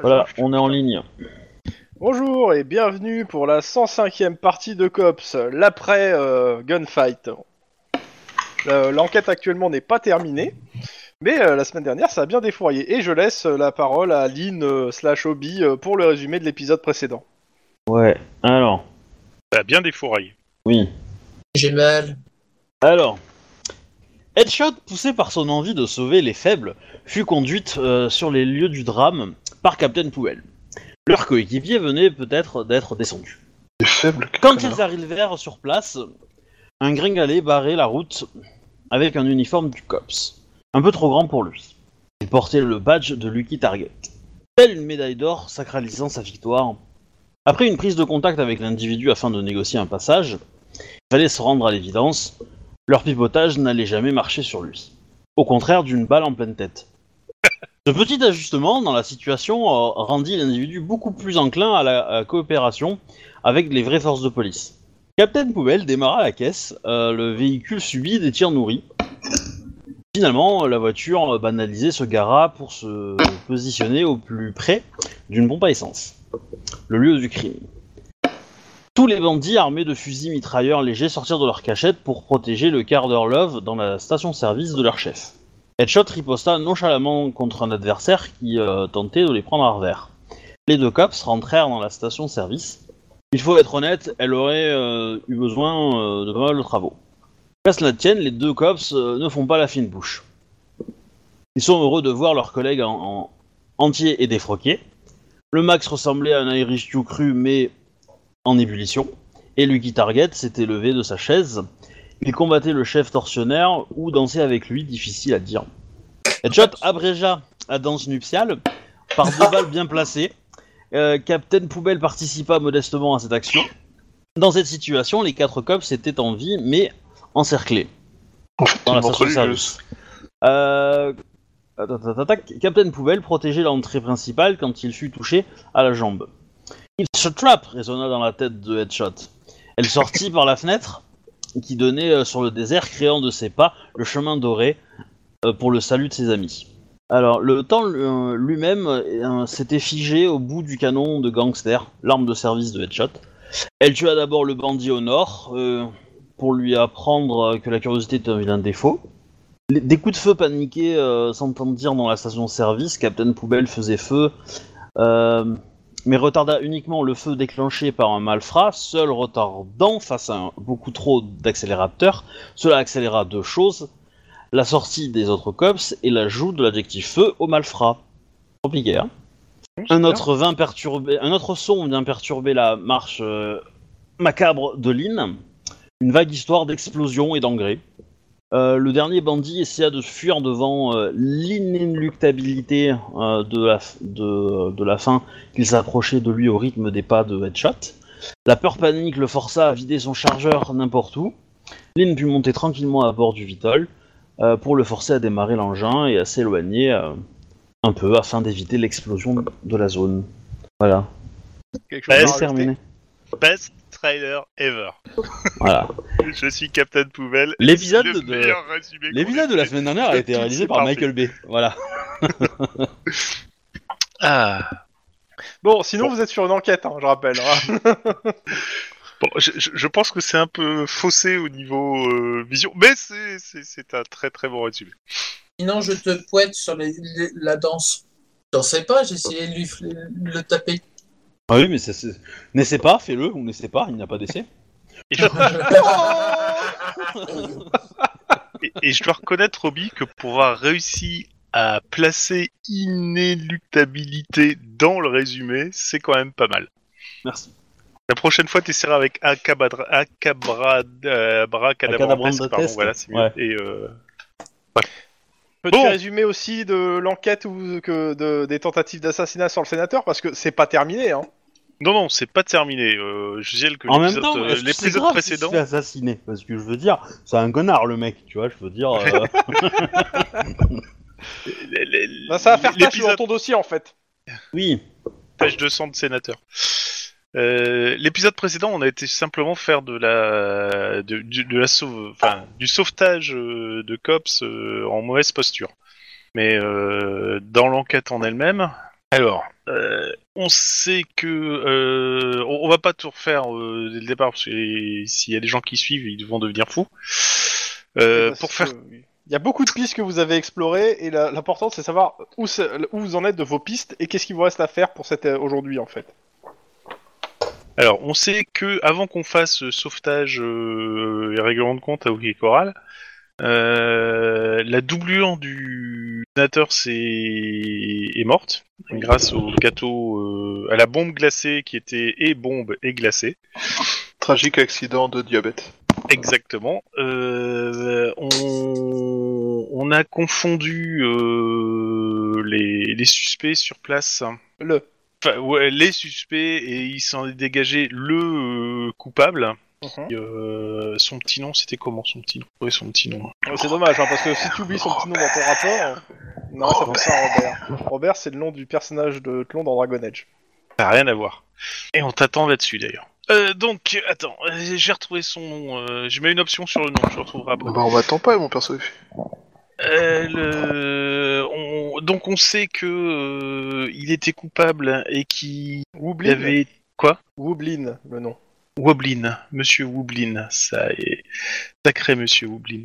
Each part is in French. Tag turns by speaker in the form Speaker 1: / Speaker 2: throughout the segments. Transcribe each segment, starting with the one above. Speaker 1: Voilà, on est en ligne.
Speaker 2: Bonjour et bienvenue pour la 105e partie de COPS, l'après euh, Gunfight. Euh, L'enquête actuellement n'est pas terminée, mais euh, la semaine dernière ça a bien défouraillé. Et je laisse euh, la parole à Lynn euh, slash Obi euh, pour le résumé de l'épisode précédent.
Speaker 1: Ouais, alors,
Speaker 3: Ça a Bah, bien défouraillé.
Speaker 1: oui.
Speaker 4: J'ai mal.
Speaker 1: Alors, Headshot, poussée par son envie de sauver les faibles, fut conduite euh, sur les lieux du drame par Captain Powell. Leur coéquipier venait peut-être d'être descendu.
Speaker 5: C'est faible.
Speaker 1: Quand ils arrivèrent sur place, un gringalet barrait la route avec un uniforme du COPS, un peu trop grand pour lui. Il portait le badge de Lucky Target, telle une médaille d'or sacralisant sa victoire. Après une prise de contact avec l'individu afin de négocier un passage, il fallait se rendre à l'évidence, leur pipotage n'allait jamais marcher sur lui. Au contraire d'une balle en pleine tête. Ce petit ajustement dans la situation euh, rendit l'individu beaucoup plus enclin à la à la coopération avec les vraies forces de police. Captain Poubelle démarra la caisse, euh, le véhicule subit des tirs nourris. Finalement, la voiture euh, banalisée se gara pour se positionner au plus près d'une pompe à essence, le lieu du crime. Tous les bandits armés de fusils mitrailleurs légers sortirent de leur cachette pour protéger le quart d'heure love dans la station-service de leur chef. Headshot riposta nonchalamment contre un adversaire qui euh, tentait de les prendre à revers. Les deux cops rentrèrent dans la station-service il faut être honnête, elle aurait euh, eu besoin euh, de pas mal de travaux. Qu'à cela tienne, les deux cops euh, ne font pas la fine bouche. Ils sont heureux de voir leurs collègues en, en- entiers et défroqués. Le Max ressemblait à un Irish Stew cru mais en ébullition. Et Lucky Target s'était levé de sa chaise. Il combattait le chef tortionnaire ou dansait avec lui, difficile à dire. Headshot abrégea la danse nuptiale par deux balles bien placées euh, Captain Poubelle participa modestement à cette action. Dans cette situation, les quatre cops étaient en vie, mais encerclés. Dans la station service. Euh... attends, attends, attends, tac. Captain Poubelle protégeait l'entrée principale quand il fut touché à la jambe. It's a trap résonna dans la tête de Headshot. Elle sortit par la fenêtre qui donnait euh, sur le désert, créant de ses pas le chemin doré euh, pour le salut de ses amis. Alors, le temps euh, lui-même euh, s'était figé au bout du canon de gangster, l'arme de service de Headshot. Elle tua d'abord le bandit au nord, euh, pour lui apprendre euh, que la curiosité est un vilain défaut. Les- Des coups de feu paniqués euh, s'entendirent dans la station-service, Captain Poubelle faisait feu, euh, mais retarda uniquement le feu déclenché par un malfrat, seul retardant face à un- beaucoup trop d'accélérateurs. Cela accéléra deux choses, la sortie des autres cops et l'ajout de l'adjectif feu au malfrat. Compliqué, hein un autre, vin perturbé, un autre son vient perturber la marche euh, macabre de Lynn. Une vague histoire d'explosion et d'engrais. Euh, le dernier bandit essaya de fuir devant euh, l'inéluctabilité euh, de, la, f- de, euh, de la fin qu'il s'approchait de lui au rythme des pas de Headshot. La peur panique le força à vider son chargeur n'importe où. Lynn put monter tranquillement à bord du Vitol euh, pour le forcer à démarrer l'engin et à s'éloigner euh, un peu afin d'éviter l'explosion de la zone. Voilà,
Speaker 2: Quelque chose
Speaker 3: Bah,
Speaker 2: à rajouter
Speaker 3: c'est Restez.
Speaker 1: terminé.
Speaker 3: Best trailer ever.
Speaker 1: Voilà.
Speaker 3: Je suis Captain Poubelle.
Speaker 1: L'épisode
Speaker 3: Le
Speaker 1: de-
Speaker 3: meilleur résumé qu'on
Speaker 1: L'épisode
Speaker 3: ait
Speaker 1: de la
Speaker 3: fait.
Speaker 1: semaine dernière a été réalisé par
Speaker 3: Parfait.
Speaker 1: Michael Bay. Voilà.
Speaker 3: Ah.
Speaker 2: Bon, sinon vous êtes sur une enquête, hein, je rappelle. hein.
Speaker 3: Bon, je, je- je pense que c'est un peu faussé au niveau euh, vision, mais c'est- c'est c'est un très très bon résumé.
Speaker 4: Sinon, je te poète sur les- les- la danse. J'en sais pas, j'ai essayé de lui f- le taper.
Speaker 1: Ah oui, mais c'est- c'est- n'essaie pas, fais-le ou n'essaie pas, il n'y a pas d'essai.
Speaker 3: Et, et je dois reconnaître, Roby, que pour avoir réussi à placer inéluctabilité dans le résumé, c'est quand même pas mal.
Speaker 1: Merci.
Speaker 3: La prochaine fois, t'essaieras avec Acabadra, Acabra, euh, Bra- Cadabrantes,
Speaker 1: Cadabrantes,
Speaker 3: pardon, voilà, c'est mieux.
Speaker 1: ouais.
Speaker 3: Et, euh,
Speaker 2: Petit
Speaker 3: Bon.
Speaker 2: résumé aussi de l'enquête ou que de, des tentatives d'assassinat sur le sénateur, parce que c'est pas terminé. Hein.
Speaker 3: Non, non, c'est pas terminé. Euh, je disais que
Speaker 1: En même
Speaker 3: l'épisode,
Speaker 1: temps,
Speaker 3: euh,
Speaker 1: est-ce que c'est
Speaker 3: l'épisode
Speaker 1: grave s'il se
Speaker 3: précédent.
Speaker 1: fait assassiner Parce que je veux dire, c'est un connard le mec, tu vois, je veux dire. euh,
Speaker 3: l- l-
Speaker 2: Ben, ça va faire tâche dans
Speaker 3: Euh, L'épisode
Speaker 2: ton dossier en fait.
Speaker 1: oui.
Speaker 3: page 200 de sénateur. Euh, L'épisode précédent, on a été simplement faire de la, de, du, de la sauve, enfin, du sauvetage euh, de cops euh, en mauvaise posture. Mais euh, dans l'enquête en elle-même, alors, euh, on sait que euh, on, on va pas tout refaire euh, dès le départ parce que les- s'il y a des gens qui suivent, ils vont devenir fous. Euh,
Speaker 2: Parce
Speaker 3: pour faire
Speaker 2: que Il y a beaucoup de pistes que vous avez explorées et la- l'important c'est savoir où, ça- où vous en êtes de vos pistes et qu'est-ce qu'il vous reste à faire pour cette euh, aujourd'hui en fait.
Speaker 3: Alors, on sait que avant qu'on fasse euh, sauvetage euh, et règlement de compte à Olivier Coral, euh, la doublure du sénateur c'est- est morte grâce au gâteau, euh, à la bombe glacée qui était et bombe et glacée.
Speaker 5: Tragique accident de diabète.
Speaker 3: Exactement. Euh, on, on a confondu euh, les, les suspects sur place.
Speaker 2: Le.
Speaker 3: Enfin, ouais, les suspects et il s'en est dégagé le euh, coupable.
Speaker 2: Mhm.
Speaker 3: Euh, son petit nom, c'était comment son petit nom Oui, son petit nom.
Speaker 2: Ouais, C'est dommage hein, parce que si tu oublies son petit nom dans ton rapport, euh, non ça fait ça Robert. Robert c'est le nom du personnage de Tlon dans Dragon Age.
Speaker 3: Ça n'a rien à voir. Et on t'attend là-dessus d'ailleurs. Euh, donc, attends, euh, j'ai retrouvé son nom. euh, je mets une option sur le nom, je le retrouverai après.
Speaker 5: Bah, on m'attend pas, mon perso.
Speaker 3: Euh, le... on- Donc on sait que euh, il était coupable et qu'il il
Speaker 2: Woublin.
Speaker 3: avait quoi
Speaker 2: Woublin le nom.
Speaker 3: Woblin, Monsieur Woblin, ça est sacré Monsieur Woblin.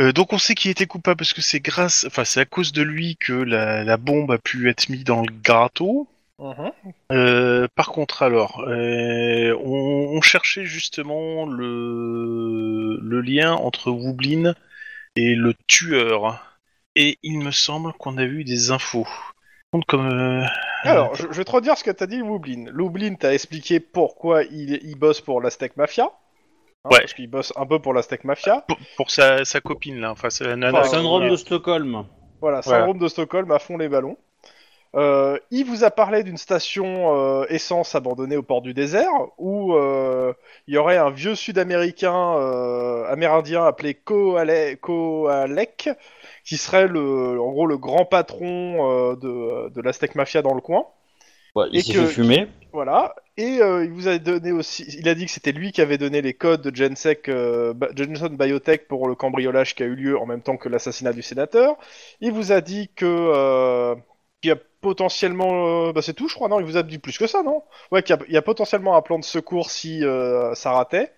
Speaker 3: Euh, donc on sait qu'il était coupable parce que c'est grâce, enfin c'est à cause de lui que la, la bombe a pu être mise dans le gâteau.
Speaker 2: Mhm.
Speaker 3: Euh, par contre alors, euh, on, on cherchait justement le, le lien entre Woblin et le tueur. Et il me semble qu'on a eu des infos. Par contre, Comme euh,
Speaker 2: Alors je, je vais te redire ce que t'as dit Woublin. Woublin t'a expliqué pourquoi il, il bosse pour la Steak Mafia. Hein,
Speaker 3: Ouais.
Speaker 2: Parce qu'il bosse un peu pour la Steak Mafia.
Speaker 3: pour, pour sa, sa copine là, enfin c'est la nana.
Speaker 2: Ah,
Speaker 1: syndrome
Speaker 2: ouais.
Speaker 1: de Stockholm.
Speaker 2: Voilà,
Speaker 3: Voilà.
Speaker 2: syndrome de Stockholm à fond les ballons. Euh, il vous a parlé d'une station euh, essence abandonnée au port du désert où euh, il y aurait un vieux sud-américain euh, amérindien appelé Koale- Koalek qui serait le, en gros le grand patron euh, de, de l'Aztec Mafia dans le coin.
Speaker 1: Ouais, il
Speaker 2: Et
Speaker 1: s'est
Speaker 2: que-
Speaker 1: fait fumer.
Speaker 2: Voilà. Et euh, il vous a donné aussi, il a dit que c'était lui qui avait donné les codes de Gensec, euh, Ba- Johnson Biotech pour le cambriolage qui a eu lieu en même temps que l'assassinat du sénateur. Il vous a dit que euh, qu'il y a potentiellement, euh, bah c'est tout, je crois. Non, il vous a dit plus que ça, non Ouais, qu'il y, a- il y a potentiellement un plan de secours si euh, ça ratait.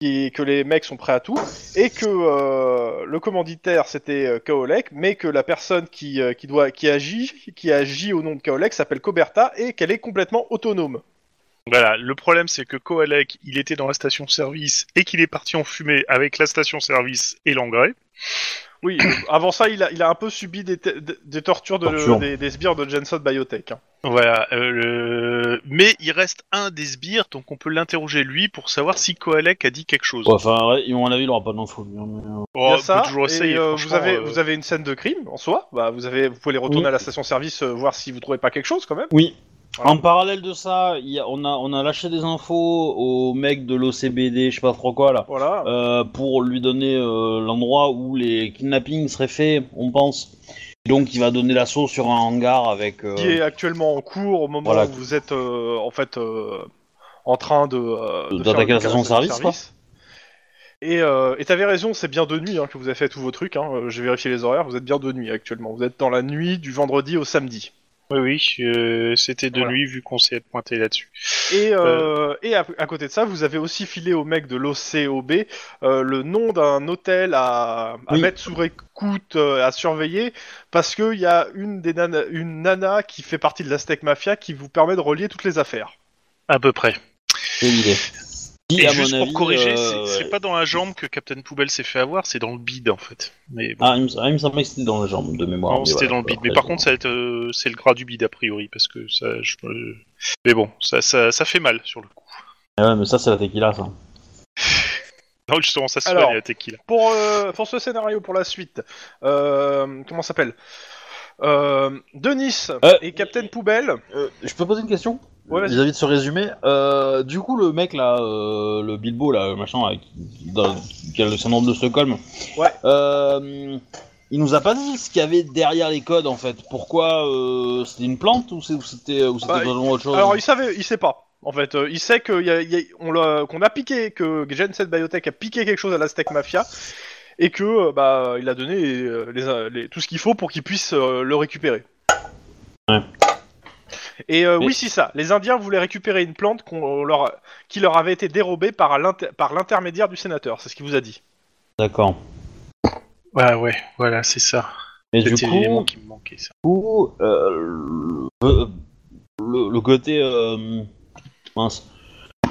Speaker 2: Et que les mecs sont prêts à tout, et que euh, le commanditaire c'était euh, Kaolek, mais que la personne qui, euh, qui doit qui agit, qui agit au nom de Kaolek s'appelle Coberta et qu'elle est complètement autonome.
Speaker 3: Voilà, le problème c'est que Koalek, il était dans la station-service et qu'il est parti en fumée avec la station-service et l'engrais.
Speaker 2: Oui, avant ça, il a, il a un peu subi des, te- des- des tortures de,
Speaker 1: Torture.
Speaker 2: Des, des sbires de Jensen Biotech. hein.
Speaker 3: Voilà, euh, le- mais il reste un des sbires, donc on peut l'interroger lui pour savoir si Koalek a dit quelque chose.
Speaker 1: Ouais, Enfin, ouais, à mon avis, il aura pas d'infos. lui, hein, mais, euh,
Speaker 3: Oh,
Speaker 2: il y a
Speaker 3: on
Speaker 2: ça,
Speaker 3: peut toujours
Speaker 2: et,
Speaker 3: essayer,
Speaker 2: euh, vous,
Speaker 3: franchement,
Speaker 2: avez,
Speaker 3: euh,
Speaker 2: vous avez une scène de crime en soi, bah, vous, avez, vous pouvez les retourner
Speaker 1: Oui.
Speaker 2: à la station-service, euh, voir si vous trouvez pas quelque chose quand même.
Speaker 1: Oui.
Speaker 2: Voilà.
Speaker 1: En parallèle de ça, il y a- on, a, on a lâché des infos au mec de l'OCBD, je sais pas trop quoi là,
Speaker 2: Voilà.
Speaker 1: euh, pour lui donner euh, l'endroit où les kidnappings seraient faits, on pense. Donc il va donner l'assaut sur un hangar avec. euh,
Speaker 2: Qui est actuellement en cours au moment
Speaker 1: Voilà.
Speaker 2: où vous êtes euh, en fait euh, en train de euh,
Speaker 1: De-
Speaker 2: faire
Speaker 1: d'attaquer la
Speaker 2: une-
Speaker 1: station-service,
Speaker 2: Et euh, et t'avais raison, c'est bien de nuit hein, que vous avez fait tous vos trucs. hein, euh, J'ai vérifié les horaires, vous êtes bien de nuit actuellement. Vous êtes dans la nuit du vendredi au samedi.
Speaker 3: Oui, oui, euh, c'était de
Speaker 2: Voilà.
Speaker 3: lui vu qu'on s'est pointé là-dessus.
Speaker 2: Et, euh, et à, à côté de ça, vous avez aussi filé au mec de l'OCOB euh, le nom d'un hôtel à, à
Speaker 1: Oui.
Speaker 2: mettre sous écoute, euh, à surveiller, parce qu'il y a une, des nana, une nana qui fait partie de l'Aztec Mafia qui vous permet de relier toutes les affaires.
Speaker 3: À peu près.
Speaker 1: C'est l'idée. Qui,
Speaker 3: Et
Speaker 1: à
Speaker 3: juste
Speaker 1: mon
Speaker 3: pour
Speaker 1: avis,
Speaker 3: corriger,
Speaker 1: euh,
Speaker 3: c'est- c'est
Speaker 1: ouais.
Speaker 3: pas dans la jambe que Captain Poubelle s'est fait avoir, c'est dans le bide en fait. Mais bon,
Speaker 1: Ah, il me, ah, il me semblait que c'était dans la jambe de mémoire.
Speaker 3: non,
Speaker 1: mais
Speaker 3: c'était
Speaker 1: voilà,
Speaker 3: dans le bide.
Speaker 1: après,
Speaker 3: Mais par
Speaker 1: je-
Speaker 3: contre, ça va être, euh, c'est le gras du bide a priori parce que ça. je- euh, Mais bon, ça, ça, ça fait mal sur le coup.
Speaker 1: Ah ouais, mais ça, c'est la tequila, ça.
Speaker 3: Non, justement, ça se
Speaker 2: Alors.
Speaker 3: soigne la tequila.
Speaker 2: Pour, euh, pour ce scénario, pour la suite, euh, comment ça s'appelle euh, Denis
Speaker 1: Euh,
Speaker 2: et Captain Poubelle.
Speaker 1: Euh, je peux poser une question
Speaker 2: Ouais, vas-y.
Speaker 1: vis-à-vis de ce résumé. Euh, du coup, le mec là, euh, le Bilbo là, machin, là, qui, qui- dans- qui a le syndrome de Stockholm.
Speaker 2: Ouais.
Speaker 1: euh, il nous a pas dit ce qu'il y avait derrière les codes en fait. Pourquoi euh, c'était une plante ou c'est- ou c'était ou c'était
Speaker 2: Bah,
Speaker 1: totalement autre chose
Speaker 2: Alors il savait, il sait pas. En fait, Euh, il sait qu'on y a, il y a- on l'a- qu'on a piqué, que Genset Biotech a piqué quelque chose à l'Aztec Mafia et que euh, bah il a donné euh, les- les- tout ce qu'il faut pour qu'il puisse euh, le récupérer.
Speaker 1: Ouais.
Speaker 2: Et euh,
Speaker 1: Mais-
Speaker 2: oui, c'est ça. Les Indiens voulaient récupérer une plante qu'on leur... qui leur avait été dérobée par l'inter- par l'intermédiaire du sénateur. C'est ce qu'il vous a dit.
Speaker 1: D'accord.
Speaker 3: Ouais, ouais, voilà, c'est ça.
Speaker 1: Mais du
Speaker 3: C'était l'élément
Speaker 1: coup,
Speaker 3: qui me manquait, ça.
Speaker 1: coup, euh, le, le- le côté euh, mince.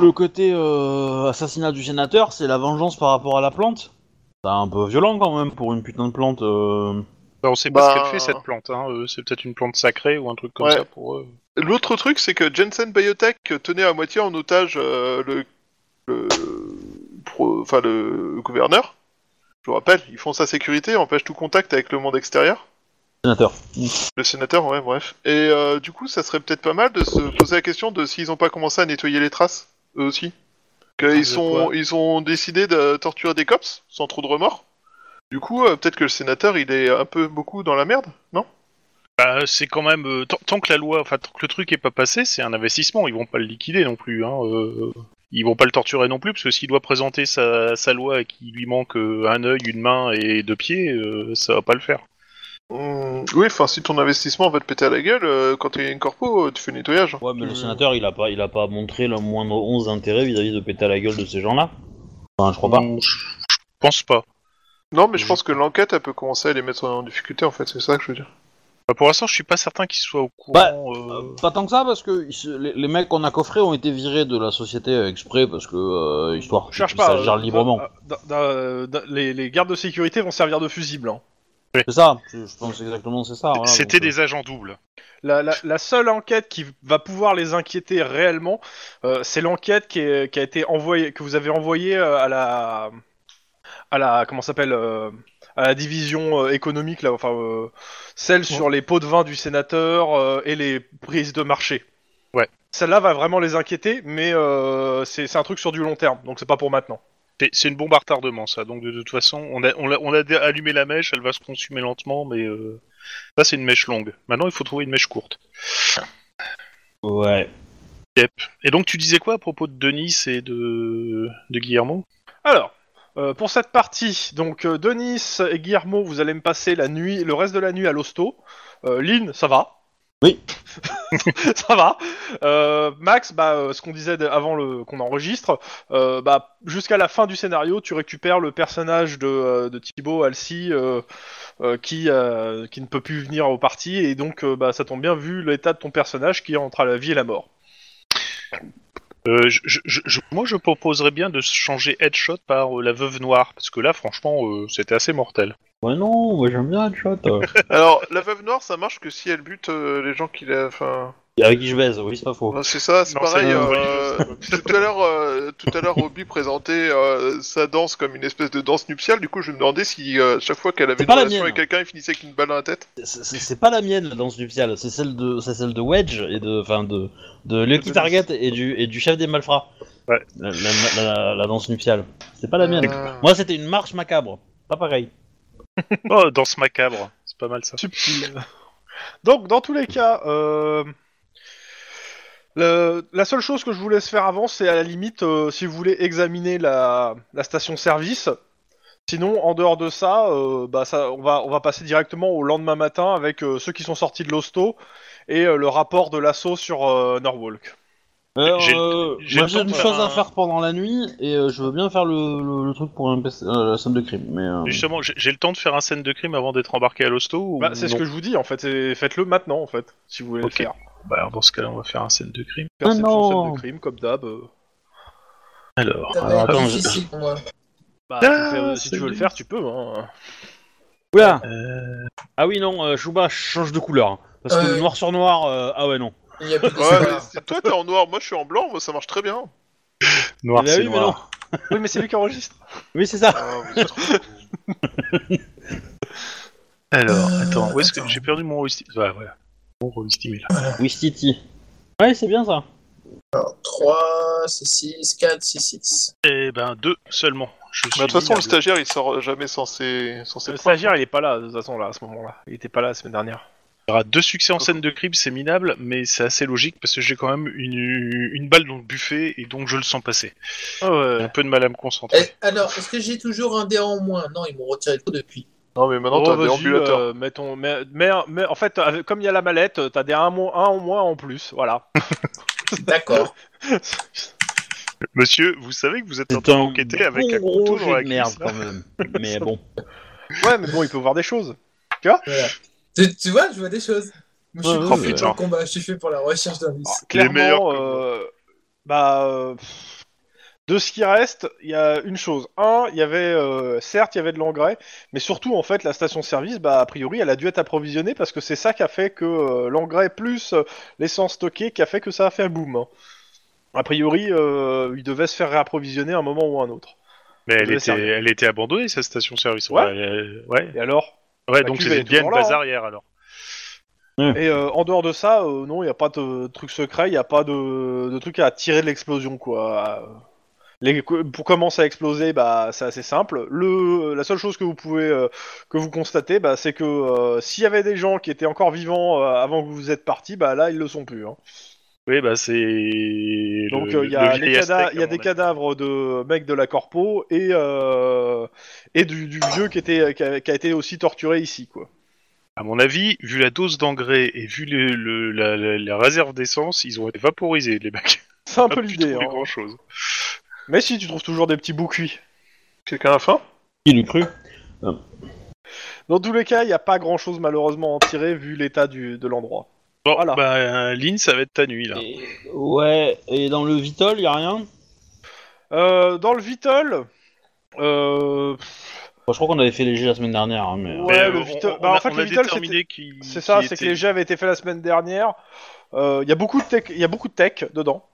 Speaker 1: le côté euh, assassinat du sénateur, c'est la vengeance par rapport à la plante. C'est un peu violent quand même pour une putain de plante. euh.
Speaker 3: Bah, on sait
Speaker 5: Bah-
Speaker 3: pas ce qu'elle fait cette plante, hein. euh, c'est peut-être une plante sacrée ou un truc comme
Speaker 5: Ouais.
Speaker 3: ça pour euh. eux.
Speaker 5: L'autre truc, c'est que Jensen Biotech tenait à moitié en otage euh, le, le, pro- enfin, le gouverneur. Je vous rappelle, ils font sa sécurité, empêchent tout contact avec le monde extérieur.
Speaker 1: Sénateur.
Speaker 5: Le sénateur, ouais, bref. Et euh, du coup, ça serait peut-être pas mal de se poser la question de s'ils ont pas commencé à nettoyer les traces, eux aussi.
Speaker 3: De
Speaker 5: Qu'ils sont,
Speaker 3: quoi
Speaker 5: ils ont décidé de torturer des cops, sans trop de remords. Du coup, euh, peut-être que le sénateur, il est un peu beaucoup dans la merde, non
Speaker 3: Bah, c'est quand même. euh, tant, tant que la loi, enfin, tant que le truc est pas passé, c'est un investissement, ils vont pas le liquider non plus, hein. euh, ils vont pas le torturer non plus, parce que s'il doit présenter sa, sa loi et qu'il lui manque euh, un œil, une main et deux pieds, euh, ça va pas le faire.
Speaker 5: Hum, Oui, enfin, si ton investissement va te péter à la gueule, euh, quand t'es une corpo, euh, tu fais le nettoyage. hein.
Speaker 1: Ouais, mais le
Speaker 5: Euh,
Speaker 1: sénateur, il a pas, il a pas montré le moindre once d'intérêt vis-à-vis de péter à la gueule de ces gens-là. Enfin, je crois pas.
Speaker 3: Mm, Je je pense pas.
Speaker 5: Non, mais je pense que l'enquête, elle peut commencer à les mettre en difficulté, en fait, c'est ça que je veux dire.
Speaker 3: Bah, pour l'instant, je suis pas certain qu'ils soient au
Speaker 1: Bah,
Speaker 3: courant. euh,
Speaker 1: Pas tant que ça, parce que ils se- les, les mecs qu'on a coffrés ont été virés de la société exprès, parce que euh, histoire
Speaker 2: Cherche
Speaker 1: qu'ils
Speaker 2: pas.
Speaker 1: sachent gérer
Speaker 2: euh,
Speaker 1: librement.
Speaker 2: euh, dans- dans- euh, dans- les, les gardes de sécurité vont servir de fusibles. hein.
Speaker 1: C'est ça, je je pense exactement c'est ça. voilà,
Speaker 3: C'était
Speaker 1: donc, euh,
Speaker 3: des agents doubles.
Speaker 2: La, la- la seule enquête qui va pouvoir les inquiéter réellement, euh, c'est l'enquête qui, est- qui a été envoyée, que vous avez envoyée euh, à la, à la, comment ça s'appelle, euh, à la division euh, économique là, enfin euh, celle sur les pots de vin du sénateur euh, et les prises de marché.
Speaker 3: Ouais.
Speaker 2: Celle-là va vraiment les inquiéter, mais euh, c'est c'est un truc sur du long terme, donc c'est pas pour maintenant.
Speaker 3: C'est- C'est une bombe à retardement, ça. Donc, de toute façon, on a, on a, on a dé- allumé la mèche, elle va se consumer lentement, mais euh, ça, c'est une mèche longue. Maintenant, il faut trouver une mèche courte.
Speaker 1: Ouais.
Speaker 3: Et donc, tu disais quoi à propos de Denis et de, de Guillermo
Speaker 2: Alors, euh, pour cette partie, donc euh, Denis et Guillermo, vous allez me passer la nuit, le reste de la nuit à l'hosto. Euh, Lynn, ça va
Speaker 1: Oui.
Speaker 2: ça va. Euh, Max, bah, euh, ce qu'on disait d- avant le qu'on enregistre, euh, bah, jusqu'à la fin du scénario, tu récupères le personnage de, euh, de Thibaut Alcy euh, euh, qui, euh, qui ne peut plus venir au parti, et donc euh, bah, ça tombe bien vu l'état de ton personnage qui est entre la vie et la mort.
Speaker 3: Euh, je- je- je- je- Moi, je proposerais bien de changer Headshot par euh, la veuve noire, parce que là, franchement, euh, c'était assez mortel.
Speaker 1: Ouais, non, moi j'aime bien Headshot. euh.
Speaker 5: Alors, la veuve noire, ça marche que si elle bute euh, les gens qui la... Enfin...
Speaker 1: Et Avec qui je baise, oui, c'est pas faux.
Speaker 5: Non, C'est ça, c'est
Speaker 3: Non, c'est
Speaker 5: pareil.
Speaker 3: la même
Speaker 5: euh, tout à l'heure, euh, tout à l'heure, Roby présentait euh, sa danse comme une espèce de danse nuptiale. Du coup, je me demandais si euh, chaque fois qu'elle avait
Speaker 1: C'est
Speaker 5: une
Speaker 1: pas la
Speaker 5: relation
Speaker 1: mienne.
Speaker 5: avec quelqu'un, il finissait avec une balle dans la tête.
Speaker 1: C'est- C'est c'est pas la mienne, la danse nuptiale, c'est celle de c'est celle de Wedge et de enfin de de Lucky
Speaker 5: Denis.
Speaker 1: Target et du et du chef des malfrats.
Speaker 3: Ouais.
Speaker 1: La, la- la- la danse nuptiale, c'est pas la mienne.
Speaker 5: Euh,
Speaker 1: Moi, c'était une marche macabre, pas pareil.
Speaker 3: Oh, danse macabre, c'est pas mal ça.
Speaker 2: Subtil. Donc, dans tous les cas, euh, le- la seule chose que je vous laisse faire avant, c'est à la limite, euh, si vous voulez examiner la, la station-service. Sinon, en dehors de ça, euh, bah, ça on, va, on va passer directement au lendemain matin avec euh, ceux qui sont sortis de l'hosto et euh, le rapport de l'assaut sur euh, Norwalk.
Speaker 1: Alors,
Speaker 3: J'ai-
Speaker 1: euh,
Speaker 3: j'ai
Speaker 1: moi, j'ai
Speaker 3: le temps
Speaker 1: une
Speaker 3: de
Speaker 1: chose
Speaker 3: faire
Speaker 1: à
Speaker 3: un-
Speaker 1: faire pendant la nuit et euh, je veux bien faire le, le- le truc pour un PC euh, la somme de crime. Mais euh,
Speaker 3: Justement, j'ai j'ai le temps de faire un scène de crime avant d'être embarqué à l'hosto ou
Speaker 2: Bah, c'est ce
Speaker 3: non
Speaker 2: que je vous dis en fait, et faites-le maintenant en fait, si vous voulez
Speaker 3: Ok.
Speaker 2: le faire.
Speaker 3: Bah, alors, Dans ce cas-là, on va faire un scène de crime.
Speaker 2: Perception,
Speaker 1: non.
Speaker 2: scène de crime, comme d'hab. euh.
Speaker 3: Alors,
Speaker 4: Ça va
Speaker 3: attends,
Speaker 4: être
Speaker 3: je-
Speaker 4: difficile pour moi.
Speaker 2: Bah,
Speaker 3: Ah,
Speaker 2: tu fais, euh, si
Speaker 3: c'est
Speaker 2: tu veux le
Speaker 3: bien.
Speaker 2: faire, tu peux. Hein.
Speaker 1: Oula
Speaker 3: euh,
Speaker 1: ah oui non, euh, Chouba change de couleur hein, parce que
Speaker 4: Euh.
Speaker 1: noir sur noir, euh, ah ouais non.
Speaker 4: Il y a plus de
Speaker 5: Ouais,
Speaker 4: savoir.
Speaker 5: mais c'est- toi, t'es en noir, moi, je suis en blanc. Moi, ça marche très bien.
Speaker 3: noir,
Speaker 1: Eh ben
Speaker 3: c'est
Speaker 1: oui, mais
Speaker 3: noir.
Speaker 2: oui, mais c'est lui qui enregistre.
Speaker 1: Oui c'est ça.
Speaker 5: Ah, vous êtes trop-
Speaker 3: Alors,
Speaker 4: Euh,
Speaker 3: attends, où est-ce que
Speaker 4: attends.
Speaker 3: j'ai perdu mon Rovistim Voilà, voilà. Mon Rovistim est là.
Speaker 1: Wistiti. Ouais c'est bien ça.
Speaker 4: Alors, 3, c'est 6, 4, c'est 6.
Speaker 3: Eh ben, deux seulement. Je suis
Speaker 5: Mais Bah, de toute façon, le
Speaker 3: minable.
Speaker 5: stagiaire, il sort jamais sans ses, sans ses
Speaker 2: Le
Speaker 5: preuves.
Speaker 2: stagiaire, il est pas là, de toute façon, là, à ce moment-là. Il était pas là la semaine dernière.
Speaker 3: Il y aura Ah, deux succès en scène de crime, c'est minable, mais c'est assez logique parce que j'ai quand même une, une balle dans le buffet et donc je le sens passer.
Speaker 5: Oh,
Speaker 2: Euh,
Speaker 3: J'ai un peu de mal à me concentrer.
Speaker 4: Eh, Alors, est-ce que j'ai toujours un dé en moins Non, ils m'ont retiré le coup depuis.
Speaker 5: Non, mais maintenant,
Speaker 2: Oh,
Speaker 5: t'as un
Speaker 2: vas-y,
Speaker 5: déambulateur.
Speaker 2: euh, mets ton- mets- mets un- mets- en fait, avec- comme il y a la mallette, euh, t'as des un, mo- un en moins en plus, voilà.
Speaker 4: D'accord.
Speaker 3: Monsieur, vous savez que vous êtes en train d'enquêter avec un
Speaker 1: gros
Speaker 3: couteau
Speaker 1: jet
Speaker 3: dans la
Speaker 1: de merde
Speaker 3: cuisse, là
Speaker 1: quand même. Mais bon.
Speaker 2: Ouais, mais bon, il peut voir des choses.
Speaker 4: Voilà. Tu, tu vois, je vois des choses. Moi, je suis
Speaker 1: Ouais,
Speaker 4: pas
Speaker 1: ouais,
Speaker 4: fait
Speaker 1: ouais.
Speaker 4: pour le combat, je suis fait pour la recherche d'indices.
Speaker 3: meilleurs
Speaker 2: Clairement,
Speaker 3: que
Speaker 2: euh, bah, euh, pff, de ce qui reste, il y a une chose. Un, il y avait, euh, certes, il y avait de l'engrais, mais surtout, en fait, la station-service, bah, a priori, elle a dû être approvisionnée parce que c'est ça qui a fait que euh, l'engrais plus euh, l'essence stockée qui a fait que ça a fait un boom. hein. A priori, euh, il devait se faire réapprovisionner à un moment ou à un autre.
Speaker 3: Mais elle
Speaker 2: devait
Speaker 3: était,
Speaker 2: servir.
Speaker 3: elle était abandonnée, sa station-service.
Speaker 2: Ouais.
Speaker 3: euh, ouais.
Speaker 2: Et alors
Speaker 3: Ouais,
Speaker 2: La
Speaker 3: donc
Speaker 2: cuve, elle est
Speaker 3: c'était bien une
Speaker 2: toujours là,
Speaker 3: base
Speaker 2: hein.
Speaker 3: arrière, alors.
Speaker 2: Et euh, en dehors de ça, euh, non, il n'y a pas de truc secret, il n'y a pas de, de truc à tirer de l'explosion, quoi. Euh, Les, pour commencer à exploser, bah, c'est assez simple. Le, la seule chose que vous pouvez euh, que vous constatez, bah, c'est que euh, s'il y avait des gens qui étaient encore vivants euh, avant que vous êtes partis, bah, là, ils le sont plus. hein.
Speaker 3: Oui, bah c'est.
Speaker 2: Donc
Speaker 3: le-
Speaker 2: euh, il y
Speaker 3: le
Speaker 2: a,
Speaker 3: vieil
Speaker 2: les cada-
Speaker 3: Aztèque,
Speaker 2: il y a
Speaker 3: à mon
Speaker 2: des
Speaker 3: avis.
Speaker 2: cadavres de mecs de la corpo et, euh, et du, du vieux qui, était, qui, a, qui a été aussi torturé ici, quoi.
Speaker 3: À mon avis, vu la dose d'engrais et vu le, le- la, la- la réserve d'essence, ils ont été vaporisés, les mecs.
Speaker 2: C'est un peu
Speaker 3: Pas pu
Speaker 2: l'idée.
Speaker 3: trouver
Speaker 2: hein.
Speaker 3: grand-chose.
Speaker 2: Mais si tu trouves toujours des petits bouts cuits.
Speaker 5: Quelqu'un a faim
Speaker 1: Qui l'eût cru
Speaker 2: Dans tous les cas, il n'y a pas grand chose malheureusement à en tirer vu l'état du- de l'endroit.
Speaker 3: Bon,
Speaker 2: Voilà.
Speaker 3: bah, Lynn, ça va être ta nuit, là.
Speaker 1: Et- Ouais, et dans le Vitol, y a rien
Speaker 2: Euh, dans le Vitol. euh,
Speaker 1: Bon, Bah, Je crois qu'on avait fait léger la semaine dernière, hein, mais...
Speaker 2: Ouais,
Speaker 3: Mais,
Speaker 2: le
Speaker 3: euh,
Speaker 2: Vitol- bah,
Speaker 3: on- on
Speaker 2: en
Speaker 3: a-
Speaker 2: fait,
Speaker 3: on
Speaker 2: le
Speaker 3: a
Speaker 2: Vitol,
Speaker 3: déterminé qui-
Speaker 2: c'est ça,
Speaker 3: qui
Speaker 2: c'est que
Speaker 3: était-
Speaker 2: les jets avaient été faits la semaine dernière. Euh, Il y a beaucoup de tech, il y a beaucoup de tech dedans.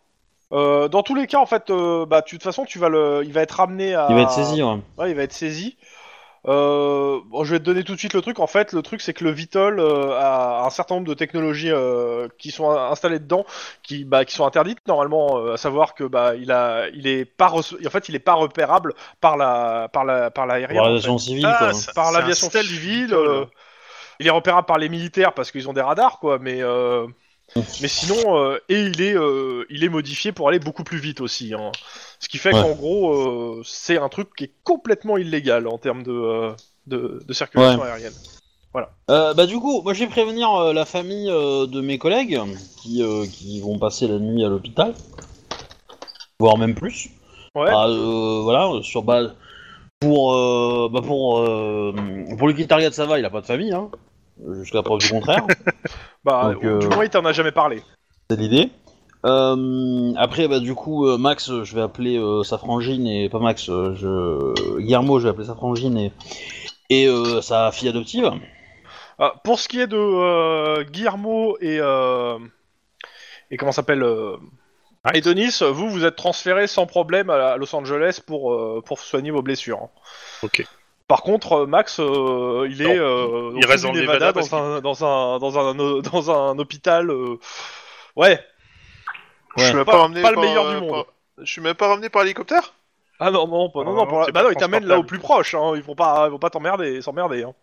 Speaker 2: Euh, dans tous les cas, en fait, euh, bah, tu- de toute façon, tu vas le, il va être ramené à.
Speaker 1: Il va être saisi, ouais.
Speaker 2: Ouais, il va être saisi. Euh, bon, je vais te donner tout de suite le truc. En fait, le truc, c'est que le Vitol euh, a un certain nombre de technologies euh, qui sont in- installées dedans, qui, bah, qui sont interdites normalement. euh, à savoir que bah, il a, il est pas, reço- en fait, il est pas repérable par la, par la, par l'aérien.
Speaker 1: Pour
Speaker 2: en
Speaker 1: la
Speaker 2: fait.
Speaker 1: nation civile,
Speaker 3: Ah,
Speaker 1: quoi. hein.
Speaker 3: ça-
Speaker 2: Par
Speaker 3: c'est un
Speaker 2: l'aviation
Speaker 3: stealth
Speaker 2: civile,
Speaker 3: Vitol.
Speaker 2: euh, il est repérable par les militaires parce qu'ils ont des radars, quoi. Mais, euh, mais sinon, euh, et il est, euh, il est modifié pour aller beaucoup plus vite aussi. hein. Ce qui fait
Speaker 1: Ouais.
Speaker 2: qu'en gros, euh, c'est un truc qui est complètement illégal en termes de, euh, de, de circulation
Speaker 1: Ouais.
Speaker 2: aérienne.
Speaker 1: Euh, bah du coup, moi je vais prévenir euh, la famille euh, de mes collègues qui, euh, qui vont passer la nuit à l'hôpital, voire même plus.
Speaker 2: Ouais.
Speaker 1: Bah, euh, voilà, euh, sur bah, pour euh, bah, pour euh, pour Lucky Target ça va, il a pas de famille, hein, jusqu'à preuve du contraire.
Speaker 2: Bah,
Speaker 1: Donc,
Speaker 2: au-
Speaker 1: euh,
Speaker 2: du moins, il t'en a jamais parlé.
Speaker 1: C'est l'idée. Euh, après, bah, du coup, euh, Max, euh, je vais appeler euh, sa frangine et pas Max, euh, je Guillermo, je vais appeler sa frangine et et euh, sa fille adoptive.
Speaker 2: Ah, pour ce qui est de euh, Guillermo et euh, et comment s'appelle euh, et Denis, vous vous êtes transférés sans problème à à Los Angeles pour euh, pour soigner vos blessures. hein.
Speaker 3: Ok.
Speaker 2: Par contre, euh, Max, euh, il est
Speaker 3: Non.
Speaker 2: euh,
Speaker 3: Il reste
Speaker 2: sud
Speaker 3: dans
Speaker 2: du
Speaker 3: le
Speaker 2: Nevada,
Speaker 3: Nevada parce
Speaker 2: dans un, dans un dans un o- dans un hôpital. euh, Ouais.
Speaker 1: Ouais.
Speaker 5: Je suis même
Speaker 2: Pas-
Speaker 5: pas, ramené
Speaker 2: pas le
Speaker 5: par,
Speaker 2: meilleur
Speaker 5: euh,
Speaker 2: du monde.
Speaker 5: par- Je suis même pas ramené par hélicoptère
Speaker 2: Ah non non pas- non
Speaker 3: Ah,
Speaker 2: non, pour la-
Speaker 3: c'est
Speaker 2: bah
Speaker 3: pas
Speaker 2: non ils t'amènent là au
Speaker 3: transportable.
Speaker 2: plus proche. Hein. Ils vont pas ils vont pas t'emmerder s'emmerder. Hein.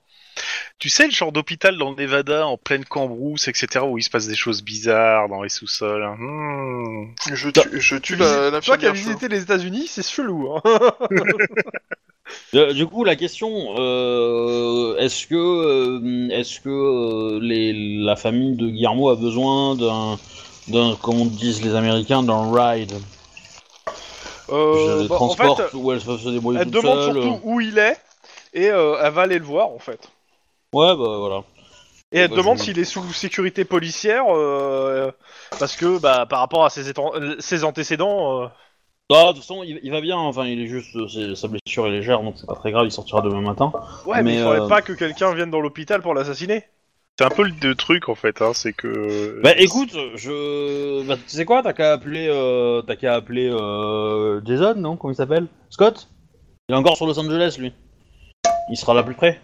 Speaker 3: Tu sais, le genre d'hôpital dans le Nevada, en pleine cambrousse, etc., où il se passe des choses bizarres dans les sous-sols. hein. Hmm.
Speaker 5: Je tue, je tue la-
Speaker 2: Toi qui as
Speaker 5: l'infirmière. chelou.
Speaker 2: visité les États-Unis, c'est chelou. Hein.
Speaker 1: Euh, du coup, la question, euh, est-ce que, euh, est-ce que euh, les, la famille de Guillermo a besoin d'un, d'un, comme disent les Américains, d'un ride,
Speaker 2: Euh,
Speaker 1: Je
Speaker 2: bah, en fait,
Speaker 1: transporte où elles peuvent se débrouiller
Speaker 2: Elle
Speaker 1: toutes
Speaker 2: demande
Speaker 1: seules.
Speaker 2: surtout où il est et euh, elle va aller le voir en fait.
Speaker 1: Ouais, bah voilà.
Speaker 2: Et elle
Speaker 1: Ouais, bah,
Speaker 2: demande
Speaker 1: je-
Speaker 2: s'il est sous sécurité policière euh, parce que bah, par rapport à ses, étan- ses antécédents. euh,
Speaker 1: Ah, de toute façon, il, il va bien. Enfin, il est juste, euh, c'est- sa blessure est légère, donc c'est pas très grave. Il sortira demain matin.
Speaker 2: Ouais, mais,
Speaker 1: Mais,
Speaker 2: il faudrait
Speaker 1: euh,
Speaker 2: pas que quelqu'un vienne dans l'hôpital pour l'assassiner.
Speaker 3: C'est un peu le deux trucs, en fait. Hein. C'est
Speaker 2: Euh,
Speaker 3: que.
Speaker 1: Bah écoute, je, bah, tu sais quoi, t'as qu'à appeler, euh, t'as qu'à appeler euh, Jason, non Comment il s'appelle Scott Il est encore sur Los Angeles, lui. Il sera là plus près.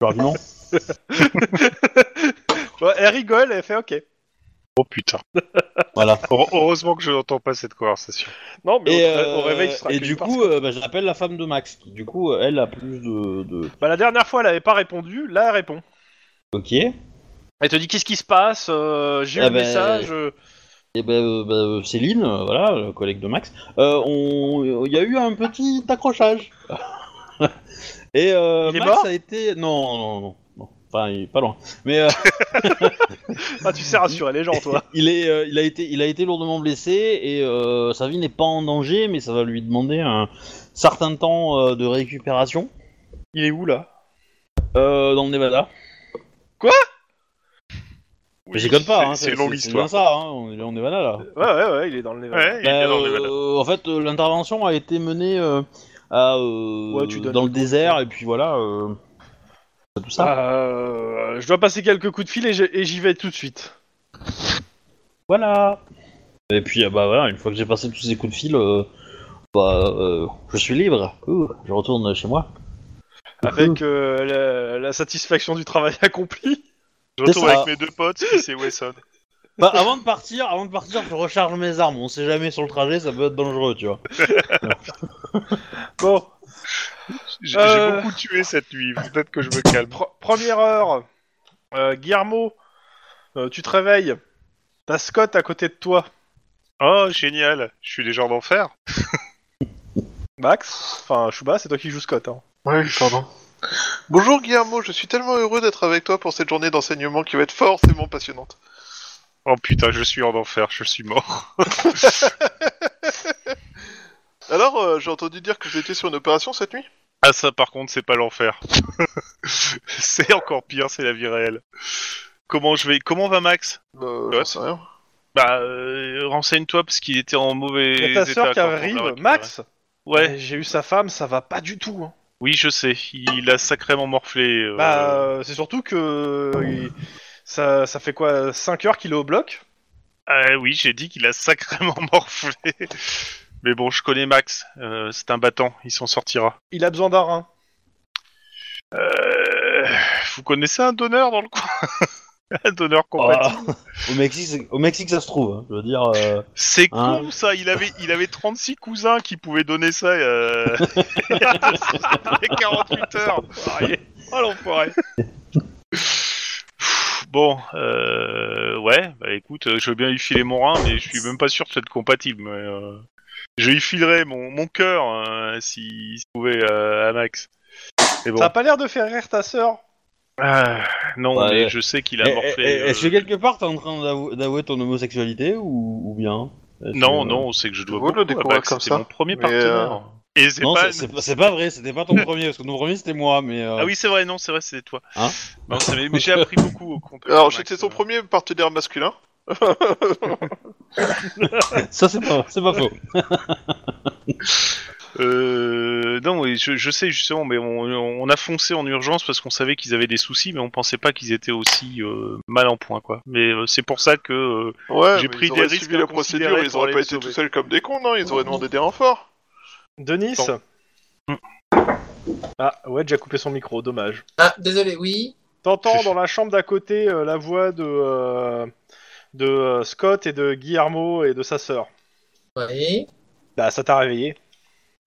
Speaker 1: Plus rapidement.
Speaker 2: Ouais, elle rigole, elle fait ok.
Speaker 3: Oh putain.
Speaker 1: Voilà.
Speaker 3: Heure- Heureusement que je n'entends pas cette conversation.
Speaker 2: Non, mais
Speaker 1: Et,
Speaker 2: au, au
Speaker 1: euh,
Speaker 2: réveil, il sera
Speaker 1: et
Speaker 2: accueilli
Speaker 1: du
Speaker 2: par-
Speaker 1: coup, euh, bah, j'appelle la femme de Max. qui, Du coup, euh, elle a plus de. de-
Speaker 2: Bah, la dernière fois, elle avait pas répondu, là, elle répond.
Speaker 1: Ok. Et
Speaker 2: Elle te dit qu'est-ce qui se passe, euh, j'ai eu
Speaker 1: Ah
Speaker 2: le
Speaker 1: ben,
Speaker 2: message. euh,
Speaker 1: ben, euh, ben, euh, Céline, euh, voilà, le collègue de Max, euh, on- il y a eu un petit accrochage. Et euh,
Speaker 3: Il est
Speaker 1: Max
Speaker 3: mort
Speaker 1: a été. Non, non, non. non. Enfin, il est pas loin. Mais euh,
Speaker 2: Ah, tu sais rassurer les gens, toi.
Speaker 1: il, est, euh, il, a été, il a été lourdement blessé et euh, sa vie n'est pas en danger, mais ça va lui demander un certain temps euh, de récupération
Speaker 2: Il est où là
Speaker 1: euh, dans le Nevada. mais j'y connais pas, hein,
Speaker 3: c'est une longue
Speaker 1: c'est
Speaker 3: histoire.
Speaker 1: bien ça, hein, on est dans le Nevada là.
Speaker 2: Ouais, ouais, ouais, il est dans le Nevada.
Speaker 3: Ouais, il est
Speaker 1: Bah,
Speaker 3: dans le
Speaker 1: euh,
Speaker 3: Nevada.
Speaker 1: en fait, euh, l'intervention a été menée euh, à, euh,
Speaker 2: Ouais, Ah, tu donnes
Speaker 1: dans
Speaker 2: le
Speaker 1: le désert, et puis voilà. euh, c'est tout ça.
Speaker 2: Euh, je dois passer quelques coups de fil et j'ai- et j'y vais tout de suite.
Speaker 1: Voilà. Et puis, euh, bah voilà, une fois que j'ai passé tous ces coups de fil, euh, bah, euh, je suis libre. Ouh, je retourne chez moi.
Speaker 2: Avec euh, la, la satisfaction du travail accompli.
Speaker 3: Je
Speaker 1: c'est
Speaker 3: retourne
Speaker 1: ça.
Speaker 3: avec mes deux potes, c'est Wesson.
Speaker 1: Bah, avant de partir, avant de partir, je recharge mes armes. On sait jamais sur le trajet, ça peut être dangereux, tu vois.
Speaker 2: Bon,
Speaker 3: J'ai
Speaker 2: Euh.
Speaker 3: j'ai beaucoup tué cette nuit, peut-être que je me calme.
Speaker 2: Pre- première heure, euh, Guillermo, euh, tu te réveilles. T'as Scott à côté de toi.
Speaker 3: Oh, génial, je suis des gens d'enfer.
Speaker 2: Max, enfin Chouba, c'est toi qui joues Scott. Hein.
Speaker 5: Oui, pardon. Bonjour Guillermo, je suis tellement heureux d'être avec toi pour cette journée d'enseignement qui va être forcément passionnante.
Speaker 3: Oh putain, je suis en enfer, je suis mort.
Speaker 5: Alors, euh, j'ai entendu dire que vous étiez sur une opération cette nuit
Speaker 3: Ah ça par contre, c'est pas l'enfer. c'est encore pire, c'est la vie réelle. Comment je vais Comment va Max
Speaker 5: Euh,
Speaker 3: Ouais.
Speaker 5: j'en sais rien.
Speaker 3: Bah, euh, renseigne-toi parce qu'il était en mauvais
Speaker 2: Et ta
Speaker 3: état
Speaker 2: sœur qui
Speaker 3: quand on l'a
Speaker 2: arrive,
Speaker 3: récupéré.
Speaker 2: Max.
Speaker 3: Ouais,
Speaker 2: euh, J'ai eu sa femme, ça va pas du tout. hein.
Speaker 3: oui, je sais. Il a sacrément morflé. euh,
Speaker 2: Bah, euh, c'est surtout que il- ça, ça fait quoi 5 heures qu'il est au bloc
Speaker 3: Ah oui, j'ai dit qu'il a sacrément morflé. Mais bon, je connais Max. euh, c'est un battant, il s'en sortira.
Speaker 2: Il a besoin d'un rein.
Speaker 3: Euh, vous connaissez un donneur dans le coin Un donneur compatible.
Speaker 1: Ah, au, Mexique, c'est- au Mexique, ça se trouve. hein. Je veux dire, euh,
Speaker 3: C'est
Speaker 1: Ah.
Speaker 3: con ça, il avait, il avait 36 cousins qui pouvaient donner ça euh... dans les 48 heures. Oh l'enfoiré. Pff, Bon, euh, ouais, bah écoute, euh, je veux bien lui filer mon rein, mais je suis même pas sûr de être compatible. mais, euh, je lui filerais mon, mon cœur euh, si s'il pouvait euh, à Max. Mais bon,
Speaker 2: Ça a pas l'air de faire rire ta sœur.
Speaker 3: Ah, non,
Speaker 1: Ouais,
Speaker 3: mais
Speaker 1: ouais.
Speaker 3: je sais qu'il
Speaker 1: eh,
Speaker 3: a
Speaker 1: eh,
Speaker 3: morflé.
Speaker 1: eh,
Speaker 3: euh,
Speaker 1: Est-ce que quelque part t'es en train d'avou- d'avouer ton homosexualité ou, ou bien Est-ce
Speaker 3: Non,
Speaker 1: que-
Speaker 3: non, c'est que je dois
Speaker 5: Vous le
Speaker 3: beaucoup à
Speaker 5: découvrez
Speaker 3: Max,
Speaker 5: comme
Speaker 3: c'était
Speaker 5: ça.
Speaker 3: mon premier
Speaker 5: Mais,
Speaker 3: partenaire.
Speaker 5: euh,
Speaker 3: Et c'est
Speaker 1: Non,
Speaker 3: pas
Speaker 1: c'est- c'est pas, c'est pas vrai, c'était pas ton premier, parce que ton premier c'était moi, mais. euh,
Speaker 3: Ah oui, c'est vrai, non, c'est vrai, c'est toi.
Speaker 1: Hein
Speaker 3: non, c'est- mais mais j'ai appris beaucoup au compte.
Speaker 5: Alors, j'étais son premier partenaire masculin.
Speaker 1: Ça c'est pas, c'est pas faux.
Speaker 3: Euh, non, oui, je, je sais justement, mais on, on a foncé en urgence parce qu'on savait qu'ils avaient des soucis, mais on pensait pas qu'ils étaient aussi euh, mal en point, quoi. Mais euh, c'est pour ça que euh,
Speaker 5: Ouais,
Speaker 3: J'ai
Speaker 5: mais
Speaker 3: pris
Speaker 5: ils
Speaker 3: des
Speaker 5: auraient
Speaker 3: risques
Speaker 5: suivi la
Speaker 3: inconsidérés
Speaker 5: procédure, ils
Speaker 3: pour
Speaker 5: auraient
Speaker 3: aller
Speaker 5: pas
Speaker 3: les
Speaker 5: été tout
Speaker 3: sauver.
Speaker 5: seuls comme des cons, non Ils auraient demandé des renforts.
Speaker 2: Denis Ah, ouais, j'ai coupé son micro, dommage.
Speaker 4: Ah, désolé, oui.
Speaker 2: T'entends dans la chambre d'à côté euh, la voix de, euh, de euh, Scott et de Guillermo et de sa sœur.
Speaker 4: Oui.
Speaker 2: Bah, ça t'a réveillé.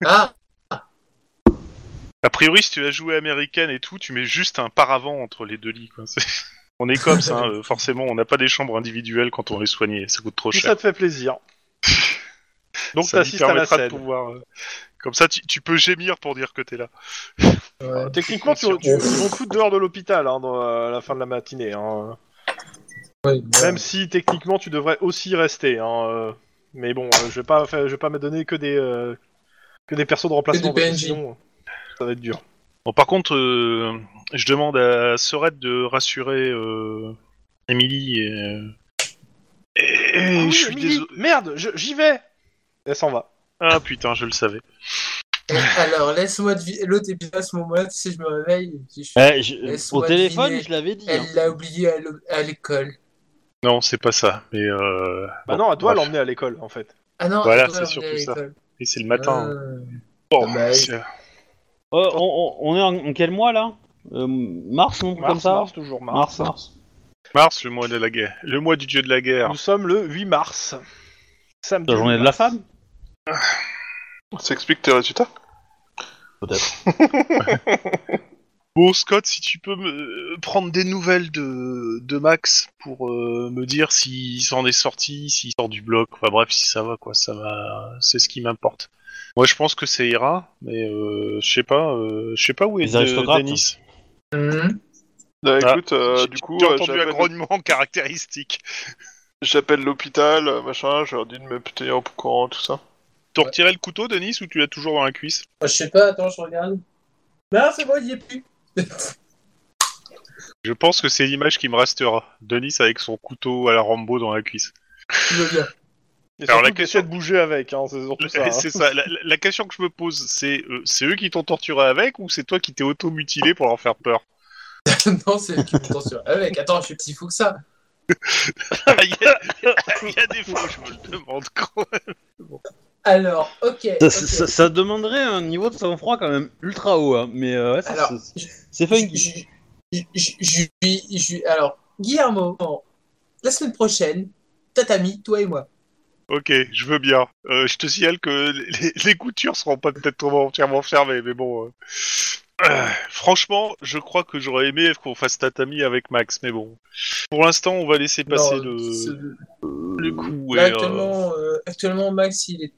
Speaker 4: Ah,
Speaker 3: a priori, si tu as joué américaine et tout, tu mets juste un paravent entre les deux lits, quoi. C'est- On est comme ça, euh, forcément, on n'a pas des chambres individuelles quand on est soigné, ça coûte trop
Speaker 2: Si
Speaker 3: cher.
Speaker 2: ça te fait plaisir. Donc,
Speaker 3: ça lui
Speaker 2: t'assistes à la
Speaker 3: permettra de
Speaker 2: scène.
Speaker 3: pouvoir. euh, Comme ça, tu, tu peux gémir pour dire que t'es là.
Speaker 4: ouais.
Speaker 2: Euh, Techniquement, tu, tu, ils vont te foutre dehors de l'hôpital hein, dans, euh, à la fin de la matinée. hein.
Speaker 4: Ouais,
Speaker 2: Même si techniquement, tu devrais aussi y rester. hein, euh. Mais bon, euh, je vais pas, faire- je vais pas me donner que des euh, que des persos de remplacement.
Speaker 4: Que des
Speaker 2: parce que
Speaker 4: PNJ.
Speaker 2: sinon, euh, ça va être dur.
Speaker 3: Bon, par contre, euh, je demande à Sorette de rassurer euh, Emily. Et, euh, et- et
Speaker 2: Ah oui,
Speaker 3: je suis
Speaker 2: Emily,
Speaker 3: désolé.
Speaker 2: Merde, je- j'y vais. Elle s'en va.
Speaker 3: Ah putain, je le savais.
Speaker 4: Alors, laisse-moi devi- l'autre épisode à ce moment-là, si je me réveille, si je-
Speaker 1: Eh, je-
Speaker 4: Laisse-moi
Speaker 1: au téléphone,
Speaker 4: deviner.
Speaker 1: je l'avais dit. hein.
Speaker 4: elle l'a oublié à l'o- à l'école.
Speaker 3: Non, c'est pas ça. Mais euh,
Speaker 2: Bah
Speaker 3: bon,
Speaker 2: non, elle doit
Speaker 3: bref.
Speaker 2: l'emmener à l'école en fait.
Speaker 4: Ah non,
Speaker 3: Voilà,
Speaker 4: elle doit
Speaker 3: c'est
Speaker 4: l'emmener
Speaker 3: surtout
Speaker 4: à
Speaker 3: ça.
Speaker 4: l'école.
Speaker 3: Et c'est le
Speaker 2: Euh,
Speaker 3: matin.
Speaker 4: Ah,
Speaker 3: Bon,
Speaker 4: bah,
Speaker 3: c'est-
Speaker 1: Euh, on, on- on est en, en quel mois là Euh, Mars, non Comme
Speaker 2: Mars,
Speaker 1: ça
Speaker 2: mars, toujours
Speaker 1: mars.
Speaker 2: mars.
Speaker 1: mars.
Speaker 3: mars, le mois de la guerre, le mois du dieu de la guerre.
Speaker 2: Nous sommes le 8 mars. Samedi.
Speaker 1: La journée de la femme
Speaker 5: Ça explique tes résultats
Speaker 3: Bon, Scott, si tu peux me euh, prendre des nouvelles de, de Max pour euh, me dire s'il s'en est sorti, s'il sort du bloc, enfin bref, si ça va, quoi, ça va, c'est ce qui m'importe. Moi, je pense que ça ira, mais euh, je sais pas, euh, je sais pas où est
Speaker 1: Les aristocrates.
Speaker 3: Denis.
Speaker 4: Mhm.
Speaker 5: Bah,
Speaker 3: Ah.
Speaker 5: écoute, euh,
Speaker 3: J'ai-
Speaker 5: du coup,
Speaker 3: j'ai
Speaker 5: euh,
Speaker 3: entendu un
Speaker 5: j'appelle-
Speaker 3: grognement caractéristique.
Speaker 5: j'appelle l'hôpital, euh, machin, je leur dis de me tenir au courant, tout ça.
Speaker 3: T'as retiré le couteau, Denis, ou tu l'as toujours dans la cuisse
Speaker 4: Ah, Je sais pas, attends, je regarde. Non, c'est bon, il y est plus.
Speaker 3: Je pense que c'est l'image qui me restera. Denis avec son couteau à la Rambo dans la cuisse.
Speaker 4: Je veux bien.
Speaker 2: Et
Speaker 3: Alors,
Speaker 2: surtout,
Speaker 3: la question-
Speaker 2: t'essaies de bouger avec, hein, c'est surtout ça. hein.
Speaker 3: C'est ça. La, la- la question que je me pose, c'est euh, c'est eux qui t'ont torturé avec ou c'est toi qui t'es auto-mutilé pour leur faire peur
Speaker 4: non, c'est attention. Avec, attends, je suis petit fou que ça.
Speaker 3: Il y, a- il y a des fois où je me le demande quand même.
Speaker 4: Alors, ok.
Speaker 1: Ça,
Speaker 4: ok.
Speaker 1: ça- ça demanderait un niveau de sang-froid quand même ultra haut, hein, mais euh, ouais, ça-
Speaker 4: Alors,
Speaker 1: c'est- c'est funky.
Speaker 4: Je- je- je- je- je- je- Alors, Guillermo, la semaine prochaine, tatami, toi et moi.
Speaker 3: Ok, je veux bien. Euh, je te signale que les, les coutures seront pas peut-être entièrement fermées, mais bon. euh. Euh, franchement, je crois que j'aurais aimé qu'on fasse tatami avec Max, mais bon. Pour l'instant, on va laisser passer
Speaker 4: Non, c'est-
Speaker 3: Bah, le, le coup.
Speaker 4: Là,
Speaker 3: et, euh,
Speaker 4: actuellement, euh, actuellement, Max, il est.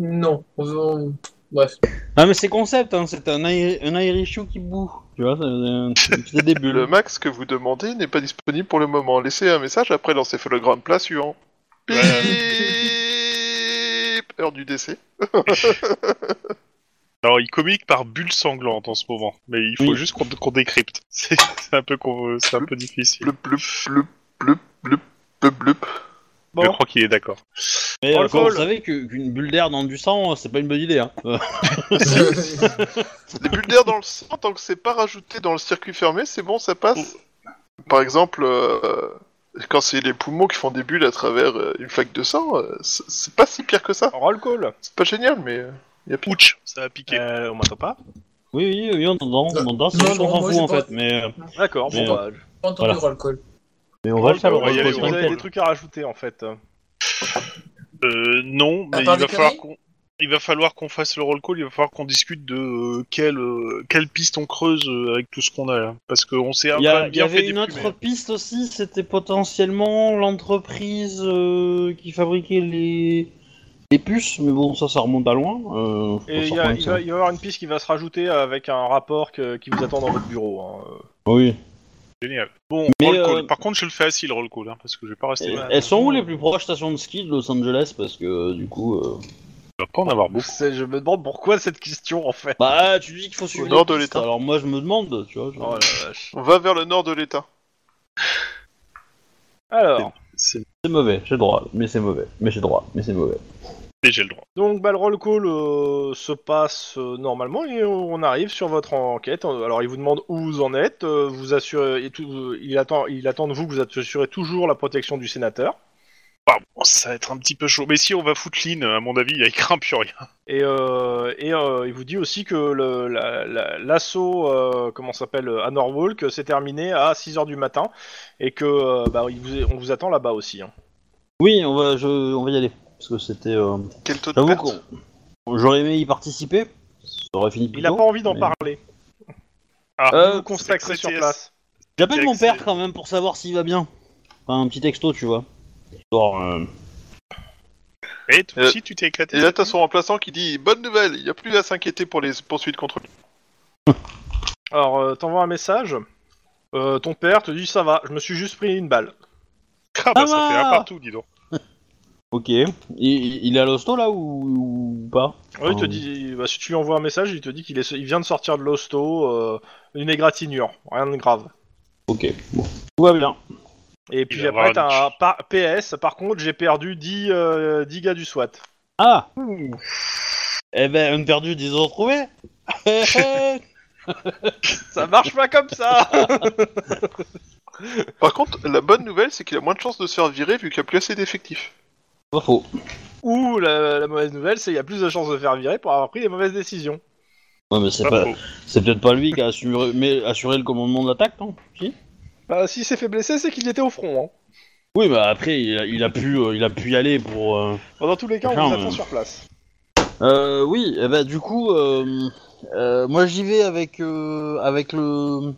Speaker 4: Non. on- on- Bref.
Speaker 1: Ah, mais c'est concept, hein, c'est un, aé- un aérichou qui boue. Tu vois, c'est un- c'est des
Speaker 5: Le
Speaker 3: Mm.
Speaker 1: bulles.
Speaker 5: max que vous demandez n'est pas disponible pour le moment. Laissez un message après l'encéphalogramme plat suivant.
Speaker 3: Ouais.
Speaker 5: Bip Heure du décès.
Speaker 3: Alors, il communique par bulle sanglante en ce moment, mais il faut
Speaker 1: Oui.
Speaker 3: juste qu'on qu'on décrypte. C'est c'est un peu qu'on- c'est un peu difficile.
Speaker 5: Blup, blup, blup, blup, blup, blup, blup.
Speaker 3: Je crois qu'il est d'accord.
Speaker 1: Mais
Speaker 2: on
Speaker 1: euh,
Speaker 2: le
Speaker 1: quand vous
Speaker 2: colle.
Speaker 1: savez que- qu'une bulle d'air dans du sang, euh, c'est pas une bonne idée. Hein. Euh,
Speaker 5: Les bulles d'air dans le sang, tant que c'est pas rajouté dans le circuit fermé, c'est bon, ça passe. Par exemple, euh, quand c'est les poumons qui font des bulles à travers euh, une flaque de sang, euh, c'est c'est pas si pire que ça.
Speaker 2: Roll call.
Speaker 5: C'est pas génial, mais euh, y a pire.
Speaker 3: Ouch, ça a piqué.
Speaker 2: Euh, on m'entend pas
Speaker 1: Oui, oui, oui, on entend, on entend, c'est
Speaker 4: Non,
Speaker 1: juste qu'on
Speaker 4: non,
Speaker 1: s'en
Speaker 4: moi,
Speaker 1: fout
Speaker 4: j'ai
Speaker 1: en
Speaker 4: pas-
Speaker 1: fait, mais, euh,
Speaker 2: D'accord,
Speaker 1: Mais,
Speaker 2: bon, bah,
Speaker 4: J'ai entendu
Speaker 1: Voilà.
Speaker 4: roll call.
Speaker 1: mais on va le faire.
Speaker 2: je-
Speaker 1: on va
Speaker 3: y
Speaker 1: le
Speaker 3: aller,
Speaker 1: faire
Speaker 2: vous
Speaker 1: en
Speaker 2: avez
Speaker 1: tête.
Speaker 2: des trucs à rajouter en fait.
Speaker 3: Euh, non,
Speaker 4: À
Speaker 3: mais il
Speaker 4: part
Speaker 3: va
Speaker 4: des
Speaker 3: falloir
Speaker 4: conneries
Speaker 3: qu'on il va falloir qu'on fasse le roll call, il va falloir qu'on discute de euh, quelle, euh, quelle piste on creuse euh, avec tout ce qu'on a là. Parce qu'on s'est
Speaker 1: Il y,
Speaker 3: quand
Speaker 1: a-
Speaker 3: même
Speaker 1: il y
Speaker 3: bien fait
Speaker 1: avait une autre
Speaker 3: déplumer.
Speaker 1: piste aussi, c'était potentiellement l'entreprise euh, qui fabriquait les... les puces, mais bon, ça, ça remonte à loin. euh, faut
Speaker 2: Et
Speaker 1: s'en
Speaker 2: il, y a-
Speaker 1: prendre,
Speaker 2: il
Speaker 1: ça.
Speaker 2: va, il va y avoir une piste qui va se rajouter avec un rapport que- qui vous attend dans votre bureau. hein.
Speaker 1: Oui.
Speaker 3: Génial. Bon,
Speaker 1: Mais,
Speaker 3: roll call.
Speaker 1: euh,
Speaker 3: Par contre, je le fais assis le roll call, hein, parce que je vais pas rester
Speaker 1: Et-
Speaker 3: là.
Speaker 1: Elles sont où les plus proches stations de ski de Los Angeles Parce que euh, du coup. euh,
Speaker 3: Je vais pas en avoir beaucoup.
Speaker 2: C'est- Je me demande pourquoi cette question en fait.
Speaker 1: Bah, tu dis qu'il faut suivre.
Speaker 5: Au nord
Speaker 1: les
Speaker 5: de
Speaker 1: pistes,
Speaker 5: l'État.
Speaker 1: Alors moi, je me demande, tu vois. je-
Speaker 2: Oh la vache.
Speaker 5: On va vers le nord de l'État.
Speaker 2: Alors,
Speaker 3: C'est-
Speaker 1: C'est mauvais, j'ai le droit, mais c'est mauvais, mais j'ai le droit, mais c'est mauvais.
Speaker 3: Mais j'ai le droit.
Speaker 2: donc bah, le roll call euh, se passe euh, normalement et on arrive sur votre enquête. Alors il vous demande où vous en êtes, euh, vous assurez, et tout, euh, il, attend, il attend de vous que vous assurez toujours la protection du sénateur.
Speaker 3: Bah, bon, ça va être un petit peu chaud. Mais si on va foutre Lynn, à mon avis, il craint plus rien.
Speaker 2: Et, euh, et euh, il vous dit aussi que le- la- la- l'assaut, euh, comment ça s'appelle, euh, à Norwalk, euh, s'est terminé à 6h du matin et que euh, bah, il vous- on vous attend là-bas aussi. hein.
Speaker 1: Oui, on va, je, on va y aller. Parce que c'était. euh,
Speaker 5: Quel taux de
Speaker 1: J'avoue
Speaker 5: perte
Speaker 1: qu'on. J'aurais aimé y participer. Ça aurait fini plus
Speaker 2: Il n'a
Speaker 1: tôt,
Speaker 2: pas envie d'en
Speaker 1: mais-
Speaker 2: parler.
Speaker 3: Ah,
Speaker 1: Euh,
Speaker 2: Vous consacrez sur
Speaker 3: c'est-
Speaker 2: place.
Speaker 1: J'appelle mon
Speaker 3: Direct,
Speaker 1: père
Speaker 3: c'est-
Speaker 1: quand même pour savoir s'il va bien. Enfin, un petit texto, tu vois. Genre, euh,
Speaker 3: Eh, toi
Speaker 5: Euh,
Speaker 3: aussi, tu t'es éclaté.
Speaker 5: Et là, t'as son remplaçant qui dit Bonne nouvelle, il n'y a plus à s'inquiéter pour les poursuites contre lui.
Speaker 2: Alors, euh, t'envoies un message. Euh, ton père te dit ça va, je me suis juste pris une balle.
Speaker 3: Ah, bah,
Speaker 1: Ah
Speaker 3: ça fait un
Speaker 1: bah
Speaker 3: partout, dis donc.
Speaker 1: ok. Il, il est à l'hosto là ou, ou pas
Speaker 2: Ouais, il te
Speaker 1: Ah.
Speaker 2: dit, bah, si tu lui envoies un message, il te dit qu'il est, il vient de sortir de l'hosto, euh, une égratignure, rien de grave.
Speaker 1: Ok. Bon. Tout va bien.
Speaker 2: Et puis
Speaker 3: va
Speaker 2: après,
Speaker 3: avoir
Speaker 2: t'as
Speaker 3: un-
Speaker 2: un par- PS, par contre, j'ai perdu 10, euh, 10 gars du SWAT.
Speaker 1: Ah Eh ben, une perdue, dix ans retrouvés
Speaker 2: Ça marche pas comme ça
Speaker 5: Par contre, la bonne nouvelle, c'est qu'il a moins de chances de se faire virer vu qu'il n'y a plus assez d'effectifs.
Speaker 1: Pas faux.
Speaker 2: Ou la, la mauvaise nouvelle, c'est qu'il y a plus de chances de faire virer pour avoir pris les mauvaises décisions.
Speaker 1: Ouais, mais c'est
Speaker 3: Pas
Speaker 1: pas,
Speaker 3: faux.
Speaker 1: c'est peut-être pas lui qui a assuré, mais, assuré le commandement de l'attaque, non Si
Speaker 2: Bah, s'il s'est fait blesser, c'est qu'il était au front. hein.
Speaker 1: Oui, bah après, il a, il a pu, euh, il a pu y aller pour. euh,
Speaker 2: Bon, dans tous les cas, on
Speaker 1: Enfin,
Speaker 2: vous
Speaker 1: euh,
Speaker 2: attend sur place.
Speaker 1: Euh, oui, eh ben, du coup, euh, euh, moi j'y vais avec, euh, avec le,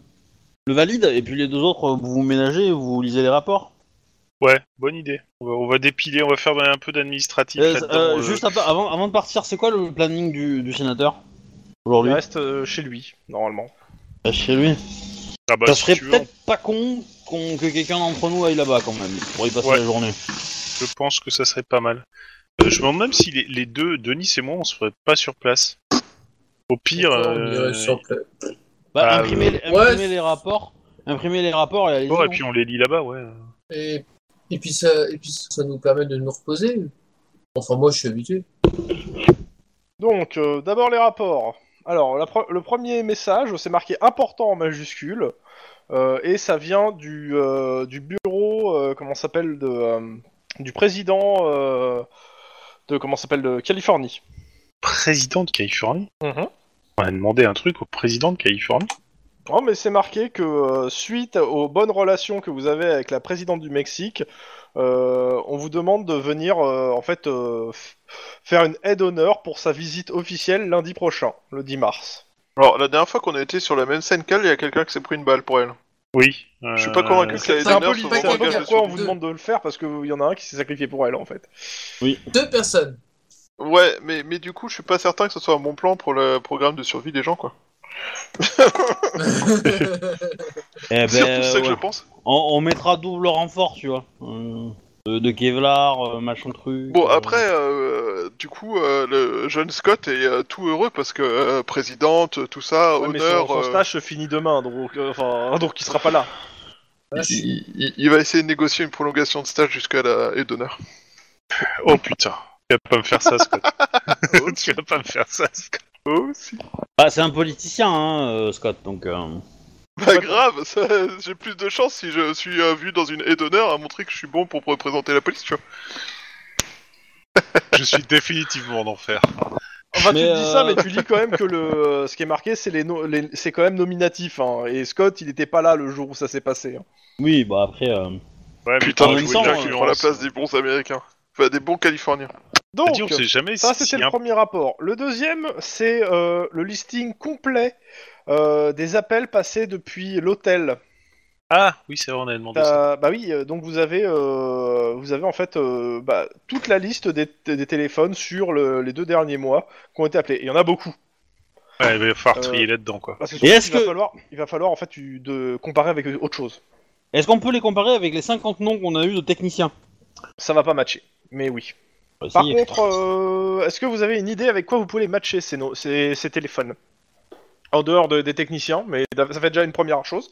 Speaker 1: le valide, et puis les deux autres, vous vous ménagez, vous lisez les rapports.
Speaker 3: Ouais, bonne idée. On va, on va dépiler, on va faire un peu d'administratif.
Speaker 1: Euh,
Speaker 3: là-dedans,
Speaker 1: euh,
Speaker 3: euh.
Speaker 1: Juste un peu- avant, avant de partir, c'est quoi le planning du, du sénateur aujourd'hui
Speaker 2: Il reste euh, chez lui, normalement.
Speaker 1: Bah, Chez lui.
Speaker 3: Ah bah,
Speaker 1: ça
Speaker 3: si
Speaker 1: serait
Speaker 3: tu veux,
Speaker 1: peut-être pas con qu'on- que quelqu'un d'entre nous aille là-bas quand même pour y passer
Speaker 3: Ouais.
Speaker 1: la journée.
Speaker 3: je pense que ça serait pas mal. Euh, je me demande même si les, les deux, Denis et moi, on se ferait pas sur place. Au pire,
Speaker 4: On
Speaker 3: euh,
Speaker 4: irait sur pla-
Speaker 1: Bah,
Speaker 3: Ah,
Speaker 1: imprimer,
Speaker 3: euh,
Speaker 1: imprimer
Speaker 4: ouais.
Speaker 1: les rapports, imprimer les rapports et hein. aller.
Speaker 3: bon, et puis on les lit là-bas, ouais.
Speaker 4: Et, et puis ça, et puis ça nous permet de nous reposer. Enfin, moi, je suis habitué.
Speaker 2: Donc, euh, d'abord les rapports. Alors, la pre- le premier message, c'est marqué important en majuscule, euh, et ça vient du, euh, du bureau, euh, comment ça s'appelle, de, euh, du président euh, de, comment ça s'appelle, de Californie.
Speaker 3: Président de Californie On a demandé un truc au président de Californie.
Speaker 2: Non, Oh, mais c'est marqué que euh, suite aux bonnes relations que vous avez avec la présidente du Mexique, euh, on vous demande de venir euh, en fait euh, f- faire une aide d'honneur pour sa visite officielle lundi prochain, le 10 mars.
Speaker 5: Alors, la dernière fois qu'on a été sur la même scène qu'elle, il y a quelqu'un qui s'est pris une balle pour elle.
Speaker 3: Oui.
Speaker 5: Je suis pas convaincu que ça ait
Speaker 2: C'est un peu
Speaker 5: d'honneur
Speaker 2: l'idée,
Speaker 5: sur
Speaker 4: l'idée,
Speaker 2: c'est un peu
Speaker 4: engage
Speaker 5: engagement
Speaker 4: de
Speaker 2: pourquoi on
Speaker 5: sur-
Speaker 2: vous
Speaker 4: deux.
Speaker 2: demande de le faire parce qu'il y en a un qui s'est sacrifié pour elle en fait.
Speaker 4: Deux personnes.
Speaker 5: Ouais, mais, mais du coup, je suis pas certain que ce soit un bon plan pour le programme de survie des gens, quoi.
Speaker 4: Ah,
Speaker 1: Eh ben,
Speaker 5: C'est surtout ça que
Speaker 1: ouais.
Speaker 5: je pense.
Speaker 1: on, on mettra double renfort, tu vois. Euh, de, de Kevlar, euh, machin truc.
Speaker 5: Bon,
Speaker 1: euh,
Speaker 5: après, euh, du coup, euh, le jeune Scott est euh, tout heureux parce que euh, présidente, tout ça,
Speaker 2: Ouais, mais son,
Speaker 5: honneur.
Speaker 2: son
Speaker 5: euh,
Speaker 2: stage se finit demain, donc euh, enfin donc il sera pas là.
Speaker 5: il, il- il va essayer de négocier une prolongation de stage jusqu'à la et d'honneur.
Speaker 3: Oh putain. Tu vas pas me faire ça, Scott. tu vas pas me faire ça, Scott.
Speaker 5: Oh, si.
Speaker 1: bah, c'est un politicien, hein, euh, Scott, donc. euh,
Speaker 5: Bah grave, ça- j'ai plus de chance si je suis euh, vu dans une aide d'honneur à montrer que je suis bon pour représenter la police, tu vois.
Speaker 3: Je suis définitivement en enfer.
Speaker 2: Enfin, tu
Speaker 1: Mais,
Speaker 2: te dis ça,
Speaker 1: euh,
Speaker 2: mais tu lis quand même que le, euh, ce qui est marqué, c'est les, no- les- c'est quand même nominatif. hein. Et Scott, il était pas là le jour où ça s'est passé. hein.
Speaker 1: Oui, bah après. euh,
Speaker 3: Ouais,
Speaker 5: Putain,
Speaker 1: en
Speaker 5: je
Speaker 1: même
Speaker 5: voulais
Speaker 1: temps,
Speaker 3: euh,
Speaker 5: dire qu'il prend la place des bons américains. Enfin, des bons californiens.
Speaker 2: Donc,
Speaker 3: on sait jamais
Speaker 2: ça
Speaker 3: si,
Speaker 2: c'était
Speaker 3: si
Speaker 2: le
Speaker 3: un-
Speaker 2: premier rapport. Le deuxième, c'est euh, le listing complet euh, des appels passés depuis l'hôtel.
Speaker 3: Ah, oui, c'est vrai, on a demandé ça.
Speaker 2: Euh, bah oui, euh, donc vous avez, euh, vous avez en fait euh, bah, toute la liste des, des téléphones sur le- les deux derniers mois qui ont été appelés. Il y en a beaucoup.
Speaker 3: Ouais, il va falloir
Speaker 2: euh,
Speaker 3: trier là-dedans, quoi.
Speaker 2: Parce que
Speaker 1: Et est-ce
Speaker 2: surtout, il,
Speaker 1: que-
Speaker 2: va falloir, il va falloir en fait tu- de comparer avec autre chose.
Speaker 1: Est-ce qu'on peut les comparer avec les 50 noms qu'on a eu de techniciens
Speaker 2: Ça va pas matcher. Mais oui.
Speaker 1: Bah,
Speaker 2: Par
Speaker 1: si.
Speaker 2: contre, euh, est-ce que vous avez une idée avec quoi vous pouvez les matcher ces, no- ces, ces téléphones En dehors de- des techniciens, mais da- ça fait déjà une première chose.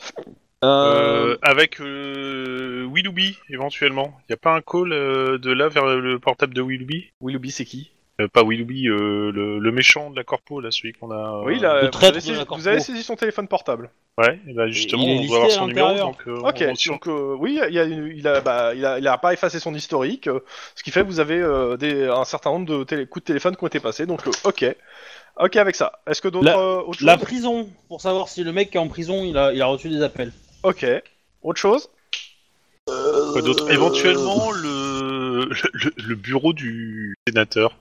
Speaker 1: Euh,
Speaker 3: Euh, avec euh, Willoughby, éventuellement. Y a pas un call euh, de là vers le portable de Willoughby
Speaker 2: Willoughby, c'est qui
Speaker 3: Euh, Pas Willoughby, euh, le, le méchant de la corpo, là, celui qu'on a... euh,
Speaker 2: Oui,
Speaker 1: le
Speaker 2: là, vous
Speaker 1: traître de
Speaker 2: avez, saisi,
Speaker 1: la corpo.
Speaker 2: vous avez saisi son téléphone portable.
Speaker 3: Ouais, et bah justement,
Speaker 1: Il est
Speaker 3: on
Speaker 1: listé
Speaker 3: doit avoir
Speaker 1: à
Speaker 3: son numéro,
Speaker 1: l'intérieur.
Speaker 3: donc... euh, on-
Speaker 2: Ok,
Speaker 3: on- si on-
Speaker 2: donc euh, oui, il, y a une- il, a, bah, il, a, il a pas effacé son historique, euh, ce qui fait que vous avez euh, des, un certain nombre de télé- coups de téléphone qui ont été passés, donc euh, ok. Ok avec ça. Est-ce que d'autres...
Speaker 1: La-
Speaker 2: euh, autre chose
Speaker 1: la prison, pour savoir si le mec qui est en prison, il a, il a reçu des appels.
Speaker 2: Ok. Autre chose Euh,
Speaker 3: Quoi d'autre Éventuellement, le, le, le bureau du sénateur.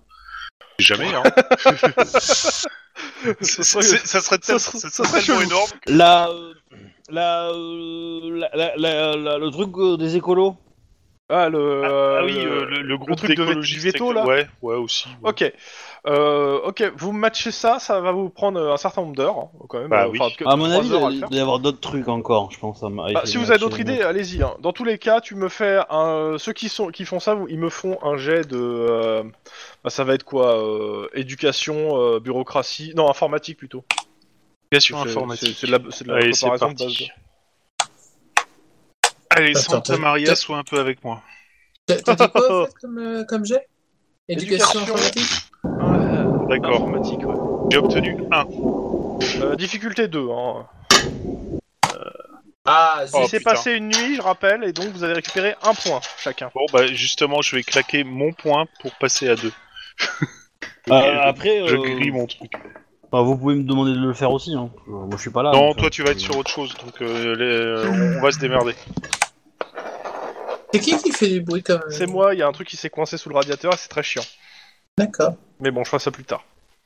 Speaker 3: Jamais, hein. C'est- c'est- ça serait
Speaker 2: ça
Speaker 3: ça
Speaker 2: serait-
Speaker 3: serait
Speaker 2: ça serait chelou.
Speaker 3: tellement énorme.
Speaker 1: La, euh, la, euh, la, la- la- la- le truc euh, des écolos.
Speaker 2: Ah, le...
Speaker 3: Ah oui,
Speaker 2: le-
Speaker 3: euh, le, le groupe
Speaker 2: truc de-
Speaker 3: d'écologistes,
Speaker 2: du veto,
Speaker 3: c'est-
Speaker 2: là
Speaker 3: Ouais, ouais, aussi. ouais.
Speaker 2: Ok. Euh, ok, vous matchez ça, ça va vous prendre euh, un certain nombre d'heures, hein, quand même.
Speaker 3: Bah
Speaker 2: euh,
Speaker 3: oui.
Speaker 2: enfin, en tout cas,
Speaker 1: À mon
Speaker 2: trois
Speaker 1: avis, il
Speaker 2: heures à
Speaker 1: doit
Speaker 2: le faire.
Speaker 1: il doit y avoir d'autres trucs encore, je pense. à ma-
Speaker 2: Bah,
Speaker 1: avec
Speaker 2: si
Speaker 1: les
Speaker 2: vous avez d'autres
Speaker 1: machines.
Speaker 2: idées, allez-y. hein. Dans tous les cas, tu me fais un... euh, Ceux qui, sont... qui font ça, vous- ils me font un jet de... euh, Bah, ça va être quoi euh, Éducation, euh, bureaucratie... Non, informatique, plutôt.
Speaker 3: Application
Speaker 2: C'est-
Speaker 3: informatique.
Speaker 2: c'est- c'est de la- c'est de la
Speaker 3: Allez, c'est
Speaker 2: préparation de
Speaker 3: parti.
Speaker 2: base.
Speaker 3: Allez,
Speaker 4: Attends,
Speaker 3: Santa
Speaker 4: t'as-
Speaker 3: Maria,
Speaker 4: t'as-
Speaker 3: sois un peu avec moi.
Speaker 4: T'as t'as dit quoi, en fait, comme, euh, comme jet Éducation
Speaker 2: Éducation.
Speaker 4: informatique
Speaker 3: Ah, D'accord,
Speaker 2: Informatique, ouais.
Speaker 3: j'ai obtenu un.
Speaker 2: Euh, difficulté 2, hein.
Speaker 4: Ah,
Speaker 3: Oh,
Speaker 2: Il
Speaker 4: zut.
Speaker 2: s'est
Speaker 3: putain.
Speaker 2: passé une nuit, je rappelle, et donc vous avez récupéré un point, chacun.
Speaker 3: Bon, bah justement, je vais claquer mon point pour passer à deux.
Speaker 1: Euh,
Speaker 3: Je-
Speaker 1: après,
Speaker 3: Je
Speaker 1: euh,
Speaker 3: grille mon truc.
Speaker 1: bah, vous pouvez me demander de le faire aussi. Hein. Euh, Moi, je suis
Speaker 2: ah,
Speaker 1: pas là.
Speaker 3: non,
Speaker 1: donc,
Speaker 3: toi,
Speaker 1: euh,
Speaker 3: tu vas être sur autre chose, donc euh, les- on va se démerder.
Speaker 4: C'est qui qui fait du bruit comme. euh,
Speaker 2: C'est moi, il y a un truc qui s'est coincé sous le radiateur, et c'est très chiant.
Speaker 4: D'accord.
Speaker 2: Mais bon, je ferai ça plus tard.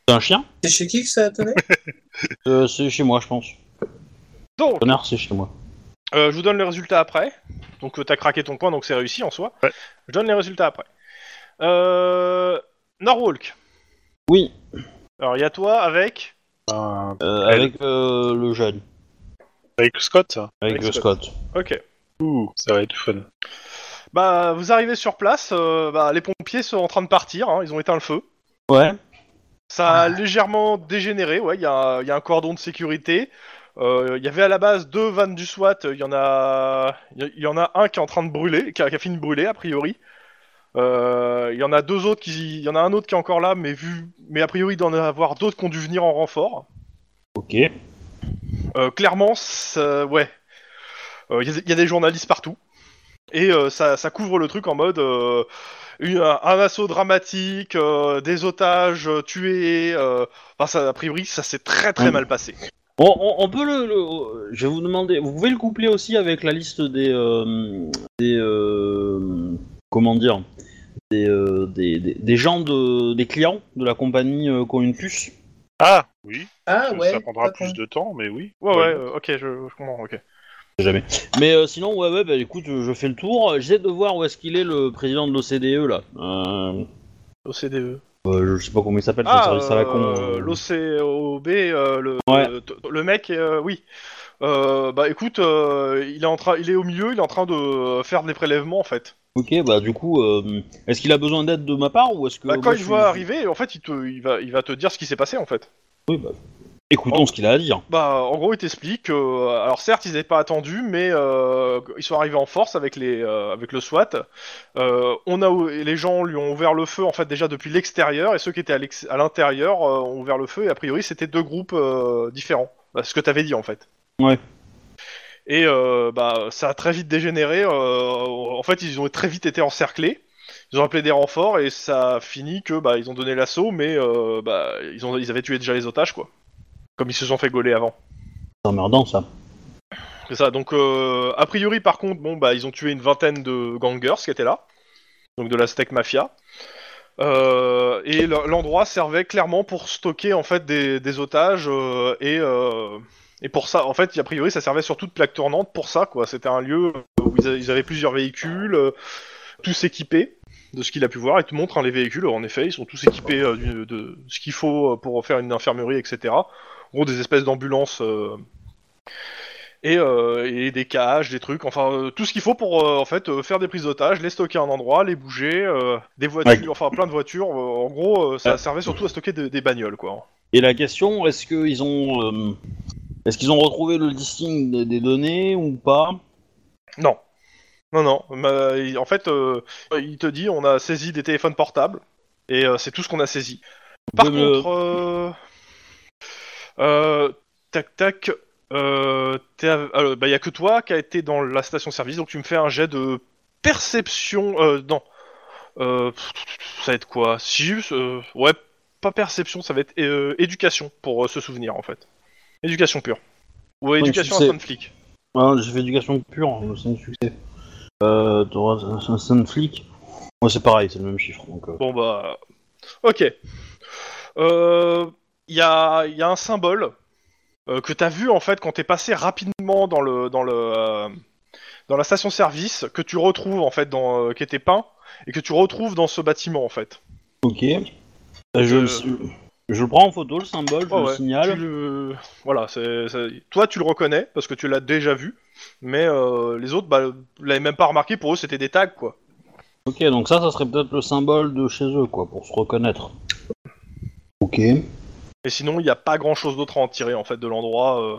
Speaker 1: C'est un chien
Speaker 4: C'est chez qui que ça a tonné
Speaker 1: Euh, C'est chez moi, je pense.
Speaker 2: Donc,
Speaker 1: Connard, c'est chez moi.
Speaker 2: Euh, je vous donne le résultat après. Donc euh, t'as craqué ton point, donc c'est réussi en soi.
Speaker 3: Ouais.
Speaker 2: Je donne les résultats après. Euh, Norwalk.
Speaker 1: Oui,
Speaker 2: Alors il y a toi avec.
Speaker 3: Bah,
Speaker 1: euh, avec euh, le jeune,
Speaker 3: Avec Scott, ça.
Speaker 1: avec,
Speaker 2: Avec
Speaker 1: euh, Scott.
Speaker 2: Ok.
Speaker 3: Ouh, ça va être fun.
Speaker 2: Bah vous arrivez sur place, euh, bah, les pompiers sont en train de partir, hein, ils ont éteint le feu.
Speaker 1: Ouais.
Speaker 2: Ça a légèrement dégénéré, ouais, il y, a un- il y a un cordon de sécurité. Euh, Il y avait à la base deux vannes du SWAT, il y en a, il y- il y en a un qui est en train de brûler, qui a, qui a fini de brûler a priori. Euh, Il y en a deux autres qui, il y en a un autre qui est encore là, mais vu, mais a priori d'en avoir d'autres qui ont dû venir en renfort.
Speaker 1: Ok.
Speaker 2: Euh, clairement, ça- ouais. Euh, Il y, a- il y a des journalistes partout. Et euh, ça, ça couvre le truc en mode euh, une- un, un assaut dramatique, euh, des otages euh, tués. euh, Enfin, ça, a priori, ça s'est très très
Speaker 1: Mm.
Speaker 2: mal passé.
Speaker 1: On, on- on peut le, le- Je vais vous demander. Vous pouvez le coupler aussi avec la liste des. euh, des. euh, comment dire des, euh, des, des- des gens de, des clients de la compagnie euh, qui ont une puce.
Speaker 3: Ah, oui.
Speaker 4: Ah ouais.
Speaker 3: ça prendra
Speaker 4: pas con.
Speaker 3: plus de temps, mais oui.
Speaker 2: Ouais, ouais, euh, ok, je, je comprends, ok.
Speaker 1: Jamais. Mais euh, sinon, ouais, ouais, bah écoute, je fais le tour. J'essaie de voir où est-ce qu'il est le président de l'OCDE là. Euh,
Speaker 2: OCDE.
Speaker 1: euh, je sais pas comment il s'appelle, son
Speaker 2: Ah,
Speaker 1: service à la con. euh.
Speaker 2: l'OCOB, euh, le,
Speaker 1: Ouais.
Speaker 2: le, le mec, euh, oui. Euh, bah écoute, euh, il, est en train, il est au milieu, il est en train de euh, faire des prélèvements en fait.
Speaker 1: Ok, bah du coup, euh, est-ce qu'il a besoin d'aide de ma part ou est-ce que.
Speaker 2: E. Bah, quand
Speaker 1: moi,
Speaker 2: il
Speaker 1: je
Speaker 2: voit
Speaker 1: suis-
Speaker 2: arriver, en fait, il, te, il, va, il va te dire ce qui s'est passé, en fait.
Speaker 1: Oui, bah, Écoutons ce qu'il a à dire.
Speaker 2: Bah, en gros, il t'explique que, euh, alors certes, ils n'avaient pas attendu, mais euh, ils sont arrivés en force avec, les, euh, avec le SWAT. Euh, on a, ou- et les gens lui ont ouvert le feu, en fait, déjà depuis l'extérieur, et ceux qui étaient à l'ex- à l'intérieur euh, ont ouvert le feu, et a priori, c'était deux groupes euh, différents. Bah, ce que t'avais dit, en fait.
Speaker 1: Ouais.
Speaker 2: Et euh, bah, ça a très vite dégénéré. euh, en fait, ils ont très vite été encerclés. Ils ont appelé des renforts et ça a fini que bah ils ont donné l'assaut, mais euh, bah ils ont ils avaient tué déjà les otages quoi. Comme ils se sont fait gauler avant.
Speaker 1: C'est emmerdant ça.
Speaker 2: C'est ça. Donc euh, a priori par contre bon bah ils ont tué une vingtaine de gangers qui étaient là, donc de la steak mafia. Euh, et l- l'endroit servait clairement pour stocker en fait des, des otages euh, et euh, et pour ça en fait a priori ça servait surtout de plaque tournante pour ça quoi. C'était un lieu où ils, a- ils avaient plusieurs véhicules, euh, tous équipés. De ce qu'il a pu voir, il te montre hein, les véhicules. En effet, ils sont tous équipés euh, du- de ce qu'il faut euh, pour faire une infirmerie, etc. En gros, des espèces d'ambulances euh, et, euh, et des cages, des trucs, enfin euh, tout ce qu'il faut pour euh, en fait euh, faire des prises d'otages, les stocker à un endroit, les bouger, euh, des voitures, enfin plein de voitures. euh, en gros, euh, ça servait surtout à stocker des, des bagnoles quoi.
Speaker 1: Et la question, est-ce qu'ils ont, euh, est-ce qu'ils ont retrouvé le listing des, des données ou pas
Speaker 2: Non, non, non. mais, il- en fait, euh, il te dit on a saisi des téléphones portables et euh, c'est tout ce qu'on a saisi. Par
Speaker 1: Vous me-
Speaker 2: contre, euh, euh, tac tac, euh, t'es av- alors, bah, y a que toi qui a été dans la station-service, donc tu me fais un jet de perception. Euh, non, Euh, pff, ça va être quoi Si juste, euh, ouais, pas perception, ça va être euh, éducation pour euh, se souvenir en fait. Éducation pure. Ou éducation à
Speaker 1: c'est-
Speaker 2: stand flic.
Speaker 1: Ah, J'ai fait éducation pure, euh, c'est un succès. Euh, t'auras un- un- un flic. Ouais, c'est pareil, c'est le même chiffre. Donc, euh.
Speaker 2: Bon bah. Ok. Euh, Il y, a, il y a un symbole euh, que t'as vu en fait quand t'es passé rapidement dans le dans le euh, dans la station service que tu retrouves en fait dans euh, qui était peint et que tu retrouves dans ce bâtiment en fait.
Speaker 1: Ok. Bah, je, le-
Speaker 2: Euh.
Speaker 1: je le prends en photo, le symbole, je
Speaker 2: Ouais,
Speaker 1: Ah, le
Speaker 2: ouais. Tu
Speaker 1: signale.
Speaker 2: le- Voilà, c'est- c'est- toi tu le reconnais parce que tu l'as déjà vu, mais euh, les autres bah l'avaient même pas remarqué pour eux c'était des tags quoi.
Speaker 1: Ok, donc ça, ça serait peut-être le symbole de chez eux, quoi, pour se reconnaître. Ok.
Speaker 2: Et sinon, il n'y a pas grand chose d'autre à en tirer en fait de l'endroit. euh,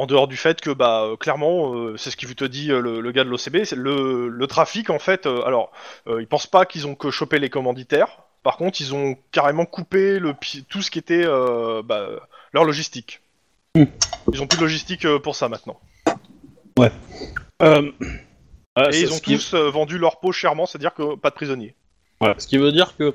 Speaker 2: en dehors du fait que, bah, euh, clairement, euh, c'est ce qu'il vous te dit euh, le, le gars de l'OCB, c'est le, le trafic en fait. euh, alors, euh, ils pensent pas qu'ils ont que chopé les commanditaires. Par contre, ils ont carrément coupé le pi- tout ce qui était euh, bah, euh, leur logistique.
Speaker 1: Hmm.
Speaker 2: Ils ont plus de logistique euh, pour ça maintenant.
Speaker 1: Euh, euh,
Speaker 2: Et
Speaker 1: c'est-
Speaker 2: ils ont
Speaker 1: ce qui-
Speaker 2: tous euh, vendu leur peau chèrement, c'est-à-dire que pas de prisonniers.
Speaker 1: Voilà, ce qui veut dire que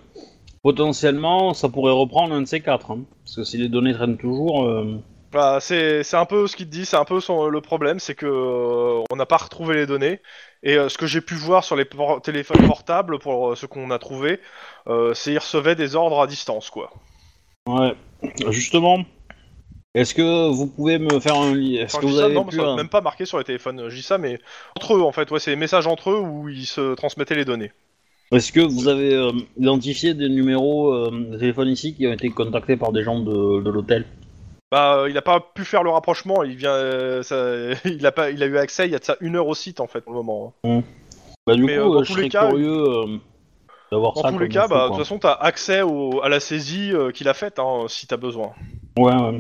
Speaker 1: potentiellement, ça pourrait reprendre un de ces quatre. hein. Parce que si les données traînent toujours. euh,
Speaker 2: Bah, c'est c'est un peu ce qu'il te dit, c'est un peu son- le problème, c'est que euh, on n'a pas retrouvé les données. Et euh, ce que j'ai pu voir sur les por- téléphones portables, pour euh, ce qu'on a trouvé, euh, c'est qu'ils recevaient des ordres à distance, quoi.
Speaker 1: Ouais. Justement, Est-ce que vous pouvez me faire un li- Est-ce
Speaker 2: Enfin,
Speaker 1: que
Speaker 2: je dis
Speaker 1: vous
Speaker 2: ça,
Speaker 1: avez
Speaker 2: non, mais
Speaker 1: pu, euh,
Speaker 2: ça,
Speaker 1: un-
Speaker 2: même pas marqué sur les téléphones, je dis ça, mais entre eux en fait, ouais, c'est les messages entre eux où ils se transmettaient les données.
Speaker 1: Est-ce que vous avez euh, identifié des numéros euh, de téléphone ici qui ont été contactés par des gens de, de l'hôtel
Speaker 2: Bah, euh, il a pas pu faire le rapprochement, il vient, euh, ça- il a pas, il a eu accès il y a de ça une heure au site en fait pour le moment. hein.
Speaker 1: Bah du
Speaker 2: Mais, euh,
Speaker 1: coup,
Speaker 2: dans
Speaker 1: euh, je
Speaker 2: tous les
Speaker 1: serais
Speaker 2: cas,
Speaker 1: curieux euh, d'avoir ça.
Speaker 2: Dans tous les
Speaker 1: comme
Speaker 2: cas,
Speaker 1: info,
Speaker 2: bah,
Speaker 1: quoi.
Speaker 2: de
Speaker 1: hein.
Speaker 2: toute façon, t'as accès au- à la saisie euh, qu'il a faite hein, si t'as besoin.
Speaker 1: Ouais, ouais.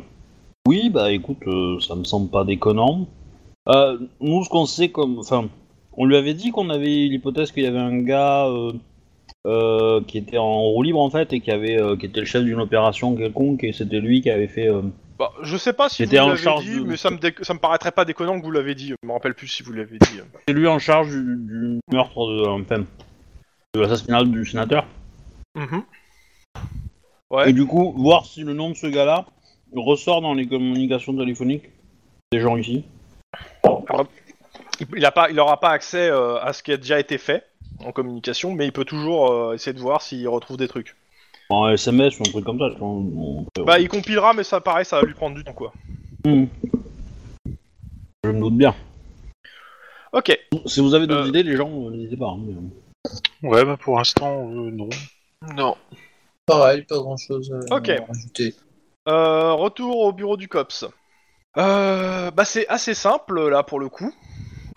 Speaker 1: Oui, bah écoute, euh, ça me semble pas déconnant. Euh, nous, ce qu'on sait, comme, enfin, on lui avait dit qu'on avait l'hypothèse qu'il y avait un gars euh, euh, qui était en roue libre en fait et qui avait, euh, qui était le chef d'une opération quelconque et c'était lui qui avait fait. euh,
Speaker 2: Bah, je sais pas si vous
Speaker 1: J'étais en
Speaker 2: l'avez
Speaker 1: charge
Speaker 2: dit,
Speaker 1: de-
Speaker 2: mais ça me, dé- ça me paraîtrait pas déconnant que vous l'avez dit. Je me rappelle plus si vous l'avez dit.
Speaker 1: C'est lui en charge du, du meurtre de, enfin, de l'assassinat du sénateur.
Speaker 2: Ouais.
Speaker 1: Et du coup, voir si le nom de ce gars-là ressort dans les communications téléphoniques des gens ici.
Speaker 2: Il a pas, il aura pas accès euh, à ce qui a déjà été fait en communication, mais il peut toujours euh, essayer de voir s'il retrouve des trucs.
Speaker 1: En SMS ou un truc comme ça. tu vois, on- on-
Speaker 2: Bah, il compilera, mais ça paraît, ça va lui prendre du temps, quoi.
Speaker 1: Je me doute bien.
Speaker 2: Ok.
Speaker 1: Si vous avez d'autres
Speaker 2: Euh.
Speaker 1: idées, les gens, euh, n'hésitez pas. hein, mais, euh.
Speaker 3: Ouais, bah pour l'instant, euh, non.
Speaker 5: Non.
Speaker 4: Pareil, pas grand chose à
Speaker 2: Ok.
Speaker 4: à rajouter.
Speaker 2: Euh, retour au bureau du COPS. Euh, bah, c'est assez simple, là, pour le coup.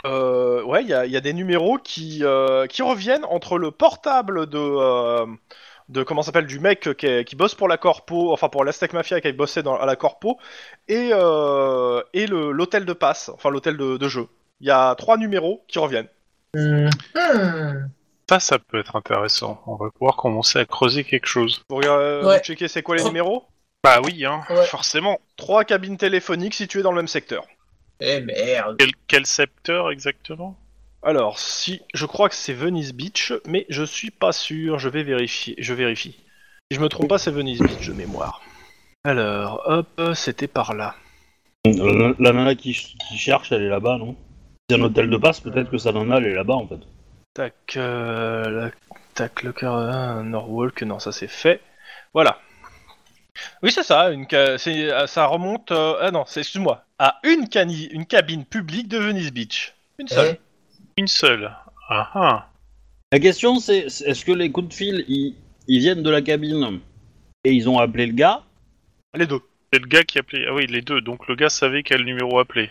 Speaker 2: Euh, ouais, il y a, il y a des numéros qui, euh, qui reviennent entre le portable de... euh, de comment ça s'appelle du mec qui, est- qui bosse pour la corpo, enfin pour l'Aztec Mafia qui bossait dans, à la corpo, et, euh, et le- l'hôtel de passe, enfin l'hôtel de, de jeu. Il y a trois numéros qui reviennent.
Speaker 4: Hmm. Hmm.
Speaker 3: Ça, ça peut être intéressant. On va pouvoir commencer à creuser quelque chose.
Speaker 2: Vous, regardez-
Speaker 4: Ouais.
Speaker 2: vous checkez c'est quoi les numéros
Speaker 3: Bah oui, hein,
Speaker 4: Ouais.
Speaker 3: forcément.
Speaker 2: Trois cabines téléphoniques situées dans le même secteur.
Speaker 4: Eh merde.
Speaker 3: Quel, quel secteur exactement
Speaker 2: Alors, si, je crois que c'est Venice Beach, mais je suis pas sûr, je vais vérifier, je vérifie. Si je me trompe pas, c'est Venice Beach de mémoire. Alors, hop, c'était par là.
Speaker 1: Euh, La, la nana qui, ch- qui cherche, elle est là-bas, non C'est un hôtel de passe, peut-être que sa nana, elle est là-bas, en fait.
Speaker 2: Tac, euh, la- tac, le car- euh, Norwalk, non, ça c'est fait. Voilà. Oui, c'est ça, une ca- c'est- ah, ça remonte, euh, ah non, c'est- excuse-moi, à une, cani- une cabine publique de Venice Beach. Une seule.
Speaker 4: Eh,
Speaker 3: Une seule. Ah ah.
Speaker 1: La question, c'est c'est- est-ce que les coups de fil, ils, ils viennent de la cabine et ils ont appelé le gars
Speaker 2: Les deux.
Speaker 3: C'est le gars qui appelait. Ah oui, les deux. Donc le gars savait quel numéro appeler.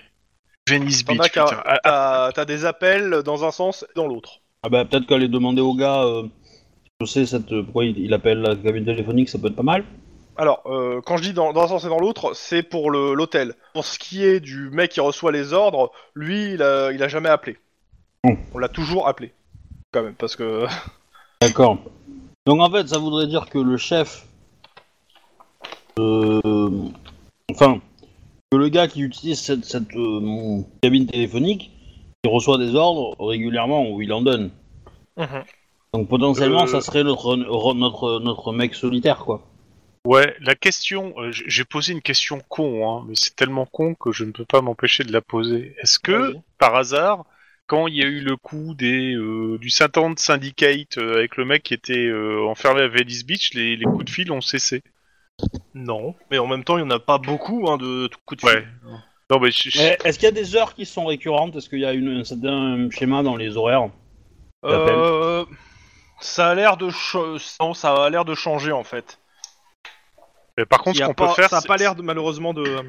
Speaker 3: Venice
Speaker 2: T'en
Speaker 3: Beach.
Speaker 2: as qu'à-
Speaker 3: putain. Ah, ah,
Speaker 2: T'as t'as des appels dans un sens et dans l'autre.
Speaker 1: Ah bah, peut-être qu'elle est demandée au gars, euh, je sais, cette, euh, pourquoi il, il appelle la cabine téléphonique, ça peut être pas mal.
Speaker 2: Alors, euh, quand je dis dans, dans un sens et dans l'autre, c'est pour le- l'hôtel. Pour ce qui est du mec qui reçoit les ordres, lui, il a, il a jamais appelé.
Speaker 1: Bon.
Speaker 2: On l'a toujours appelé. Quand même, parce que.
Speaker 1: D'accord. Donc en fait, ça voudrait dire que le chef. de- Enfin, que le gars qui utilise cette, cette, euh, cabine téléphonique, il reçoit des ordres régulièrement ou il en donne. Donc potentiellement,
Speaker 5: Euh.
Speaker 1: ça serait notre, notre, notre mec solitaire, quoi.
Speaker 3: Ouais, la question, euh, j- j'ai posé une question con, hein, mais c'est tellement con que je ne peux pas m'empêcher de la poser. Est-ce que,
Speaker 2: Vas-y.
Speaker 3: par hasard, quand il y a eu le coup des, euh, du 50 Syndicate euh, avec le mec qui était euh, enfermé à Venice Beach, les, les coups de fil ont cessé
Speaker 2: Non. Mais en même temps, il n'y en a pas beaucoup hein, de tout coup de
Speaker 3: Ouais. Non, mais je- je-
Speaker 1: Mais Est-ce qu'il y a des heures qui sont récurrentes Est-ce qu'il y a une, un certain schéma dans les horaires
Speaker 2: Euh, ça a l'air de. cho- non, ça a l'air de changer en fait.
Speaker 3: mais par contre,
Speaker 2: Il y
Speaker 3: ce
Speaker 2: a
Speaker 3: qu'on
Speaker 2: pas-
Speaker 3: peut faire,
Speaker 2: ça a
Speaker 3: c'est-
Speaker 2: pas l'air de, malheureusement de euh,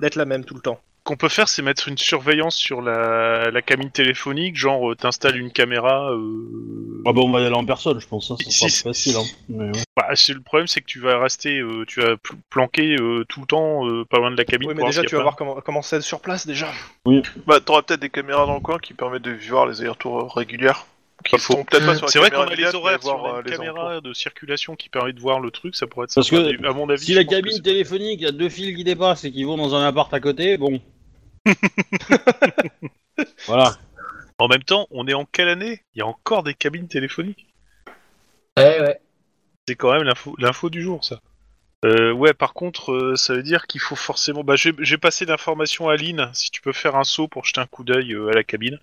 Speaker 2: d'être la même tout le temps.
Speaker 3: ce qu'on peut faire, c'est mettre une surveillance sur la, la cabine téléphonique, genre euh, t'installes une caméra. euh,
Speaker 1: Ah bah on va y aller en personne, je pense. hein, Ça
Speaker 3: Si,
Speaker 1: sera
Speaker 3: si,
Speaker 1: plus facile. hein.
Speaker 3: si.
Speaker 1: Mais ouais.
Speaker 3: Bah, c'est le problème, c'est que tu vas rester, euh, tu vas pl- planquer euh, tout le temps euh, pas loin de la cabine.
Speaker 2: Oui, mais
Speaker 3: pour
Speaker 2: déjà,
Speaker 3: voir s'il
Speaker 2: tu
Speaker 3: y a
Speaker 2: vas
Speaker 3: pas-
Speaker 2: voir comment comment c'est sur place déjà.
Speaker 5: Bah, t'auras peut-être des caméras dans le coin qui permettent de voir les allers-retours régulières. Qui
Speaker 3: Pas faux.
Speaker 5: sont peut-être pas
Speaker 4: Mm.
Speaker 5: sur la
Speaker 3: C'est vrai qu'on
Speaker 5: caméra
Speaker 3: a les
Speaker 5: immédiate,
Speaker 3: horaires
Speaker 5: mais voir,
Speaker 3: sur
Speaker 5: euh,
Speaker 3: une
Speaker 5: les
Speaker 3: caméra
Speaker 5: alentours.
Speaker 3: de circulation qui permet de voir le truc, ça pourrait être
Speaker 1: Parce
Speaker 3: sympa.
Speaker 1: que
Speaker 3: Mais à mon avis,
Speaker 1: Si
Speaker 3: je
Speaker 1: la
Speaker 3: pense que
Speaker 1: cabine
Speaker 3: c'est-
Speaker 1: téléphonique, il y a deux fils qui dépassent et qui vont dans un appart à côté, bon. voilà.
Speaker 3: En même temps, on est en quelle année Il y a encore des cabines téléphoniques.
Speaker 4: ouais, eh, ouais.
Speaker 3: C'est quand même l'info- l'info du jour, ça. Euh, ouais, par contre, euh, ça veut dire qu'il faut forcément. Bah, j'ai j'ai passé l'information à Lynn. Si tu peux faire un saut pour jeter un coup d'œil euh, à la cabine,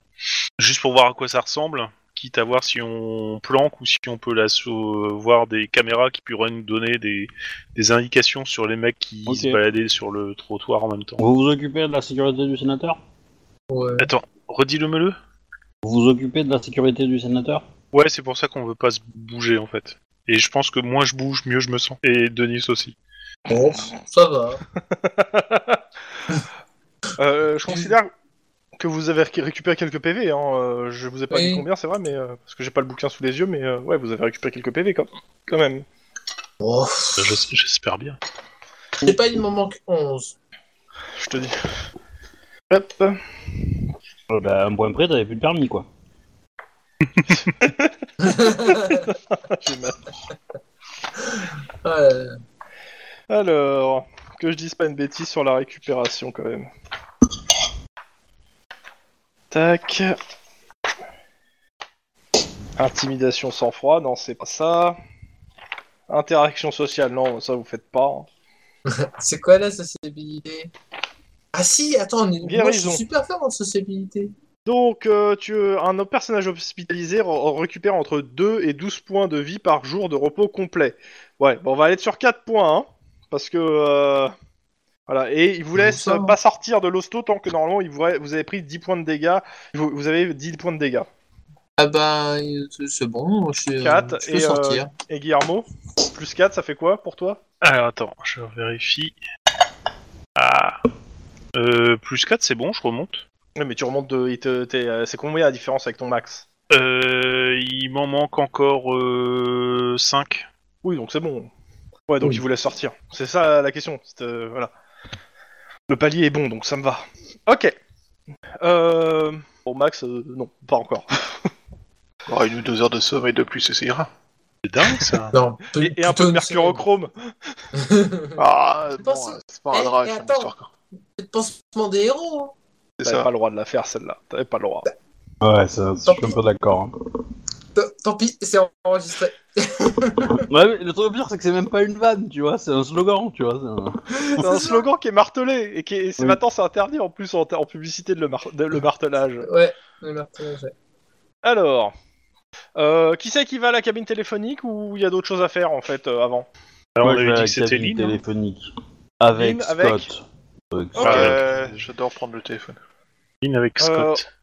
Speaker 3: juste pour voir à quoi ça ressemble. quitte à voir si on planque ou si on peut la sau- euh, voir des caméras qui pourraient nous donner des, des indications sur les mecs qui
Speaker 1: Ok.
Speaker 3: se baladaient sur le trottoir en même temps.
Speaker 1: Vous vous occupez de la sécurité du sénateur
Speaker 4: Ouais.
Speaker 3: Attends, redis-le meleux
Speaker 1: Vous vous occupez de la sécurité du sénateur
Speaker 3: Ouais, c'est pour ça qu'on veut pas se bouger en fait. Et je pense que moins je bouge, mieux je me sens. Et Denis aussi.
Speaker 4: Bon, pff, ça va.
Speaker 2: Euh, je considère que vous avez récu- récupéré quelques PV. Hein. euh, Je vous ai pas
Speaker 4: Oui.
Speaker 2: dit combien, c'est vrai, mais euh, parce que j'ai pas le bouquin sous les yeux, mais euh, ouais, vous avez récupéré quelques PV quand, quand même.
Speaker 4: Bon,
Speaker 3: Bah, j'es- J'espère bien.
Speaker 4: je sais pas, il m'en manque 11.
Speaker 2: Je te dis. Hop. Ah,
Speaker 1: Euh, bah, à un point près, t'avais plus de permis, quoi.
Speaker 2: j'ai ma-
Speaker 4: Ouais.
Speaker 2: Alors, que je dise pas une bêtise sur la récupération quand même. Tac. Intimidation sans froid, non, c'est pas ça. Interaction sociale, non, ça vous faites pas. hein.
Speaker 4: C'est quoi la sociabilité Ah si, attends, mais moi je
Speaker 2: Guérison.
Speaker 4: suis super fort en sociabilité.
Speaker 2: Donc, euh, tu, un personnage hospitalisé re- récupère entre 2 et 12 points de vie par jour de repos complet. Ouais, bon, on va aller sur 4 points, hein, parce que... euh, voilà, et il vous
Speaker 4: Bon
Speaker 2: laisse
Speaker 4: sang.
Speaker 2: euh, pas sortir de l'hosto tant que normalement il vous, a- vous avez pris 10 points de dégâts. Vous, vous avez 10 points de dégâts.
Speaker 4: Ah bah euh, c'est bon, je, suis- euh,
Speaker 2: Quatre,
Speaker 4: je peux
Speaker 2: et, euh,
Speaker 4: sortir.
Speaker 2: Et Guillermo, plus 4, ça fait quoi pour toi
Speaker 3: Alors attends, je vérifie. Ah. Euh, plus 4, c'est bon, je remonte.
Speaker 2: Ouais, mais tu remontes de... il te- t'es, euh, C'est combien la différence avec ton max
Speaker 3: Euh, il m'en manque encore euh, 5.
Speaker 2: Oui, donc c'est bon. Ouais, donc
Speaker 4: Oui.
Speaker 2: il vous laisse sortir. C'est ça la question. c'est, euh, voilà. Le palier est bon, donc ça me va. Ok. Euh... Bon, Max, euh, non, pas encore.
Speaker 5: Oh, une ou deux heures de sommeil de plus, et ça ira.
Speaker 3: C'est dingue ça.
Speaker 4: Non, pl-
Speaker 2: Et, et un
Speaker 4: plutôt
Speaker 2: peu de
Speaker 4: une
Speaker 2: mercurochrome.
Speaker 4: semaine.
Speaker 5: Ah, bon,
Speaker 4: pense-
Speaker 5: euh, c'est pas un
Speaker 4: Eh,
Speaker 5: drame,
Speaker 4: eh,
Speaker 5: c'est une
Speaker 4: attends.
Speaker 5: histoire, quoi.
Speaker 4: C'est le pansement des héros. hein.
Speaker 5: C'est
Speaker 2: T'avais
Speaker 5: ça.
Speaker 2: pas le droit de la faire, celle-là. T'avais pas le droit.
Speaker 1: Ouais, ça,
Speaker 4: je suis un
Speaker 1: peu d'accord. hein.
Speaker 4: Tant- Tant pis, c'est enregistré.
Speaker 1: Ouais, mais le truc pire, c'est que c'est même pas une vanne, tu vois, c'est un slogan, tu vois. c'est un-
Speaker 2: C'est un slogan qui est martelé. Et qui est... c'est
Speaker 1: Oui.
Speaker 2: maintenant, c'est interdit en plus en, en publicité de le, mar- de le martelage.
Speaker 4: Ouais, le martelage. ouais.
Speaker 2: Alors. Euh, qui c'est qui va à la cabine téléphonique ou il y a d'autres choses à faire en fait euh, avant
Speaker 3: Alors,
Speaker 1: Moi,
Speaker 3: on
Speaker 1: je vais
Speaker 3: avait
Speaker 1: à
Speaker 3: dit
Speaker 1: la
Speaker 3: que c'était
Speaker 1: cabine
Speaker 3: Lynn. hein.
Speaker 1: téléphonique. Avec
Speaker 2: Lynn, avec-
Speaker 1: Scott. Euh,
Speaker 3: Ah,
Speaker 4: Ok.
Speaker 1: Scott.
Speaker 5: Ouais, Bah, j'adore prendre le téléphone.
Speaker 3: Lynn avec Scott.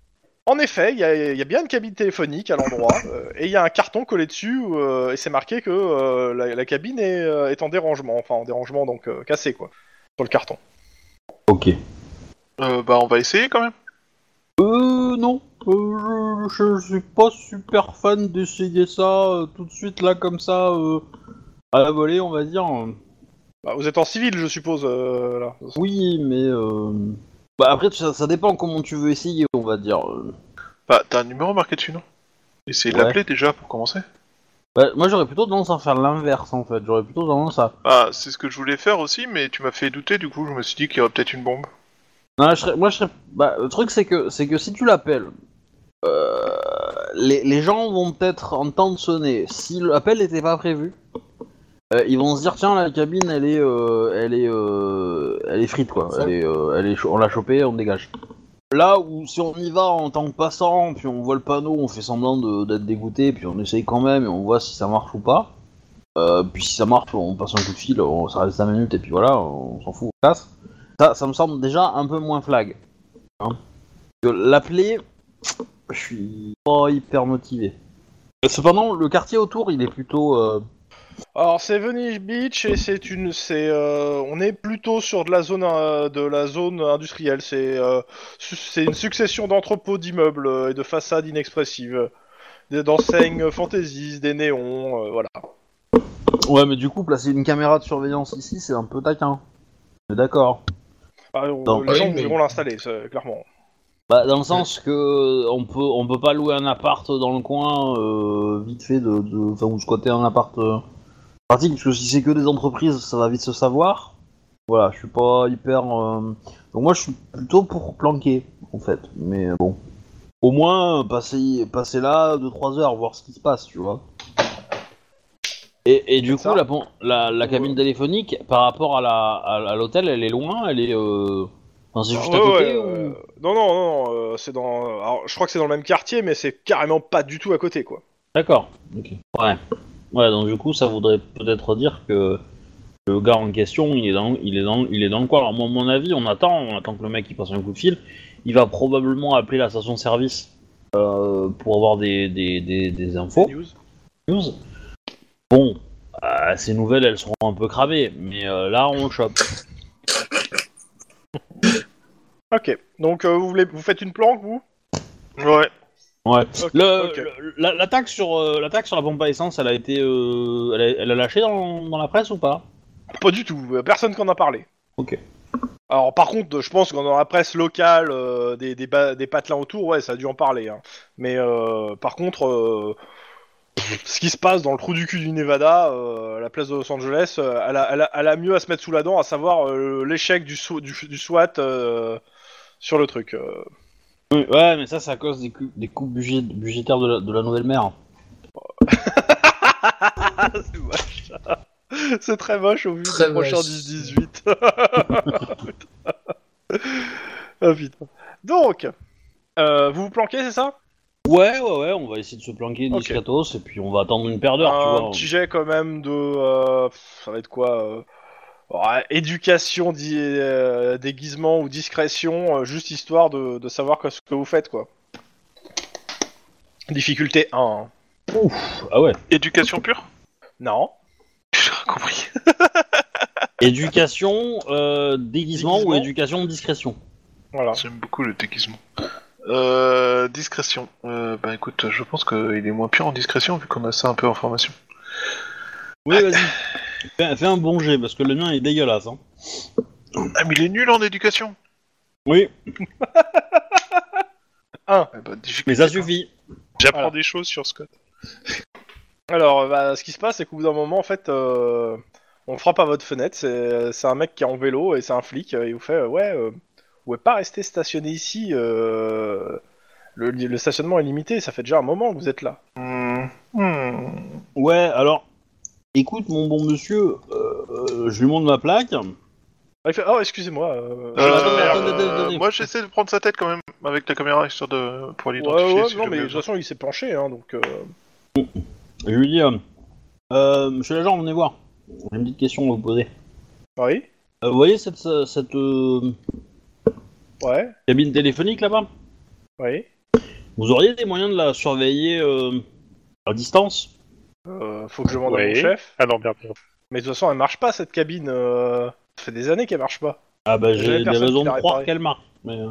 Speaker 2: En effet, il y, a- il y a bien une cabine téléphonique à l'endroit, euh, et il y a un carton collé dessus, où, euh, et c'est marqué que euh, la, la cabine est, euh, est en dérangement, enfin en dérangement donc euh, cassé quoi, sur le carton.
Speaker 1: Ok.
Speaker 5: Euh, bah, on va essayer quand même.
Speaker 1: Euh, non. Euh, je, je- je suis pas super fan d'essayer ça euh, tout de suite, là, comme ça, euh, à la volée, on va dire.
Speaker 2: Bah, vous êtes en civil, je suppose, euh, là.
Speaker 1: Oui, mais... euh, Bah, après, ça, ça dépend comment tu veux essayer, on va dire. Euh,
Speaker 5: Bah, t'as un numéro marqué dessus, non Essayez de
Speaker 1: Ouais.
Speaker 5: l'appeler déjà pour commencer.
Speaker 1: bah, moi, j'aurais plutôt tendance à faire l'inverse, en fait. J'aurais plutôt tendance à...
Speaker 5: Ah, c'est ce que je voulais faire aussi, mais tu m'as fait douter, du coup, je me suis dit qu'il y aurait peut-être une bombe.
Speaker 1: Non, je serais- moi, je serais... bah, le truc, c'est que, c'est que si tu l'appelles, euh, les, les gens vont peut-être entendre sonner. Si l'appel n'était pas prévu, euh, ils vont se dire tiens, la cabine, elle est, euh, elle est, euh, elle est frite quoi. Elle est, euh, elle est, cho- on l'a chopée, on dégage. Là où si on y va en tant que passant, puis on voit le panneau, on fait semblant de- d'être dégoûté, puis on essaye quand même et on voit si ça marche ou pas. Euh, puis si ça marche, on passe un coup de fil, on s'arrête 5 minutes et puis voilà, on s'en fout, on casse. Ça, ça me semble déjà un peu moins flag. hein. Que L'appeler, je suis pas hyper motivé. Cependant, le quartier autour, il est plutôt. euh,
Speaker 2: Alors c'est Venice Beach et c'est une, c'est, euh, on est plutôt sur de la zone euh, de la zone industrielle. C'est, euh, su- c'est une succession d'entrepôts d'immeubles euh, et de façades inexpressives, Des- d'enseignes fantaisistes, des néons, euh, voilà.
Speaker 1: Ouais, mais du coup, placer une caméra de surveillance ici, c'est un peu taquin. Mais d'accord.
Speaker 2: Ah, on-
Speaker 1: Non.
Speaker 2: les gens
Speaker 4: Oui, mais-
Speaker 2: voudront l'installer, ça, clairement.
Speaker 1: Bah, dans le sens que on peut, on peut pas louer un appart dans le coin euh, vite fait de, de- enfin, ou squatter un appart euh, pratique, parce que si c'est que des entreprises, ça va vite se savoir. Voilà, je suis pas hyper. euh, Donc moi, je suis plutôt pour planquer, en fait. Mais euh, bon, au moins euh, passer, passer là deux trois heures, voir ce qui se passe, tu vois. Et, et du
Speaker 2: Ça.
Speaker 1: coup, la, pon- la, la cabine téléphonique, par rapport à la à, à l'hôtel, elle est loin, elle est. euh, Enfin, c'est
Speaker 2: Ah,
Speaker 1: juste
Speaker 2: ouais,
Speaker 1: à côté
Speaker 2: ouais,
Speaker 1: ou-
Speaker 2: euh, Non, non, non, non, euh, c'est dans. alors, je crois que c'est dans le même quartier, mais c'est carrément pas du tout à côté, quoi.
Speaker 1: D'accord. Ouais. Ouais, donc du coup, ça voudrait peut-être dire que le gars en question, il est dans, il est dans, il est dans le coin. Alors, moi, à mon avis, on attend, on attend que le mec il passe un coup de fil. Il va probablement appeler la station de service euh, pour avoir des, des, des, des infos.
Speaker 2: News.
Speaker 1: News. Bon, euh, ces nouvelles, elles seront un peu cramées, mais euh, là, on le chope.
Speaker 2: Ok, donc euh, vous, voulez... vous faites une planque, vous
Speaker 5: Ouais.
Speaker 1: Ouais.
Speaker 2: Ok,
Speaker 1: Le-
Speaker 2: ok.
Speaker 1: le- la- L'attaque sur, euh, l'attaque sur la pompe à essence, elle a été, euh, elle, a, elle a lâché dans, dans la presse ou pas
Speaker 2: Pas du tout, euh, personne qu'en a parlé.
Speaker 1: Ok.
Speaker 2: Alors par contre, je pense que dans la presse locale, euh, des, des, ba- des patelins autour, ouais, ça a dû en parler. hein. Mais euh, par contre, euh, ce qui se passe dans le trou du cul du Nevada, euh, la place de Los Angeles, euh, elle, a, elle a- elle a mieux à se mettre sous la dent, à savoir euh, l'échec du, sou- du, du SWAT euh, sur le truc. euh.
Speaker 1: Oui, ouais, mais ça, c'est à cause des, cou- des coupes budgé- budgétaires de la, de la nouvelle mère.
Speaker 2: C'est très moche au vu du
Speaker 4: Très
Speaker 2: prochain
Speaker 4: moche.
Speaker 2: 10-18. Ah, putain. Donc, euh, vous vous planquez, c'est ça
Speaker 1: Ouais, ouais, ouais, on va essayer de se planquer
Speaker 2: Ok. Euh,
Speaker 1: discretos et puis on va attendre une paire d'heures, Ah, tu
Speaker 2: un
Speaker 1: vois.
Speaker 2: petit jet quand même de. euh, pff, ça va être quoi euh, ouais, Éducation, di- euh, déguisement ou discrétion, euh, juste histoire de, de savoir quoi, ce que vous faites quoi. Difficulté 1. hein.
Speaker 1: Ah ouais.
Speaker 5: Éducation pure
Speaker 2: Non.
Speaker 5: J'ai rien compris.
Speaker 1: Éducation, euh, déguisement, ou
Speaker 2: Déguisement.
Speaker 1: éducation, discrétion.
Speaker 2: Voilà.
Speaker 5: J'aime beaucoup le déguisement. Euh, discrétion. Euh, bah écoute, je pense qu'il est moins pire en discrétion vu qu'on a ça un peu en formation.
Speaker 1: Oui, vas-y. fais, fais un bon jet parce que le mien est dégueulasse. Hein.
Speaker 5: Ah mais il est nul en éducation
Speaker 1: Oui,
Speaker 5: Eh bah,
Speaker 1: mais
Speaker 5: difficulté.
Speaker 1: ça suffit.
Speaker 3: J'apprends
Speaker 2: Voilà.
Speaker 3: des choses sur Scott.
Speaker 2: Alors, euh, bah, ce qui se passe, c'est qu'au bout d'un moment, en fait, euh, on frappe à votre fenêtre. C'est c'est un mec qui est en vélo et c'est un flic. euh, Il vous fait euh, Ouais, euh, vous pouvez pas rester stationné ici. euh, le, le stationnement est limité. Ça fait déjà un moment que vous êtes là. Ah,
Speaker 5: Hmm. Hmm.
Speaker 1: Ouais, alors, écoute, mon bon monsieur, euh, euh, je lui montre ma plaque.
Speaker 2: Ah, il fait, oh, excusez-moi. euh,
Speaker 1: Euh,
Speaker 2: je-
Speaker 1: attendez,
Speaker 5: Euh,
Speaker 1: attendez, attendez, attendez.
Speaker 5: Moi j'essaie de prendre sa tête quand même avec la caméra histoire de pour
Speaker 2: Ouais,
Speaker 5: l'identifier.
Speaker 2: ouais,
Speaker 5: si
Speaker 2: non, mais
Speaker 5: jamais
Speaker 2: de toute
Speaker 5: besoin.
Speaker 2: façon, il s'est penché, hein, donc. euh,
Speaker 1: Je lui dis, euh, euh, monsieur l'agent, venez voir. J'ai une petite question à vous poser.
Speaker 2: Oui,
Speaker 1: Euh, vous voyez cette, cette euh,
Speaker 2: ouais,
Speaker 1: cabine téléphonique là-bas
Speaker 2: oui.
Speaker 1: Vous auriez des moyens de la surveiller euh, à distance
Speaker 2: Euh, faut que je demande à
Speaker 3: Ouais.
Speaker 2: mon chef.
Speaker 3: Ah non, merde. merde.
Speaker 2: Mais de toute façon, elle marche pas, cette cabine. euh, Ça fait des années qu'elle marche pas.
Speaker 1: Ah bah j'ai
Speaker 2: J'avais
Speaker 1: des
Speaker 2: personne
Speaker 1: raisons
Speaker 2: qui
Speaker 1: de
Speaker 2: l'a
Speaker 1: croire
Speaker 2: réparé.
Speaker 1: qu'elle marche. Mais... euh,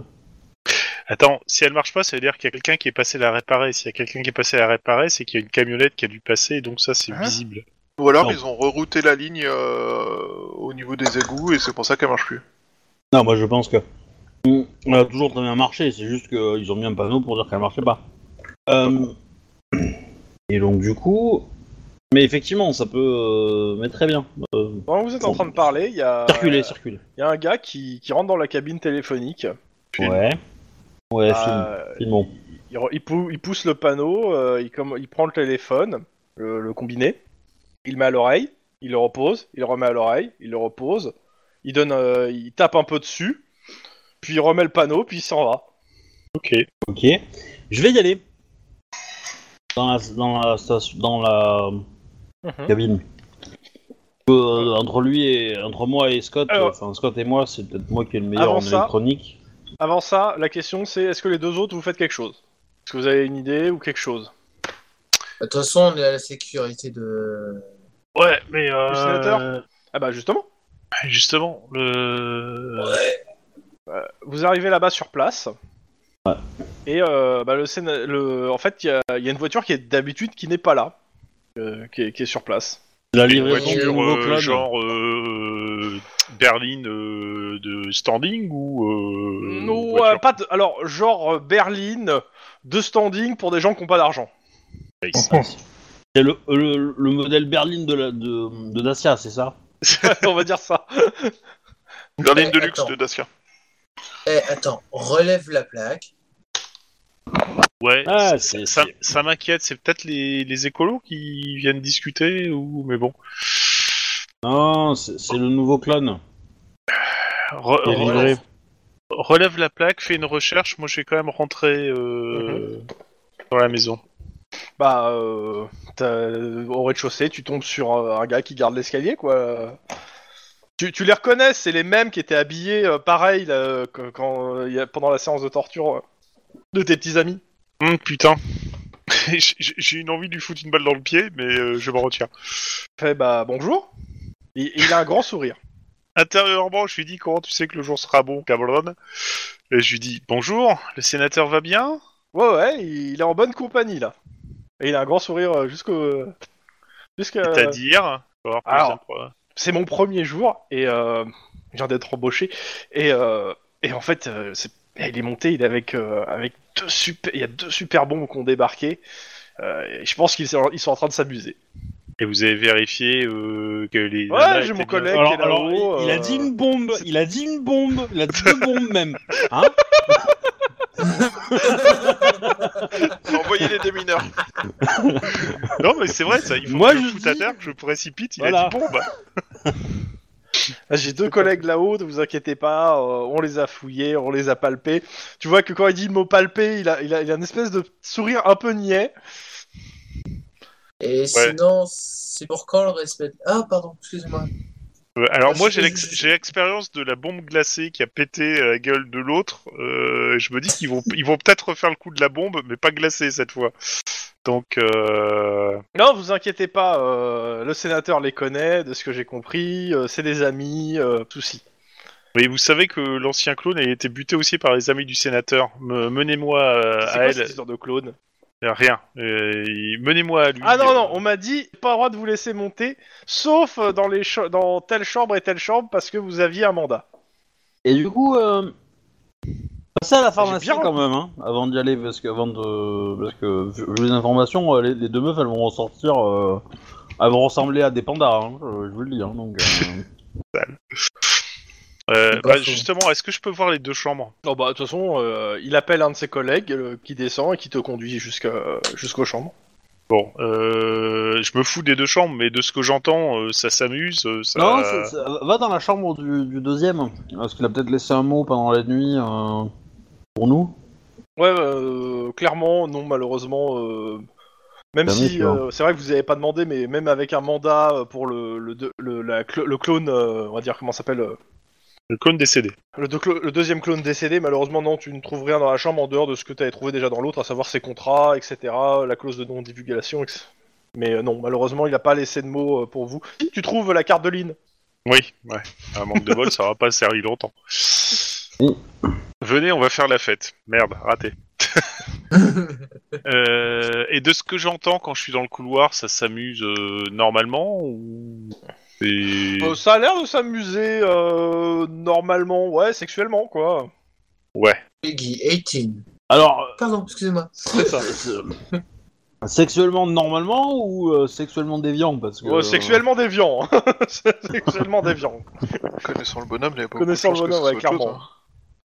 Speaker 3: Attends, si elle marche pas, ça veut dire qu'il y a quelqu'un qui est passé la réparer. S'il y a quelqu'un qui est passé la réparer, c'est qu'il y a une camionnette qui a dû passer, donc ça c'est
Speaker 2: Hein
Speaker 3: visible.
Speaker 5: Ou alors
Speaker 1: Non.
Speaker 5: ils ont rerouté la ligne euh, au niveau des égouts et c'est pour ça qu'elle marche plus.
Speaker 1: Non, moi je pense que on on a toujours très bien marché, c'est juste qu'ils ont mis un panneau pour dire qu'elle marchait pas. Euh, Et donc du coup... Mais effectivement, ça peut... euh, Mais très bien. Euh,
Speaker 2: Pendant que vous êtes en train de parler, il y a.
Speaker 1: Circuler, circuler.
Speaker 2: Il y a un gars qui, qui rentre dans la cabine téléphonique.
Speaker 5: Film.
Speaker 1: Ouais. Ouais, film.
Speaker 2: Euh,
Speaker 1: Eh, Film, bon.
Speaker 2: il, re- il pou- il pousse le panneau, euh, il, comm- il prend le téléphone, le, le combiné, il le met à l'oreille, il le repose, il le remet à l'oreille, il le repose, il donne, euh, il tape un peu dessus, puis il remet le panneau, puis il s'en va.
Speaker 3: Ok.
Speaker 1: Ok. Je vais y aller. Dans la... Dans la... station- Dans la... cabine. Euh, entre lui et entre moi et Scott,
Speaker 2: Alors-
Speaker 1: euh, enfin Scott et moi, c'est peut-être moi qui est le meilleur
Speaker 2: Avant
Speaker 1: en
Speaker 2: ça-
Speaker 1: électronique.
Speaker 2: Avant ça, la question c'est est-ce que les deux autres vous faites quelque chose Est-ce que vous avez une idée ou quelque chose
Speaker 4: De toute façon, on est à la sécurité de.
Speaker 3: Ouais, mais euh...
Speaker 2: Le sénateur Ah bah justement,
Speaker 3: Justement, le.
Speaker 2: vous arrivez là-bas sur place. Et euh, bah, le, séna- le- en fait, il y a- il y, a une voiture qui est d'habitude qui n'est pas là, euh, qui, est, qui est sur place.
Speaker 1: La
Speaker 3: Une
Speaker 1: livraison du
Speaker 3: voiture
Speaker 1: nouveau
Speaker 3: euh,
Speaker 1: clone.
Speaker 3: genre euh, berline euh, de standing ou euh,
Speaker 2: non,
Speaker 3: voiture
Speaker 2: euh, pas de- alors genre euh, berline de standing pour des gens qui n'ont pas d'argent.
Speaker 1: ah,
Speaker 3: space
Speaker 1: C'est le, le, le modèle berline de, la, de, de Dacia, c'est ça
Speaker 2: On va dire ça.
Speaker 5: La ligne de luxe
Speaker 4: attends.
Speaker 5: de Dacia.
Speaker 4: Eh, attends, relève la plaque.
Speaker 3: Ouais,
Speaker 1: Ah,
Speaker 3: c-
Speaker 1: c'est-
Speaker 3: ça,
Speaker 1: c'est-
Speaker 3: ça m'inquiète. C'est peut-être les, les écolos qui viennent discuter ou mais bon.
Speaker 1: Non, c'est c'est le nouveau clone.
Speaker 3: Re-
Speaker 1: Il est
Speaker 3: re-
Speaker 1: livré.
Speaker 3: relève la plaque, fais une recherche. Moi, je vais quand même rentrer euh,
Speaker 1: Mhm.
Speaker 3: dans la maison.
Speaker 2: Bah, euh, t'as- au rez-de-chaussée, tu tombes sur euh, un, un gars qui garde l'escalier, quoi. Tu, tu les reconnais, c'est les mêmes qui étaient habillés euh, pareil là, que- quand, euh, il y a- pendant la séance de torture euh, de tes petits amis.
Speaker 3: Hum, putain. J'ai- J'ai une envie de lui foutre une balle dans le pied, mais euh, je m'en retiens.
Speaker 2: Fait bah bonjour. Et, et il a un grand sourire.
Speaker 3: Intérieurement, je lui dis comment tu sais que le jour sera bon, cabron. Et je lui dis bonjour, le sénateur va bien
Speaker 2: Ouais ouais, il, il est en bonne compagnie là. Et il a un grand sourire euh, jusqu'au jusqu'à.
Speaker 3: C'est-à-dire Alors,
Speaker 2: alors, c'est mon premier jour et euh, je viens d'être embauché et, euh, et en fait euh, c'est- il est monté il est avec euh, avec deux super il y a deux super bombes qui ont débarqué euh, et je pense qu'ils sont, ils sont en train de s'amuser
Speaker 3: Et vous avez vérifié euh, que les.
Speaker 2: Ouais,
Speaker 3: nanas
Speaker 2: j'ai
Speaker 3: étaient
Speaker 2: mon
Speaker 3: bien-
Speaker 2: collègue.
Speaker 1: Alors,
Speaker 2: quel
Speaker 1: alors,
Speaker 2: haut,
Speaker 1: il, il a
Speaker 2: euh,
Speaker 1: dit une bombe, il a dit une bombe, il a dit deux bombes même. Hein
Speaker 5: Envoyez les démineurs.
Speaker 3: Non, mais c'est vrai, ça. Il faut
Speaker 1: Moi,
Speaker 3: que je
Speaker 1: je
Speaker 3: le foute
Speaker 1: dis-
Speaker 3: à terre, que je précipite. Il
Speaker 1: Voilà.
Speaker 3: a dit bon, bah.
Speaker 2: Ah, j'ai deux collègues là-haut ne vous inquiétez pas euh, on les a fouillés on les a palpés tu vois que quand il dit le mot palpé il a il a, il a une espèce de sourire un peu niais
Speaker 4: Et sinon, c'est pour quand le respect Ah, pardon, excuse-moi.
Speaker 3: Euh, alors,
Speaker 4: Parce
Speaker 3: moi,
Speaker 4: que
Speaker 3: j'ai l'ex-
Speaker 4: je-
Speaker 3: j'ai l'expérience de la bombe glacée qui a pété à la gueule de l'autre. euh, et je me dis qu'ils vont, ils vont peut-être refaire le coup de la bombe, mais pas glacée cette fois. Donc, euh,
Speaker 2: non vous inquiétez pas euh, le sénateur les connaît de ce que j'ai compris euh, c'est des amis euh, tout si
Speaker 3: mais vous savez que l'ancien clone a été buté aussi par les amis du sénateur. Me- Menez-moi euh,
Speaker 2: c'est
Speaker 3: à
Speaker 2: quoi
Speaker 3: elle.
Speaker 2: cette histoire de clone
Speaker 3: Euh, Rien. Euh, il- Menez-moi à lui. euh,
Speaker 2: Ah non, non, on m'a dit pas le droit de vous laisser monter, sauf euh, dans, les cha- dans telle chambre et telle chambre parce que vous aviez un mandat.
Speaker 1: Et du coup, euh... passez à la pharmacie
Speaker 2: bien
Speaker 1: quand même, hein, avant d'y aller, parce que, avant de... parce que vu vu les informations, euh, les, les deux meufs, elles vont ressortir, euh, elles vont ressembler à des pandas, hein, je, je vous le dis. Hein, donc, euh,
Speaker 3: Euh,
Speaker 4: Pas
Speaker 3: bah,
Speaker 4: faux.
Speaker 3: justement, est-ce que je peux voir les deux chambres
Speaker 2: Non, bah de toute façon, euh, il appelle un de ses collègues euh, qui descend et qui te conduit jusqu'à, jusqu'aux chambres.
Speaker 3: Bon, euh, je me fous des deux chambres, mais de ce que j'entends, euh, ça s'amuse. euh, ça...
Speaker 1: Non, ça- ça- va dans la chambre du, du deuxième, parce qu'il a peut-être laissé un mot pendant la nuit euh, pour nous.
Speaker 2: Ouais, euh, clairement, non, malheureusement. euh, même
Speaker 1: Bah oui,
Speaker 2: si
Speaker 1: tu vois.
Speaker 2: euh, c'est vrai que vous avez pas demandé, mais même avec un mandat euh, pour le, le, deux- le, la clo- le clone, euh, on va dire comment ça s'appelle, euh,
Speaker 3: Le clone décédé.
Speaker 2: Le, deux clo- le deuxième clone décédé, malheureusement, non, tu ne trouves rien dans la chambre en dehors de ce que tu avais trouvé déjà dans l'autre, à savoir ses contrats, etc., la clause de non-divulgation, etc. Mais euh, non, malheureusement, il n'a pas laissé de mots euh, pour vous. Si, Tu trouves la carte de Lynn.
Speaker 3: Oui, ouais. Un manque de bol, ça aura pas servi longtemps.
Speaker 1: Oui.
Speaker 3: Venez, on va faire la fête. Merde, raté. Euh, et de ce que j'entends quand je suis dans le couloir, ça s'amuse euh, normalement ou c'est-
Speaker 2: Euh, ça a l'air de s'amuser euh, normalement, ouais, sexuellement, quoi.
Speaker 3: Ouais.
Speaker 4: Peggy, 18.
Speaker 1: Alors,
Speaker 4: Pardon, excusez-moi.
Speaker 1: euh, sexuellement normalement ou euh, sexuellement déviant parce que,
Speaker 2: Ouais, Sexuellement déviant. hein. sexuellement déviant.
Speaker 5: Connaissant le bonhomme, il y a pas
Speaker 2: Connaissant
Speaker 5: beaucoup de
Speaker 2: le
Speaker 5: chances
Speaker 2: bonhomme,
Speaker 5: que ce soit
Speaker 2: ouais,
Speaker 5: autre chose, hein.
Speaker 2: clairement.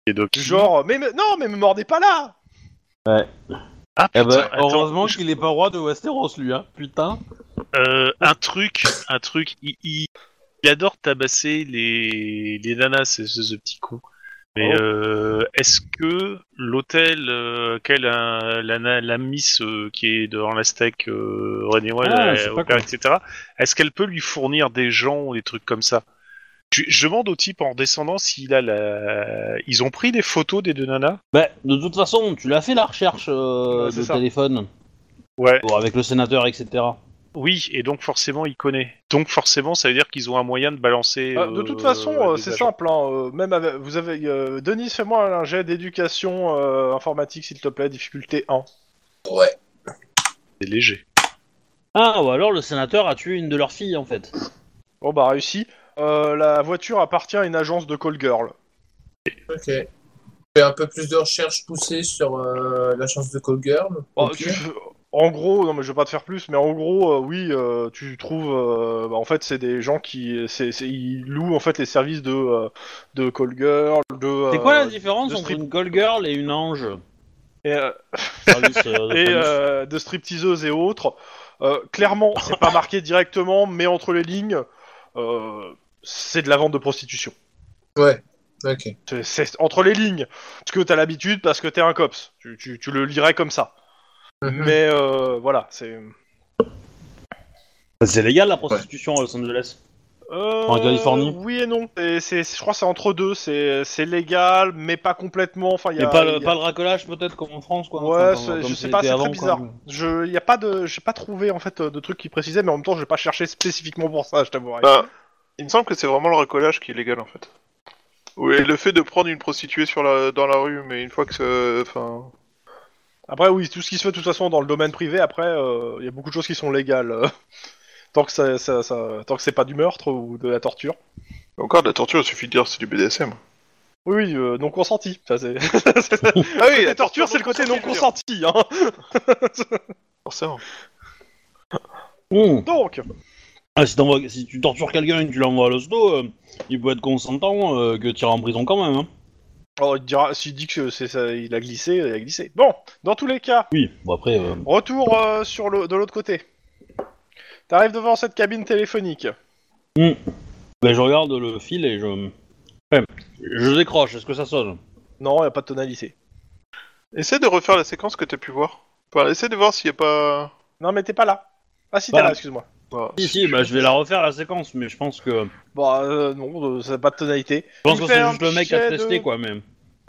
Speaker 3: Et donc,
Speaker 2: Du genre, mais, mais- non, mais me mordez pas là
Speaker 3: Ah,
Speaker 1: Eh ben,
Speaker 3: putain, attends,
Speaker 1: heureusement
Speaker 3: je-
Speaker 1: qu'il est pas roi de Westeros lui, hein, putain.
Speaker 3: Euh, un truc, un truc. Il, il- il adore tabasser les, les nanas, ce, ce- ce petit con. Mais euh, est-ce que l'hôtel euh, qu'elle a- la, na- la miss euh, qui est dans la stack euh, Renewell,
Speaker 1: Ah,
Speaker 3: euh,
Speaker 1: c'est pas
Speaker 3: au père, etc. Est-ce qu'elle peut lui fournir des gens ou des trucs comme ça je, je demande au type en descendant s'il a la. Ils ont pris des photos des deux nanas.
Speaker 1: Bah, de toute façon, tu l'as fait la recherche euh,
Speaker 2: Ouais, c'est
Speaker 1: de
Speaker 2: ça.
Speaker 1: téléphone
Speaker 3: Ouais.
Speaker 1: bon, avec le sénateur, etc.
Speaker 3: Oui, et donc forcément il connaît. Donc forcément, ça veut dire qu'ils ont un moyen de balancer.
Speaker 2: Euh, De
Speaker 3: euh,
Speaker 2: toute façon, euh,
Speaker 3: des
Speaker 2: c'est
Speaker 3: agents.
Speaker 2: simple. hein, euh, même avec- vous avez. euh, Denis, fais-moi un jet d'éducation euh, informatique, s'il te plaît, difficulté 1.
Speaker 4: Ouais.
Speaker 3: C'est léger.
Speaker 1: Ah, ou alors le sénateur a tué une de leurs filles en fait.
Speaker 2: Bon bah réussi. Euh, la voiture appartient à une agence de call girl.
Speaker 4: Ok. Fais un peu plus de recherche poussée sur euh, la chance de Cogirl.
Speaker 2: Oh, tu- En gros, non mais je vais pas te faire plus, mais en gros, euh, oui, euh, tu trouves. euh, bah, en fait, c'est des gens qui, c'est, c'est- ils louent en fait les services de euh, de call girl, de.
Speaker 1: C'est
Speaker 2: euh,
Speaker 1: quoi la différence
Speaker 2: le
Speaker 1: entre
Speaker 2: strip-
Speaker 1: une call girl et une ange
Speaker 2: et, euh,
Speaker 1: Service, euh, de
Speaker 2: et
Speaker 1: police.
Speaker 2: euh, de stripteaseuses et autres. Euh, clairement, c'est pas marqué directement, mais entre les lignes, euh, c'est de la vente de prostitution.
Speaker 4: Ouais. Ok.
Speaker 2: C'est- C'est entre les lignes. Parce que t'as l'habitude, parce que t'es un cops. Tu, tu- tu le lirais comme ça.
Speaker 1: Mhm.
Speaker 4: Mhm.
Speaker 2: Mais euh, voilà, c'est.
Speaker 1: C'est légal la prostitution à Los Angeles.
Speaker 2: Euh,
Speaker 1: En Californie
Speaker 2: Oui et non. Et c'est- je crois que c'est entre deux. C'est c'est légal, mais pas complètement. Enfin, il y
Speaker 1: Et
Speaker 2: a.
Speaker 1: pas
Speaker 2: il y a-
Speaker 1: le, pas le racolage peut-être comme en France quoi.
Speaker 2: Ouais,
Speaker 1: Enfin, comme-
Speaker 2: c'est-
Speaker 1: comme
Speaker 2: je sais
Speaker 1: c'était
Speaker 2: pas, c'est très
Speaker 1: avant, quoi.
Speaker 2: bizarre. Je, y a pas de, j'ai pas trouvé en fait de truc qui précisait, mais en même temps, j'ai pas cherché spécifiquement pour ça, je t'avouerai.
Speaker 5: Bah, il me semble que c'est vraiment le racolage qui est légal en fait. Oui, le fait de prendre une prostituée sur la... dans la rue, mais une fois que. ce- Enfin.
Speaker 2: Après, oui, tout ce qui se fait de toute façon dans le domaine privé, après, euh, il y a beaucoup de choses qui sont légales. euh, tant que ça, ça- ça- tant que c'est pas du meurtre ou de la torture.
Speaker 5: Encore de la torture, il suffit de dire que c'est du BDSM.
Speaker 2: Oui, oui, euh, non consenti. Ça, c'est...
Speaker 5: Ah oui,
Speaker 2: la torture, c'est le côté non consenti. Hein.
Speaker 5: Forcément.
Speaker 1: Mmh.
Speaker 2: Donc,
Speaker 1: Ah, si, t'envoies- si tu tortures quelqu'un et que tu l'envoies à l'hosto, euh, il peut être consentant euh, que tu iras en prison quand même. Hein.
Speaker 2: alors, il dira, s'il dit que c'est ça, il a glissé, il a glissé. Bon, dans tous les cas,
Speaker 1: Oui, bon après. euh,
Speaker 2: retour euh, sur le, de l'autre côté. T'arrives devant cette cabine téléphonique.
Speaker 1: ben, je regarde le fil et je. Ouais, je décroche, est-ce que ça sonne
Speaker 2: Non, y a pas de tonalité.
Speaker 5: Essaie de refaire la séquence que t'as pu voir. Enfin, essaie de voir s'il n'y a pas.
Speaker 2: Non, mais t'es pas là. Ah si, t'es
Speaker 1: Voilà.
Speaker 2: là, excuse-moi.
Speaker 5: Bah,
Speaker 1: Si, si, bah, je vais la refaire la séquence, mais je pense que.
Speaker 2: Bon, euh, non, euh, ça a pas de tonalité.
Speaker 1: Je pense
Speaker 2: Il
Speaker 1: que
Speaker 2: fait
Speaker 1: c'est
Speaker 2: un
Speaker 1: juste le mec
Speaker 2: petit
Speaker 1: à
Speaker 2: jet de-
Speaker 1: tester quoi, mais.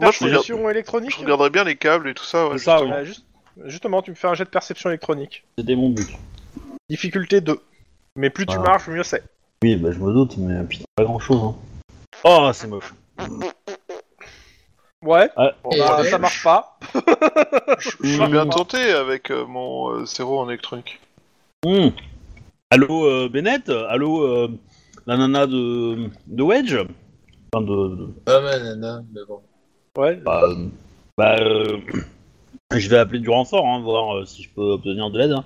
Speaker 5: Moi, je
Speaker 2: Perception électronique
Speaker 5: Je regarderais bien les câbles et tout ça. ouais.
Speaker 1: C'est ça, oui.
Speaker 2: Ouais, juste- Justement, tu me fais un jet de perception électronique.
Speaker 1: C'était mon but.
Speaker 2: Difficulté 2. Mais plus tu
Speaker 1: Ah.
Speaker 2: marches, mieux c'est.
Speaker 1: Oui, bah, je me doute, mais putain, pas grand chose. Hein. Oh, c'est moche.
Speaker 2: Ouais,
Speaker 5: Bon,
Speaker 4: Et
Speaker 2: bah,
Speaker 5: bah,
Speaker 4: ouais.
Speaker 2: ça marche pas.
Speaker 5: je, je
Speaker 1: Mmh.
Speaker 5: suis bien tenté avec euh, mon euh, zéro en électronique.
Speaker 1: Hmm. Allô euh, Bennett Allô euh, la nana de, de Wedge Enfin, de, de-
Speaker 4: Pas mal, nana, mais bon.
Speaker 2: Ouais.
Speaker 1: bah, euh, bah, euh, je vais appeler du renfort, hein, voir euh, si je peux obtenir de l'aide. hein.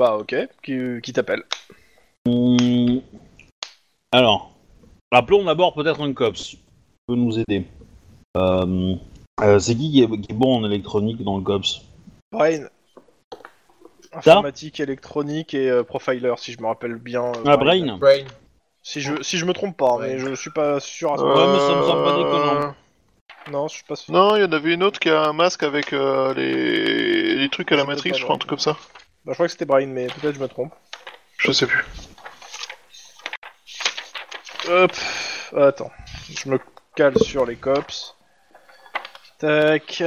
Speaker 2: Bah ok, qui, qui t'appelle
Speaker 1: Hmm. Alors, appelons d'abord peut-être un COPS. qui peut nous aider. Euh, euh, c'est qui qui est, qui est bon en électronique dans le COPS
Speaker 2: Brain. Informatique, électronique et euh, profiler, si je me rappelle bien. euh,
Speaker 1: Ah, Brain
Speaker 4: Brain.
Speaker 2: Si je, si je me trompe pas, mais
Speaker 4: Ouais.
Speaker 2: je suis pas sûr à ce
Speaker 1: Ouais,
Speaker 2: point.
Speaker 1: Ah, mais ça me semble pas déconnant.
Speaker 2: Non, je suis pas sûr.
Speaker 5: Euh, Non, il y en avait une autre qui a un masque avec euh, les... les trucs à la
Speaker 2: Ça peut
Speaker 5: Matrix,
Speaker 2: pas,
Speaker 5: je crois,
Speaker 2: ouais.
Speaker 5: un truc comme ça.
Speaker 2: Bah, je crois que c'était Brain, mais peut-être je me trompe.
Speaker 5: Je sais plus.
Speaker 2: Hop. Attends, je me cale sur les cops. Tac.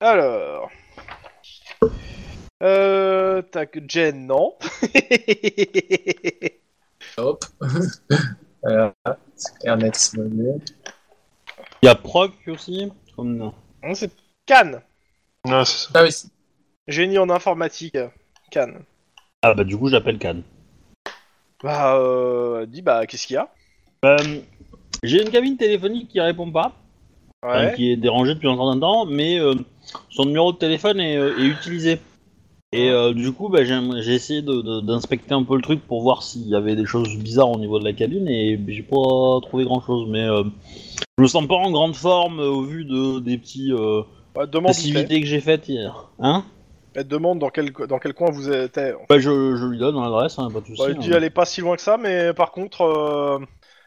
Speaker 2: Alors. Euh, tac, Jen, non.
Speaker 4: Hop. voilà. C'est clair, net, c'est mon nom.
Speaker 1: Il y a Proc aussi comme... euh,
Speaker 2: Hein, C'est Cannes,
Speaker 5: Ouais, c'est ça.
Speaker 4: Ah oui. c'est-
Speaker 2: génie en informatique. Cannes.
Speaker 1: Ah bah du coup j'appelle Cannes.
Speaker 2: Bah, euh, dis, bah, qu'est-ce qu'il y a
Speaker 1: Euh, J'ai une cabine téléphonique qui répond pas. Enfin,
Speaker 2: Ouais.
Speaker 1: qui est dérangé depuis un certain temps, mais euh, son numéro de téléphone est, euh, est utilisé. Et euh, du coup, bah, j'ai j'ai essayé de- de- d'inspecter un peu le truc pour voir s'il y avait des choses bizarres au niveau de la cabine et j'ai pas trouvé grand chose. Mais euh, je me sens pas en grande forme euh, au vu de, des petits euh,
Speaker 2: Bah, demande, où t'es.
Speaker 1: activités que j'ai faites hier. Hein
Speaker 2: Elle te demande dans quel, dans quel coin vous étiez.
Speaker 1: bah, je, je lui donne l'adresse, hein, pas de soucis.
Speaker 2: Bah, elle dit, elle est pas si loin que ça, mais par contre, euh,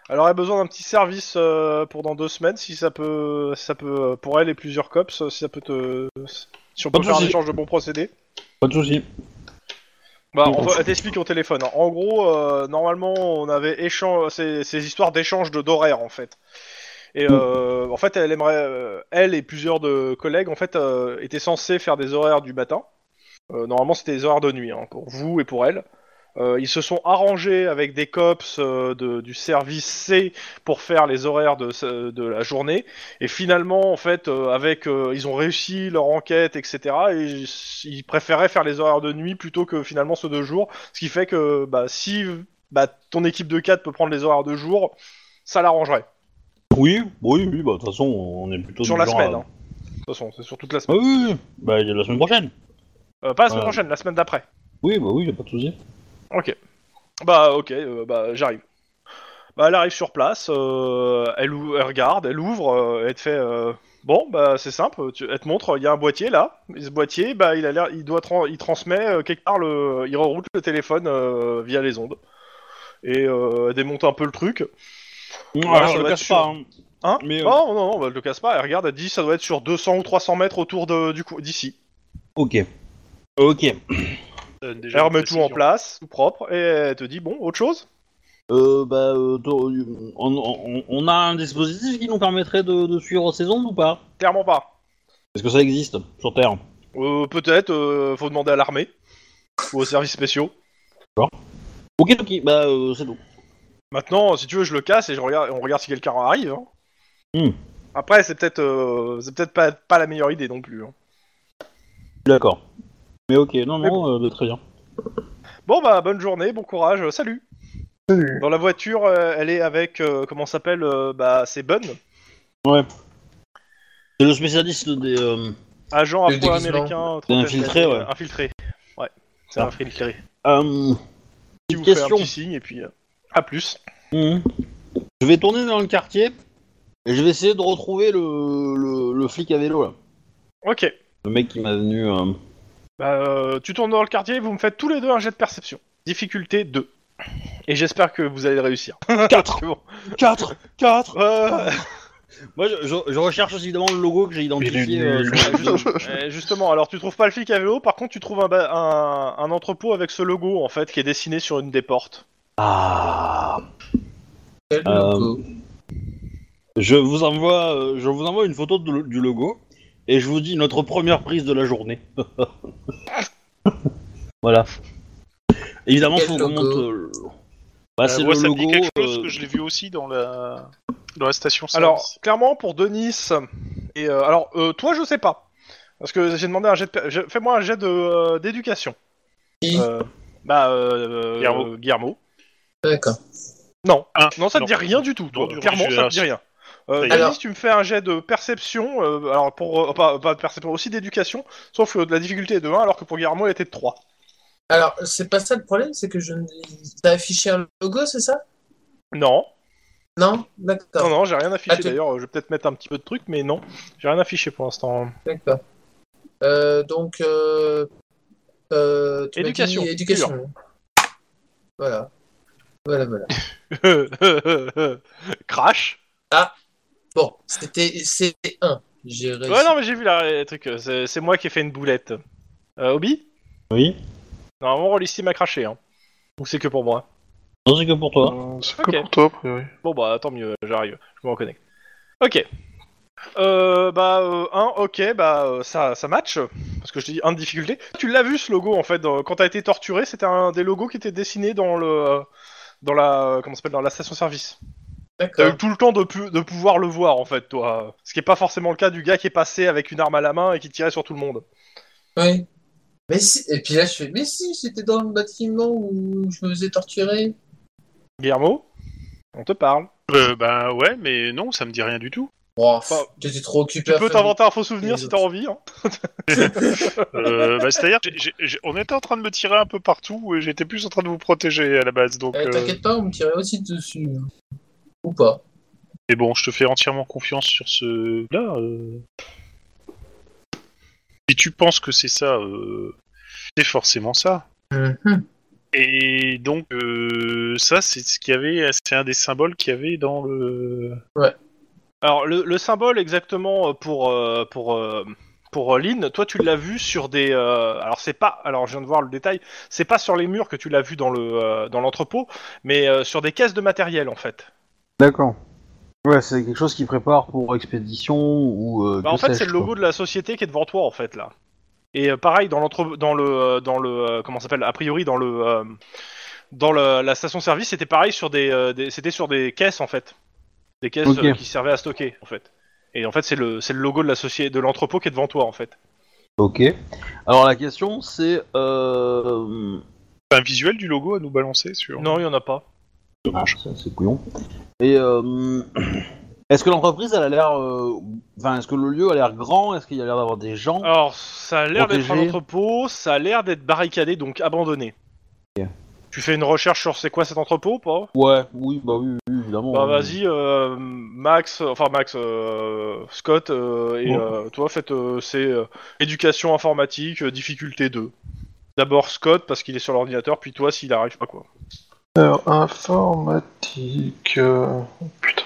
Speaker 2: elle aurait besoin d'un petit service euh, pour dans deux semaines, si ça peut, si ça peut, euh, pour elle et plusieurs cops, euh, si ça peut te, si on
Speaker 1: Pas
Speaker 2: peut
Speaker 1: de
Speaker 2: faire un
Speaker 1: souci.
Speaker 2: échange de bons procédés.
Speaker 1: Pas de soucis.
Speaker 2: Bah,
Speaker 1: Bon,
Speaker 2: on va-
Speaker 1: bon.
Speaker 2: elle t'explique au téléphone. hein. En gros, euh, normalement, on avait échange, ces, ces histoires d'échange de d'horaires en fait. Et euh, en fait, elle aimerait, euh, elle et plusieurs de collègues en fait euh, étaient censés faire des horaires du matin. Euh, normalement, c'était des horaires de nuit hein, pour vous et pour elle. Euh, ils se sont arrangés avec des cops euh, de- du service C pour faire les horaires de, ce- de la journée. Et finalement, en fait, euh, avec euh, ils ont réussi leur enquête, etc. Et ils- ils préféraient faire les horaires de nuit plutôt que finalement ceux de jour. Ce qui fait que bah, si bah, ton équipe de 4 peut prendre les horaires de jour, ça l'arrangerait.
Speaker 1: Oui, oui, oui, bah, de toute façon, on est plutôt
Speaker 2: Sur
Speaker 1: du
Speaker 2: la
Speaker 1: genre
Speaker 2: semaine.
Speaker 1: à-
Speaker 2: hein. De toute façon, c'est sur toute la
Speaker 1: Ah
Speaker 2: semaine.
Speaker 1: oui, oui, oui. Bah, la semaine prochaine.
Speaker 2: Euh, pas la semaine
Speaker 1: Ouais.
Speaker 2: prochaine, la semaine d'après.
Speaker 1: Oui, bah oui, y a pas de soucis.
Speaker 2: Bah ok, euh, bah j'arrive. Bah elle arrive sur place, euh, elle, ou- elle regarde, elle ouvre, euh, elle te fait euh, bon bah c'est simple, tu- elle te montre, il y a un boîtier là, et ce boîtier bah il a l'air, il doit tran- il transmet euh, quelque part le, il reroute le téléphone euh, via les ondes et euh, elle démonte un peu le truc. Voilà,
Speaker 1: je
Speaker 2: ça
Speaker 1: le
Speaker 2: doit
Speaker 1: cache
Speaker 2: être
Speaker 1: pas. hein.
Speaker 2: Hein
Speaker 1: Mais, euh,
Speaker 2: Non, non, non, bah, elle le casse pas. Elle regarde, elle dit ça doit être sur 200 ou 300 mètres autour de- du cou- d'ici.
Speaker 1: Ok. Ok.
Speaker 3: Donne déjà
Speaker 2: Elle
Speaker 3: une
Speaker 2: remet tout en
Speaker 3: précision.
Speaker 2: place, tout propre, et elle te dit bon, autre chose
Speaker 1: Euh, bah, euh, t'au- on, on- on a un dispositif qui nous permettrait de, de suivre ces ondes ou pas
Speaker 2: Clairement pas.
Speaker 1: Est-ce que ça existe sur Terre
Speaker 2: Euh, Peut-être, euh, faut demander à l'armée ou aux services spéciaux.
Speaker 1: Ok, ok, bah euh, c'est tout.
Speaker 2: Maintenant, si tu veux, je le casse et je regarde, on regarde si quelqu'un arrive. hein.
Speaker 1: Hmm.
Speaker 2: Après, c'est peut-être euh, c'est peut-être pas, pas la meilleure idée non plus. hein.
Speaker 1: D'accord. Mais ok, non,
Speaker 2: Mais
Speaker 1: non, euh, très bien.
Speaker 2: Bon, bah, bonne journée, bon courage, euh, salut Dans la voiture, euh, elle est avec, euh, comment ça s'appelle euh, Bah, c'est Bun,
Speaker 1: C'est le spécialiste des. euh,
Speaker 2: agent
Speaker 4: Le déguisement.
Speaker 2: afro-américain. trentaine
Speaker 1: infiltré,
Speaker 2: d'années,
Speaker 1: ouais.
Speaker 2: euh, Infiltré, ouais. C'est
Speaker 1: Ah.
Speaker 2: un infiltré.
Speaker 1: euh,
Speaker 2: Qui
Speaker 1: petite
Speaker 2: vous fait un
Speaker 1: question.
Speaker 2: petit signe, et puis, euh, à plus.
Speaker 1: Mhm. Je vais tourner dans le quartier et je vais essayer de retrouver le, le, le flic à vélo là.
Speaker 2: Ok,
Speaker 1: Le mec qui m'a venu. euh,
Speaker 2: bah, euh, tu tournes dans le quartier, vous me faites tous les deux un jet de perception. Difficulté 2. Et j'espère que vous allez le réussir. Euh,
Speaker 1: 4
Speaker 2: C'est bon.
Speaker 1: 4 4
Speaker 2: Ouais.
Speaker 1: Moi je, je- je recherche aussi évidemment le logo que j'ai identifié.
Speaker 3: Il est
Speaker 1: euh,
Speaker 3: nul.
Speaker 1: sur la-
Speaker 2: Euh, justement, alors tu trouves pas le flic à vélo, par contre tu trouves un, ba- un, un entrepôt avec ce logo en fait qui est dessiné sur une des portes.
Speaker 1: ah
Speaker 4: Quel
Speaker 1: Euh,
Speaker 4: logo.
Speaker 1: Je vous envoie, euh, je vous envoie une photo de- du logo et je vous dis notre première prise de la journée. voilà. Évidemment,
Speaker 4: Quel
Speaker 1: faut qu'on
Speaker 4: logo
Speaker 1: monte. euh, bah, c'est
Speaker 3: Euh, moi,
Speaker 1: le
Speaker 3: ça me
Speaker 1: logo.
Speaker 3: dit quelque chose
Speaker 1: euh,
Speaker 3: que je l'ai vu aussi dans la, dans la station.
Speaker 2: Alors clairement pour Denis et euh, alors euh, toi je sais pas parce que j'ai demandé un jet de per- je- fais-moi un jet de euh, d'éducation.
Speaker 4: Qui
Speaker 2: Euh, bah euh,
Speaker 3: Guillermo.
Speaker 2: euh, Guillermo.
Speaker 4: D'accord.
Speaker 2: Non,
Speaker 3: Ah,
Speaker 2: non ça te
Speaker 3: non.
Speaker 2: dit rien du tout. toi.
Speaker 3: du
Speaker 2: Clairement
Speaker 3: rejet,
Speaker 2: ça
Speaker 3: là,
Speaker 2: te dit rien. Euh,
Speaker 3: Ça y
Speaker 4: est.
Speaker 2: Denis, tu me fais un jet de perception, euh, alors pour euh, pas, pas de perception, aussi d'éducation, sauf que de la difficulté est de 1 alors que pour Guillermo elle était de 3.
Speaker 4: Alors, c'est pas ça le problème, c'est que je ne. T'as affiché un logo, c'est ça
Speaker 2: Non.
Speaker 4: Non
Speaker 2: Non,
Speaker 4: D'accord.
Speaker 2: non, j'ai rien affiché
Speaker 4: Ah, tu-
Speaker 2: d'ailleurs. Je vais peut-être mettre un petit peu de trucs, mais non, j'ai rien affiché pour l'instant.
Speaker 4: D'accord. Euh, donc. Euh, euh, tu m'as
Speaker 2: Éducation,
Speaker 4: dit éducation. Voilà. Voilà, voilà.
Speaker 2: Crash
Speaker 4: Bon, c'était c'est 1. J'ai réussi.
Speaker 2: Ouais, non, mais j'ai vu là les trucs. euh, C'est c'est moi qui ai fait une boulette. Euh, Obi
Speaker 1: Oui.
Speaker 2: Normalement, Rollisty m'a craché. Hein. Donc c'est que pour moi.
Speaker 1: Non, c'est que pour toi.
Speaker 5: Euh, C'est
Speaker 2: Ah. Ok.
Speaker 5: que pour toi, a priori.
Speaker 2: Bon, bah tant mieux, j'arrive. Je me reconnecte. Ok. Euh, bah, 1, ok, bah euh, ça, ça match. Parce que je te dis 1 de difficulté. Tu l'as vu ce logo en fait. dans- quand t'as été torturé, c'était un des logos qui était dessiné dans le. euh, Dans la, euh, comment ça s'appelle, dans la station service. T'as
Speaker 4: D'accord.
Speaker 2: eu tout le temps de, pu- de pouvoir le voir en fait, toi. Ce qui est pas forcément le cas du gars qui est passé avec une arme à la main et qui tirait sur tout le monde.
Speaker 4: Oui. Mais si... Et puis là, je fais. Mais si, j'étais dans le bâtiment où je me faisais torturer.
Speaker 2: Guillermo, on te parle.
Speaker 3: Euh, bah ouais, mais non, ça me dit rien du tout.
Speaker 4: Oh, pff,
Speaker 2: Bah,
Speaker 4: j'étais trop occupé
Speaker 2: Tu
Speaker 4: à
Speaker 2: peux
Speaker 4: faire-
Speaker 2: t'inventer un faux souvenir si t'as envie. Hein.
Speaker 3: Euh, bah, C'est-à-dire, j'ai- j'ai- j'ai- on était en train de me tirer un peu partout et j'étais plus en train de vous protéger à la base. Donc,
Speaker 4: Eh,
Speaker 3: euh,
Speaker 4: T'inquiète pas, on me tirait aussi dessus. hein. Ou pas.
Speaker 3: Mais bon, je te fais entièrement confiance sur ce là. euh. Si tu penses que c'est ça, euh, c'est forcément ça.
Speaker 4: Mhm.
Speaker 3: Et donc, euh, ça, c'est ce qu'il y avait, c'est un des symboles qu'il y avait dans le.
Speaker 2: Alors le, le symbole exactement euh, pour euh, pour euh, pour euh, Lynn, toi tu l'as vu sur des. euh, alors c'est pas. Alors je viens de voir le détail. C'est pas sur les murs que tu l'as vu dans le euh, dans l'entrepôt, mais euh, sur des caisses de matériel en fait.
Speaker 1: D'accord. Ouais, c'est quelque chose qui prépare pour expédition ou. euh,
Speaker 2: Bah, en fait, c'est le logo de la société qui est devant toi, en fait, là. Et euh, pareil, dans, l'entre- dans le. euh, Dans le euh, comment ça s'appelle A priori, dans le. euh, dans le- la station-service, c'était pareil, sur des, euh, des- c'était sur des caisses, en fait. Des caisses
Speaker 1: Ok.
Speaker 2: euh, qui servaient à stocker, en fait. Et en fait, c'est le, c'est le logo de, la société, de l'entrepôt qui est devant toi, en fait.
Speaker 1: Ok. Alors la question c'est. Euh...
Speaker 3: Un visuel du logo à nous balancer sur.
Speaker 2: Non, il y en a pas.
Speaker 1: ça, c'est couillon. Et euh, est-ce que l'entreprise elle a l'air, euh, enfin est-ce que le lieu a l'air grand, est-ce qu'il y a l'air d'avoir des gens
Speaker 2: Alors, ça a l'air d'être un
Speaker 1: Protégé.
Speaker 2: entrepôt, ça a l'air d'être barricadé, donc abandonné.
Speaker 1: Ok.
Speaker 2: Tu fais une recherche sur c'est quoi cet entrepôt ou pas
Speaker 1: Ouais, oui, bah oui, oui, évidemment.
Speaker 2: Bah
Speaker 1: Euh,
Speaker 2: vas-y, euh, Max, enfin Max, euh, Scott euh, et
Speaker 1: Ouais.
Speaker 2: euh, toi, faites euh, c'est euh, éducation informatique, euh, difficulté 2. D'abord Scott parce qu'il est sur l'ordinateur, puis toi s'il arrive pas quoi.
Speaker 5: Alors, informatique. euh, Putain.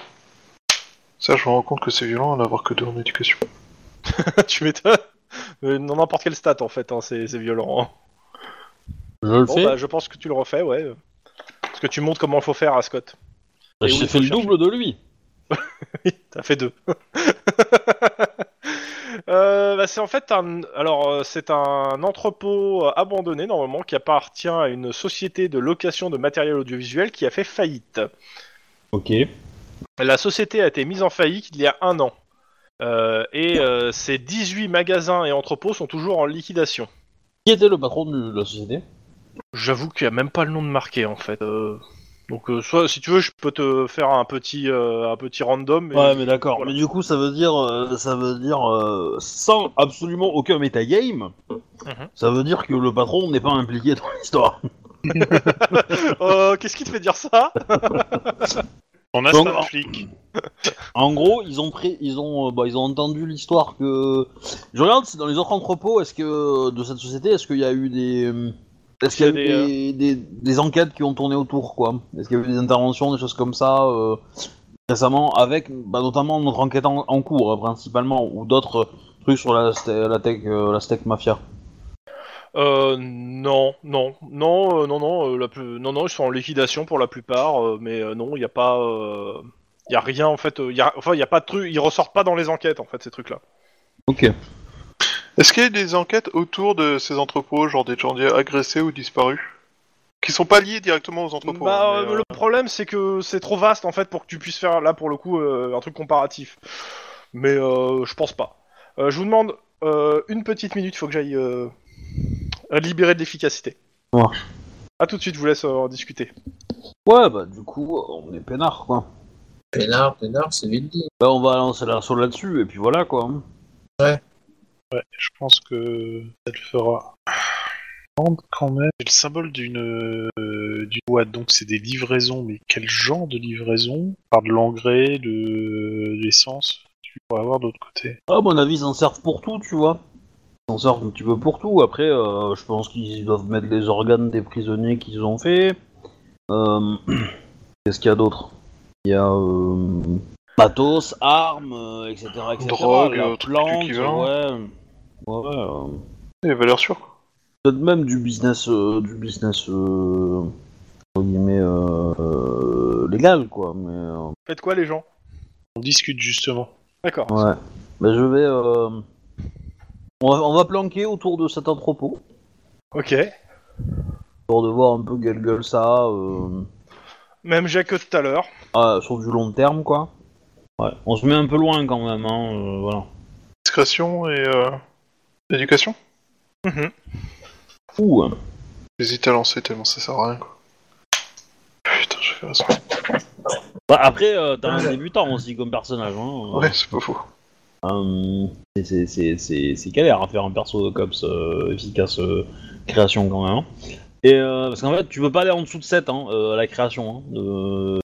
Speaker 5: Ça, je me rends compte que c'est violent d'avoir que deux en éducation.
Speaker 2: tu m'étonnes. Euh, non, N'importe quel stat en fait, hein, c'est c'est violent. hein.
Speaker 1: Je le
Speaker 2: Bon,
Speaker 1: fais.
Speaker 2: bah, je pense que tu le refais, ouais. Parce que tu montres comment il faut faire à Scott. et où
Speaker 1: J'ai
Speaker 2: il
Speaker 1: fait
Speaker 2: faut
Speaker 1: le double de lui.
Speaker 2: T'as fait deux. Euh, bah, c'est en fait un. Alors, euh, c'est un entrepôt euh, abandonné, normalement, qui appartient à une société de location de matériel audiovisuel qui a fait faillite.
Speaker 1: Ok.
Speaker 2: La société a été mise en faillite il y a un an. Euh, et euh, ces 18 magasins et entrepôts sont toujours en liquidation.
Speaker 1: Qui était le patron de la société
Speaker 2: J'avoue qu'il n'y a même pas le nom de marqué en fait. Euh, donc, euh, soit, si tu veux, je peux te faire un petit, euh, un petit random. et-
Speaker 1: Ouais, mais d'accord.
Speaker 2: voilà.
Speaker 1: Mais du coup, ça veut dire, euh, ça veut dire, euh, sans absolument aucun metagame, ça veut dire que le patron n'est pas impliqué dans l'histoire.
Speaker 2: Euh, Qu'est-ce qui te fait dire ça
Speaker 3: On a
Speaker 1: Donc,
Speaker 3: ça,
Speaker 1: en-
Speaker 3: flic.
Speaker 1: En gros, ils ont pris, ils ont, euh, bah, ils ont entendu l'histoire que. Je regarde, c'est dans les autres entrepôts, est-ce que de cette société, est-ce qu'il y a eu des, euh, est-ce qu'il y a
Speaker 2: Il y a
Speaker 1: eu des, euh, des- des enquêtes qui ont tourné autour, quoi Est-ce qu'il y a eu des interventions, des choses comme ça euh, récemment, avec, bah, notamment notre enquête en, en cours, euh, principalement, ou d'autres euh, trucs sur la, ste- la tech, euh, la steak mafia.
Speaker 2: Euh, non, non, non, euh, non, non, euh, la plus- non, non, ils sont en liquidation pour la plupart, euh, mais euh, non, il n'y a pas, euh, il y a rien en fait, euh, il y a, enfin, il y a pas de truc, ils ressortent pas dans les enquêtes en fait ces trucs-là.
Speaker 1: Ok.
Speaker 5: Est-ce qu'il y a eu des enquêtes autour de ces entrepôts, genre des gens agressés ou disparus Qui sont pas liés directement aux entrepôts.
Speaker 2: Bah,
Speaker 5: hein, mais,
Speaker 2: euh,
Speaker 5: euh,
Speaker 2: le problème c'est que c'est trop vaste en fait pour que tu puisses faire là pour le coup euh, un truc comparatif, mais euh, je pense pas. Euh, je vous demande euh, une petite minute, faut que j'aille euh, libérer de l'efficacité.
Speaker 1: Ouais.
Speaker 2: À tout de suite, je vous laisse euh, en discuter.
Speaker 1: Ouais, bah du coup, on est peinard, quoi.
Speaker 4: Pénard, pénard, c'est vite dit.
Speaker 1: Bah, on va lancer la saut là-dessus, et puis voilà, quoi.
Speaker 3: Je pense que ça le fera. Demande quand même. C'est le symbole d'une euh, d'une boîte, donc c'est des livraisons. Mais quel genre de livraison Par de l'engrais, de de l'essence. Tu pourrais avoir d'autre côté.
Speaker 1: Ah, À mon avis, ils s'en servent pour tout, tu vois. Ils s'en servent un petit peu pour tout. Après, euh, je pense qu'ils doivent mettre les organes des prisonniers qu'ils ont fait. Euh, Qu'est-ce qu'il y a d'autre Il y a euh, matos, armes, euh, etc., etc.
Speaker 5: Drogue,
Speaker 1: la
Speaker 5: euh, trucs
Speaker 1: plante,
Speaker 5: équivalents.
Speaker 1: ouais. Ouais, euh,
Speaker 5: Les valeurs sûres. quoi.
Speaker 1: Peut-être même du business, euh, du business, euh, entre guillemets, euh, euh, légal, quoi. Mais euh,
Speaker 2: Faites quoi les gens
Speaker 3: On discute justement.
Speaker 2: D'accord.
Speaker 1: Ouais. Bah, je vais. euh, On, va, on va planquer autour de cet entrepôt
Speaker 2: Ok.
Speaker 1: pour de voir un peu quelle gueule ça a euh,
Speaker 2: Même Jacques que tout à l'heure.
Speaker 1: ah, sur du long terme, quoi. Ouais. On se met un peu loin quand même, hein. euh, voilà.
Speaker 5: Discrétion et euh, éducation
Speaker 1: Ouh. hein.
Speaker 5: J'hésite à lancer tellement ça sert à rien quoi. Putain, je fais raison.
Speaker 1: Bah, après, euh, t'as un débutant aussi comme personnage, hein.
Speaker 5: Ouais, c'est pas faux.
Speaker 1: Euh, c'est- c'est- c'est c'est- c'est galère à faire un perso de cops euh, efficace euh, création quand même. hein. Et euh, parce qu'en fait, tu peux pas aller en dessous de 7 hein, euh, à la création hein, de,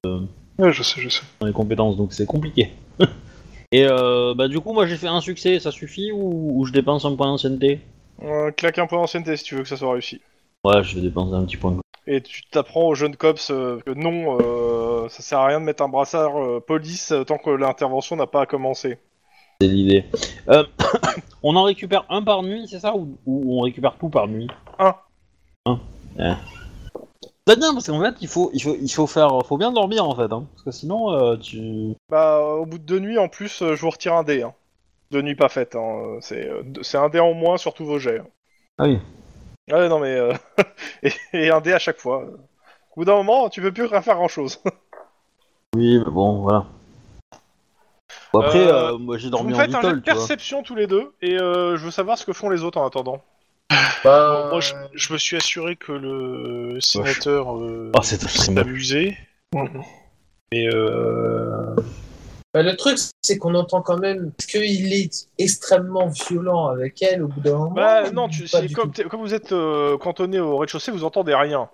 Speaker 5: Ouais, je sais, je sais.
Speaker 1: dans les compétences, donc c'est compliqué. Et euh, bah du coup, moi j'ai fait un succès, ça suffit ou, ou je dépense un point d'ancienneté
Speaker 2: Euh, claque un point d'ancienneté si tu veux que ça soit réussi.
Speaker 1: Ouais, je vais dépenser un petit point.
Speaker 2: Et tu t'apprends aux jeunes cops euh, que non, euh, ça sert à rien de mettre un brassard euh, police euh, tant que l'intervention n'a pas commencé.
Speaker 1: C'est l'idée. Euh, on en récupère un par nuit, c'est ça ou, ou on récupère tout par nuit
Speaker 2: Un.
Speaker 1: Un. Ouais. Bah bien, parce qu'en fait, il faut, il faut, il faut faire, faut bien dormir en fait, hein, parce que sinon euh, tu.
Speaker 2: Bah, euh, au bout de deux nuits en plus, euh, je vous retire un dé. Hein. Deux nuits pas faites, hein, euh, c'est euh, deux- c'est un dé en moins sur tous vos jets. hein.
Speaker 1: Ah oui.
Speaker 2: Ouais, non mais. euh, et, et un dé à chaque fois. Au bout d'un moment, tu peux plus rien faire grand chose.
Speaker 1: Oui, mais bon, voilà. Bon, après,
Speaker 2: Euh,
Speaker 1: euh, moi j'ai
Speaker 2: Vous
Speaker 1: dormi
Speaker 2: me
Speaker 1: en
Speaker 2: faites un jet
Speaker 1: vitol,
Speaker 2: de
Speaker 1: tu vois.
Speaker 2: perception tous les deux et euh, je veux savoir ce que font les autres en attendant.
Speaker 4: Bah,
Speaker 3: Moi, je, je me suis assuré que le sénateur euh,
Speaker 1: Ah, c'est- c'est Mmh.
Speaker 3: s'est amusé. Mais euh,
Speaker 4: bah, le truc, c'est qu'on entend quand même qu'il est extrêmement violent avec elle au bout d'un moment.
Speaker 2: Bah non, tu,
Speaker 4: Pas
Speaker 2: c'est
Speaker 4: du
Speaker 2: comme,
Speaker 4: tout.
Speaker 2: t'es- comme vous êtes euh, cantonné au rez-de-chaussée, vous entendez rien.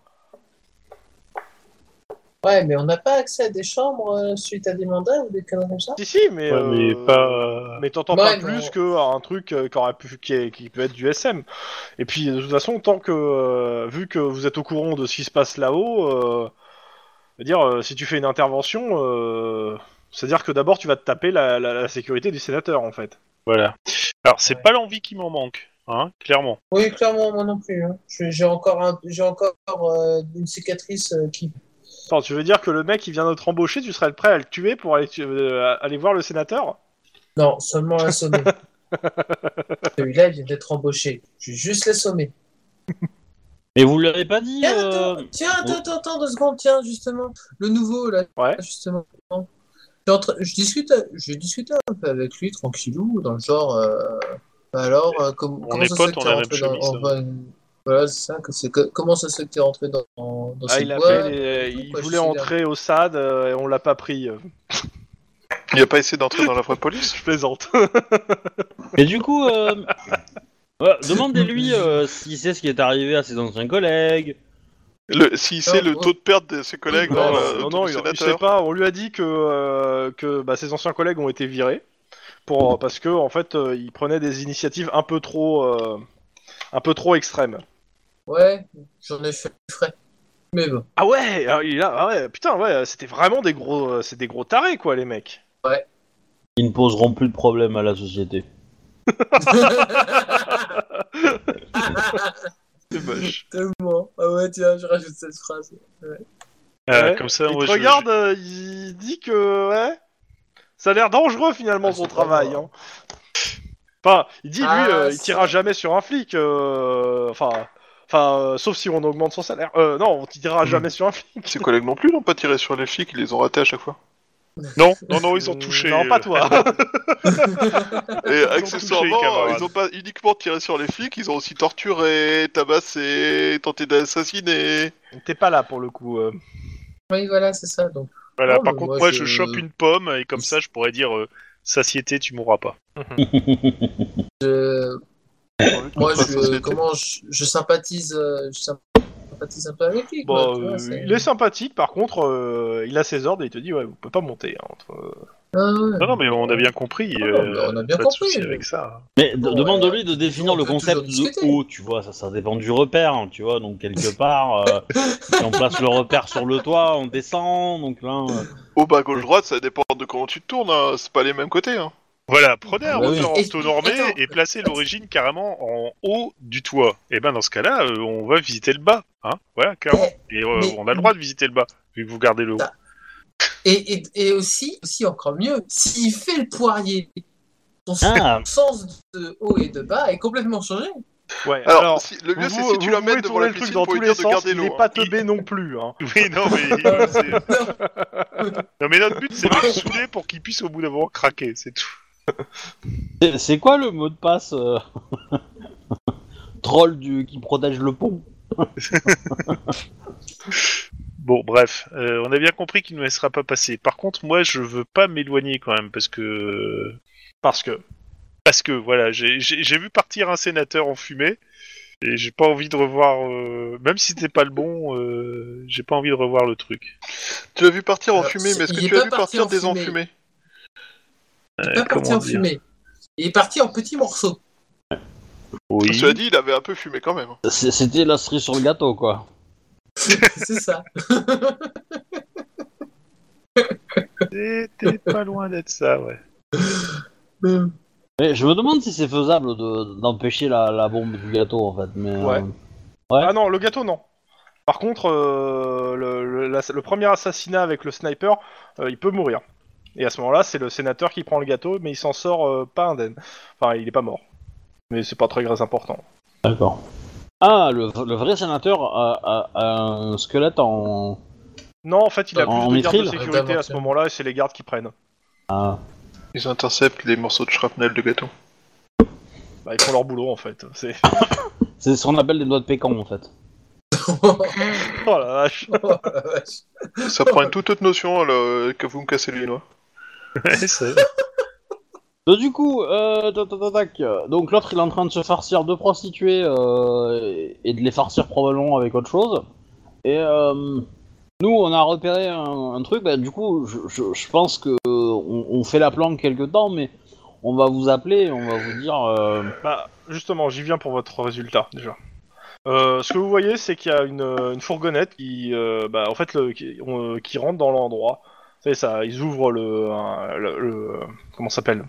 Speaker 4: Ouais, mais on n'a pas accès à des chambres euh, suite à des mandats ou des conneries comme ça.
Speaker 2: Si si, mais,
Speaker 3: ouais, mais
Speaker 2: euh,
Speaker 3: pas.
Speaker 2: mais t'entends
Speaker 4: Ouais,
Speaker 2: pas
Speaker 4: mais
Speaker 2: plus
Speaker 4: on-
Speaker 2: que un truc euh, qui, aurait pu, qui, est- qui peut être du SM. Et puis de toute façon, tant que euh, vu que vous êtes au courant de ce qui se passe là-haut, euh, je veux dire euh, si tu fais une intervention, euh, C'est-à-dire que d'abord, tu vas te taper la, la- la sécurité du sénateur, en fait.
Speaker 3: Voilà. Alors, c'est
Speaker 4: Ouais.
Speaker 3: pas l'envie qui m'en manque, hein, clairement.
Speaker 4: Oui, clairement, moi non plus. hein. Je- J'ai encore, un- j'ai encore euh, une cicatrice euh, qui.
Speaker 2: Attends, tu veux dire que le mec qui vient de t'embaucher, tu serais prêt à le tuer pour aller, tu- euh, aller voir le sénateur
Speaker 4: Non, seulement l'assommer. Celui-là, il vient d'être embauché. Je vais juste l'assommer.
Speaker 1: Mais vous l'avez pas dit
Speaker 4: Tiens,
Speaker 1: euh,
Speaker 4: attends, tiens, attends, attends, attends, deux secondes, tiens, justement. Le nouveau, là,
Speaker 2: Ouais.
Speaker 4: justement. Je, suis en train- je discute, je discutais un peu avec lui, tranquillou, dans le genre. euh, bah alors, euh, com-
Speaker 3: On
Speaker 4: comment
Speaker 3: est
Speaker 4: ça se
Speaker 3: potes,
Speaker 4: fait que
Speaker 3: on
Speaker 4: t'es
Speaker 3: a la même
Speaker 4: rentré dans-
Speaker 3: chemise, hein.
Speaker 4: en- Voilà, c'est ça. que c'est que- comment ça se fait que t'es rentré dans, dans
Speaker 2: Ah,
Speaker 4: cette
Speaker 2: il, a
Speaker 4: boîte,
Speaker 2: fait les-
Speaker 4: tout,
Speaker 2: il
Speaker 4: quoi, je
Speaker 2: voulait
Speaker 4: suis là.
Speaker 2: entrer au SAD euh, et on l'a pas pris. euh,
Speaker 5: Il a pas essayé d'entrer dans la vraie police
Speaker 2: Je plaisante.
Speaker 1: Et du coup, euh, voilà, demandez-lui euh, s'il sait ce qui est arrivé à ses anciens collègugues.
Speaker 5: le, Si c'est
Speaker 4: Non,
Speaker 5: le
Speaker 4: ouais.
Speaker 5: taux de perte de ses collègues
Speaker 2: non,
Speaker 5: hein, euh, dans
Speaker 2: euh,
Speaker 5: la-
Speaker 2: non,
Speaker 5: dans
Speaker 2: non,
Speaker 5: le
Speaker 2: il, il
Speaker 5: sénateur.
Speaker 2: sait pas. On lui a dit que, euh, que bah, ses anciens collègues ont été virés pour parce que en fait, euh, ils prenaient des initiatives un peu trop, euh, un peu trop extrêmes.
Speaker 4: Ouais, j'en ai fait les frais. Mais bon.
Speaker 2: Ah ouais, ah, il a, ah ouais, putain, ouais, c'était vraiment des gros, euh, c'est des gros tarés quoi, les mecs.
Speaker 1: Ils ne poseront plus de problème à la société.
Speaker 5: C'est moche.
Speaker 4: Tellement. Ah ouais, tiens, je rajoute cette phrase.
Speaker 3: Euh,
Speaker 2: Ouais.
Speaker 3: Comme ça,
Speaker 2: il
Speaker 3: moi,
Speaker 2: te
Speaker 3: je-
Speaker 2: regarde, euh, il dit que ouais, ça a l'air dangereux finalement
Speaker 4: Ah,
Speaker 2: son
Speaker 4: c'est pas
Speaker 2: travail.
Speaker 4: grave.
Speaker 2: Hein. Enfin, il dit lui,
Speaker 4: Ah,
Speaker 2: euh, il
Speaker 4: c'est-
Speaker 2: tirera jamais sur un flic. euh, Enfin, enfin, euh, sauf si on augmente son salaire. Euh, non, on tirera
Speaker 5: Hmm.
Speaker 2: jamais sur un flic.
Speaker 5: Ses collègues non plus n'ont pas tiré sur les flics, ils les ont ratés à chaque fois.
Speaker 3: Non, non, non, ils ont touché.
Speaker 2: Non,
Speaker 3: euh,
Speaker 2: pas toi.
Speaker 5: Et
Speaker 3: touché,
Speaker 5: accessoirement,
Speaker 3: camarade.
Speaker 5: ils ont pas uniquement tiré sur les flics, ils ont aussi torturé, tabassé, tenté d'assassiner.
Speaker 2: T'es pas là pour le coup. euh.
Speaker 4: Oui, voilà, c'est ça. Donc,
Speaker 3: Voilà,
Speaker 4: Non,
Speaker 3: par
Speaker 4: mais
Speaker 3: contre,
Speaker 4: moi,
Speaker 3: moi, je
Speaker 4: je-
Speaker 3: chope une pomme et comme ça, je pourrais dire euh, satiété, tu mourras pas.
Speaker 4: je- moi,
Speaker 5: Enfin,
Speaker 4: je,
Speaker 5: c'était-
Speaker 4: comment je, je sympathise, euh, je sympathise un peu avec lui. quoi,
Speaker 3: Bah,
Speaker 2: Bon,
Speaker 4: Bah, tu vois,
Speaker 2: euh,
Speaker 4: c'est-
Speaker 2: il est sympatique, par contre, euh, il a ses ordres et il te dit ouais, vous pouvez pas monter. hein, entre-
Speaker 4: Ah ouais.
Speaker 3: Non, non, mais on a bien compris.
Speaker 4: Ah,
Speaker 3: euh,
Speaker 4: mais on a bien
Speaker 3: pas
Speaker 4: compris.
Speaker 3: de souci avec ça.
Speaker 1: Mais de-
Speaker 4: Bon, bah,
Speaker 1: demande-lui de définir
Speaker 4: on
Speaker 1: le
Speaker 4: peut
Speaker 1: concept
Speaker 4: toujours discuter.
Speaker 1: de haut, tu vois, ça, ça dépend du repère, hein, tu vois, donc quelque part, euh, si on place le repère sur le toit, on descend, donc là... euh,
Speaker 5: Au bas, gauche, droite, ça dépend de comment tu te tournes, hein, c'est pas les mêmes côtés. Hein.
Speaker 3: Voilà, prenez un
Speaker 1: Ah, bah oui.
Speaker 3: repère
Speaker 4: Et-
Speaker 3: orthonormé
Speaker 4: attends.
Speaker 3: et placez l'origine carrément en haut du toit. Et ben dans ce cas-là, euh, on va visiter le bas. Hein voilà, clairement. Et euh,
Speaker 4: mais-
Speaker 3: on a le droit de visiter le bas, vu que vous gardez le haut.
Speaker 4: Ah. Et, et, et aussi, aussi, encore mieux, s'il fait le poirier, son
Speaker 1: Ah,
Speaker 4: sens de haut et de bas est complètement changé.
Speaker 2: Ouais.
Speaker 5: Alors, si- le mieux
Speaker 2: vous-
Speaker 5: c'est si tu
Speaker 2: vous
Speaker 5: la
Speaker 2: pouvez
Speaker 5: mets devant
Speaker 2: tourner
Speaker 5: la
Speaker 2: le truc
Speaker 5: piscine
Speaker 2: dans
Speaker 5: pour
Speaker 2: tous
Speaker 5: lui
Speaker 2: les
Speaker 5: dire de
Speaker 2: sens,
Speaker 5: garder
Speaker 2: il
Speaker 5: l'eau.
Speaker 2: n'est
Speaker 5: hein.
Speaker 2: pas teubé non plus. Hein.
Speaker 3: Oui, non, mais, euh, c'est- non, mais notre but, c'est de le saouler pour qu'il puisse au bout d'un moment craquer, c'est tout.
Speaker 1: c'est- c'est quoi le mot de passe euh, Troll du... qui protège le pont
Speaker 3: Bon, bref, euh, on a bien compris qu'il ne laissera pas passer. Par contre, moi, je veux pas m'éloigner quand même, parce que...
Speaker 2: Parce que.
Speaker 3: Parce que, voilà, j'ai- j'ai j'ai vu partir un sénateur en fumée, et j'ai pas envie de revoir... euh, Même si c'était pas le bon, euh, j'ai pas envie de revoir le truc.
Speaker 5: hein. Tu l'as vu partir en
Speaker 4: Alors,
Speaker 5: fumée,
Speaker 4: c'est-
Speaker 5: mais est-ce que
Speaker 4: il est
Speaker 5: tu as
Speaker 4: pas
Speaker 5: vu
Speaker 4: parti
Speaker 5: partir
Speaker 4: en
Speaker 5: des
Speaker 4: fumée.
Speaker 5: enfumés
Speaker 4: Il est pas parti
Speaker 3: comment
Speaker 4: en
Speaker 3: dire
Speaker 4: fumée. Il est parti en petits morceaux.
Speaker 3: Oui.
Speaker 5: Cela dit, il avait un peu fumé quand même. hein.
Speaker 1: C'est- C'était la cerise sur le gâteau, quoi.
Speaker 4: c'est ça.
Speaker 3: C'était pas loin d'être ça, ouais.
Speaker 4: Euh,
Speaker 1: Mais je me demande si c'est faisable de- d'empêcher la, la bombe du gâteau, en fait, mais...
Speaker 2: Ouais.
Speaker 1: euh,
Speaker 2: Ah non, le gâteau non. Par contre, euh, le, le- la- le premier assassinat avec le sniper, euh, il peut mourir. Et à ce moment-là, c'est le sénateur qui prend le gâteau, mais il s'en sort euh, pas indemne. Enfin, il est pas mort. Mais c'est pas très grave important.
Speaker 1: D'accord. Ah, le, le vrai sénateur a, a- a un squelette en...
Speaker 2: Non, Bah, en fait, il a
Speaker 1: En- en
Speaker 2: plus de gardes de
Speaker 1: mithril
Speaker 2: sécurité à ce
Speaker 4: Intervention.
Speaker 2: moment-là, et c'est les gardes qui prennent.
Speaker 1: Ah.
Speaker 5: Ils interceptent les morceaux de shrapnel de gâteau.
Speaker 2: Bah, ils font leur boulot en fait. C'est...
Speaker 1: C'est ce qu'on appelle des doigts de pécan, en fait.
Speaker 2: Oh la vache.
Speaker 4: oh la vache.
Speaker 5: Ça prend une toute autre notion là, que vous me cassez les noix.
Speaker 1: Donc, du coup, euh, tac, tac, tac, tac. donc l'autre il est en train de se farcir deux prostituées euh, et, et de les farcir probablement avec autre chose. Et euh, nous on a repéré un, un truc, bah, du coup je, je- je pense que on, on fait la planque quelque temps, mais on va vous appeler, on va vous dire. euh,
Speaker 2: Bah, justement, j'y viens pour votre résultat déjà. Euh, ce que vous voyez, c'est qu'il y a une, euh, une fourgonnette qui, euh, bah, en fait, le- qui, on- euh, qui rentre dans l'endroit. C'est ça, ils ouvrent le, un- le, le- comment ça s'appelle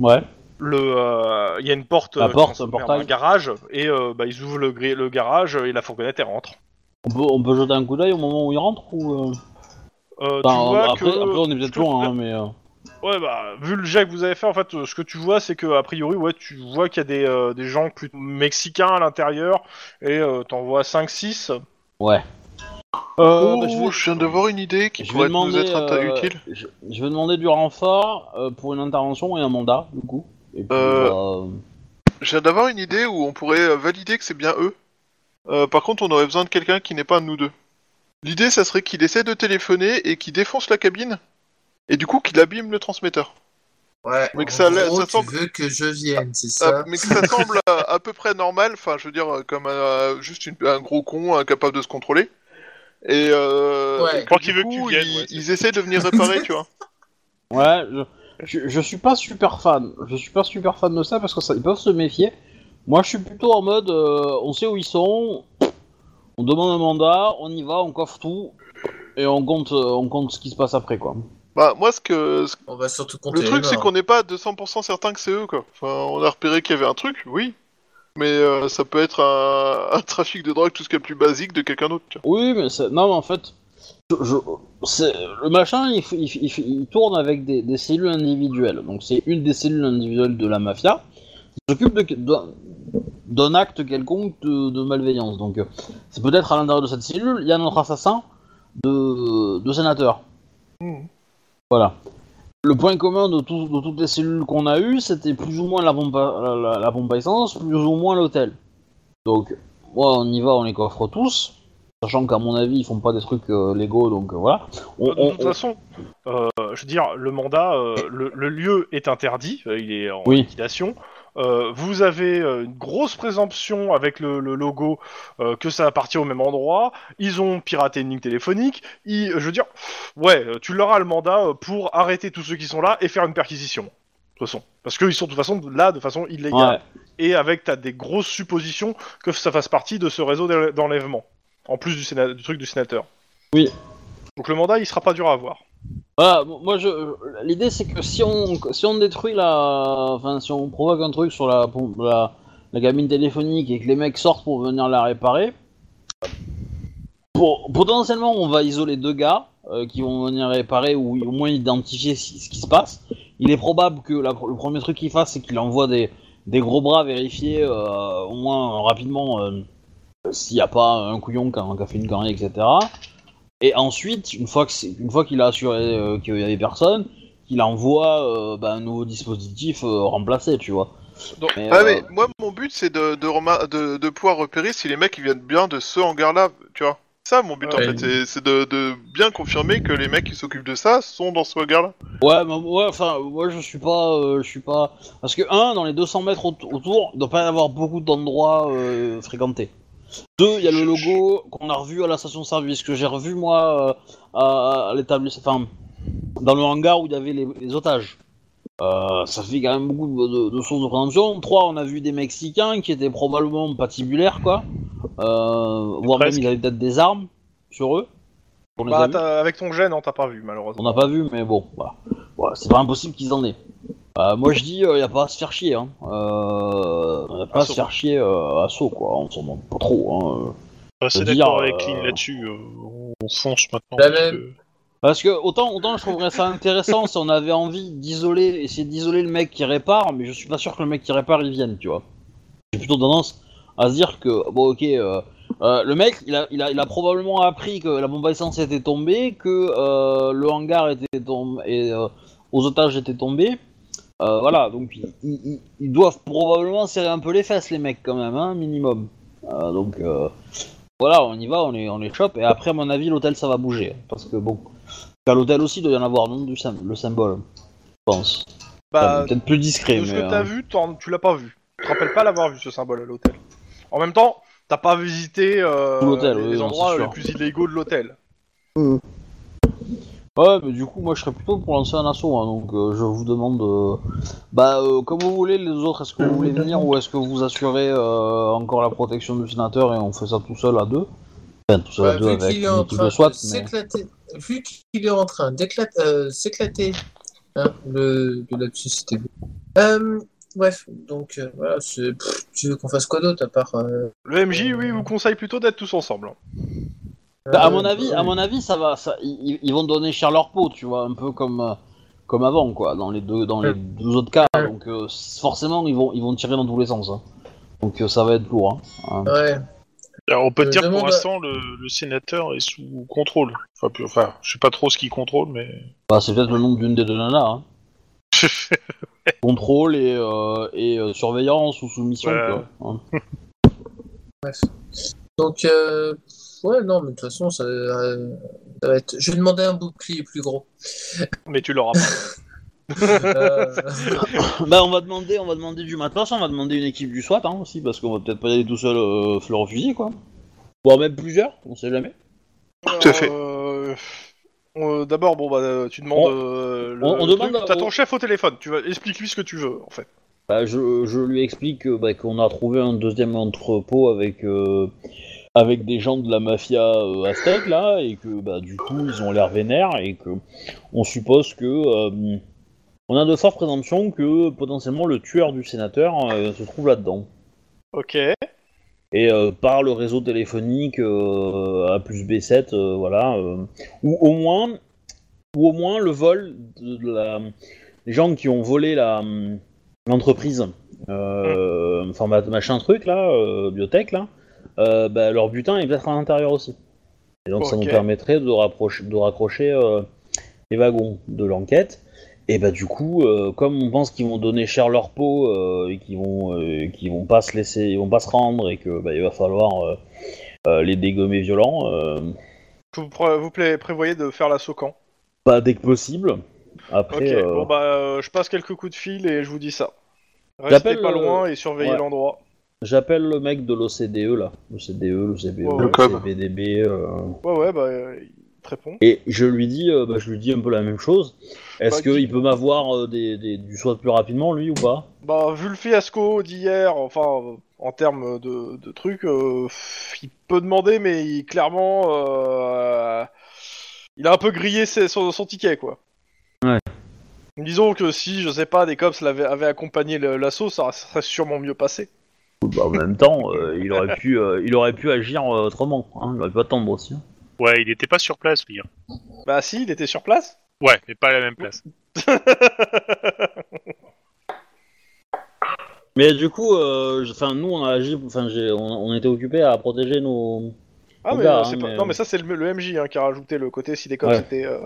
Speaker 1: Ouais.
Speaker 2: Le, euh, il y a une porte,
Speaker 1: La
Speaker 2: euh,
Speaker 1: porte,
Speaker 2: comment
Speaker 1: un
Speaker 2: ça s'appelle,
Speaker 1: portail.
Speaker 2: un garage, et euh, bah, ils ouvrent le, gri- le garage et la fourgonnette elle rentre.
Speaker 1: On peut, on peut jeter un coup d'œil au moment où il rentre ou euh,
Speaker 2: Euh,
Speaker 1: enfin,
Speaker 2: tu vois
Speaker 1: Bah, après,
Speaker 2: que,
Speaker 1: après, on est peut-être
Speaker 2: que-
Speaker 1: loin, hein, mais euh,
Speaker 2: ouais bah vu le jet que vous avez fait en fait, euh, ce que tu vois c'est que a priori ouais tu vois qu'il y a des, euh, des gens plutôt mexicains à l'intérieur et euh, t'en vois 5-6
Speaker 1: ouais.
Speaker 5: oh,
Speaker 1: bah,
Speaker 5: je,
Speaker 1: je vais-
Speaker 5: viens d'avoir une idée qui
Speaker 1: Je vais
Speaker 5: pourrait être- nous
Speaker 1: demander,
Speaker 5: être inta-
Speaker 1: euh,
Speaker 5: utile.
Speaker 1: je, je vais demander du renfort euh, pour une intervention et un mandat du coup. Et puis,
Speaker 5: Euh,
Speaker 1: euh,
Speaker 5: Je viens d'avoir une idée où on pourrait euh, valider que c'est bien eux. Euh, par contre, on aurait besoin de quelqu'un qui n'est pas un de nous deux. L'idée, ça serait qu'il essaie de téléphoner et qu'il défonce la cabine. Et du coup, qu'il abîme le transmetteur.
Speaker 4: Ouais.
Speaker 5: Mais que
Speaker 4: en
Speaker 5: ça l'a-
Speaker 4: gros,
Speaker 5: ça
Speaker 4: tu
Speaker 5: semble-
Speaker 4: veux que je vienne, c'est
Speaker 5: Ah,
Speaker 4: ça
Speaker 5: mais que ça semble à, à peu près normal, enfin je veux dire euh, comme euh, juste une- un gros con incapable de se contrôler. Et, euh,
Speaker 4: Ouais.
Speaker 5: et
Speaker 4: Je
Speaker 2: crois
Speaker 5: du
Speaker 2: qu'il veut que
Speaker 5: coup,
Speaker 2: tu viennes,
Speaker 5: Ils,
Speaker 2: ouais, c'est
Speaker 5: ils essaient de venir réparer, tu vois.
Speaker 1: Ouais, je, je, je suis pas super fan. Je suis pas super fan de ça parce que ça, ils peuvent se méfier. Moi, je suis plutôt en mode, euh, on sait où ils sont, on demande un mandat, on y va, on coffre tout et on compte, euh, on compte ce qui se passe après quoi.
Speaker 5: Bah moi ce que ce-
Speaker 4: On va surtout compter.
Speaker 5: le truc
Speaker 4: les
Speaker 5: c'est
Speaker 4: morts.
Speaker 5: qu'on n'est pas à 200% certain que c'est eux quoi. Enfin on a repéré qu'il y avait un truc, oui. Mais euh, ça peut être un, un trafic de drogue tout ce qui est plus basique de quelqu'un d'autre. tu vois.
Speaker 1: Oui, mais c'est- non, mais en fait, je, je- c'est- le machin, il, f- il f- il f- il tourne avec des, des cellules individuelles. Donc c'est une des cellules individuelles de la mafia qui s'occupe de- d'un- d'un acte quelconque de, de malveillance. Donc euh, c'est peut-être à l'intérieur de cette cellule, il y a notre assassin de, de sénateur.
Speaker 2: Hmm.
Speaker 5: Mhm.
Speaker 1: Voilà. Le point commun de, tout- de toutes les cellules qu'on a eues, c'était plus ou moins la pompe, à, la- la- la pompe à essence, plus ou moins l'hôtel. Donc, ouais, on y va, on les coffre tous. Sachant qu'à mon avis, ils font pas des trucs euh, légaux, donc euh, voilà. On-
Speaker 2: Euh,
Speaker 1: on-
Speaker 2: de toute
Speaker 1: on-
Speaker 2: façon, euh, je veux dire, le mandat, euh, le, le lieu est interdit, euh, il est en
Speaker 1: Oui.
Speaker 2: liquidation. Euh, vous avez euh, une grosse présomption avec le, le logo euh, que ça appartient au même endroit. Ils ont piraté une ligne téléphonique. Ils- je veux dire, ouais, euh, tu leur as le mandat euh, pour arrêter tous ceux qui sont là et faire une perquisition. De toute façon, parce qu'ils sont de toute façon là de façon illégale
Speaker 1: ouais.
Speaker 2: et avec t'as des grosses suppositions que ça fasse partie de ce réseau d'enlè- d'enlèvement, en plus du, séna- du truc du sénateur.
Speaker 1: Oui.
Speaker 2: Donc le mandat, il sera pas dur à avoir.
Speaker 1: Voilà, Bah, m- moi, je, l'idée c'est que si on, si on détruit la, enfin, si on provoque un truc sur la, pompe- la, la gamine téléphonique et que les mecs sortent pour venir la réparer, pour- potentiellement, on va isoler deux gars euh, qui vont venir réparer ou au moins identifier si- ce qui se passe. Il est probable que la pr- le premier truc qu'il fasse, c'est qu'il envoie des, des gros bras vérifier euh, au moins euh, rapidement euh, s'il n'y a pas un couillon qui a, qui a fait une connerie, etc. Et ensuite, une fois que c'est- une fois qu'il a assuré euh, qu'il y avait personne, qu'il envoie euh, bah, un nouveau dispositif euh, remplacé, tu vois.
Speaker 2: Donc-
Speaker 1: Mais,
Speaker 5: Ah
Speaker 1: euh,
Speaker 5: mais moi mon but c'est de de, remar- de de pouvoir repérer si les mecs ils viennent bien de ce hangar là, tu vois. Ça mon but en
Speaker 4: Ouais.
Speaker 5: fait, c'est- c'est de, de bien confirmer que les mecs qui s'occupent de ça sont dans ce hangar là.
Speaker 1: Ouais, mais ouais, enfin, moi je suis pas, euh, je suis pas, parce que un, dans les 200 mètres aut- autour, il doit pas y avoir beaucoup d'endroits euh, fréquentés. Deux, il y a le logo qu'on a revu à la station-service que j'ai revu moi euh, à, à l'établissement, enfin, dans le hangar où il y avait les, les otages. Euh, ça fait quand même beaucoup de, de- de sources de prévention. Trois, on a vu des Mexicains qui étaient probablement patibulaires, quoi. Euh, voire même
Speaker 2: Presque.
Speaker 1: ils avaient peut-être des armes sur eux. On les a
Speaker 2: Bah,
Speaker 1: vus.
Speaker 2: t'as- avec ton gène, non, t'as pas vu
Speaker 1: On
Speaker 2: malheureusement.
Speaker 1: n'a pas vu, mais bon, voilà. Voilà, c'est pas impossible qu'ils en aient. Euh, moi je dis, il n'y a pas à se faire chier. Hein. Euh, y a pas à se
Speaker 2: Assaut.
Speaker 1: faire chier euh, à saut, quoi. On s'en demande pas trop. Hein.
Speaker 2: assez
Speaker 1: Je veux
Speaker 2: d'accord
Speaker 1: dire,
Speaker 2: avec Lynn
Speaker 1: euh,
Speaker 2: là-dessus. euh, on- on fonce maintenant.
Speaker 4: La
Speaker 2: parce
Speaker 4: même.
Speaker 2: que-
Speaker 1: Parce que autant, autant je trouverais ça intéressant si on avait envie d'isoler, essayer d'isoler le mec qui répare, mais je suis pas sûr que le mec qui répare il vienne, tu vois. J'ai plutôt tendance à se dire que, bon ok, euh, euh, le mec il a, il, a, il a probablement appris que la bombe à essence était tombée, que euh, le hangar était tombé, et, euh, aux otages étaient tombés. Euh, voilà, donc ils, ils- ils doivent probablement serrer un peu les fesses les mecs quand même, hein, minimum. Euh, donc euh, voilà, on y va, on les, on les chope, et après à mon avis l'hôtel ça va bouger, parce que bon... À l'hôtel aussi, il doit y en avoir, non, du sym- le symbole, je pense.
Speaker 2: Bah,
Speaker 1: Enfin, Peut-être plus discret,
Speaker 2: de ce
Speaker 1: Ah, mais...
Speaker 2: que t'as
Speaker 1: euh,
Speaker 2: vu, t'en- tu l'as pas vu. Tu te rappelles pas l'avoir vu ce symbole à l'hôtel. En même temps, t'as pas visité euh,
Speaker 1: Tout l'hôtel,
Speaker 2: les,
Speaker 1: oui,
Speaker 2: les
Speaker 1: non,
Speaker 2: endroits
Speaker 1: c'est sûr.
Speaker 2: les plus illégaux de l'hôtel.
Speaker 1: Ouais, mais du coup, moi, je serais plutôt pour lancer un assaut, hein, donc euh, je vous demande... euh, Bah, euh, comme vous voulez, les autres, est-ce que vous voulez venir ou est-ce que vous assurez euh, encore la protection du sénateur et on fait ça tout seul à deux Enfin, tout seul
Speaker 4: Bah,
Speaker 1: à deux
Speaker 4: vu
Speaker 1: avec
Speaker 4: qu'il
Speaker 1: une
Speaker 4: est en
Speaker 1: équipe de
Speaker 4: train
Speaker 1: SWAT,
Speaker 4: de
Speaker 1: mais...
Speaker 4: s'éclater. vu qu'il est en train d'éclater, euh, s'éclater, hein, le, de lapsus, c'était beau. Euh, bref, donc euh, voilà, c'est- pff, tu veux qu'on fasse quoi d'autre à part. euh,
Speaker 2: Le MJ, oui, vous conseille plutôt d'être tous ensemble. hein.
Speaker 1: Bah, à
Speaker 4: euh,
Speaker 1: mon avis, à
Speaker 4: euh,
Speaker 1: mon avis, ça va. ça- ils, ils vont donner cher leur peau, tu vois, un peu comme euh, comme avant, quoi, dans les deux dans les deux autres cas.
Speaker 4: Ouais.
Speaker 1: Donc euh, c- forcément, ils vont ils vont tirer dans tous les sens. hein. Donc euh, ça va être lourd. hein. Euh,
Speaker 4: Ouais.
Speaker 3: Alors, on peut
Speaker 4: Je
Speaker 3: dire pour
Speaker 4: demande à-
Speaker 3: l'instant le, le sénateur est sous contrôle. Enfin, plus- enfin, je sais pas trop ce qu'il contrôle, mais
Speaker 1: bah, c'est peut-être le nom d'une des deux nanas. hein. Contrôle et, euh, et euh, surveillance ou soumission.
Speaker 3: Ouais.
Speaker 1: quoi, hein.
Speaker 4: Donc, euh, ouais, non, mais de toute façon, ça, euh, ça va être. Je vais demander un bouclier plus gros.
Speaker 3: mais tu l'auras. pas.
Speaker 4: Euh,
Speaker 1: Bah on va demander, on va demander du matos, hein, on va demander une équipe du SWAT hein, aussi parce qu'on va peut-être pas y aller tout seul euh, fleur au fusil quoi. Voire même plusieurs, on sait jamais.
Speaker 5: Tout à fait.
Speaker 2: Euh, euh, D'abord, bon, bah, euh, tu demandes.
Speaker 1: On-
Speaker 2: euh, le,
Speaker 1: on- on
Speaker 2: le
Speaker 1: demande
Speaker 2: truc. T'as
Speaker 1: au-
Speaker 2: ton chef au téléphone, tu vas explique-lui ce que tu veux, en fait.
Speaker 1: Bah, je, je lui explique euh, bah, qu'on a trouvé un deuxième entrepôt avec euh, avec des gens de la mafia euh, aztèque là et que bah du coup ils ont l'air vénères et que on suppose que euh, on a de fortes présomptions que potentiellement le tueur du sénateur euh, se trouve là-dedans.
Speaker 2: Ok.
Speaker 1: et euh, par le réseau téléphonique euh, A plus B7, euh, voilà, euh, ou au moins, ou au moins le vol de, de la, des gens qui ont volé la hum, l'entreprise, euh, enfin ma- machin truc là, euh, biotech là, euh, bah, leur butin est peut-être à l'intérieur aussi. Et donc ça
Speaker 2: Ok.
Speaker 1: nous permettrait de rapprocher, de raccrocher euh, les wagons de l'enquête. Et bah du coup, euh, comme on pense qu'ils vont donner cher leur peau euh, et qu'ils vont, euh, qu'ils vont pas se laisser, ils vont pas se rendre et que bah, il va falloir euh, euh, les dégommer violents, euh,
Speaker 2: Vous, pré- vous pla- prévoyez de faire l'assaut quand
Speaker 1: pas dès que possible.
Speaker 2: Ok,
Speaker 1: Après, euh,
Speaker 2: bon, bah, euh, je passe quelques coups de fil et je vous dis ça. Restez
Speaker 1: J'appelle
Speaker 2: pas
Speaker 1: le-
Speaker 2: loin et surveillez
Speaker 1: ouais.
Speaker 2: l'endroit.
Speaker 1: j'appelle le mec de l'OCDE E, là, l'OCDE, le CBE,
Speaker 2: Ouais, ouais.
Speaker 1: le
Speaker 5: Comme.
Speaker 1: CBDB, euh,
Speaker 2: Ouais, ouais, bah, euh, il te répond.
Speaker 1: et je lui dis, euh, bah, je lui dis un peu la même chose. Est-ce
Speaker 2: Bah,
Speaker 1: que
Speaker 2: dis-
Speaker 1: qu'il peut m'avoir euh, des, des- du SWAT plus rapidement lui ou pas
Speaker 2: Bah, vu le fiasco d'hier, enfin, euh, en termes de, de trucs, euh, pff, il peut demander, mais il, clairement, euh, il a un peu grillé ses- son, son ticket, quoi.
Speaker 1: Ouais.
Speaker 2: Disons que si, je sais pas, des cops l'avaient, avaient accompagné le- l'assaut, ça serait sûrement mieux passé.
Speaker 1: Bah, En même temps, euh, il aurait pu, euh, il aurait pu agir euh, autrement. hein, il aurait pu attendre aussi. hein.
Speaker 3: ouais, il était pas sur place, lui. hein.
Speaker 2: Bah si, il était sur place.
Speaker 3: Ouais, mais pas à la même place.
Speaker 1: Mais du coup, euh, je- enfin, nous, on a agi, enfin, j'ai- on, on était occupés à protéger nos.
Speaker 2: Ah,
Speaker 1: On
Speaker 2: mais,
Speaker 1: verra,
Speaker 2: euh, c'est
Speaker 1: hein,
Speaker 2: pas-
Speaker 1: mais,
Speaker 2: Non,
Speaker 1: euh,
Speaker 2: mais ça, c'est le, le MJ hein, qui a rajouté le côté si des cops
Speaker 1: Ouais.
Speaker 2: étaient... euh,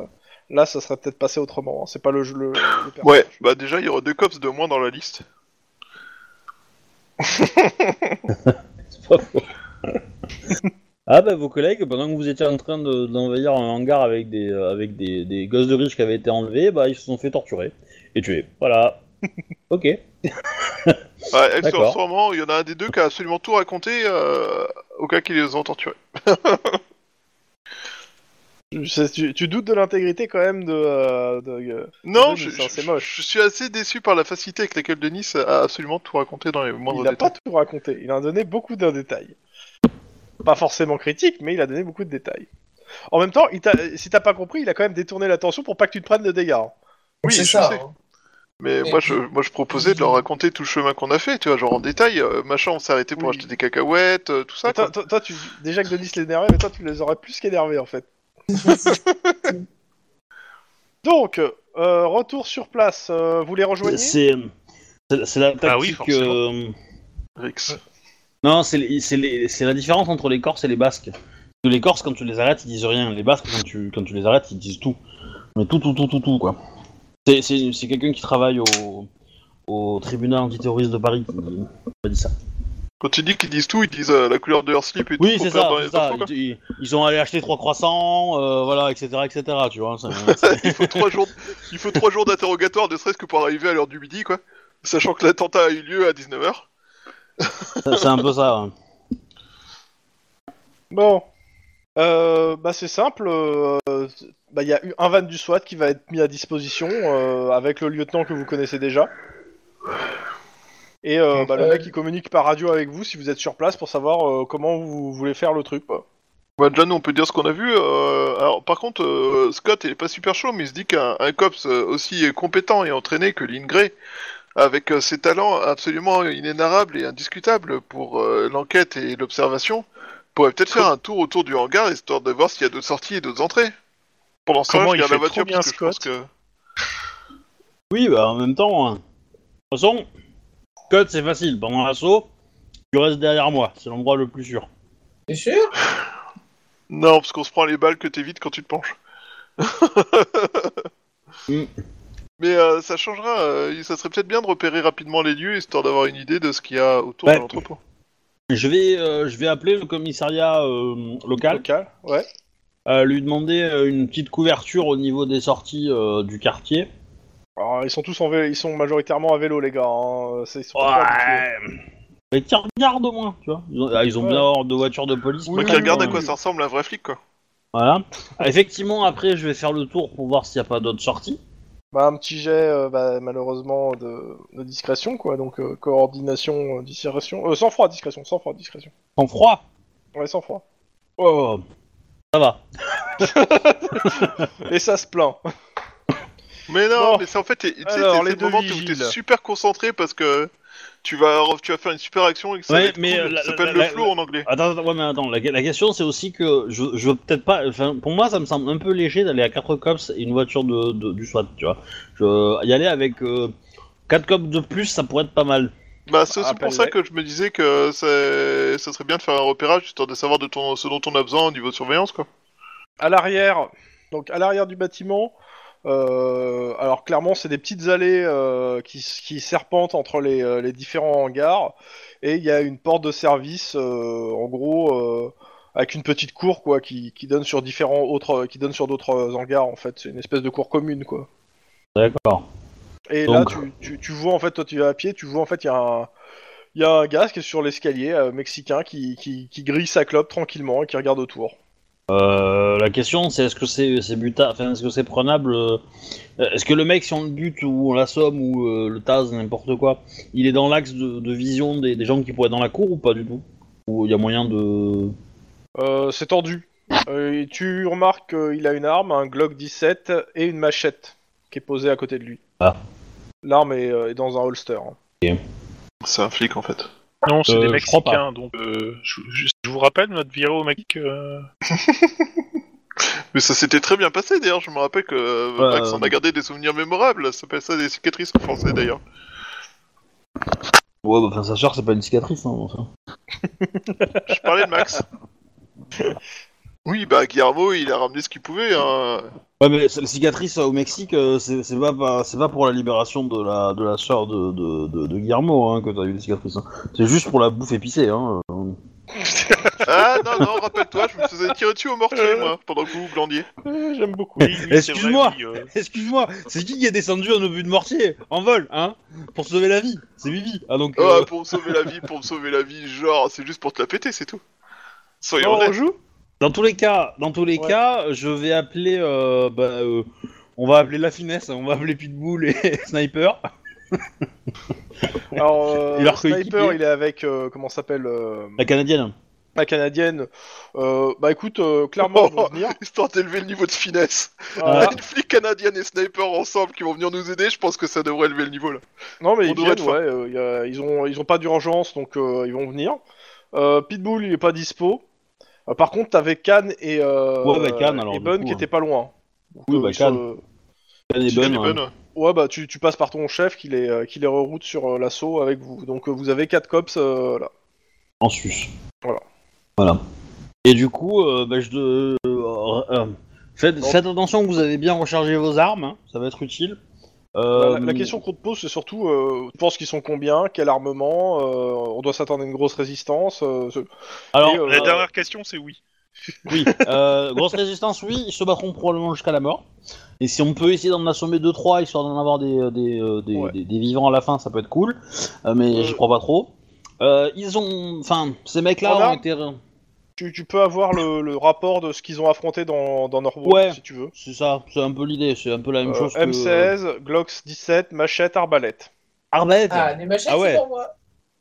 Speaker 2: Là, ça serait peut-être passé autrement. hein. C'est pas le jeu. Le, le personnage.
Speaker 5: Ouais, bah déjà, il y aura deux cops de moins dans la liste.
Speaker 1: C'est pas faux. ah bah vos collègues, pendant que vous étiez en train de- d'envahir un hangar avec des euh, avec des, des gosses de riches qui avaient été enlevés, bah ils se sont fait torturer et tuer. Voilà. ok.
Speaker 5: Ah,
Speaker 1: D'accord.
Speaker 5: accessoirement, il y en a un des deux qui a absolument tout raconté euh, au cas qu'ils les ont torturés.
Speaker 2: Tu- c'est- Tu, tu doutes de l'intégrité quand même de, euh, de-
Speaker 5: Non,
Speaker 2: Denis,
Speaker 5: je,
Speaker 2: ça, c'est
Speaker 5: je-
Speaker 2: moche.
Speaker 5: je suis assez déçu par la facilité avec laquelle Denis a absolument tout raconté dans les moindres
Speaker 2: Il a pas
Speaker 5: détails.
Speaker 2: tout raconté, il a donné beaucoup de détails. Pas forcément critique, mais il a donné beaucoup de détails. En même temps, il t'a- si t'as pas compris, il a quand même détourné l'attention pour pas que tu te prennes de dégâts. hein.
Speaker 5: Oui,
Speaker 4: c'est
Speaker 5: je
Speaker 4: ça.
Speaker 5: sais.
Speaker 4: hein.
Speaker 5: Mais
Speaker 4: Et
Speaker 5: moi
Speaker 4: puis-
Speaker 5: je, moi, je proposais de leur raconter tout le chemin qu'on a fait, tu vois, genre en détail. euh, machin, on s'est arrêté pour
Speaker 2: Oui.
Speaker 5: acheter des cacahuètes, euh, tout ça.
Speaker 2: Mais toi,
Speaker 5: quoi.
Speaker 2: toi- toi, tu, déjà que Denis l'énervait, mais toi, tu les aurais plus qu'énervés en fait.
Speaker 4: hein.
Speaker 2: Donc, euh, retour sur place, euh, vous les rejoignez
Speaker 1: C'est c'est- c'est la
Speaker 3: Ah oui,
Speaker 1: tactique.
Speaker 3: forcément.
Speaker 1: euh,
Speaker 5: Rix.
Speaker 1: Non, c'est les- c'est les- c'est la différence entre les Corses et les Basques. Parce que Les Corses, quand tu les arrêtes, ils disent rien. Les Basques, quand tu, quand tu les arrêtes, ils disent tout. Mais tout, tout, tout, tout, tout, quoi. C'est- C'est c'est quelqu'un qui travaille au, au tribunal antiterroriste de Paris qui qui a dit ça.
Speaker 5: Quand tu dis qu'ils disent tout, ils disent euh, la couleur de leur slip et tout.
Speaker 1: Oui,
Speaker 5: pour
Speaker 1: c'est
Speaker 5: faire
Speaker 1: ça,
Speaker 5: dans les
Speaker 1: c'est ça.
Speaker 5: infos, quoi.
Speaker 1: Ils, ils- ils sont allés acheter trois croissants, euh, voilà, etc., etc., tu vois. ça-
Speaker 5: il faut trois jours, il faut trois jours d'interrogatoire, ne serait-ce que pour arriver à l'heure du midi, quoi. Sachant que l'attentat a eu lieu à 19h.
Speaker 1: C'est c'est un peu ça. hein.
Speaker 2: Bon. Euh, bah c'est simple, euh, bah il y a eu un van du SWAT qui va être mis à disposition euh, avec le lieutenant que vous connaissez déjà. Et euh, bah, le
Speaker 4: Euh.
Speaker 2: mec il communique par radio avec vous si vous êtes sur place pour savoir euh, comment vous voulez faire le truc. quoi.
Speaker 5: Bah, déjà, nous, on peut dire ce qu'on a vu. euh, alors, par contre, euh, Scott, il est pas super chaud, mais il se dit qu'un un cops euh, aussi compétent et entraîné que Lynn Gray, avec euh, ses talents absolument inénarrables et indiscutables pour euh, l'enquête et l'observation, pourrait peut-être faire un tour autour du hangar, histoire de voir s'il y a d'autres sorties et d'autres entrées. Pendant ce temps,
Speaker 3: Comment
Speaker 5: je
Speaker 3: il
Speaker 5: garde la
Speaker 3: fait
Speaker 5: voiture,
Speaker 3: trop bien,
Speaker 5: parce que je pense que...
Speaker 1: Oui, bah en même temps. euh, De toute façon, code c'est facile. Pendant l'assaut, tu restes derrière moi. C'est l'endroit le plus sûr.
Speaker 4: T'es sûr
Speaker 5: Non, parce qu'on se prend les balles que t'évites quand tu te penches.
Speaker 1: Mm.
Speaker 5: Mais euh, ça changera, euh, ça serait peut-être bien de repérer rapidement les lieux, histoire d'avoir une idée de ce qu'il y a autour
Speaker 1: Ouais.
Speaker 5: de l'entrepôt.
Speaker 1: Je vais, euh, je vais appeler le commissariat euh, local,
Speaker 2: Local, ouais.
Speaker 1: euh, lui demander euh, une petite couverture au niveau des sorties euh, du quartier.
Speaker 2: Alors, ils sont tous en vélo, ils sont majoritairement à vélo, les gars. hein. C'est- ils sont pas habitués.
Speaker 1: Ouais. Mais tiens, regarde au moins, tu vois. Ils ont, ah, ils ont
Speaker 2: Ouais.
Speaker 1: bien hors de voitures de police.
Speaker 2: Oui,
Speaker 5: Moi qui
Speaker 1: maintenant,
Speaker 5: regarde à
Speaker 1: euh,
Speaker 5: quoi ça ressemble un vrai flic, quoi.
Speaker 1: Voilà. Ah, Effectivement, après, je vais faire le tour pour voir s'il n'y a pas d'autres sorties.
Speaker 2: Bah, un petit jet, euh, bah, malheureusement, de, de discrétion, quoi. Donc, euh, coordination, euh, discrétion. Euh, sans froid, discrétion, sans froid, discrétion.
Speaker 1: En froid.
Speaker 2: Ouais, sans froid.
Speaker 1: Oh, ça va.
Speaker 2: Et ça se plaint.
Speaker 5: Mais non,
Speaker 2: Bon.
Speaker 5: mais c'est en fait, t'es- tu sais,
Speaker 2: Alors,
Speaker 5: t'es-
Speaker 2: les
Speaker 5: c'est le
Speaker 2: deux
Speaker 5: moment où t'es
Speaker 2: vigiles.
Speaker 5: super concentré parce que tu vas, re- tu vas faire une super action et que ça,
Speaker 1: Ouais,
Speaker 5: va être
Speaker 1: mais,
Speaker 5: cool.
Speaker 1: euh, la-
Speaker 5: ça s'appelle
Speaker 1: la-
Speaker 5: le
Speaker 1: la-
Speaker 5: flow en anglais.
Speaker 1: Attends, attends, ouais, mais attends. La, la question, c'est aussi que je, je veux peut-être pas. Enfin, pour moi, ça me semble un peu léger d'aller à 4 cops et une voiture de, de- du SWAT, tu vois. Je, y aller avec 4 cops de plus, ça pourrait être pas mal.
Speaker 5: Bah, c'est aussi pour
Speaker 2: rappelle,
Speaker 5: ça
Speaker 2: ouais.
Speaker 5: que je me disais que c'est- ça serait bien de faire un repérage, histoire de savoir de ton, ce dont on a besoin au niveau de surveillance, quoi.
Speaker 2: à l'arrière, donc à l'arrière du bâtiment. euh, alors clairement, c'est des petites allées euh, qui, s- qui serpentent entre les, euh, les différents hangars, et il y a une porte de service, euh, en gros, euh, avec une petite cour quoi, qui, qui donne sur différents autres, euh, qui donne sur d'autres hangars en fait. C'est une espèce de cour commune quoi.
Speaker 1: D'accord.
Speaker 2: Et là,
Speaker 1: Donc-
Speaker 2: tu, tu- tu vois, en fait, toi, tu vas à pied, tu vois, en fait, il y a un... Il y a un gars qui est sur l'escalier euh, mexicain qui, qui, qui grille sa clope tranquillement et qui regarde autour.
Speaker 1: Euh, la question, c'est est-ce que c'est c'est buta, enfin est-ce que c'est prenable euh, Est-ce que le mec, si on le bute ou on l'assomme ou euh, le tase, n'importe quoi, il est dans l'axe de, de vision des, des gens qui pourraient être dans la cour ou pas du tout Ou il y a moyen de
Speaker 2: Euh, c'est tendu. Euh, et tu remarques qu'il a une arme, un Glock 17 et une machette qui est posée à côté de lui.
Speaker 1: Ah.
Speaker 2: L'arme est, euh, est dans un holster. hein.
Speaker 5: C'est un flic, en fait.
Speaker 3: Non, c'est
Speaker 1: Euh,
Speaker 3: des
Speaker 1: je crois pas.
Speaker 3: Mexicains, donc euh, je, je- je vous rappelle notre virée au Mexique. euh,
Speaker 5: Mais ça s'était très bien passé d'ailleurs, je me rappelle que euh,
Speaker 1: Ouais,
Speaker 5: Max en
Speaker 1: euh,
Speaker 5: a gardé des souvenirs mémorables, ça s'appelle ça des cicatrices en français d'ailleurs.
Speaker 1: Ouais, bah, enfin sa soeur, c'est pas une cicatrice. Hein, enfin.
Speaker 5: Je parlais de Max. Oui, bah Guillermo, il a ramené ce qu'il pouvait. Hein.
Speaker 1: Ouais, mais c'est- les cicatrices euh, au Mexique, euh, c'est c'est pas, pas- c'est pas pour la libération de la, de la soeur de, de, de, de Guillermo hein, que t'as eu les cicatrices. hein. C'est juste pour la bouffe épicée. Hein. euh.
Speaker 5: Ah non, non, rappelle-toi, je me faisais tirer dessus au mortier, moi, pendant que vous vous glandiez.
Speaker 2: Euh, J'aime beaucoup.
Speaker 3: oui, oui, c'est vrai,
Speaker 1: Excuse-moi.
Speaker 3: oui, euh,
Speaker 1: Excuse-moi, c'est qui qui est descendu en obus de mortier, en vol, hein Pour sauver la vie, c'est Vivi. Ah donc.
Speaker 5: Ah,
Speaker 1: euh,
Speaker 5: pour me sauver la vie, pour me sauver la vie, genre, c'est juste pour te la péter, c'est tout. Soyons
Speaker 2: Bon, on
Speaker 5: honnêtes.
Speaker 2: joue
Speaker 1: Dans tous les cas, dans tous les
Speaker 2: Ouais.
Speaker 1: cas, je vais appeler, euh, bah, euh, on va appeler la finesse, on va appeler Pitbull et Sniper.
Speaker 2: Alors, euh,
Speaker 1: Et leur
Speaker 2: Sniper,
Speaker 1: coéquipier
Speaker 2: il est avec, euh, comment ça s'appelle, euh,
Speaker 1: La canadienne.
Speaker 2: la canadienne. Euh, bah écoute, euh, clairement, ils vont
Speaker 5: Oh.
Speaker 2: venir. Ah,
Speaker 5: Histoire d'élever le niveau de finesse.
Speaker 1: Ah.
Speaker 2: Voilà.
Speaker 5: Une flic canadienne et sniper ensemble qui vont venir nous aider, je pense que ça devrait élever le niveau là.
Speaker 2: Non, mais
Speaker 5: On
Speaker 2: ils
Speaker 5: devrait
Speaker 2: viennent, ouais, euh, y a- ils, ont, ils ont pas d'urgence, donc euh, ils vont venir. Euh, Pitbull, il est pas dispo. Euh, par contre, t'avais Khan et, euh,
Speaker 1: Ouais, bah, Khan, alors,
Speaker 2: et
Speaker 1: du
Speaker 2: Bun
Speaker 1: coup,
Speaker 2: qui
Speaker 1: hein.
Speaker 2: étaient pas loin. Donc,
Speaker 1: Oui, bah,
Speaker 2: ils sont,
Speaker 1: Khan.
Speaker 2: euh,
Speaker 1: Elle est
Speaker 5: Tu
Speaker 1: bonne.
Speaker 5: connais
Speaker 1: hein.
Speaker 5: Ben, ouais.
Speaker 2: Ouais, bah tu, tu passes par ton chef qui les, euh, qui les reroute sur euh, l'assaut avec vous. Donc euh, vous avez quatre cops euh, là.
Speaker 1: en sus.
Speaker 2: Voilà.
Speaker 1: Voilà. Et du coup, euh, bah, je de- euh, euh, faites,
Speaker 2: Bon.
Speaker 1: faites attention que vous avez bien rechargé vos armes, hein, ça va être utile. Euh,
Speaker 2: Bah, La, la question qu'on te pose, c'est surtout, euh, tu penses qu'ils sont combien, quel armement, euh, on doit s'attendre à une grosse résistance. euh, ce-
Speaker 1: Alors,
Speaker 2: Et, euh,
Speaker 1: euh,
Speaker 3: La dernière question, c'est oui.
Speaker 1: oui, euh, grosse résistance, oui, ils se battront probablement jusqu'à la mort. Et si on peut essayer d'en assommer 2-3 histoire d'en avoir des, euh, des, euh, des-
Speaker 2: Ouais.
Speaker 1: des- des vivants à la fin, ça peut être cool, Euh, mais j'y crois pas trop. Euh, ils ont. Enfin, ces mecs-là
Speaker 2: En
Speaker 1: ont
Speaker 2: armes
Speaker 1: été.
Speaker 2: Tu, tu peux avoir le, le rapport de ce qu'ils ont affronté dans, dans Norwood
Speaker 1: Ouais.
Speaker 2: si tu veux.
Speaker 1: C'est ça, c'est un peu l'idée, c'est un peu la même
Speaker 2: Euh,
Speaker 1: chose que.
Speaker 2: M16, Glock 17, machette, arbalète.
Speaker 1: Arbalète
Speaker 4: Ah, les machettes,
Speaker 1: Ah ouais.
Speaker 4: c'est pour moi.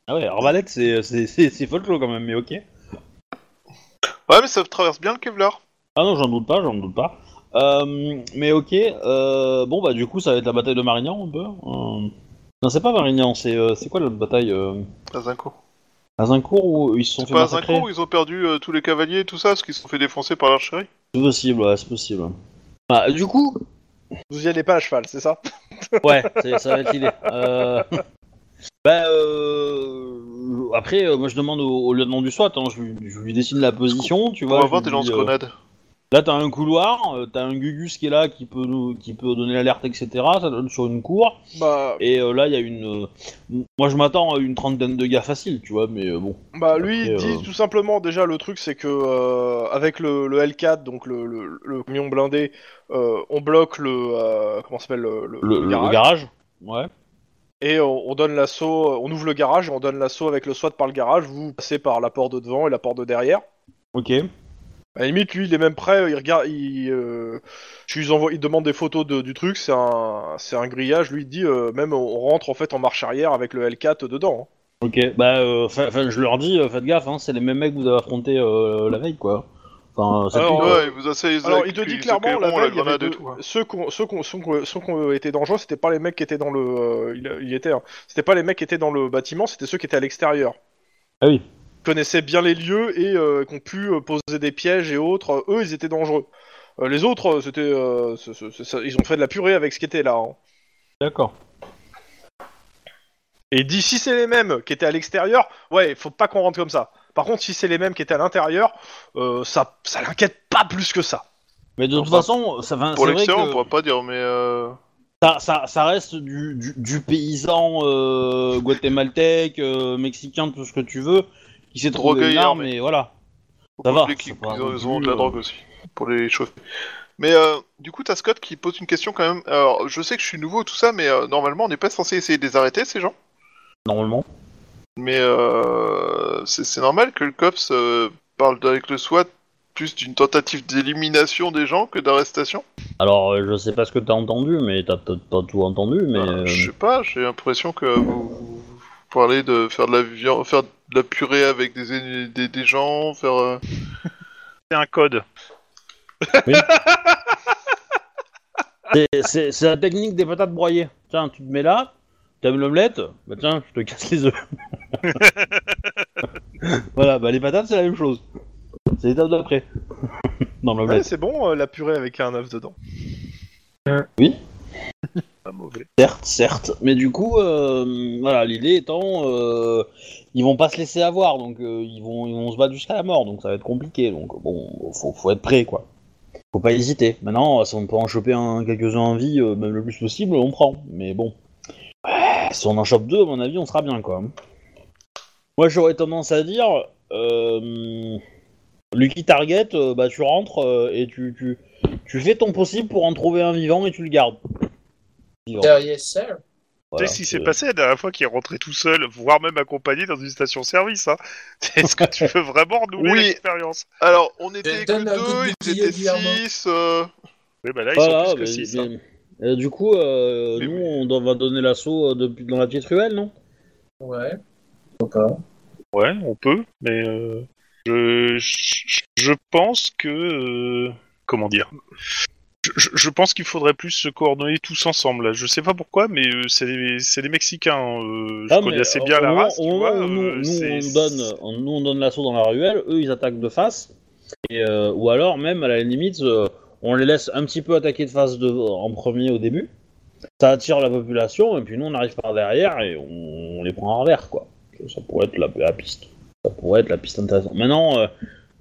Speaker 1: Ah ouais, arbalète, c'est, c'est, c'est, c'est folklore quand même, mais ok.
Speaker 5: Ouais, mais ça traverse bien le Kevlar.
Speaker 1: Ah non, j'en doute pas, j'en doute pas. Euh, mais ok, euh, bon bah du coup ça va être la bataille de Marignan un peu. euh. Non, c'est pas Marignan, c'est euh, c'est quoi la bataille euh,
Speaker 5: À Zinco.
Speaker 1: À Zincourt où ils se sont
Speaker 5: C'est
Speaker 1: fait
Speaker 5: pas à
Speaker 1: massacrer
Speaker 5: Zinco où ils ont perdu euh, tous les cavaliers et tout ça, parce qu'ils se sont fait défoncer par l'archerie.
Speaker 1: C'est possible, ouais, c'est possible. Bah, du coup,
Speaker 2: Vous y allez pas à cheval, c'est ça
Speaker 1: ouais, c'est- ça va être l'idée. Euh, Bah, euh, après, euh, moi je demande au, au lieutenant du SWAT, hein, je, lui- je lui dessine la position, tu
Speaker 5: On
Speaker 1: vois.
Speaker 5: va
Speaker 1: je
Speaker 5: voir
Speaker 1: lui
Speaker 5: des
Speaker 1: dis, euh,
Speaker 5: lance-grenades.
Speaker 1: Là, t'as un couloir, euh, t'as un Gugus qui est là, qui peut, nous, qui peut donner l'alerte, etc. Ça donne sur une cour.
Speaker 2: Bah,
Speaker 1: Et euh, là, il y a une. euh, moi, je m'attends à une trentaine de gars faciles, tu vois, mais euh, bon.
Speaker 2: Bah lui il
Speaker 1: Après,
Speaker 2: dit
Speaker 1: euh,
Speaker 2: tout simplement déjà le truc c'est que euh, avec le, le L4 donc le, le, le camion blindé euh, on bloque le euh, comment ça s'appelle le, le-
Speaker 1: Le,
Speaker 2: le
Speaker 1: le
Speaker 2: garage,
Speaker 1: garage Ouais.
Speaker 2: et on, on donne l'assaut euh, on ouvre le garage et on donne l'assaut avec le SWAT par le garage vous passez par la porte de devant et la porte de derrière
Speaker 1: Ok.
Speaker 2: à la limite lui il est même prêt il regarde il euh, je lui envoie il demande des photos de- du truc c'est un c'est un grillage lui il dit euh, même on rentre en fait en marche arrière avec le L4 dedans hein.
Speaker 1: Ok. Bah, euh, fin- fin, je leur dis, euh, faites gaffe, hein, c'est les mêmes mecs que vous avez affrontés euh, la veille, quoi. Enfin, euh, cette
Speaker 2: Alors,
Speaker 1: nuit, quoi.
Speaker 5: Ah Ouais, ils vous asseyez.
Speaker 2: Alors, il te dit clairement, la veille, il y avait
Speaker 5: grenade
Speaker 2: deux-
Speaker 5: et tout. hein.
Speaker 2: ceux qui ceux qu'on- ceux qu'on- ceux qu'on étaient dangereux, c'était pas les mecs qui étaient dans le, euh, il, il était, hein. c'était pas les mecs qui étaient dans le bâtiment, c'était ceux qui étaient à l'extérieur.
Speaker 1: Ah oui.
Speaker 2: Ils connaissaient bien les lieux et euh, qui ont pu euh, poser des pièges et autres. euh, eux, ils étaient dangereux. Euh, les autres, euh, c'était, euh, c'est- c'est- c'est- ça- ils ont fait de la purée avec ce qui était là. hein.
Speaker 1: D'accord.
Speaker 2: Et il dit si c'est les mêmes qui étaient à l'extérieur, ouais, faut pas qu'on rentre comme ça. Par contre, si c'est les mêmes qui étaient à l'intérieur, euh, ça, ça l'inquiète pas plus que ça.
Speaker 1: Mais de toute
Speaker 5: Enfin,
Speaker 1: façon, ça va.
Speaker 5: Pour
Speaker 1: Ah, c'est vrai
Speaker 5: l'extérieur,
Speaker 1: que-
Speaker 5: on pourra pas dire, mais. euh,
Speaker 1: Ça, ça, ça reste du, du, du paysan euh, guatémaltèque, euh, mexicain, tout ce que tu veux, qui s'est trouvé une
Speaker 5: Drogueur,
Speaker 1: arme
Speaker 5: mais-
Speaker 1: et voilà.
Speaker 5: faut
Speaker 1: Ça va,
Speaker 5: contrôler qu'ils-
Speaker 1: c'est pas
Speaker 5: qu'ils
Speaker 1: non
Speaker 5: ont- ils ont
Speaker 1: plus,
Speaker 5: de la
Speaker 1: euh,
Speaker 5: drogue aussi, pour les chauffer. Mais euh, du coup, t'as Scott qui pose une question quand même. Alors, je sais que je suis nouveau, tout ça, mais euh, normalement, on n'est pas censé essayer de les arrêter, ces gens.
Speaker 1: Normalement.
Speaker 5: Mais euh, c'est c'est normal que le COPS euh, parle avec le SWAT plus d'une tentative d'élimination des gens que d'arrestation.
Speaker 1: Alors, euh, je sais pas ce que t'as entendu, mais t'as peut-être pas tout entendu, mais.
Speaker 5: Euh,
Speaker 1: euh,
Speaker 5: Je sais pas, j'ai l'impression que vous, vous parlez de faire de la viande, faire de la purée avec des, ennemis- des, des gens, faire. euh,
Speaker 3: C'est un code.
Speaker 1: c'est- C'est c'est la technique des patates broyées. Tiens, tu te mets là, t'aimes l'omelette, bah tiens, je te casse les œufs. voilà, bah les patates, c'est la même chose. C'est l'étape d'après. Dans
Speaker 2: Ouais,
Speaker 1: l'omelette.
Speaker 2: c'est bon, euh, la purée avec un œuf dedans.
Speaker 3: Pas mauvais.
Speaker 1: Certes, certes, mais du coup, euh, voilà, l'idée étant, euh, ils vont pas se laisser avoir, donc euh, ils vont, ils vont se battre jusqu'à la mort, donc ça va être compliqué. Donc bon, faut, faut être prêt, quoi. Faut pas hésiter. Maintenant, si on peut en choper un, quelques-uns en vie, euh, même le plus possible, on prend. Mais bon, Ouais, si on en chope deux, à mon avis, on sera bien, quoi. Moi, j'aurais tendance à dire, euh, Lucky Target, euh, bah tu rentres euh, et tu, tu, tu fais ton possible pour en trouver un vivant et tu le gardes. Vivant.
Speaker 4: Yeah, Euh, yes, sir.
Speaker 1: Voilà,
Speaker 3: tu sais ce qui
Speaker 1: c'est-
Speaker 3: s'est passé la dernière fois qu'il est rentré tout seul, voire même accompagné dans une station-service. Hein. Est-ce que tu veux vraiment renouveler
Speaker 5: Oui.
Speaker 3: l'expérience
Speaker 5: Alors, on était que
Speaker 4: Eh, donne un coup de
Speaker 5: deux, ils
Speaker 4: bouclier,
Speaker 5: étaient
Speaker 4: Guillermo.
Speaker 5: six. euh,
Speaker 3: Oui, bah là, ils
Speaker 1: Voilà,
Speaker 3: sont plus que
Speaker 1: Ah,
Speaker 3: hein.
Speaker 1: mais-
Speaker 3: 6.
Speaker 1: mais- Euh, du coup, euh,
Speaker 5: Mais-
Speaker 1: nous, on doit- va donner l'assaut euh, depuis dans la petite ruelle, non
Speaker 4: Ouais. Pourquoi pas.
Speaker 3: Ouais, on peut, mais euh, je, je, je pense que. euh, comment dire Je- je, je pense qu'il faudrait plus se coordonner tous ensemble. là. Je sais pas pourquoi, mais euh, c'est des, c'est des Mexicains. hein, euh, je
Speaker 1: Ah,
Speaker 3: connais
Speaker 1: mais,
Speaker 3: assez
Speaker 1: euh,
Speaker 3: bien
Speaker 1: au
Speaker 3: la
Speaker 1: moment-
Speaker 3: race.
Speaker 1: au
Speaker 3: tu
Speaker 1: moment
Speaker 3: vois,
Speaker 1: où nous,
Speaker 3: euh,
Speaker 1: nous,
Speaker 3: c'est-
Speaker 1: on donne, on- nous, on donne l'assaut dans la ruelle, eux, ils attaquent de face. Et, euh, ou alors, même à la limite, euh, on les laisse un petit peu attaquer de face de, en premier au début. Ça attire la population, et puis nous, on arrive par derrière et on, on les prend en revers, quoi. Ça pourrait être la, la piste. Ça pourrait être la piste intéressante. Maintenant, euh,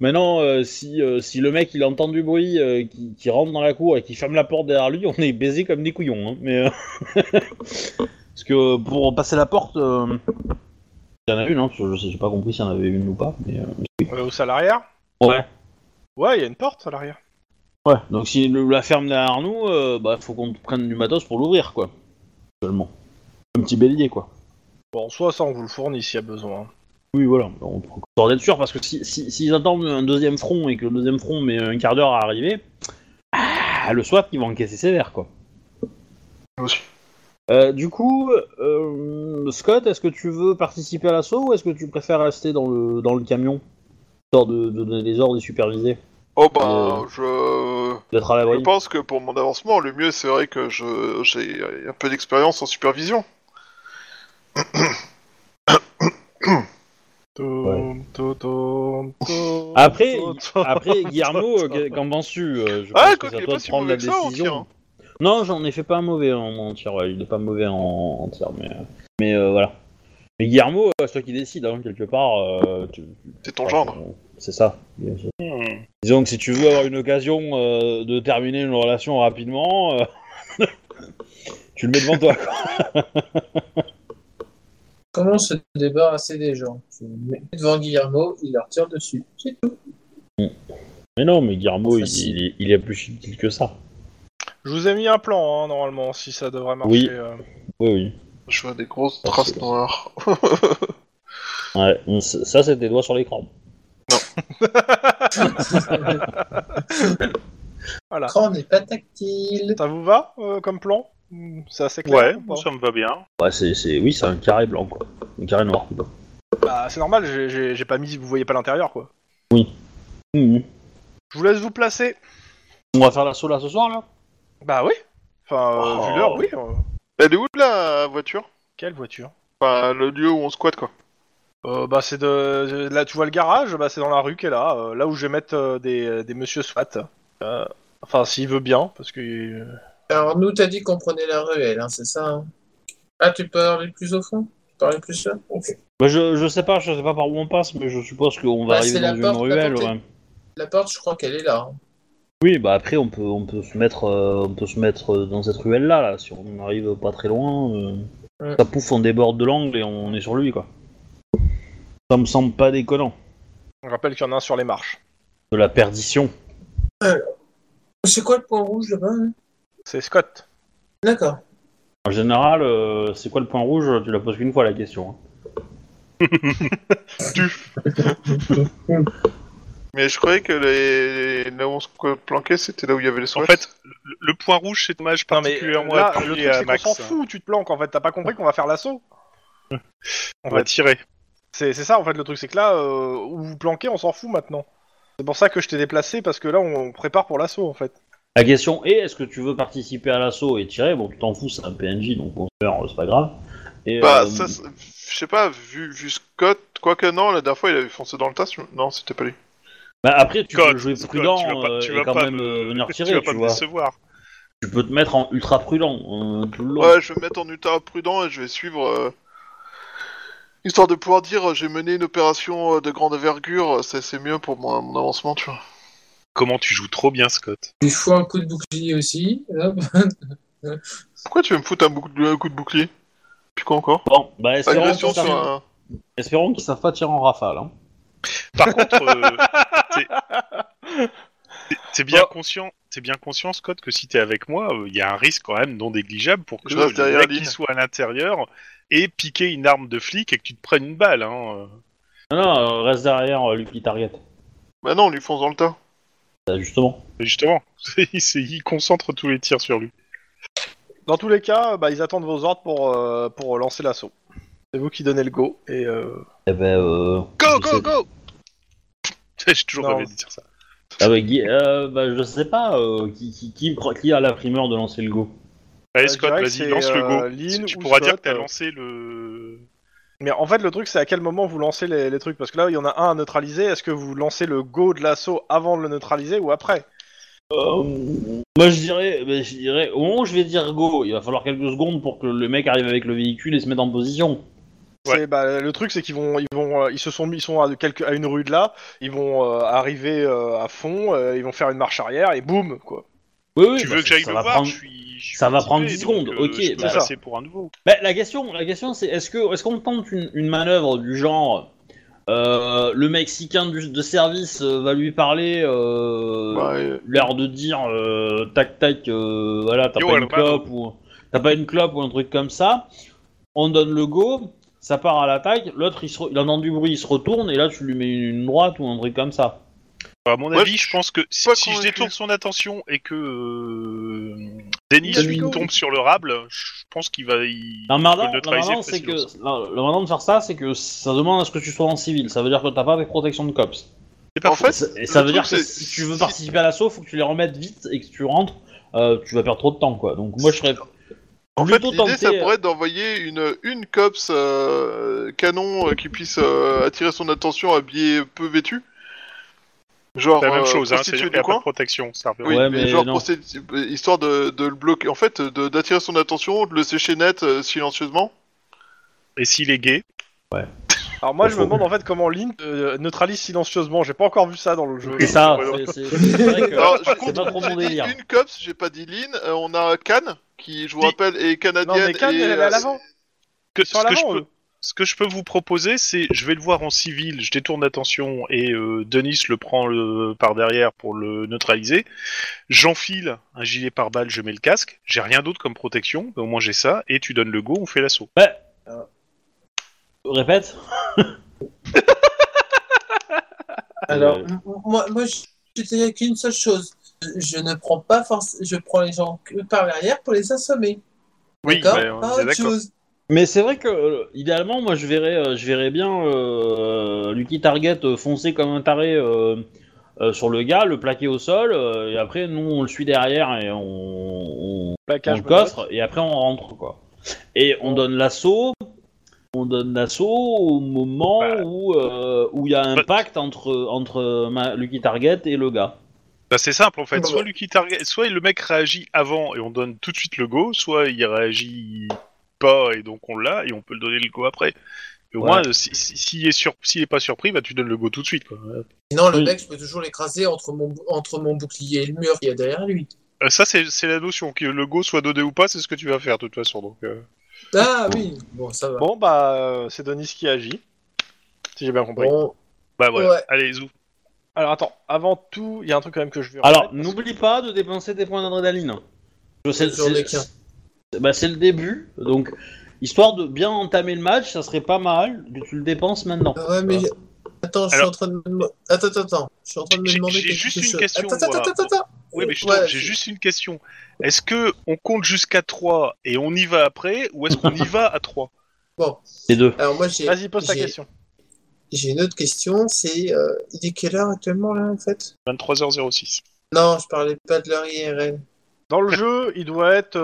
Speaker 1: maintenant euh, si, euh, si le mec il entend du bruit euh, qui, qui rentre dans la cour et qui ferme la porte derrière lui, on est baisé comme des couillons. hein. Mais, euh, Parce que euh, pour passer la porte. euh, Il y en a une, hein, parce que je sais j'ai pas compris s'il y en avait une ou pas. Mais, euh,
Speaker 2: Euh, au salariat
Speaker 1: Ouais.
Speaker 2: Ouais, il y a une porte à l'arrière.
Speaker 1: Ouais. Donc si le- la ferme derrière nous, euh, bah faut qu'on prenne du matos pour l'ouvrir, quoi. Seulement. Un petit bélier, quoi.
Speaker 2: Bon, soit ça, on vous le fournit s'il y a besoin.
Speaker 1: Oui, voilà. On peut encore être sûr, parce que s'ils si, s'ils attendent un deuxième front et que le deuxième front met un quart d'heure à arriver, ah, le SWAT, ils vont encaisser sévère, quoi.
Speaker 5: Aussi.
Speaker 1: Euh, du coup, euh, Scott, est-ce que tu veux participer à l'assaut ou est-ce que tu préfères rester dans le, dans le camion Histoire de, de donner des ordres et superviser.
Speaker 5: Oh
Speaker 1: Euh.
Speaker 5: ben, je...
Speaker 1: D'être à
Speaker 5: je
Speaker 1: l'abri.
Speaker 5: pense que pour mon avancement, le mieux serait que je j'ai un peu d'expérience en supervision.
Speaker 1: Après- Après, Guillermo, euh, qu'en penses-tu Euh, Je pense
Speaker 5: Ah,
Speaker 1: que
Speaker 5: quoi
Speaker 1: c'est
Speaker 5: qu'il
Speaker 1: à
Speaker 5: est
Speaker 1: toi
Speaker 5: pas
Speaker 1: de
Speaker 5: si
Speaker 1: prendre la
Speaker 5: mauvais que ça, en tir,
Speaker 1: décision.
Speaker 5: hein.
Speaker 1: Non, j'en ai fait pas un mauvais en, en tir, ouais, il est pas mauvais en, en tir, mais, euh, mais euh, voilà. Mais Guillermo, euh, c'est toi qui décide, hein, quelque part. euh, tu- tu-
Speaker 5: C'est ton genre.
Speaker 1: euh, C'est ça. bien sûr. Disons que si tu veux avoir une occasion euh, de terminer une relation rapidement, euh, tu le mets devant toi. quoi.
Speaker 4: Comment se débarrasser des gens Tu le mets devant Guillermo, il leur tire dessus. C'est tout.
Speaker 1: Mais non, mais Guillermo, il,
Speaker 4: Facile.
Speaker 1: il est- il est plus subtil que ça.
Speaker 2: Je vous ai mis un plan, hein, normalement, si ça devrait marcher.
Speaker 1: Oui.
Speaker 2: euh.
Speaker 1: Oui, oui.
Speaker 5: Je vois des grosses
Speaker 1: Merci,
Speaker 5: traces
Speaker 1: merci.
Speaker 5: noires.
Speaker 1: Ouais, mais c- ça, c'est tes doigts sur l'écran.
Speaker 2: Voilà.
Speaker 4: Quand on n'est pas tactile.
Speaker 2: Ça vous va euh, comme plan Mm, C'est assez clair.
Speaker 3: Ouais,
Speaker 2: ou pas
Speaker 3: ça me va bien.
Speaker 1: Ouais, c'est, c'est- Oui, c'est un carré blanc, quoi. Un carré noir, plutôt.
Speaker 2: Bah, c'est normal, j'ai- j'ai j'ai pas mis, vous voyez pas l'intérieur quoi.
Speaker 1: Mhm.
Speaker 2: Je vous laisse vous placer.
Speaker 1: On va faire l'assaut là ce soir, là
Speaker 2: Bah oui. Enfin, euh,
Speaker 1: Oh.
Speaker 2: vu l'heure, oui. euh,
Speaker 5: Elle est où la voiture
Speaker 2: quelle voiture
Speaker 5: Enfin, le lieu où on squatte quoi.
Speaker 2: euh, Bah c'est de... Là tu vois le garage, bah c'est dans la rue qui est là. euh, là où je vais mettre euh, des, des monsieur SWAT. Euh, enfin s'il veut bien, parce que... euh,
Speaker 4: Alors, nous, t'as dit qu'on prenait la ruelle, hein, c'est ça hein Ah, tu parles plus au fond Tu parlais plus là Ok.
Speaker 1: Bah, je, je sais pas, je sais pas par où on passe, mais je suppose qu'on va
Speaker 4: Bah,
Speaker 1: arriver
Speaker 4: c'est la
Speaker 1: dans une
Speaker 4: porte à
Speaker 1: ruelle.
Speaker 4: côté.
Speaker 1: ouais.
Speaker 4: La porte, je crois qu'elle est là. hein.
Speaker 1: Oui, bah après on peut on peut se mettre euh, on peut se mettre euh, dans cette ruelle là, là si on arrive pas très loin. euh,
Speaker 4: Ouais.
Speaker 1: Ça pouf, on déborde de l'angle et on est sur lui quoi. Ça me semble pas déconnant.
Speaker 2: on rappelle qu'il y en a un sur les marches.
Speaker 1: De la perdition.
Speaker 4: C'est quoi le point rouge là-bas hein
Speaker 2: C'est Scott.
Speaker 4: D'accord.
Speaker 1: En général, euh, c'est quoi le point rouge Tu la poses qu'une fois la question. hein.
Speaker 5: Mais je croyais que les... les- là où on se planquait, c'était là où il y avait les
Speaker 3: En
Speaker 5: SWAT.
Speaker 3: fait, le, le point rouge, c'est dommage
Speaker 2: Non mais
Speaker 3: particulièrement
Speaker 2: là, le
Speaker 3: appuyé
Speaker 2: truc
Speaker 3: à
Speaker 2: c'est qu'on
Speaker 3: Max.
Speaker 2: s'en fout, tu te planques en fait, t'as pas compris qu'on va faire l'assaut
Speaker 3: On va tirer.
Speaker 2: C'est c'est ça en fait le truc, c'est que là, euh, où vous planquez, on s'en fout maintenant. C'est pour ça que je t'ai déplacé parce que là on prépare pour l'assaut en fait.
Speaker 1: La question est est-ce que tu veux participer à l'assaut et tirer Bon, tu t'en fous, c'est un PNJ donc on se meurt, c'est pas grave. Et,
Speaker 5: Bah,
Speaker 1: euh,
Speaker 5: ça, c'est- je sais pas, vu, vu Scott, quoique non, la dernière fois il avait foncé dans le tas, je- non, c'était pas lui.
Speaker 1: bah, après tu
Speaker 3: Scott,
Speaker 1: peux jouer
Speaker 3: Scott,
Speaker 1: prudent
Speaker 3: tu vas pas-
Speaker 1: euh,
Speaker 3: tu
Speaker 1: et
Speaker 3: vas
Speaker 1: quand
Speaker 3: pas
Speaker 1: même
Speaker 3: me-
Speaker 1: euh, venir tirer,
Speaker 3: tu vas
Speaker 1: tu
Speaker 3: pas me
Speaker 1: vois.
Speaker 3: décevoir.
Speaker 1: Tu peux te mettre en ultra prudent euh, tout le long.
Speaker 5: Ouais, je vais me mettre en ultra prudent et je vais suivre. euh, Histoire de pouvoir dire, euh, j'ai mené une opération euh, de grande envergure, euh, c'est c'est mieux pour mon, mon avancement, tu vois.
Speaker 3: Comment tu joues trop bien, Scott.
Speaker 4: Il faut un coup de bouclier aussi. hop.
Speaker 5: Pourquoi tu veux me foutre un, bouc- un coup de bouclier Puis quoi encore
Speaker 1: Bon, bah espérons
Speaker 5: Agression
Speaker 1: qu'ils
Speaker 5: sur
Speaker 1: savent-
Speaker 5: un.
Speaker 1: espérons qu'ils savent pas tirer en rafale. Hein.
Speaker 3: Par contre, euh, t'es- t'es- t'es bien conscient. T'es bien conscient, Scott, que si t'es avec moi, euh, il y a un risque quand même non négligeable pour que
Speaker 5: Je reste
Speaker 3: le
Speaker 5: derrière
Speaker 3: mec
Speaker 5: Lynn.
Speaker 3: qui soit à l'intérieur ait piqué une arme de flic et que tu te prennes une balle. Hein.
Speaker 1: Non, non, euh, reste derrière euh, Lucky Target.
Speaker 5: Bah non, on lui fonce dans le tas.
Speaker 1: Bah, justement.
Speaker 3: Mais Justement, il, s'est- il concentre tous les tirs sur lui.
Speaker 2: Dans tous les cas, bah, ils attendent vos ordres pour, euh, pour lancer l'assaut. C'est vous qui donnez le go. Et euh,
Speaker 1: Eh ben, euh,
Speaker 3: Go,
Speaker 1: je
Speaker 3: go,
Speaker 1: sais-
Speaker 3: go J'ai toujours
Speaker 2: Non.
Speaker 3: rêvé de dire ça.
Speaker 1: Ah, bah, Guy- euh, bah, je sais pas euh, qui, qui, qui, pre- qui a la primeur de lancer le go.
Speaker 3: Allez,
Speaker 2: Euh, je
Speaker 3: Scott,
Speaker 2: dirais que
Speaker 3: vas-y,
Speaker 2: c'est,
Speaker 3: lance le go.
Speaker 2: euh, Lynn
Speaker 3: tu
Speaker 2: ou
Speaker 3: pourras dire
Speaker 2: Scott,
Speaker 3: que t'as
Speaker 2: euh.
Speaker 3: lancé le.
Speaker 2: mais en fait, le truc, c'est à quel moment vous lancez les, les trucs. Parce que là, il y en a un à neutraliser. Est-ce que vous lancez le go de l'assaut avant de le neutraliser ou après
Speaker 1: Euh, moi, je dirais, bah, je dirais, au moment où je vais dire go, il va falloir quelques secondes pour que le mec arrive avec le véhicule et se mette en position.
Speaker 3: Ouais.
Speaker 2: C'est, bah, Le truc, c'est qu'ils vont, ils vont, euh, ils se sont mis, ils sont à, quelques, à une rue de là. Ils vont euh, arriver euh, à fond. euh, ils vont faire une marche arrière et boum quoi.
Speaker 1: Oui, oui,
Speaker 3: tu
Speaker 1: bah,
Speaker 3: veux que
Speaker 1: ça-
Speaker 3: j'aille
Speaker 1: ça
Speaker 3: le
Speaker 1: va
Speaker 3: voir
Speaker 1: prendre-
Speaker 3: je suis- je suis
Speaker 1: ça va
Speaker 3: motivé,
Speaker 1: prendre 10
Speaker 3: donc,
Speaker 1: secondes,
Speaker 3: euh,
Speaker 1: ok,
Speaker 3: Je peux
Speaker 1: bah-
Speaker 3: passer pour un nouveau.
Speaker 1: Bah, la question, la question, c'est est-ce que, est-ce qu'on tente une, une manœuvre du genre, euh, le Mexicain du- de service euh, va lui parler, euh,
Speaker 5: Bah, euh,
Speaker 1: l'air de dire euh, tac tac, euh, voilà, t'as
Speaker 3: Yo,
Speaker 1: pas une
Speaker 3: Alvaro.
Speaker 1: clope ou t'as pas une clope ou un truc comme ça. On donne le go, ça part à l'attaque. L'autre, il, se re- il entend du bruit, il se retourne et là tu lui mets une, une droite ou un truc comme ça.
Speaker 3: À mon
Speaker 5: Moi,
Speaker 3: avis,
Speaker 5: je
Speaker 3: je pense que si,
Speaker 5: pas
Speaker 3: si je
Speaker 5: convaincu.
Speaker 3: détourne son attention et que euh, Denis
Speaker 4: Denis,
Speaker 3: lui
Speaker 4: go.
Speaker 3: tombe sur le rable, je pense qu'il va il...
Speaker 1: Non,
Speaker 3: il
Speaker 1: maintenant,
Speaker 3: peut le
Speaker 1: le
Speaker 3: neutraliser
Speaker 1: maintenant, c'est que
Speaker 3: facilement.
Speaker 1: le maintenant de faire ça, c'est que ça demande à ce que tu sois en civil. Ça veut dire que t'as pas fait protection de cops.
Speaker 3: C'est pas
Speaker 5: En
Speaker 3: faux.
Speaker 5: fait,
Speaker 1: Ça- et ça
Speaker 5: le
Speaker 1: veut
Speaker 5: truc,
Speaker 1: dire que
Speaker 5: c'est-
Speaker 1: si tu veux
Speaker 5: si-
Speaker 1: participer à l'assaut, faut que tu les remettes vite et que tu rentres, euh, tu vas perdre trop de temps, quoi. Donc moi, je serais
Speaker 5: En fait,
Speaker 1: plutôt
Speaker 5: l'idée, ça
Speaker 1: tenté...
Speaker 5: pourrait être d'envoyer une, une copse euh, canon euh, qui puisse euh, attirer son attention habillée peu vêtue. Genre,
Speaker 3: C'est la même
Speaker 5: euh,
Speaker 3: chose, hein,
Speaker 5: prostituée
Speaker 3: c'est-à-dire
Speaker 5: du
Speaker 3: qu'il n'y a pas
Speaker 5: coin.
Speaker 3: de protection. Ça revient.
Speaker 5: Oui,
Speaker 1: Ouais,
Speaker 5: mais,
Speaker 1: mais
Speaker 5: genre,
Speaker 1: non.
Speaker 5: prostitu- histoire de, de le bloquer. En fait, de- d'attirer son attention, de le sécher net euh, silencieusement.
Speaker 3: Et s'il est gay,
Speaker 2: Alors moi je me
Speaker 1: Faut-
Speaker 2: demande en fait comment Lynn euh, neutralise silencieusement, j'ai pas encore vu ça dans le jeu.
Speaker 1: Et ça,
Speaker 5: Ouais,
Speaker 1: c'est- c'est c'est vrai que
Speaker 5: Alors,
Speaker 1: c'est
Speaker 5: par
Speaker 1: pas
Speaker 5: contre,
Speaker 1: trop mon
Speaker 5: j'ai dit
Speaker 1: délire.
Speaker 5: une copse, j'ai pas dit Lynn. Euh, on a Cannes, qui, je vous
Speaker 3: Si.
Speaker 5: rappelle, est
Speaker 2: non
Speaker 5: canadienne.
Speaker 2: mais Cannes
Speaker 5: et,
Speaker 2: elle est
Speaker 5: euh,
Speaker 2: à l'avant,
Speaker 3: que-
Speaker 2: sur hein.
Speaker 3: ce, que je
Speaker 2: l'avant.
Speaker 3: peux,
Speaker 2: eux.
Speaker 3: ce que je peux vous proposer, c'est je vais le voir en civil, je détourne l'attention et euh, Denis le prend le- par derrière pour le neutraliser. J'enfile un gilet pare-balles, je mets le casque, j'ai rien d'autre comme protection, mais au moins j'ai ça, et tu donnes le go, on fait l'assaut.
Speaker 1: Répète.
Speaker 4: Alors,
Speaker 1: Euh.
Speaker 4: m- moi, moi je je dirais qu'une seule chose. Je ne prends pas forcément. Je prends les gens que par l'arrière pour les assommer.
Speaker 3: Oui,
Speaker 4: D'accord Ah,
Speaker 3: mais on
Speaker 4: Pas
Speaker 3: est
Speaker 4: autre
Speaker 3: d'accord.
Speaker 4: chose.
Speaker 1: Mais c'est vrai que, euh, idéalement, moi, je verrais, euh, je verrais bien euh, Lucky Target euh, foncer comme un taré euh, euh, sur le gars, le plaquer au sol, euh, et après, nous, on le suit derrière et on, on, on
Speaker 2: Plaquage
Speaker 1: le coffre, et après, on rentre, quoi. Et on donne l'assaut, on donne l'assaut au moment
Speaker 3: Bah.
Speaker 1: où euh, où il y a un
Speaker 3: Bah.
Speaker 1: pacte entre, entre euh, ma- Lucky Target et le gars.
Speaker 3: Bah, c'est simple en fait,
Speaker 4: Bah,
Speaker 3: soit,
Speaker 4: ouais.
Speaker 3: Lucky Target- soit le mec réagit avant et on donne tout de suite le go, soit il réagit pas et donc on l'a et on peut le donner le go après. Et au
Speaker 1: Ouais.
Speaker 3: moins, euh, si- si- s'il est, sur- s'il est pas surpris, bah, tu donnes le go tout de suite. Quoi.
Speaker 4: Sinon, le
Speaker 1: Oui.
Speaker 4: mec, je peux toujours l'écraser entre mon, bou- entre mon bouclier et le mur qu'il y a derrière lui.
Speaker 3: Euh, ça, c'est c'est la notion. Que le go soit donné ou pas, c'est ce que tu vas faire de toute façon. Donc, euh.
Speaker 4: Ah oui, bon, ça va.
Speaker 2: Bon bah euh, c'est Denis qui agit. Si j'ai bien compris.
Speaker 4: Bon,
Speaker 3: Bah voilà,
Speaker 4: Ouais.
Speaker 3: allez, zou.
Speaker 2: Alors attends, avant tout, il y a un truc quand même que je veux
Speaker 1: Alors,
Speaker 2: remettre, parce
Speaker 1: n'oublie pas de dépenser tes points d'adrénaline. Je sais-
Speaker 4: J'en ai
Speaker 1: c'est-
Speaker 4: qu'un.
Speaker 1: c'est- bah, c'est le début, donc histoire de bien entamer le match, ça serait pas mal que tu le dépenses maintenant.
Speaker 4: Ah ouais, mais attends, je suis
Speaker 3: Alors-
Speaker 4: en train de me demander. Attends, attends, attends. Je suis en train de me
Speaker 3: J'ai-
Speaker 4: demander.
Speaker 3: j'ai
Speaker 4: quelque
Speaker 3: juste une
Speaker 4: chose.
Speaker 3: question,
Speaker 4: Attends,
Speaker 3: moi.
Speaker 4: attends, attends, attends.
Speaker 3: Oui, mais je
Speaker 4: Ouais,
Speaker 3: t'en- j'ai
Speaker 4: c'est-
Speaker 3: juste une question. Est-ce que on compte jusqu'à 3 et on y va après, ou est-ce qu'on y va à 3
Speaker 1: Les deux.
Speaker 4: Alors, moi,
Speaker 2: que-
Speaker 4: j'ai
Speaker 2: Vas-y, pose ta
Speaker 4: j'ai-
Speaker 2: question.
Speaker 4: j'ai une autre question. C'est. euh, il est quelle heure actuellement, là, en fait
Speaker 3: 23h06.
Speaker 4: Non, je parlais pas de leur IRL.
Speaker 2: Dans le jeu, il doit être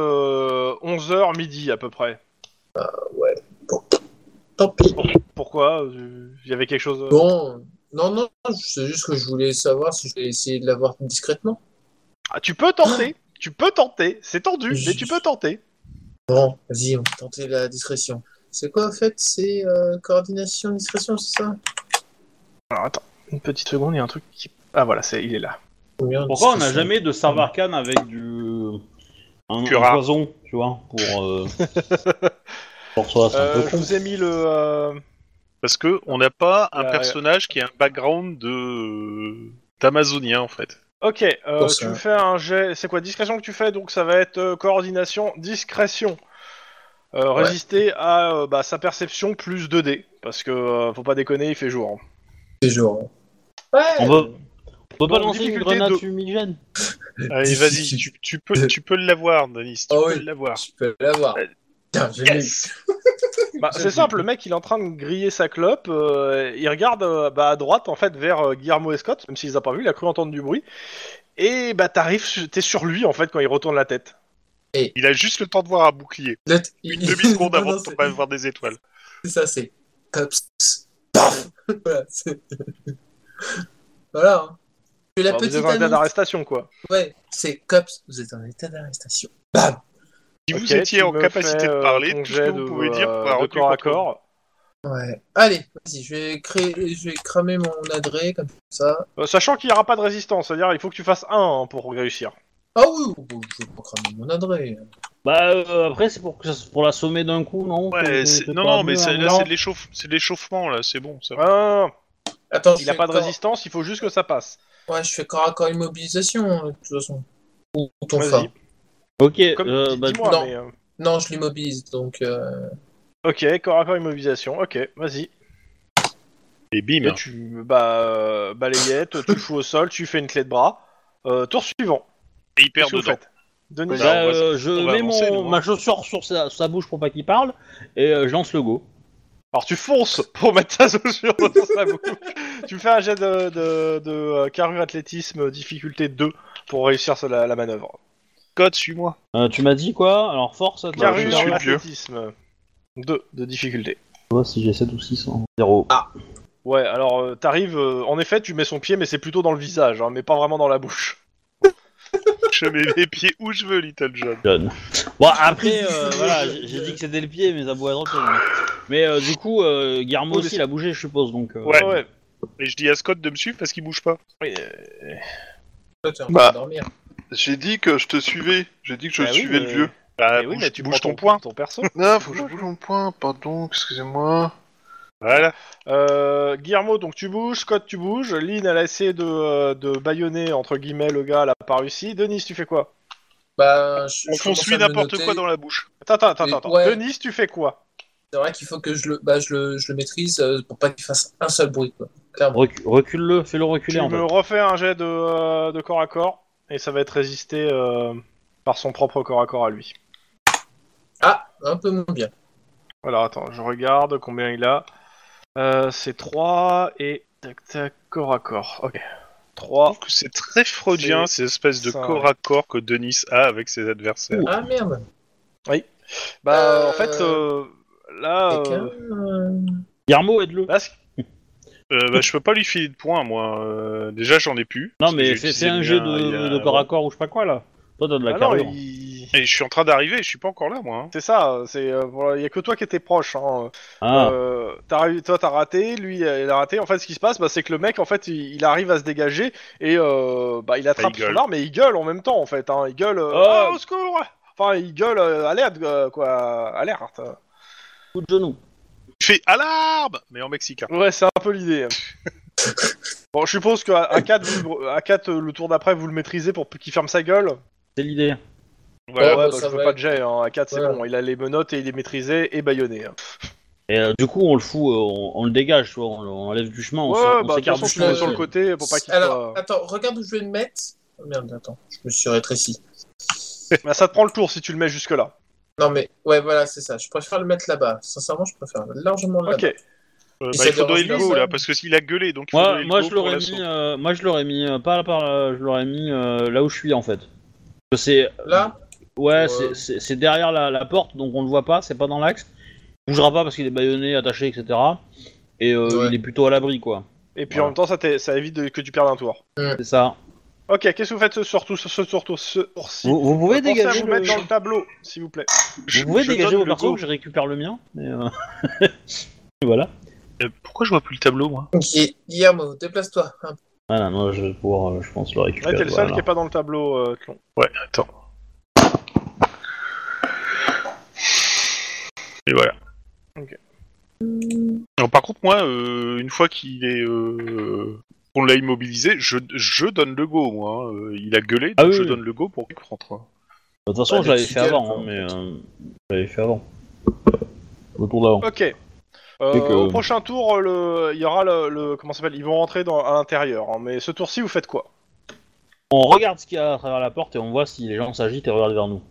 Speaker 2: 11h midi à peu près.
Speaker 4: Tant pis.
Speaker 2: Pourquoi Euh, Il y avait quelque chose...
Speaker 4: Bon, non, non, c'est juste que je voulais savoir si je vais essayer de l'avoir discrètement.
Speaker 2: Ah, tu peux tenter Tu peux tenter C'est tendu,
Speaker 4: Je-
Speaker 2: mais tu peux tenter
Speaker 4: Bon, vas-y, on va tenter la discrétion. C'est quoi, en fait C'est euh, coordination, discrétion, c'est ça
Speaker 2: Alors attends, une petite seconde, il y a un truc qui... Ah voilà, c'est, il est là.
Speaker 4: Combien,
Speaker 1: Pourquoi on n'a
Speaker 4: discrétion
Speaker 1: jamais de Sarvarkhan avec du. un, un
Speaker 3: Curat.
Speaker 1: poison, tu vois, pour. euh, pour soi, c'est un peu
Speaker 2: Euh, je
Speaker 1: con.
Speaker 2: vous ai mis le... euh,
Speaker 3: Parce que on n'a pas un
Speaker 2: Ouais,
Speaker 3: personnage qui a un background de d'amazonien en fait.
Speaker 2: Ok, euh,
Speaker 4: Pour
Speaker 2: tu
Speaker 4: ça.
Speaker 2: me fais un jet... C'est quoi, discrétion que tu fais Donc ça va être euh, coordination, discrétion. Euh,
Speaker 4: Ouais.
Speaker 2: Résister à euh, bah, sa perception plus 2D. Parce que, euh, faut pas déconner, il fait jour.
Speaker 4: C'est genre. Ouais
Speaker 1: On peut, on peut pas
Speaker 2: Bon,
Speaker 1: lancer une
Speaker 2: difficulté
Speaker 1: grenade
Speaker 2: de-
Speaker 1: fumigène
Speaker 3: Allez, vas-y, tu, tu peux, tu peux l'avoir, Denis. Tu
Speaker 4: Ah
Speaker 3: peux
Speaker 4: oui.
Speaker 3: l'avoir.
Speaker 4: Je peux l'avoir. Putain, je l'ai.
Speaker 3: Yes
Speaker 2: Bah, c'est simple, le mec il est en train de griller sa clope, euh, il regarde euh, bah, à droite en fait vers euh, Guillermo Escott, même s'il les a pas vu, il a cru entendre du bruit, et bah t'arrives, su- t'es sur lui en fait quand il retourne la tête.
Speaker 3: Il a juste le temps de voir un bouclier.
Speaker 4: Là, t-
Speaker 3: Une demi-seconde
Speaker 4: Non,
Speaker 3: avant
Speaker 4: non,
Speaker 3: de
Speaker 4: c'est-
Speaker 3: tomber à voir des étoiles.
Speaker 4: C'est ça, c'est. Cops. Paf Voilà. c'est- voilà. hein. Que la
Speaker 2: Bah, vous
Speaker 4: petite
Speaker 2: avez un état
Speaker 4: annonce.
Speaker 2: d'arrestation quoi.
Speaker 4: Ouais, c'est cops. Vous êtes en état d'arrestation. Bam
Speaker 3: Si
Speaker 2: Ok,
Speaker 3: vous étiez
Speaker 2: tu
Speaker 3: en
Speaker 2: me
Speaker 3: capacité
Speaker 2: fais,
Speaker 3: de
Speaker 2: euh,
Speaker 3: parler,
Speaker 2: ton
Speaker 3: tout ce
Speaker 2: jet
Speaker 3: que vous
Speaker 2: de,
Speaker 3: pouvez dire
Speaker 2: euh,
Speaker 3: pour avoir
Speaker 2: de
Speaker 3: retenu
Speaker 2: corps à
Speaker 3: contre vous.
Speaker 2: corps.
Speaker 4: Ouais. Allez, vas-y, je vais créer, je vais cramer mon adré comme ça.
Speaker 2: Euh, sachant qu'il n'y aura pas de résistance, c'est-à-dire il faut que tu fasses un hein, pour réussir.
Speaker 4: Ah oui, oui, oui, je vais pas cramer mon adré.
Speaker 1: Bah, euh, après, c'est pour, que ça- pour l'assommer d'un coup, non
Speaker 3: Ouais,
Speaker 1: T'es-
Speaker 3: c'est-
Speaker 1: t'es
Speaker 3: non,
Speaker 1: pas
Speaker 3: non, mais
Speaker 1: mieux,
Speaker 3: c'est-
Speaker 1: hein,
Speaker 3: là
Speaker 1: non
Speaker 3: c'est de l'échauffe- c'est de l'échauffement, là, c'est bon. Ça.
Speaker 2: Ouais, non, non, non.
Speaker 4: Attends,
Speaker 2: il
Speaker 4: je
Speaker 2: n'a
Speaker 4: fais
Speaker 2: pas de
Speaker 4: corps-
Speaker 2: résistance, il faut juste que ça passe.
Speaker 4: Ouais, je fais corps à corps immobilisation, hein, de toute façon. Ou ou ton
Speaker 2: Vas-y.
Speaker 4: phare.
Speaker 1: Ok,
Speaker 2: Comme-
Speaker 1: euh,
Speaker 2: dis-
Speaker 1: bah,
Speaker 2: Dis-moi,
Speaker 4: non.
Speaker 2: mais, euh,
Speaker 4: Non, je l'immobilise, donc. euh,
Speaker 2: Ok, corps à corps immobilisation, ok, vas-y.
Speaker 3: Et
Speaker 2: Mais
Speaker 3: bim.
Speaker 2: tu bah, euh, balayette, tu fous au sol, tu fais une clé de bras. Euh, tour suivant.
Speaker 3: Et il
Speaker 2: Qu'est-ce
Speaker 3: perd
Speaker 2: que vous
Speaker 3: dedans.
Speaker 2: faites Denis.
Speaker 1: bah,
Speaker 3: Bah, on va-
Speaker 1: euh, je
Speaker 3: on va
Speaker 1: mets
Speaker 3: avancer,
Speaker 1: mon,
Speaker 3: nous, hein.
Speaker 1: ma chaussure sur sa, sa bouche pour pas qu'il parle, et euh, je lance le go.
Speaker 2: Alors tu fonces pour mettre ta chaussure dans sa bouche. tu me fais un jet de, de, de, euh, carrure athlétisme difficulté 2 pour réussir sur la, la manœuvre.
Speaker 3: Code, suis-moi.
Speaker 1: Euh, tu m'as dit quoi Alors force, attends, Bah,
Speaker 5: Carrure.
Speaker 1: je
Speaker 2: Carrure
Speaker 1: vais regarder.
Speaker 5: vieux.
Speaker 2: athlétisme 2 de difficulté.
Speaker 1: Je vois si j'ai 7 ou 6 en 0.
Speaker 2: Ouais, alors euh, t'arrives, euh, en effet, tu mets son pied, mais c'est plutôt dans le visage, hein, mais pas vraiment dans la bouche.
Speaker 3: Je mets les pieds où je veux, Little John.
Speaker 1: Bon, après, euh, voilà, j'ai j'ai dit que c'était le pied, mais ça pourrait être autre chose. Mais euh, du coup, euh, Guillermo aussi, il a bougé, je suppose, donc... euh,
Speaker 3: Ouais.
Speaker 2: Ah ouais.
Speaker 3: Et je dis à Scott de me suivre parce qu'il bouge pas.
Speaker 4: Toi, t'es en
Speaker 5: Bah.
Speaker 4: train de dormir.
Speaker 5: J'ai dit que je te suivais. J'ai dit que je
Speaker 2: Bah oui,
Speaker 5: suivais
Speaker 2: mais-
Speaker 5: le vieux.
Speaker 3: Bah,
Speaker 2: Mais oui,
Speaker 3: bouge,
Speaker 2: mais tu
Speaker 3: bouge
Speaker 2: prends
Speaker 3: ton point.
Speaker 2: Ton perso.
Speaker 5: Non, faut que je bouge mon point, pardon, excusez-moi.
Speaker 3: Voilà.
Speaker 2: Euh, Guillermo, donc tu bouges, Scott, tu bouges, Lynn, elle a essayé de, euh, de baïonner, entre guillemets, le gars, elle a pas réussi. Denis, tu fais quoi
Speaker 4: Bah, je,
Speaker 3: On
Speaker 4: je commence
Speaker 3: fonce lui
Speaker 4: à me
Speaker 3: n'importe
Speaker 4: noter.
Speaker 3: quoi dans la bouche.
Speaker 2: Attends, attends,
Speaker 4: Mais
Speaker 2: attends, attends.
Speaker 4: ouais.
Speaker 2: Denis, tu fais quoi
Speaker 4: C'est vrai qu'il faut que je le, bah, je le, je le maîtrise euh, pour pas qu'il fasse un seul bruit. Quoi. Clairement.
Speaker 1: recu- Recule-le, fais-le
Speaker 2: Tu
Speaker 1: reculer, en fait.
Speaker 2: me refais un jet de, euh, de corps à corps, et ça va être résisté euh, par son propre corps à corps à lui.
Speaker 4: Ah, un peu moins bien.
Speaker 2: Alors attends, je regarde combien il a. Euh, c'est 3 et tac tac, corps à corps. Ok.
Speaker 3: Je
Speaker 2: 3.
Speaker 3: trouve que c'est très freudien, ces espèces de
Speaker 2: ça,
Speaker 3: corps à corps que Denis a avec ses adversaires.
Speaker 4: Ah merde.
Speaker 2: Bah
Speaker 4: Euh,
Speaker 2: en fait, euh, là.
Speaker 4: Et
Speaker 2: euh,
Speaker 4: qu'un-
Speaker 1: Guillermo, aide-le
Speaker 2: là, ce-
Speaker 3: Euh, bah, je peux pas lui filer de points, moi. Euh, déjà, j'en ai plus.
Speaker 1: Non,
Speaker 3: parce que
Speaker 1: mais
Speaker 3: j'ai
Speaker 1: fais,
Speaker 3: utilisé
Speaker 1: fais un
Speaker 3: le
Speaker 1: jeu
Speaker 3: mien il y
Speaker 1: de,
Speaker 3: a-
Speaker 1: de corps à corps ou je sais pas quoi, là. Toi, t'as de la
Speaker 2: ah non,
Speaker 1: carrure.
Speaker 2: il-
Speaker 3: Et je suis en train d'arriver, je suis pas encore là, moi. hein.
Speaker 2: C'est ça, c'est euh, voilà, y a que toi qui étais proche. Hein.
Speaker 1: Ah,
Speaker 2: Euh, t'as réu- toi t'as raté, lui euh, il a raté. En fait, ce qui se passe, bah, c'est que le mec, en fait, il, il arrive à se dégager et euh, bah, il attrape
Speaker 3: il gueule.
Speaker 2: son arme et il gueule en même temps, en fait. Hein. Il gueule. euh,
Speaker 1: Oh.
Speaker 2: Ah, au secours Enfin, il gueule euh, alerte, euh, quoi, alerte.
Speaker 1: coup de genou.
Speaker 3: Il fait alarme Mais en mexicain.
Speaker 2: Ouais, c'est un peu l'idée. bon, je suppose que à, à 4, vous le- à 4 euh, le tour d'après, vous le maîtrisez pour qu'il ferme sa gueule.
Speaker 1: C'est l'idée.
Speaker 3: Voilà.
Speaker 4: Ouais.
Speaker 2: ouais,
Speaker 4: bah,
Speaker 2: bah,
Speaker 4: ça
Speaker 2: je veux
Speaker 4: va
Speaker 2: pas
Speaker 4: être-
Speaker 2: de jet. Hein. À 4, c'est
Speaker 4: Ouais.
Speaker 2: bon. Il a les menottes et il est maîtrisé et baïonné. hein.
Speaker 1: Et euh, du coup, on le fout, euh, on, on le dégage, tu vois, on, le- on l'enlève du chemin, on
Speaker 2: ouais,
Speaker 1: s'en- on
Speaker 2: bah, de toute
Speaker 1: s'écarte
Speaker 2: façon,
Speaker 1: du
Speaker 2: tu
Speaker 1: chemin.
Speaker 2: le mets
Speaker 4: chemin,
Speaker 2: sur le
Speaker 4: c'est-
Speaker 2: côté pour pas qu'il
Speaker 4: Alors,
Speaker 2: soit.
Speaker 4: attends, regarde où je vais le mettre. Oh, merde, attends, je me suis rétréci.
Speaker 2: Bah, ça te prend le tour si tu le mets jusque-là.
Speaker 4: Non, mais ouais, voilà, c'est ça. Je préfère le mettre là-bas. Sincèrement, je préfère largement là-bas.
Speaker 2: Ok.
Speaker 3: Euh,
Speaker 4: Et
Speaker 3: bah,
Speaker 4: ça
Speaker 3: il faut donner
Speaker 4: dérange
Speaker 3: le go,
Speaker 4: personne.
Speaker 3: là, parce que s'il a gueulé, donc il faut
Speaker 1: Moi,
Speaker 3: donner le
Speaker 1: moi
Speaker 3: go
Speaker 1: je
Speaker 3: pour
Speaker 1: l'aurais
Speaker 3: l'assaut.
Speaker 1: mis, euh, moi je l'aurais mis euh, pas par là, je l'aurais mis euh, là où je suis en fait. Je sais,
Speaker 4: Là,
Speaker 1: ouais,
Speaker 4: Ouais.
Speaker 1: c'est- c'est c'est derrière la, la porte, donc on le voit pas, c'est pas dans l'axe. Il bougera pas parce qu'il est baïonné, attaché, etc. Et euh,
Speaker 4: Ouais.
Speaker 1: il est plutôt à l'abri, quoi.
Speaker 2: Et puis
Speaker 1: Voilà.
Speaker 2: en même temps, ça, t'é- ça évite de- que tu perdes un tour.
Speaker 1: C'est ça.
Speaker 2: Ok, qu'est-ce que vous faites ce soir tout ce ce soir tout ce tour-ci
Speaker 1: Vous, vous pouvez
Speaker 2: Pensez à
Speaker 1: dégager,
Speaker 2: vous
Speaker 1: le...
Speaker 2: mettre dans le tableau, s'il vous plaît.
Speaker 3: Je-
Speaker 1: vous pouvez
Speaker 3: je
Speaker 1: dégager
Speaker 3: donne
Speaker 1: vos
Speaker 3: le
Speaker 1: persos,
Speaker 3: go.
Speaker 1: que je récupère le mien. Mais euh, voilà.
Speaker 3: Euh, Pourquoi je vois plus le tableau, moi
Speaker 4: Gui- Guillermo, déplace-toi. un peu.
Speaker 1: Voilà, moi Ah je vais pouvoir, euh, je pense, le récupérer.
Speaker 2: Ouais, t'es le seul
Speaker 1: voilà.
Speaker 2: qui est pas dans le tableau, euh, Tlon.
Speaker 3: Ouais, attends. Et voilà.
Speaker 2: Ok.
Speaker 3: Non, par contre, moi, euh, une fois qu'il est. euh, qu'on l'a immobilisé, je, je donne le go, moi. hein. Euh, il a gueulé, donc
Speaker 1: Ah oui,
Speaker 3: je
Speaker 1: oui.
Speaker 3: donne le go pour qu'il rentre. hein.
Speaker 1: De toute façon,
Speaker 4: Ouais,
Speaker 1: je l'avais
Speaker 4: des
Speaker 1: fait
Speaker 4: petites
Speaker 1: avant,
Speaker 4: gueules,
Speaker 1: hein, mais euh, je l'avais fait avant. Le tour d'avant.
Speaker 2: Ok. Euh,
Speaker 1: Et que-
Speaker 2: Au prochain tour, le- il y aura le, le- comment ça s'appelle Ils vont rentrer dans, à l'intérieur. hein, mais ce tour-ci, vous faites quoi
Speaker 1: On regarde ce qu'il y a à travers la porte et on voit si les gens s'agitent et regardent vers nous.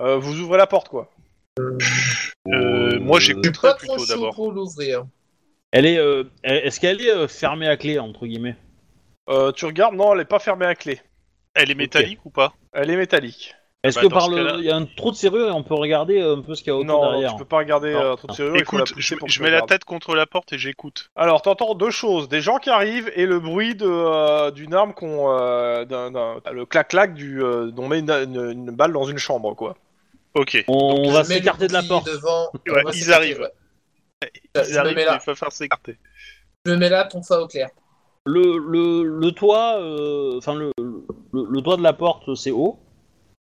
Speaker 2: Euh, Vous ouvrez la porte, quoi.
Speaker 3: Euh, moi, j'ai-
Speaker 4: Je suis pas
Speaker 3: plutôt
Speaker 4: trop chaud
Speaker 3: d'abord.
Speaker 4: pour l'ouvrir.
Speaker 1: Elle est. euh, Est-ce qu'elle est euh, fermée à clé entre guillemets
Speaker 2: Euh, tu regardes Non, elle est pas fermée à clé.
Speaker 3: Elle est métallique ou pas
Speaker 2: Elle est métallique.
Speaker 1: Est-ce
Speaker 3: bah,
Speaker 1: que
Speaker 3: dans
Speaker 1: par
Speaker 3: ce
Speaker 1: le,
Speaker 3: cas-là-
Speaker 1: il y a un trou de serrure et on peut regarder euh, un peu ce qu'il y a autour
Speaker 2: Non,
Speaker 1: derrière.
Speaker 2: tu peux pas regarder
Speaker 1: Non.
Speaker 2: euh, trop de serrure. il faut la
Speaker 3: Écoute,
Speaker 2: pousser
Speaker 3: je,
Speaker 2: pour que
Speaker 3: je
Speaker 2: tu
Speaker 3: mets la
Speaker 2: regardes.
Speaker 3: tête contre la porte et j'écoute.
Speaker 2: Alors, t'entends deux choses des gens qui arrivent et le bruit de, euh, d'une arme qu'on, euh, d'un, d'un- le clac-clac du, euh, d'on met une, une- une balle dans une chambre, quoi.
Speaker 3: Ok.
Speaker 1: On,
Speaker 4: Je
Speaker 1: va
Speaker 4: mets le
Speaker 1: s'écarter de la
Speaker 4: bouclier
Speaker 1: porte.
Speaker 4: Devant.
Speaker 3: Ouais,
Speaker 4: On va
Speaker 3: ils
Speaker 4: s'écarter,
Speaker 3: arrivent.
Speaker 4: ouais.
Speaker 3: Ils
Speaker 4: Je me
Speaker 3: arrivent,
Speaker 4: mets là.
Speaker 3: il faut faire s'écarter.
Speaker 4: Je me mets là, ton fa au clair.
Speaker 1: Le, le, le toit, euh, enfin le, le, le toit de la porte, c'est haut.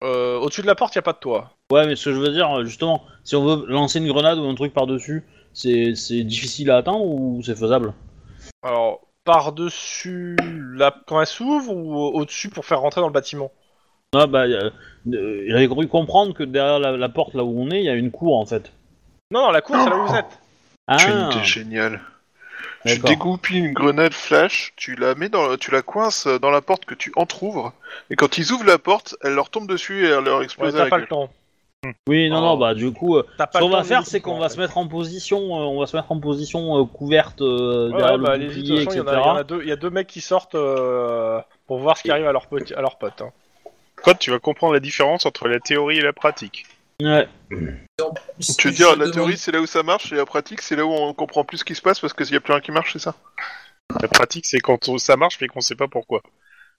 Speaker 2: Euh, au-dessus de la porte, y a pas de toit.
Speaker 1: Ouais, mais ce que je veux dire, justement, si on veut lancer une grenade ou un truc par dessus, c'est c'est difficile à atteindre ou c'est faisable
Speaker 2: Alors, par-dessus, la... quand elle s'ouvre ou au-dessus pour faire rentrer dans le bâtiment
Speaker 1: Ah bah, euh, euh, j'avais cru comprendre que derrière la, la porte là où on est, il y a une cour en fait.
Speaker 2: Non, non, la cour, c'est là où vous êtes.
Speaker 5: Tu
Speaker 1: Ah,
Speaker 5: es génial. Tu
Speaker 1: d'accord.
Speaker 5: dégoupilles une grenade flash, tu la mets dans, tu la coinces dans la porte que tu entrouvres, et quand ils ouvrent la porte, elle leur tombe dessus et elle leur
Speaker 2: Ouais,
Speaker 5: explose à
Speaker 2: t'as
Speaker 5: la
Speaker 2: pas
Speaker 5: gueule.
Speaker 2: le temps.
Speaker 1: Oui, non,
Speaker 2: Oh.
Speaker 1: non, bah du coup, euh,
Speaker 2: T'as
Speaker 1: ce
Speaker 2: le
Speaker 1: qu'on
Speaker 2: temps
Speaker 1: va
Speaker 2: de
Speaker 1: faire,
Speaker 2: les
Speaker 1: c'est qu'on
Speaker 2: comprendre,
Speaker 1: va
Speaker 2: en
Speaker 1: se
Speaker 2: fait.
Speaker 1: mettre en position, euh, on va se mettre en position euh, couverte euh,
Speaker 2: Ouais,
Speaker 1: derrière
Speaker 2: ouais, bah,
Speaker 1: le
Speaker 2: allez-y, de
Speaker 1: bouclier,
Speaker 2: toute façon, il y en a- il y en a
Speaker 1: etc.
Speaker 2: deux- il y a deux mecs qui sortent euh, pour voir ce qui arrive à leur pote. À leur pote hein.
Speaker 3: Quand tu vas comprendre la différence entre la théorie et la pratique.
Speaker 1: Ouais.
Speaker 5: Tu veux dire, la théorie, c'est là où ça marche, et la pratique, c'est là où on comprend plus ce qui se passe parce qu'il y a plus rien qui marche, c'est ça
Speaker 3: La pratique, c'est quand on- ça marche mais qu'on sait pas pourquoi.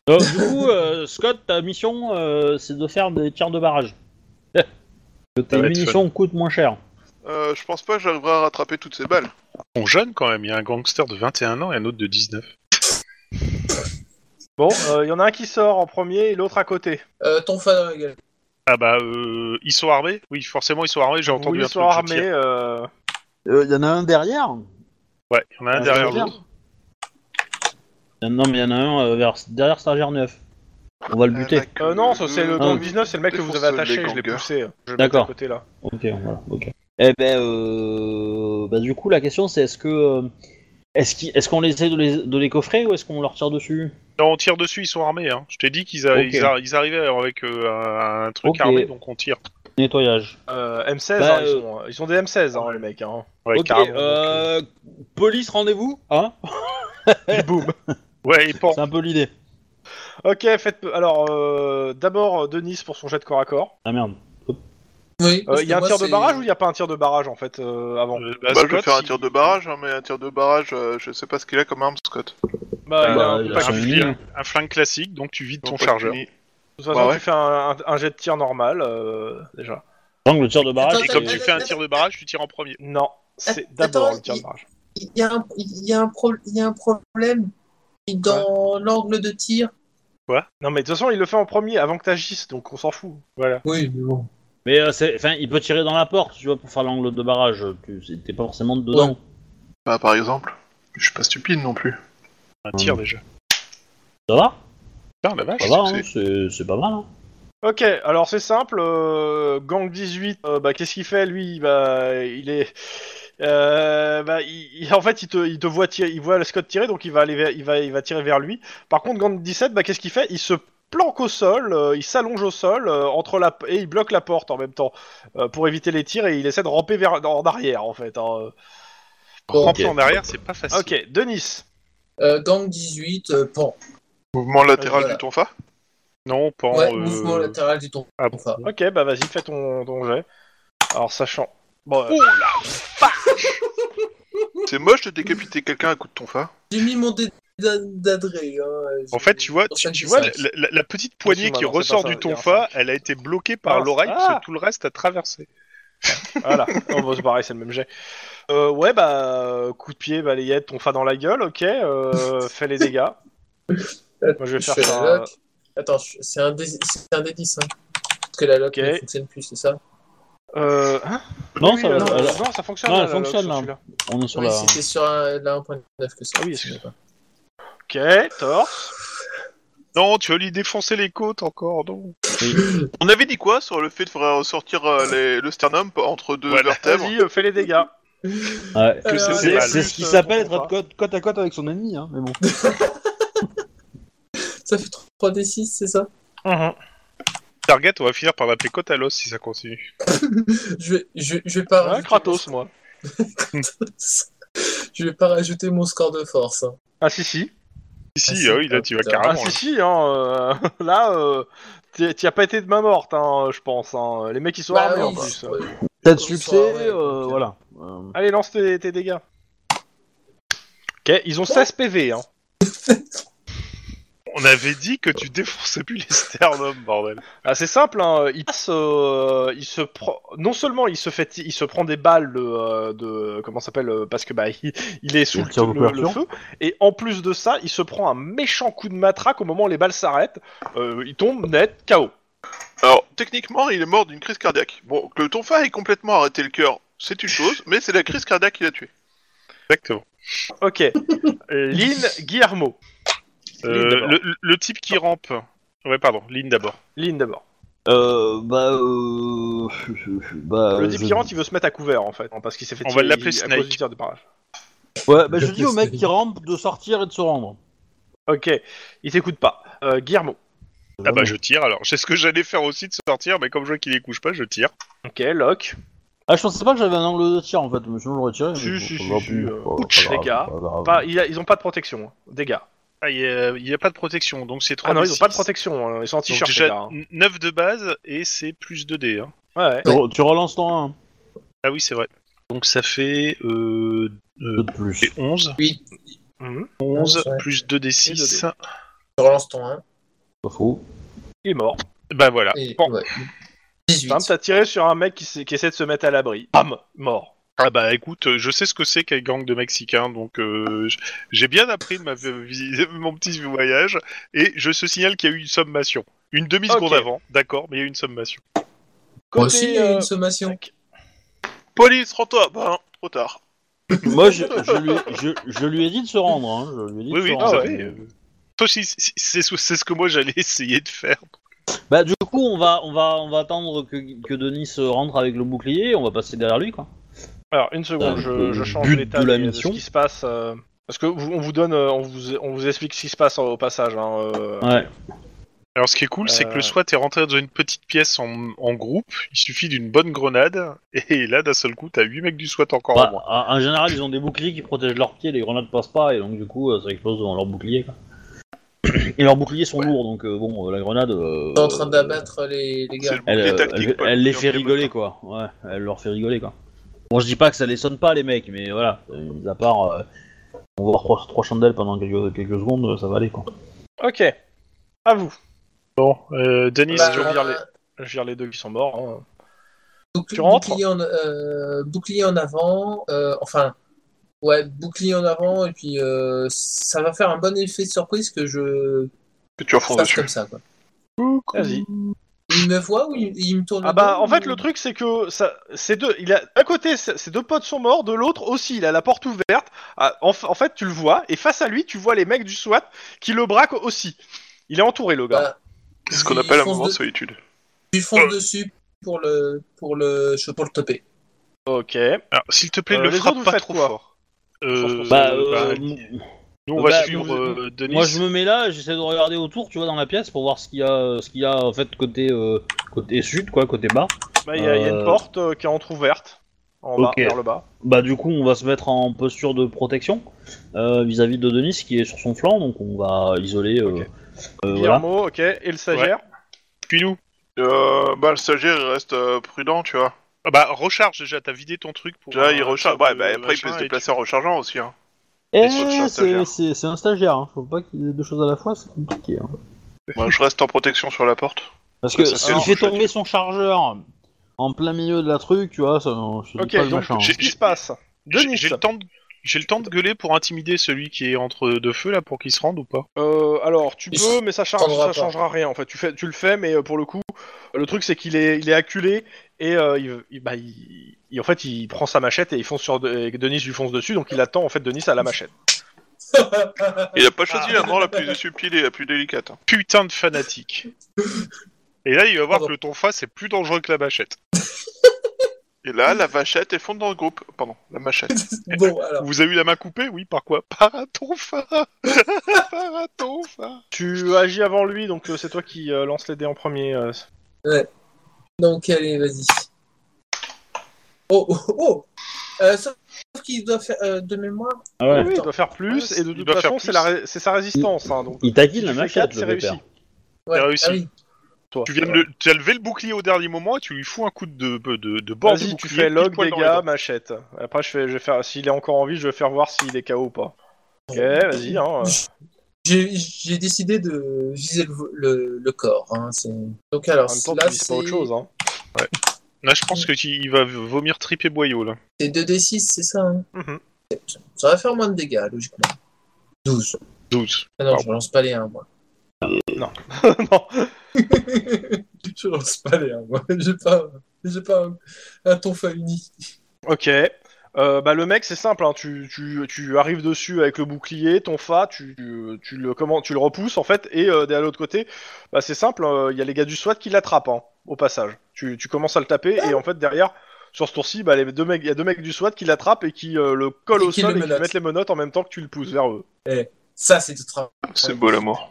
Speaker 1: Donc, du coup, euh, Scott, ta mission, euh, c'est de faire des tirs de barrage. que tes
Speaker 3: va être
Speaker 1: munitions coûtent moins cher.
Speaker 5: euh, Je pense pas que j'arriverai à rattraper toutes ces balles.
Speaker 3: On jeune quand même, il y a un gangster de 21 ans et un autre de 19.
Speaker 2: Bon, euh, il y en a un qui sort en premier et l'autre à côté.
Speaker 4: Euh, ton fan dans la gueule.
Speaker 3: Ah bah, euh, ils sont armés Oui, forcément, ils sont armés, j'ai entendu
Speaker 2: Oui,
Speaker 3: un
Speaker 2: ils sont
Speaker 3: truc. je
Speaker 2: armés.
Speaker 3: tire.
Speaker 2: euh,
Speaker 1: Il y en a un derrière
Speaker 3: Ouais, il y en a un
Speaker 1: Ah,
Speaker 3: derrière
Speaker 1: c'est
Speaker 3: l'autre.
Speaker 1: Non, mais il y en a un euh, vers- derrière Stagiaire 9. On va le buter.
Speaker 2: euh, non, ça, c'est le
Speaker 5: Hmm.
Speaker 1: Ah.
Speaker 2: gang 19, c'est le mec que vous avez
Speaker 5: Défonce les
Speaker 2: attaché, je l'ai
Speaker 5: gangers.
Speaker 2: poussé. hein. Je le mets
Speaker 1: D'accord.
Speaker 2: à côté là.
Speaker 1: Ok, voilà, ok. Eh ben, euh, bah, du coup, la question c'est est-ce que. euh, Est-ce qu'il- est-ce qu'on essaie de les, de les coffrer ou est-ce qu'on leur tire dessus
Speaker 3: Non, on tire dessus, ils sont armés. Hein. Je t'ai dit qu'ils a-
Speaker 1: Ok.
Speaker 3: ils a- ils arrivaient avec euh, un, un truc
Speaker 1: Ok.
Speaker 3: armé, donc on tire.
Speaker 1: Nettoyage.
Speaker 2: Euh, M16,
Speaker 1: Bah,
Speaker 2: hein, ils,
Speaker 1: euh, ah
Speaker 2: sont, ils sont des M16, hein, les mecs. Hein.
Speaker 3: Ouais,
Speaker 1: ok,
Speaker 3: carrément.
Speaker 1: euh, police rendez-vous Hein
Speaker 2: Et boum.
Speaker 3: Ouais, et euh, pan.
Speaker 1: C'est un peu l'idée.
Speaker 2: Ok, faites. Alors, euh, d'abord euh, Denis pour son jet de corps à corps.
Speaker 1: Ah merde.
Speaker 4: Oui,
Speaker 2: Euh, Il
Speaker 4: parce
Speaker 2: y a
Speaker 4: que
Speaker 2: un
Speaker 4: moi,
Speaker 2: tir de
Speaker 4: c'est-
Speaker 2: barrage ou il n'y a pas un tir de barrage en fait euh, avant
Speaker 3: Euh,
Speaker 5: Bah, je vais
Speaker 3: Scott,
Speaker 5: faire un
Speaker 3: il-
Speaker 5: tir de barrage, hein, mais un tir de barrage, euh, je sais pas ce qu'il a comme arme, Scott.
Speaker 2: Bah, il a
Speaker 1: bah,
Speaker 2: un
Speaker 1: il a
Speaker 2: pack
Speaker 1: son
Speaker 3: un,
Speaker 2: de
Speaker 1: uni.
Speaker 2: flic.
Speaker 3: flingue, un flingue classique, donc tu vides ton
Speaker 5: Donc, pas
Speaker 3: chargeur.
Speaker 5: fini.
Speaker 2: De toute façon,
Speaker 5: Bah ouais.
Speaker 2: tu fais un, un- un jet de tir normal euh, déjà.
Speaker 1: Donc le tir de barrage.
Speaker 3: Et
Speaker 1: c'est-
Speaker 3: comme tu fais un tir de barrage, tu tires en premier.
Speaker 2: Non, c'est
Speaker 4: Attends,
Speaker 2: d'abord le tir de
Speaker 4: il-
Speaker 2: barrage.
Speaker 4: Il y, a un- il y a un pro- il y a un problème dans l'angle de tir.
Speaker 2: Non, mais de toute façon, il le fait en premier avant que t'agisses, donc on s'en fout. Voilà.
Speaker 4: Oui, mais bon.
Speaker 1: Mais euh, c'est- enfin, il peut tirer dans la porte, tu vois, pour faire l'angle de barrage. Tu c'est- t'es pas forcément dedans.
Speaker 5: Bah, par exemple. Je suis pas stupide non plus.
Speaker 2: Ah.
Speaker 3: Un tir déjà.
Speaker 1: Ça va
Speaker 3: Putain, la Bah, vache.
Speaker 1: Ça va, hein,
Speaker 5: c'est-
Speaker 1: c'est c'est pas mal. Hein.
Speaker 2: Ok, alors c'est simple. euh, gang 18, euh, bah, qu'est-ce qu'il fait lui bah, Il est. euh, bah, il, il- en fait, il te, il te voit tirer, il voit le Scott tirer, donc il va aller, vers- il va, il va tirer vers lui. Par contre, Gang 17, bah, qu'est-ce qu'il fait Il se planque au sol, euh, il s'allonge au sol euh, entre la et il bloque la porte en même temps euh, pour éviter les tirs et il essaie de ramper vers en arrière en fait. hein.
Speaker 4: Bon,
Speaker 3: Ramper en arrière, c'est pas facile.
Speaker 2: Ok, Denis.
Speaker 4: euh, gang 18, euh, pan.
Speaker 5: Mouvement
Speaker 2: Euh,
Speaker 5: latéral
Speaker 4: voilà.
Speaker 5: du tonfa
Speaker 3: Non, pan.
Speaker 4: ouais,
Speaker 3: euh,
Speaker 4: mouvement latéral du ton.
Speaker 3: ah,
Speaker 4: Enfin,
Speaker 2: Ok, bah vas-y, fais ton, ton jet. Alors sachant. Bon, euh,
Speaker 5: C'est moche de décapiter quelqu'un à coup de tonfa.
Speaker 4: j'ai mis mon dé d'a- d'adré. hein,
Speaker 3: En
Speaker 4: j'ai-
Speaker 3: fait, tu vois,
Speaker 4: pour
Speaker 3: tu,
Speaker 4: ça que
Speaker 3: tu
Speaker 4: je
Speaker 3: vois
Speaker 4: dis
Speaker 3: la,
Speaker 4: ça.
Speaker 3: la- la petite poignée
Speaker 2: Excuse-moi,
Speaker 3: qui
Speaker 2: non, c'est
Speaker 3: ressort
Speaker 2: pas ça,
Speaker 3: du
Speaker 2: il y a un
Speaker 3: tonfa,
Speaker 2: cinq.
Speaker 3: elle a été bloquée par
Speaker 2: Ah,
Speaker 3: l'oreille parce
Speaker 2: ah.
Speaker 3: que tout le reste a traversé.
Speaker 2: Voilà, on va se barrer, c'est le même jet. Euh, ouais, bah, euh, coup de pied, balayette, ton fa dans la gueule, ok, euh, fais les dégâts. Moi, je vais faire
Speaker 4: fais
Speaker 2: ça.
Speaker 4: la lock. Attends, je- c'est un, dé... c'est un dé 10. Hein. Parce que la lock
Speaker 2: Ok.
Speaker 4: ne fonctionne plus, c'est ça
Speaker 2: Euh, hein
Speaker 1: Non,
Speaker 2: Oui,
Speaker 1: ça va.
Speaker 2: euh,
Speaker 1: ça va.
Speaker 2: non, ça fonctionne.
Speaker 1: non,
Speaker 2: là,
Speaker 1: elle
Speaker 2: la lock,
Speaker 1: fonctionne, hein.
Speaker 2: sur
Speaker 1: là.
Speaker 2: celui-là.
Speaker 1: On est sur
Speaker 4: Oui,
Speaker 1: la.
Speaker 4: c'était sur un, la 1.9 que ça.
Speaker 2: Ah oui,
Speaker 4: fonctionnait pas.
Speaker 2: Ok, torse.
Speaker 3: Non, tu vas lui défoncer les côtes encore, non
Speaker 5: On avait dit quoi sur le fait de faire ressortir euh, les- le sternum entre deux
Speaker 3: Voilà.
Speaker 5: vertèbres
Speaker 2: Vas-y, euh, fais les dégâts.
Speaker 1: Ouais.
Speaker 4: Alors,
Speaker 3: c'est-
Speaker 1: C'est
Speaker 3: mal.
Speaker 1: c'est ce qui
Speaker 2: Juste, euh,
Speaker 1: s'appelle
Speaker 2: pourquoi
Speaker 1: être côte, côte à côte avec son ennemi, hein, mais bon.
Speaker 4: Ça fait 3d6, c'est ça
Speaker 2: Mhm.
Speaker 3: Target, on va finir par l'appeler côte à l'os si ça continue.
Speaker 4: je vais, je, je vais pas
Speaker 2: Ouais,
Speaker 4: rajouter
Speaker 2: Kratos, moi.
Speaker 4: mon- je vais pas rajouter mon score de force. hein.
Speaker 2: Ah, si, si.
Speaker 3: Si,
Speaker 4: Ah,
Speaker 3: si,
Speaker 4: c'est
Speaker 3: ah oui, là,
Speaker 4: pas-
Speaker 3: tu vas
Speaker 4: Ah,
Speaker 2: Ah,
Speaker 3: carrément.
Speaker 2: si,
Speaker 3: là.
Speaker 2: si, hein. euh, là, euh, t'y t'y as pas été de main morte, hein, je pense. Hein. Les mecs, ils sont
Speaker 4: Bah
Speaker 2: armés
Speaker 4: oui,
Speaker 2: en plus.
Speaker 4: ouais.
Speaker 1: T'as de
Speaker 4: Bonsoir,
Speaker 1: succès,
Speaker 4: ouais,
Speaker 1: euh,
Speaker 4: ok.
Speaker 1: voilà. Euh,
Speaker 2: Allez, lance tes, tes dégâts. Ok, ils ont 16 PV, hein.
Speaker 3: On avait dit que tu défonçais plus les sternums, bordel.
Speaker 2: Ah, c'est simple, hein, il passe, euh, il se prend, non seulement il se fait, il se prend des balles de, euh, de comment ça s'appelle, euh, parce que bah il, il est sous
Speaker 1: Il tire de
Speaker 2: le, le
Speaker 1: couverture.
Speaker 2: feu, et en plus de ça, il se prend un méchant coup de matraque au moment où les balles s'arrêtent, Euh, il tombe net KO.
Speaker 5: Alors, techniquement, il est mort d'une crise cardiaque. Bon, que le tonfa ait complètement arrêté le cœur, c'est une chose, mais c'est la crise cardiaque qui l'a tué.
Speaker 3: Exactement.
Speaker 2: Ok, Lynn Guillermo,
Speaker 3: Euh,
Speaker 2: d'abord.
Speaker 3: le, le- le type qui rampe. Ouais, pardon, Lynn d'abord.
Speaker 2: Lynn d'abord.
Speaker 1: euh, bah, euh, bah,
Speaker 2: le
Speaker 1: je-
Speaker 2: type qui rentre, il veut se mettre à couvert en fait, hein, parce qu'il s'est fait.
Speaker 3: On va
Speaker 2: tirer-
Speaker 3: l'appeler
Speaker 2: il- à
Speaker 3: Snake.
Speaker 2: cause du tir de barrage.
Speaker 1: Ouais, bah, je dis au mec qui rampe de sortir et de se rendre.
Speaker 2: Ok, il t'écoute pas. Euh, Guillermo.
Speaker 3: Ah bah je tire alors. C'est ce que j'allais faire aussi de sortir, mais comme je vois qu'il les couche pas, je tire.
Speaker 2: Ok, lock.
Speaker 1: Ah, je pensais pas que j'avais un angle de tir en fait, mais sinon j'aurais tiré.
Speaker 2: Si,
Speaker 1: mais bon,
Speaker 2: si, si,
Speaker 1: pas
Speaker 2: si,
Speaker 1: plus, pas-
Speaker 2: euh,
Speaker 1: pas
Speaker 2: ouch, les
Speaker 1: grave,
Speaker 2: gars.
Speaker 1: pas grave.
Speaker 2: Pas, il a- ils ont pas de protection, hein. dégâts.
Speaker 3: Ah, il y, a- il y a pas de protection, donc c'est 3
Speaker 2: Ah non, ils ont pas de protection, hein. ils sont en t-shirt les gars.
Speaker 3: déjà
Speaker 2: hein.
Speaker 3: 9 de base et c'est plus 2D. Hein.
Speaker 2: Ouais, ouais.
Speaker 1: Tu, re- tu relances ton hein. 1
Speaker 3: Ah oui, c'est vrai. Donc ça fait euh, euh,
Speaker 1: de plus.
Speaker 3: des 11.
Speaker 4: Oui.
Speaker 3: Mhm. 11
Speaker 4: Ouais.
Speaker 3: plus 2D6.
Speaker 4: Tu relances ton 1.
Speaker 1: Pas faux.
Speaker 2: il est mort.
Speaker 3: Bah voilà.
Speaker 4: Et,
Speaker 2: Ah,
Speaker 3: Bon.
Speaker 4: ouais. 18.
Speaker 2: Bam, t'as tiré sur un mec qui, s'est- qui essaie de se mettre à l'abri. Bam, mort.
Speaker 3: Ah bah écoute, euh, je sais ce que c'est qu'un gang de Mexicains, donc euh, j- j'ai bien appris de ma vi- mon petit voyage, et je se signale qu'il y a eu une sommation. Une demi-seconde
Speaker 2: Ok.
Speaker 3: avant, d'accord, mais il y a eu une sommation.
Speaker 4: Moi aussi, il y a
Speaker 2: euh,
Speaker 4: une sommation.
Speaker 5: Police, rends-toi Bah, non, trop tard.
Speaker 1: Moi, je, je lui, je, je lui ai dit de se rendre. Hein. Je lui ai dit
Speaker 3: Oui,
Speaker 1: de
Speaker 3: oui,
Speaker 1: se
Speaker 3: tout
Speaker 1: rendre.
Speaker 3: à fait. euh. Toi aussi, c'est- c'est c'est ce que moi j'allais essayer de faire.
Speaker 1: Bah, du coup, on va, on va, on va attendre que, que Denis se rentre avec le bouclier. On va passer derrière lui, quoi.
Speaker 2: Alors, une
Speaker 1: Euh,
Speaker 2: seconde, je,
Speaker 1: le
Speaker 2: je change
Speaker 1: but
Speaker 2: l'état
Speaker 1: de la
Speaker 2: des-
Speaker 1: mission.
Speaker 2: ce qui se passe. euh, parce que vous- on vous donne, euh, on vous, on vous explique ce qui se passe euh, au passage. hein, euh,
Speaker 1: Ouais.
Speaker 3: Alors ce qui est cool, c'est que
Speaker 2: Euh.
Speaker 3: le SWAT est rentré dans une petite pièce en, en groupe, il suffit d'une bonne grenade, et là d'un seul coup, t'as 8 mecs du SWAT encore en
Speaker 1: Bah,
Speaker 3: moins.
Speaker 1: en en général, ils ont des boucliers qui protègent leurs pieds. Les grenades passent pas, et donc du coup, euh, ça explose devant leur bouclier. Quoi. Et leurs boucliers sont lourds, donc euh, bon, euh, la grenade. euh,
Speaker 4: T'es en train d'abattre les, les
Speaker 5: C'est
Speaker 4: gars.
Speaker 5: le
Speaker 1: elle,
Speaker 5: bouclier
Speaker 1: euh,
Speaker 5: tactique,
Speaker 1: elle-
Speaker 5: pas le
Speaker 1: elle les
Speaker 5: bouclier
Speaker 1: fait
Speaker 5: en
Speaker 1: rigoler quoi. Ouais, elle leur fait rigoler quoi. Bon, je dis pas que ça les sonne pas les mecs, mais voilà. Euh, Mis à part, euh, on va voir trois, trois chandelles pendant quelques, quelques secondes, euh, ça va aller quoi.
Speaker 2: Ok, à vous.
Speaker 3: Bon, euh, Denis,
Speaker 2: Bah,
Speaker 3: je reviens les-
Speaker 2: Je vire les deux qui sont morts. hein.
Speaker 4: bouc-
Speaker 2: tu rentres
Speaker 4: bouclier, en, euh, bouclier en avant. euh, enfin, ouais, bouclier en avant. Et puis, euh, ça va faire un bon effet de surprise que je
Speaker 5: Que tu enfonces
Speaker 4: fasse
Speaker 5: dessus.
Speaker 4: comme ça. Quoi.
Speaker 2: Vas-y.
Speaker 4: Il me voit ou il, il me tourne le
Speaker 2: Ah bah,
Speaker 4: dos
Speaker 2: en fait,
Speaker 4: ou-
Speaker 2: le truc c'est que ça, ces deux, il a d'un côté c- ses deux potes sont morts, de l'autre aussi, il a la porte ouverte. Ah, En, f- en fait, tu le vois, et face à lui, tu vois les mecs du SWAT qui le braquent aussi. Il est entouré, le gars.
Speaker 4: Bah,
Speaker 5: C'est ce qu'on
Speaker 4: il
Speaker 5: appelle un
Speaker 4: fonce
Speaker 5: moment de
Speaker 4: de-
Speaker 5: solitude.
Speaker 4: Il fonce dessus pour le, pour le, je- pour le topper.
Speaker 2: Ok.
Speaker 3: Alors, s'il te plaît,
Speaker 2: Euh,
Speaker 3: ne
Speaker 2: les
Speaker 3: Euh, frappe
Speaker 2: autres, vous
Speaker 3: pas
Speaker 2: faites
Speaker 3: trop
Speaker 2: quoi
Speaker 3: fort. Euh,
Speaker 1: Bah, euh,
Speaker 3: bah,
Speaker 1: m-
Speaker 3: nous, on va
Speaker 1: bah,
Speaker 3: suivre
Speaker 1: nous-
Speaker 3: euh, Denis.
Speaker 1: moi je me mets là, j'essaie de regarder autour, tu vois, dans la pièce pour voir ce qu'il y a, euh, ce qu'il y a en fait côté euh, côté sud quoi, côté bas.
Speaker 2: Bah, il y, a il y a une
Speaker 1: Euh.
Speaker 2: porte euh, qui est entrouverte, en
Speaker 1: Ok.
Speaker 2: bas, vers le bas.
Speaker 1: Bah du coup, on va se mettre en posture de protection euh, vis-à-vis de Denis qui est sur son flanc, donc on va isoler. euh,
Speaker 2: Ok.
Speaker 1: euh, voilà.
Speaker 2: Guillermo, ok, et le stagiaire.
Speaker 3: Suis-nous.
Speaker 5: Euh, bah, le stagiaire il reste euh, prudent, tu vois.
Speaker 3: Ah bah, recharge déjà, t'as vidé ton truc pour.
Speaker 5: Déjà,
Speaker 3: un-
Speaker 5: il recharge.
Speaker 3: un-
Speaker 5: Ouais, bah, après, il peut
Speaker 3: machin,
Speaker 5: se
Speaker 3: et
Speaker 5: déplacer en rechargeant aussi. Hein.
Speaker 1: Eh,
Speaker 5: sur le
Speaker 1: c'est
Speaker 5: stagiaire.
Speaker 1: c'est- c'est un stagiaire, hein. faut pas qu'il ait deux choses à la fois, c'est compliqué. hein.
Speaker 5: Moi, je reste en protection sur la porte.
Speaker 1: Parce que
Speaker 5: Ça, c'est
Speaker 1: s'il
Speaker 5: leur
Speaker 1: fait
Speaker 5: chef.
Speaker 1: tomber son chargeur en plein milieu de la truc, tu vois, ça, je te dis
Speaker 2: Ok,
Speaker 1: pas le
Speaker 2: donc,
Speaker 1: machin.
Speaker 3: j'ai-
Speaker 1: hein.
Speaker 2: Qu'est-ce qui se passe
Speaker 3: tu- J'ai
Speaker 2: Denis
Speaker 3: j'ai le temps de. J'ai le temps de gueuler pour intimider celui qui est entre deux feux là pour qu'il se rende ou pas
Speaker 2: Euh, alors, tu
Speaker 4: Il
Speaker 2: peux, mais ça, change,
Speaker 4: prendra
Speaker 2: ça
Speaker 4: pas.
Speaker 2: changera rien. En fait, tu, fais, tu le fais, mais euh, pour le coup, euh, le truc c'est qu'il est, il est acculé et euh, il, il- bah, il- il- en fait, il prend sa machette et il fonce sur de- et Denis lui fonce dessus, donc il attend en fait Denis à la machette.
Speaker 5: Il a pas choisi l'endroit la plus subtile et la plus délicate. hein.
Speaker 3: Putain de fanatique. Et là, il va voir
Speaker 4: Pardon.
Speaker 3: que le tonfa c'est plus dangereux que la machette.
Speaker 5: Et là, la vachette est fondue dans le groupe. Pardon, la machette.
Speaker 4: bon, alors.
Speaker 3: Vous avez eu la main coupée Oui, par quoi Par un tonfa Par un tonfa
Speaker 2: Tu agis avant lui, donc euh, c'est toi qui euh, lance les dés en premier. euh.
Speaker 4: Donc, allez, vas-y. Oh, oh, oh Euh, Sauf qu'il doit faire euh, de mémoire.
Speaker 1: Ah ouais.
Speaker 2: Oui, oui, il doit faire plus, et de
Speaker 3: Il
Speaker 2: toute
Speaker 3: doit faire
Speaker 2: façon,
Speaker 3: plus.
Speaker 2: c'est la ré- c'est sa résistance. hein, donc,
Speaker 1: Il taquine
Speaker 2: si
Speaker 1: la
Speaker 2: tu fais
Speaker 1: machette,
Speaker 2: quatre,
Speaker 1: le
Speaker 2: c'est
Speaker 1: pépère.
Speaker 2: réussi.
Speaker 4: Ouais,
Speaker 3: T'as réussi.
Speaker 4: ah oui.
Speaker 2: Toi.
Speaker 3: Tu viens de le, tu as levé le bouclier au dernier moment et tu lui fous un coup de de de, de bord du
Speaker 2: Vas-y, tu
Speaker 3: bouclier,
Speaker 2: fais
Speaker 3: pile
Speaker 2: log,
Speaker 3: poil dans les
Speaker 2: dégâts, machette. Après, je, fais, je vais faire. S'il est encore en vie, je vais faire voir s'il est KO ou pas. Ok, vas-y, hein.
Speaker 4: J'ai j'ai décidé de viser le, le- le corps. hein, c'est- Donc, alors,
Speaker 2: En même temps,
Speaker 4: là,
Speaker 2: tu vises
Speaker 4: c'est
Speaker 2: pas autre chose. Hein.
Speaker 3: Là, je pense que tu- il va vomir triper boyau là.
Speaker 4: c'est 2d6, c'est ça hein
Speaker 2: hein. Mhm.
Speaker 4: Ça va faire moins de dégâts, logiquement. 12.
Speaker 3: 12.
Speaker 4: Ah non,
Speaker 3: Pardon.
Speaker 4: je lance pas les 1, moi.
Speaker 1: Euh,
Speaker 2: non.
Speaker 4: je lance pas les 1, moi. J'ai pas, j'ai pas un, un tonfa uni.
Speaker 2: Ok. Euh, bah, le mec, c'est simple. hein, Tu, tu, tu arrives dessus avec le bouclier, ton fa, tu, tu, tu le, comment, tu le repousses en fait. Et euh, de l'autre côté, bah, c'est simple. euh, Il y a les gars du SWAT qui l'attrapent hein, au passage. Tu, tu commences à le taper et en fait derrière, sur ce tour-ci, bah, les deux mecs, il y a deux mecs du SWAT qui l'attrapent et qui euh, le collent
Speaker 4: Et
Speaker 2: au
Speaker 4: qui
Speaker 2: sol
Speaker 4: le
Speaker 2: et qui
Speaker 4: menottent.
Speaker 2: mettent les menottes en même temps que tu le pousses vers eux.
Speaker 4: Ça, c'est du travail.
Speaker 5: C'est beau l'amour.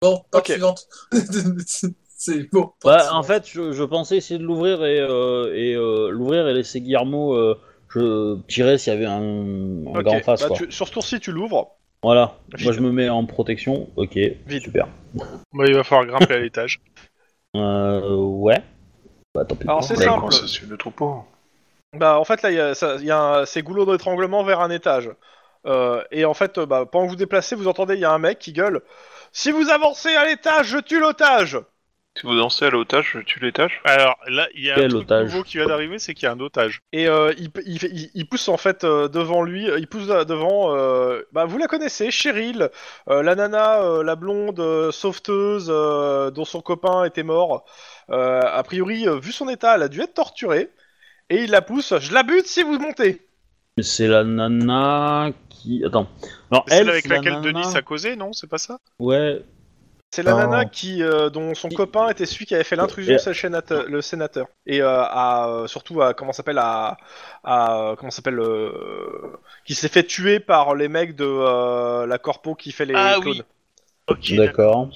Speaker 4: Bon, porte
Speaker 2: Ok.
Speaker 4: suivante. c'est bon. porte
Speaker 1: Bah,
Speaker 4: suivante.
Speaker 1: en fait, je, je pensais essayer de l'ouvrir et, euh, et euh, l'ouvrir et laisser Guillermo euh, je tirer s'il y avait un, un
Speaker 2: Ok,
Speaker 1: gars en face.
Speaker 2: bah,
Speaker 1: quoi.
Speaker 2: tu- sur ce tour-ci, tu l'ouvres.
Speaker 1: Voilà.
Speaker 2: Vite.
Speaker 1: Moi, je me mets en protection. Ok.
Speaker 2: Vite.
Speaker 1: Super.
Speaker 3: Bah, il va falloir grimper à l'étage.
Speaker 1: Euh, ouais. Bah, tant pis.
Speaker 2: Alors,
Speaker 1: pour
Speaker 2: c'est
Speaker 1: elle.
Speaker 2: simple.
Speaker 5: Comment ça suit le troupeau
Speaker 2: Bah, en fait, là, il y a, ça- il y a un- ces goulots d'étranglement vers un étage. Euh, et en fait, euh, bah, pendant que vous vous déplacez, vous entendez, il y a un mec qui gueule Si vous avancez à l'étage, je tue l'otage
Speaker 5: Si vous dansez à l'otage, je tue l'étage.
Speaker 3: Alors là, il y a un
Speaker 1: Quel
Speaker 3: truc
Speaker 1: otage
Speaker 3: nouveau qui vient d'arriver, c'est qu'il y a un otage.
Speaker 2: Et euh, il, il fait- il- il pousse en fait euh, devant lui, il pousse euh, devant. euh, bah, vous la connaissez, Cheryl, euh, la nana, euh, la blonde euh, sauveteuse euh, dont son copain était mort. Euh, a priori, euh, vu son état, elle a dû être torturée. Et il la pousse Je la bute si vous montez
Speaker 1: C'est la nana qui. Attends. Alors,
Speaker 3: C'est
Speaker 1: elle,
Speaker 3: avec
Speaker 1: c'est la
Speaker 3: laquelle
Speaker 1: nana-
Speaker 3: Denis a causé, non C'est pas ça
Speaker 1: Ouais.
Speaker 2: C'est la
Speaker 4: Oh.
Speaker 2: nana qui, euh, dont son copain était celui qui avait fait l'intrusion,
Speaker 1: Ben, Et-
Speaker 2: c'est le sénateur. Le sénateur. Et euh, à, euh, surtout, à, comment s'appelle, à, à, comment s'appelle, euh, qui s'est fait tuer par les mecs de euh, la corpo qui fait les
Speaker 3: Ah oui.
Speaker 2: clones.
Speaker 3: Ok.
Speaker 1: D'accord.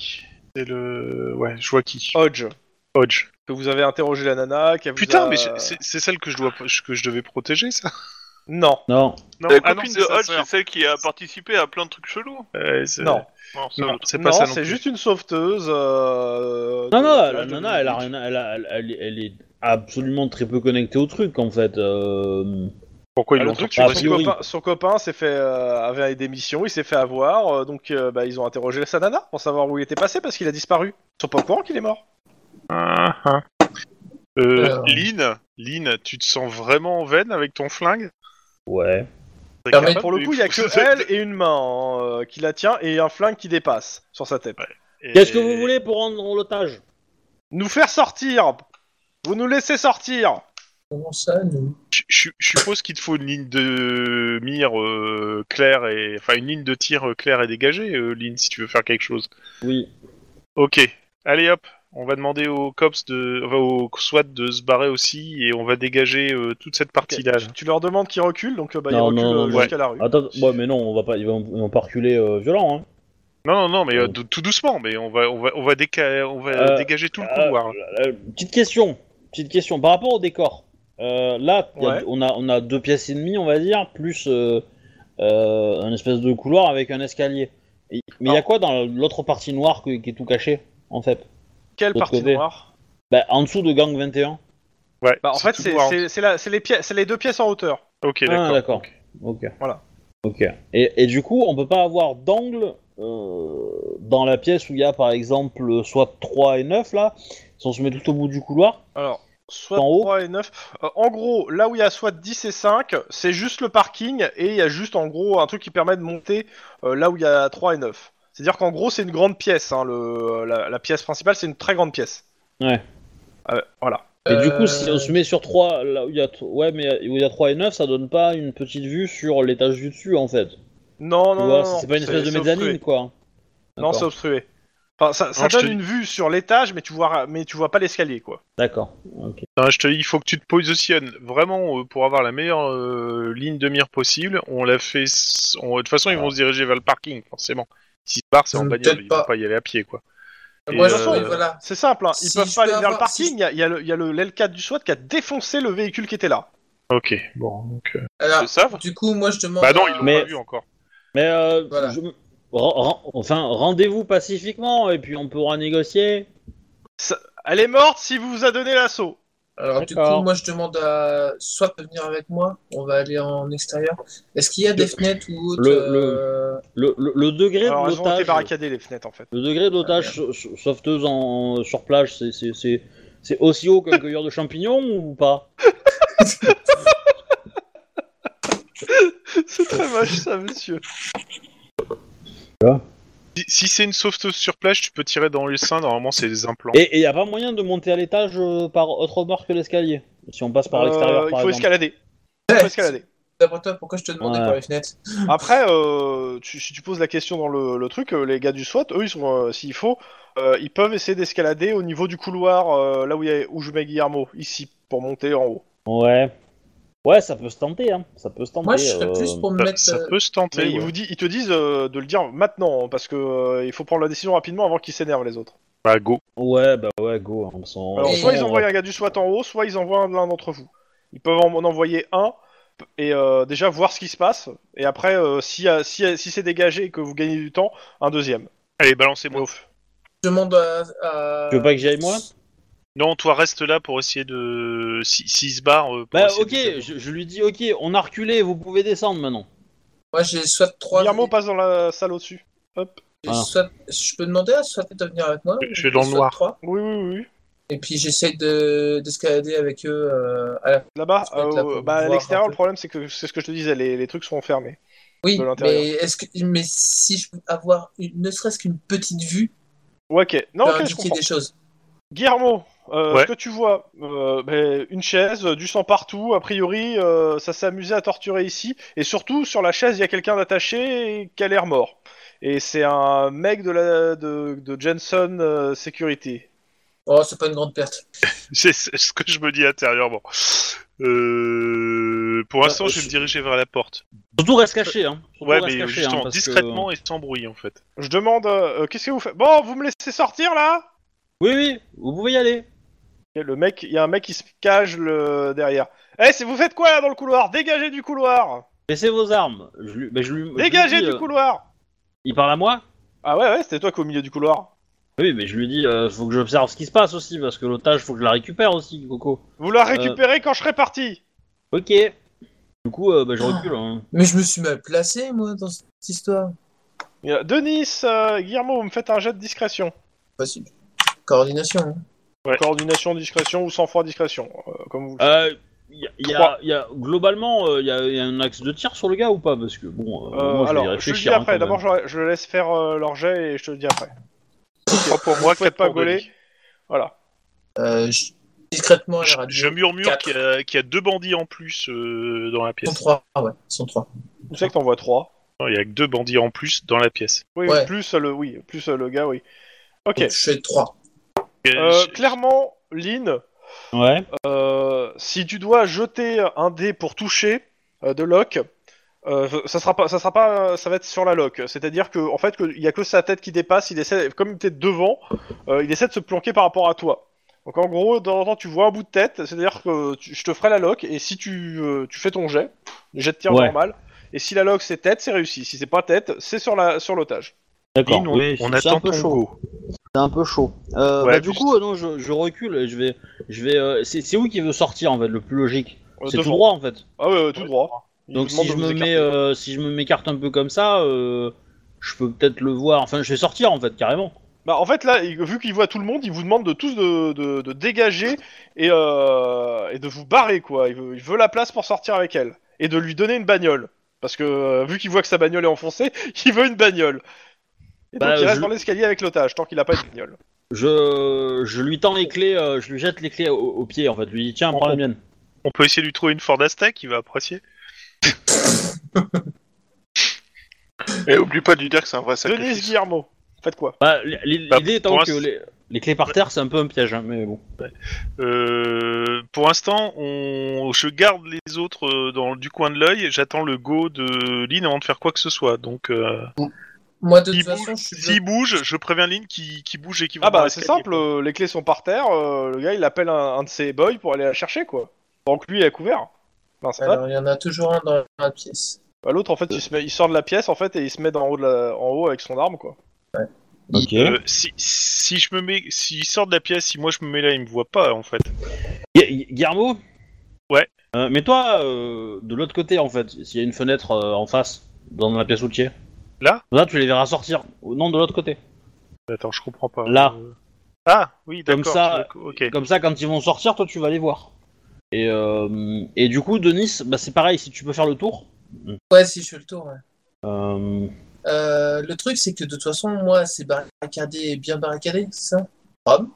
Speaker 3: C'est le. Ouais, je vois qui.
Speaker 2: Hodge,
Speaker 3: Hodge.
Speaker 2: que vous avez interrogé la nana, qui a vous
Speaker 3: Putain,
Speaker 2: a-
Speaker 3: mais c'est- c'est c'est celle que je, dois, que je devais protéger, ça
Speaker 2: Non,
Speaker 1: Non.
Speaker 3: Non,
Speaker 5: La
Speaker 3: ah non,
Speaker 5: copine
Speaker 3: c'est
Speaker 5: de
Speaker 3: sa
Speaker 5: Hodge,
Speaker 3: sœur.
Speaker 5: c'est celle qui a participé à plein de trucs chelous.
Speaker 3: Euh, c'est-
Speaker 2: non,
Speaker 5: Non, c'est
Speaker 3: Non,
Speaker 5: l'autre.
Speaker 3: c'est pas
Speaker 2: non,
Speaker 3: ça.
Speaker 2: c'est
Speaker 3: plus.
Speaker 2: juste une sauveteuse. euh,
Speaker 1: Non,
Speaker 2: de-
Speaker 1: non,
Speaker 2: de-
Speaker 1: la
Speaker 2: de-
Speaker 1: nana, elle, a rien, elle, a- elle- elle- elle est absolument très peu connectée au truc en fait. Euh...
Speaker 3: Pourquoi ils
Speaker 2: Ah, le
Speaker 3: l'ont
Speaker 2: truc,
Speaker 3: truc
Speaker 1: tu vois,
Speaker 2: c'est que son
Speaker 1: priori.
Speaker 2: copain, son copain s'est fait, euh, avait des missions, il s'est fait avoir, euh, donc euh, bah, ils ont interrogé sa nana pour savoir où il était passé parce qu'il a disparu. Ils sont pas au courant qu'il est mort.
Speaker 3: euh,
Speaker 4: Alors.
Speaker 3: Lynn, Lynn, tu te sens vraiment en veine avec ton flingue
Speaker 1: Ouais.
Speaker 3: T'es
Speaker 4: Permet-
Speaker 3: capable
Speaker 2: Pour le
Speaker 3: de-
Speaker 2: coup, il y a que elle et une main hein, euh, qui la tient et un flingue qui dépasse sur sa tête.
Speaker 3: Et-
Speaker 1: Qu'est-ce que vous voulez pour rendre l'otage
Speaker 2: Nous faire sortir Vous nous laissez sortir
Speaker 4: Comment ça, nous
Speaker 3: Je je- je suppose qu'il te faut une ligne de mire euh, claire et enfin une ligne de tir euh, claire et dégagée, euh, Lynn, si tu veux faire quelque chose.
Speaker 1: Oui.
Speaker 3: Ok, allez hop, on va demander aux cops de, enfin, aux SWAT de se barrer aussi et on va dégager euh, toute cette partie-là. là.
Speaker 2: Tu leur demandes qu'ils reculent, donc euh, bah, ils
Speaker 1: Non,
Speaker 2: reculent
Speaker 1: non, non,
Speaker 2: euh,
Speaker 1: non.
Speaker 2: jusqu'à la rue.
Speaker 1: Attends, ouais, Ah, mais non, on va pas, ils vont, ils vont pas reculer euh, violent. Hein.
Speaker 3: Non, non, non, mais euh, d- tout doucement, mais on va, on va, on va, déca- on va
Speaker 1: Euh,
Speaker 3: dégager tout le
Speaker 1: euh,
Speaker 3: couloir.
Speaker 1: Euh, petite question, petite question par rapport au décor. Euh, là, il y a-
Speaker 2: Ouais.
Speaker 1: on, a, on a deux pièces et demie, on va dire, plus euh, euh, un espèce de couloir avec un escalier. Et- mais il y a quoi dans l'autre partie noire que- qui est tout cachée, en fait
Speaker 2: Quelle
Speaker 1: L'autre
Speaker 2: partie
Speaker 1: côté.
Speaker 2: noire
Speaker 1: bah, En dessous de Gang 21
Speaker 3: Ouais,
Speaker 2: Bah, en fait,
Speaker 3: tout
Speaker 2: c'est
Speaker 3: noir.
Speaker 2: c'est- c'est la- c'est les, pièces- c'est les deux pièces en hauteur.
Speaker 3: Ok,
Speaker 1: Ah,
Speaker 3: d'accord.
Speaker 1: d'accord. Ok.
Speaker 2: Voilà.
Speaker 1: Ok. Et, et du coup, on peut pas avoir d'angle euh, dans la pièce où il y a par exemple soit 3 et 9 là, si on se met tout au bout du couloir.
Speaker 2: Alors, soit
Speaker 1: En haut.
Speaker 2: 3 et 9. Euh, en gros, là où il y a soit 10 et 5, c'est juste le parking et il y a juste en gros un truc qui permet de monter euh, là où il y a 3 et 9. C'est-à-dire qu'en gros, c'est une grande pièce. hein, le, la, la pièce principale, c'est une très grande pièce.
Speaker 1: Ouais.
Speaker 2: Euh, voilà.
Speaker 1: Et du coup,
Speaker 4: Euh,
Speaker 1: si on se met sur 3, là où il y a, t- ouais, mais où il y a 3 et 9, ça donne pas une petite vue sur l'étage du dessus en fait.
Speaker 2: Non,
Speaker 1: Tu
Speaker 2: non,
Speaker 1: vois,
Speaker 2: non.
Speaker 1: c'est pas une
Speaker 2: non,
Speaker 1: espèce de
Speaker 2: c'est
Speaker 1: mezzanine
Speaker 2: obstrué.
Speaker 1: quoi.
Speaker 2: Non, c'est
Speaker 1: D'accord.
Speaker 2: obstrué. Enfin, ça, ça
Speaker 3: Non, je te
Speaker 2: donne
Speaker 3: dis-
Speaker 2: une vue sur l'étage, mais tu vois, mais tu vois pas l'escalier, quoi.
Speaker 1: D'accord. ok.
Speaker 3: Non, je te dis, il faut que tu te positionnes vraiment euh, pour avoir la meilleure euh, ligne de mire possible. On l'a fait. s- on- De toute façon, ils vont se diriger vers le parking, forcément. S'ils se barrent, c'est en
Speaker 4: Hmm,
Speaker 3: bagnole,
Speaker 4: peut-être
Speaker 3: ils vont
Speaker 4: pas.
Speaker 3: pas y aller à pied, quoi. Et,
Speaker 4: Moi, je
Speaker 3: euh,
Speaker 4: trouve, voilà.
Speaker 2: C'est simple, hein, ils
Speaker 4: Si
Speaker 2: peuvent
Speaker 4: je
Speaker 2: pas aller
Speaker 4: peux
Speaker 2: vers le
Speaker 4: avoir- si
Speaker 2: parking. Il y a- il y a le- il y a le L4 du SWAT qui a défoncé le véhicule qui était là.
Speaker 3: Ok, bon. donc, euh,
Speaker 5: Ils
Speaker 4: Alors,
Speaker 5: le savent
Speaker 4: du coup, moi, je demande.
Speaker 3: Bah non,
Speaker 4: à-
Speaker 3: ils l'ont
Speaker 1: Mais-
Speaker 3: pas vu encore.
Speaker 1: Mais euh,
Speaker 4: Voilà.
Speaker 1: je- ren- ren- enfin, rendez-vous pacifiquement et puis on pourra négocier.
Speaker 2: Elle est morte si vous vous a donné l'assaut.
Speaker 4: Alors, du
Speaker 1: D'accord.
Speaker 4: coup, moi, je demande à soit de venir avec moi, on va aller en extérieur. Est-ce qu'il y a des fenêtres ou autre
Speaker 1: Le- le-
Speaker 4: euh,
Speaker 1: Le, le- le degré
Speaker 2: Alors
Speaker 1: de
Speaker 2: elles ont été
Speaker 1: l'otage.
Speaker 2: barricadées les fenêtres en fait.
Speaker 1: Le degré d'otage
Speaker 2: Ah,
Speaker 1: sau- sau- sauveteuse en, en- sur plage, c'est- c'est- c'est c'est aussi haut qu'un cueilleur de champignons ou pas
Speaker 2: C'est très moche ça monsieur.
Speaker 3: Si, si c'est une sauveteuse sur plage, tu peux tirer dans les seins. Normalement, c'est des implants.
Speaker 1: Et il n'y a pas moyen de monter à l'étage euh, par autre bord que l'escalier Si on passe par l'extérieur,
Speaker 2: Euh, il faut
Speaker 1: par exemple.
Speaker 2: escalader. Il faut
Speaker 4: Ouais.
Speaker 2: escalader.
Speaker 4: D'après toi, pourquoi je te demandais
Speaker 1: Ouais.
Speaker 4: par les fenêtres
Speaker 2: Après, euh, tu- si tu poses la question dans le, le truc, euh, les gars du SWAT, eux, ils sont, euh, s'il faut, euh, ils peuvent essayer d'escalader au niveau du couloir, euh, là où, il y a, où je mets Guillermo, ici, pour monter en haut.
Speaker 1: Ouais. Ouais, ça peut se tenter, hein. Ça peut se tenter.
Speaker 4: Moi, je serais plus
Speaker 1: euh,
Speaker 4: pour me
Speaker 3: Ça,
Speaker 4: mettre.
Speaker 3: Bah, ça
Speaker 4: euh,
Speaker 3: peut se tenter.
Speaker 2: Mais ils,
Speaker 3: ouais.
Speaker 2: vous dit- ils te disent euh, de le dire maintenant, parce que euh, il faut prendre la décision rapidement avant qu'ils s'énervent les autres.
Speaker 3: Bah, go.
Speaker 1: Ouais, bah ouais, go. hein, On s'en-
Speaker 2: Alors,
Speaker 1: on
Speaker 4: Et-
Speaker 2: soit ils
Speaker 1: s'en-
Speaker 2: envoient un gars du SWAT en haut, soit ils envoient un de l'un d'entre vous. Ils peuvent en, en envoyer un, p- et euh, déjà voir ce qui se passe, et après, euh, si, euh, si, si c'est dégagé et que vous gagnez du temps, un deuxième.
Speaker 3: Allez, balancez-moi.
Speaker 4: Je demande à. à-
Speaker 1: Tu veux pas que j'y aille, moi
Speaker 3: Non, toi, reste là pour essayer de. Si, s'il se barre. euh, pour
Speaker 1: Bah,
Speaker 3: essayer
Speaker 1: ok,
Speaker 3: de-
Speaker 1: je, je lui dis, ok, on a reculé, vous pouvez descendre maintenant.
Speaker 4: Moi, j'ai soit trois.
Speaker 2: Guillermo passe dans la salle au-dessus.
Speaker 4: j'ai
Speaker 1: Ah.
Speaker 4: soit- Je peux demander à soit de venir avec moi.
Speaker 3: Je- je vais dans le
Speaker 4: soit
Speaker 3: noir.
Speaker 4: trois.
Speaker 2: Oui, oui, oui.
Speaker 4: Et puis j'essaye de d'escalader avec eux. euh, à la-
Speaker 2: Là-bas,
Speaker 4: Ça peut être là pour
Speaker 2: euh, bah, à
Speaker 4: voir un
Speaker 2: l'extérieur,
Speaker 4: peu.
Speaker 2: le problème, c'est que c'est ce que je te disais, les, les trucs seront fermés.
Speaker 4: Oui,
Speaker 2: De l'intérieur.
Speaker 4: mais est-ce que mais si je peux avoir une- ne serait-ce qu'une petite vue
Speaker 2: Ouais, Ah, ok. Non,
Speaker 4: pour
Speaker 2: ok, je
Speaker 4: indiquer
Speaker 2: comprends.
Speaker 4: des choses.
Speaker 2: Guillermo, euh,
Speaker 3: Ouais.
Speaker 2: ce que tu vois, euh, ben, une chaise, euh, du sang partout, a priori, euh, ça s'est amusé à torturer ici, et surtout, sur la chaise, il y a quelqu'un d'attaché et qui a l'air mort. Et c'est un mec de, la, de, de Jensen euh, Security.
Speaker 4: Oh, c'est pas une grande perte.
Speaker 3: C'est c'est ce que je me dis intérieurement. Euh, Pour l'instant,
Speaker 1: Bah,
Speaker 3: je vais
Speaker 1: je-
Speaker 3: me diriger vers la porte.
Speaker 1: Surtout reste caché, hein. Surtout
Speaker 3: Ouais,
Speaker 1: reste
Speaker 3: mais
Speaker 1: caché, hein,
Speaker 3: justement,
Speaker 1: parce que-
Speaker 3: discrètement et sans bruit, en fait.
Speaker 2: Je demande, euh, euh, qu'est-ce que vous faites Bon, vous me laissez sortir, là
Speaker 1: Oui, oui, vous pouvez y aller.
Speaker 2: Et Le mec, il y a un mec qui se cache le, derrière. Eh, c'est vous faites quoi, là, dans le couloir Dégagez du couloir
Speaker 1: Baissez vos armes. Je lui, bah, je lui- Bah, je lui
Speaker 2: Dégagez
Speaker 1: dis,
Speaker 2: du
Speaker 1: euh,
Speaker 2: couloir
Speaker 1: Il parle à moi
Speaker 2: Ah ouais, ouais, c'était toi qui au milieu du couloir.
Speaker 1: Oui, mais je lui dis, euh, faut que j'observe ce qui se passe aussi, parce que l'otage, faut que je la récupère aussi, Coco.
Speaker 2: Vous la récupérez quand je serai parti
Speaker 1: Ok. Du coup, euh,
Speaker 4: Ah.
Speaker 1: bah, je recule. hein.
Speaker 4: Mais je me suis mal placé moi dans cette histoire.
Speaker 2: Il y a Denis, euh, Guillermo, vous me faites un jet de discrétion.
Speaker 4: Facile. Coordination. hein.
Speaker 3: Ouais.
Speaker 2: Coordination, discrétion ou sang-froid, discrétion, euh, comme vous le
Speaker 1: Euh, y a- y a-
Speaker 2: Trois.
Speaker 1: y a- globalement, il y, a- y a un axe de tir sur le gars ou pas Parce que bon, euh,
Speaker 2: Euh,
Speaker 1: moi, je vais y
Speaker 2: alors, je le dis
Speaker 1: réfléchir. hein,
Speaker 2: après.
Speaker 1: quand
Speaker 2: D'abord,
Speaker 1: même.
Speaker 2: je, je le laisse faire euh, leur jet et je te le dis après.
Speaker 3: Trois pour moi,
Speaker 2: Faites
Speaker 3: quatre
Speaker 2: pas
Speaker 3: pour Denis.
Speaker 2: gauler. Voilà.
Speaker 4: Euh, je- Discrètement à
Speaker 3: Je,
Speaker 4: la radio.
Speaker 3: je murmure
Speaker 4: Quatre.
Speaker 3: qu'il y, a- qu'il y a deux bandits en plus euh, dans la
Speaker 4: Ils sont
Speaker 3: pièce.
Speaker 4: trois. Ah ouais, ils sont trois.
Speaker 2: Vous savez que t'en vois 3.
Speaker 3: Non, il y a que deux bandits en plus dans la pièce.
Speaker 2: Oui,
Speaker 4: Ouais.
Speaker 2: plus euh, le, oui, plus euh, le gars, oui. Ok.
Speaker 4: Donc, je fais trois.
Speaker 2: Euh,
Speaker 3: je-
Speaker 2: clairement, Lynn,
Speaker 1: Ouais.
Speaker 2: euh, si tu dois jeter un dé pour toucher euh, de Locke, euh, ça sera pas, ça sera pas, euh, ça va être sur la Locke. C'est-à-dire que, en fait, que- il y a que sa tête qui dépasse. Il essaie, comme t'es devant, euh, il essaie de se planquer par rapport à toi. Donc en gros, dans temps, tu vois un bout de tête. C'est-à-dire que tu- je te ferai la Locke et si tu, euh, tu fais ton jet, le jet de tir
Speaker 1: Ouais.
Speaker 2: normal. Et si la Locke c'est tête, c'est réussi. Si c'est pas tête, c'est sur la, sur l'otage.
Speaker 1: D'accord.
Speaker 3: Lynn, on,
Speaker 1: Oui,
Speaker 3: on
Speaker 1: c'est- c'est
Speaker 3: attend
Speaker 1: un peu
Speaker 3: ton
Speaker 1: chaud.
Speaker 3: go.
Speaker 1: C'est un peu chaud. Euh,
Speaker 3: Ouais,
Speaker 1: bah, du
Speaker 3: juste.
Speaker 1: coup, euh, non, je, je recule. et Je vais, je vais. euh, c'est c'est où qui veut sortir en fait Le plus logique.
Speaker 2: Euh,
Speaker 1: C'est tout
Speaker 2: devant.
Speaker 1: droit en fait.
Speaker 2: Ah ouais, ouais, tout droit. Il
Speaker 1: Donc
Speaker 2: vous demande
Speaker 1: si je
Speaker 2: de vous
Speaker 1: me
Speaker 2: écarter.
Speaker 1: mets, euh, si je me m'écarte un peu comme ça, euh, je peux peut-être le voir. Enfin, je vais sortir en fait carrément.
Speaker 2: Bah en fait là, il- vu qu'il voit tout le monde, il vous demande de tous de, de, de dégager et, euh, et de vous barrer quoi. Il veut, il veut la place pour sortir avec elle et de lui donner une bagnole. Parce que euh, vu qu'il voit que sa bagnole est enfoncée, il veut une bagnole. Et
Speaker 1: Bah,
Speaker 2: donc il reste
Speaker 1: je-
Speaker 2: dans l'escalier avec l'otage tant qu'il a pas une bagnole.
Speaker 1: Je, je lui tends les clés. euh, je lui jette les clés au, au pied en fait. Je lui dis tiens, prends
Speaker 2: Oh.
Speaker 1: la mienne.
Speaker 3: On peut essayer de lui trouver une Ford Aztec, il va apprécier.
Speaker 5: Et oublie pas de lui dire que c'est un vrai
Speaker 2: Denise
Speaker 5: sacrifice.
Speaker 2: Guillermo, faites quoi
Speaker 1: Bah, l- l-
Speaker 3: Bah,
Speaker 1: l'idée étant
Speaker 3: pour
Speaker 1: que
Speaker 3: l'instant-
Speaker 1: les, les clés par terre, c'est un peu un piège, hein, mais bon.
Speaker 3: Euh, pour l'instant, on... je garde les autres euh, dans du coin de l'œil. J'attends le go de Lynn avant de faire quoi que ce soit. Donc, euh,
Speaker 4: Moi de
Speaker 3: Il
Speaker 4: toute façon, je suis
Speaker 3: s'il bouge, je préviens Lynn qui, qui bouge et qui va.
Speaker 2: Ah
Speaker 3: dans
Speaker 2: bah c'est
Speaker 3: l'escalier.
Speaker 2: simple, euh, les clés sont par terre. euh, le gars il appelle un, un de ses boys pour aller la chercher quoi. Donc lui il est couvert. Non, c'est pas-
Speaker 4: Alors, il y en a toujours un dans la pièce.
Speaker 2: Bah, L'autre en fait il, se met- il sort de la pièce en fait et il se met en haut, de la- en haut avec son arme quoi.
Speaker 1: Ok.
Speaker 3: Euh, si, si je me mets, s'il sort de la pièce, si moi je me mets là, il me voit pas en fait.
Speaker 1: Guillermo
Speaker 3: Ouais.
Speaker 1: Euh, Mets-toi euh, de l'autre côté en fait, s'il y a une fenêtre euh, en face, dans la pièce où tu es.
Speaker 3: Là
Speaker 1: Là, tu les verras sortir. Non, de l'autre côté.
Speaker 3: Attends, je comprends pas.
Speaker 1: Là.
Speaker 3: Euh, Ah oui,
Speaker 1: Comme
Speaker 3: d'accord.
Speaker 1: ça-
Speaker 3: je- Ok.
Speaker 1: Comme ça, quand ils vont sortir, toi, tu vas les voir. Et, euh, et du coup, Denis, bah, c'est pareil, si tu peux faire le tour.
Speaker 4: Ouais, si je fais le tour. ouais.
Speaker 1: Euh,
Speaker 4: Euh, le truc, c'est que de toute façon, moi, c'est barricadé, bien barricadé, c'est ça. Rob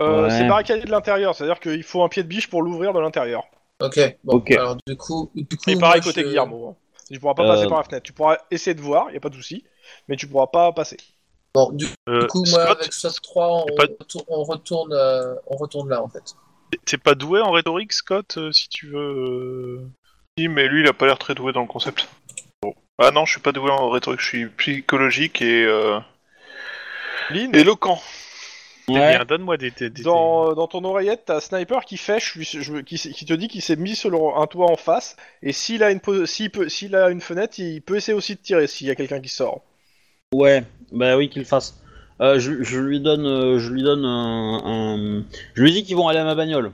Speaker 2: Euh,
Speaker 1: Ouais.
Speaker 2: C'est barricadé de l'intérieur, c'est-à-dire qu'il faut un pied de biche pour l'ouvrir de l'intérieur.
Speaker 4: Ok. Bon,
Speaker 1: Ok.
Speaker 4: alors du coup, du coup.
Speaker 2: Et pareil
Speaker 4: moi,
Speaker 2: côté
Speaker 4: je-
Speaker 2: Guillermo. hein. Tu pourras pas
Speaker 1: Euh.
Speaker 2: passer par la fenêtre. Tu pourras essayer de voir, y a pas de souci, mais tu pourras pas passer.
Speaker 4: Bon, du
Speaker 3: Euh,
Speaker 4: Du coup, moi,
Speaker 3: Scott,
Speaker 4: avec SWAT 3, on,
Speaker 3: pas-
Speaker 4: retour- on retourne, euh, on retourne là, en fait.
Speaker 3: T'es- T'es pas doué en rhétorique, Scott, euh, si tu veux. euh,
Speaker 5: Oui, mais lui, il a pas l'air très doué dans le concept. Bon. Ah non, je suis pas doué en rhétorique, je suis psychologique et euh,
Speaker 2: Lynn,
Speaker 5: éloquent.
Speaker 3: Eh bien, donne-moi des. des- des-
Speaker 2: dans, dans ton oreillette, t'as un sniper qui fait, je, suis- je- qui, qui te dit qu'il s'est mis sur un toit en face, et s'il a, une, pos- s'il peut, s'il a une fenêtre, il peut essayer aussi de tirer s'il y a quelqu'un qui sort.
Speaker 1: Ouais, bah oui, qu'il le fasse. Euh, je, je lui donne, euh, je lui donne un, un- Je lui dis qu'ils vont aller à ma bagnole.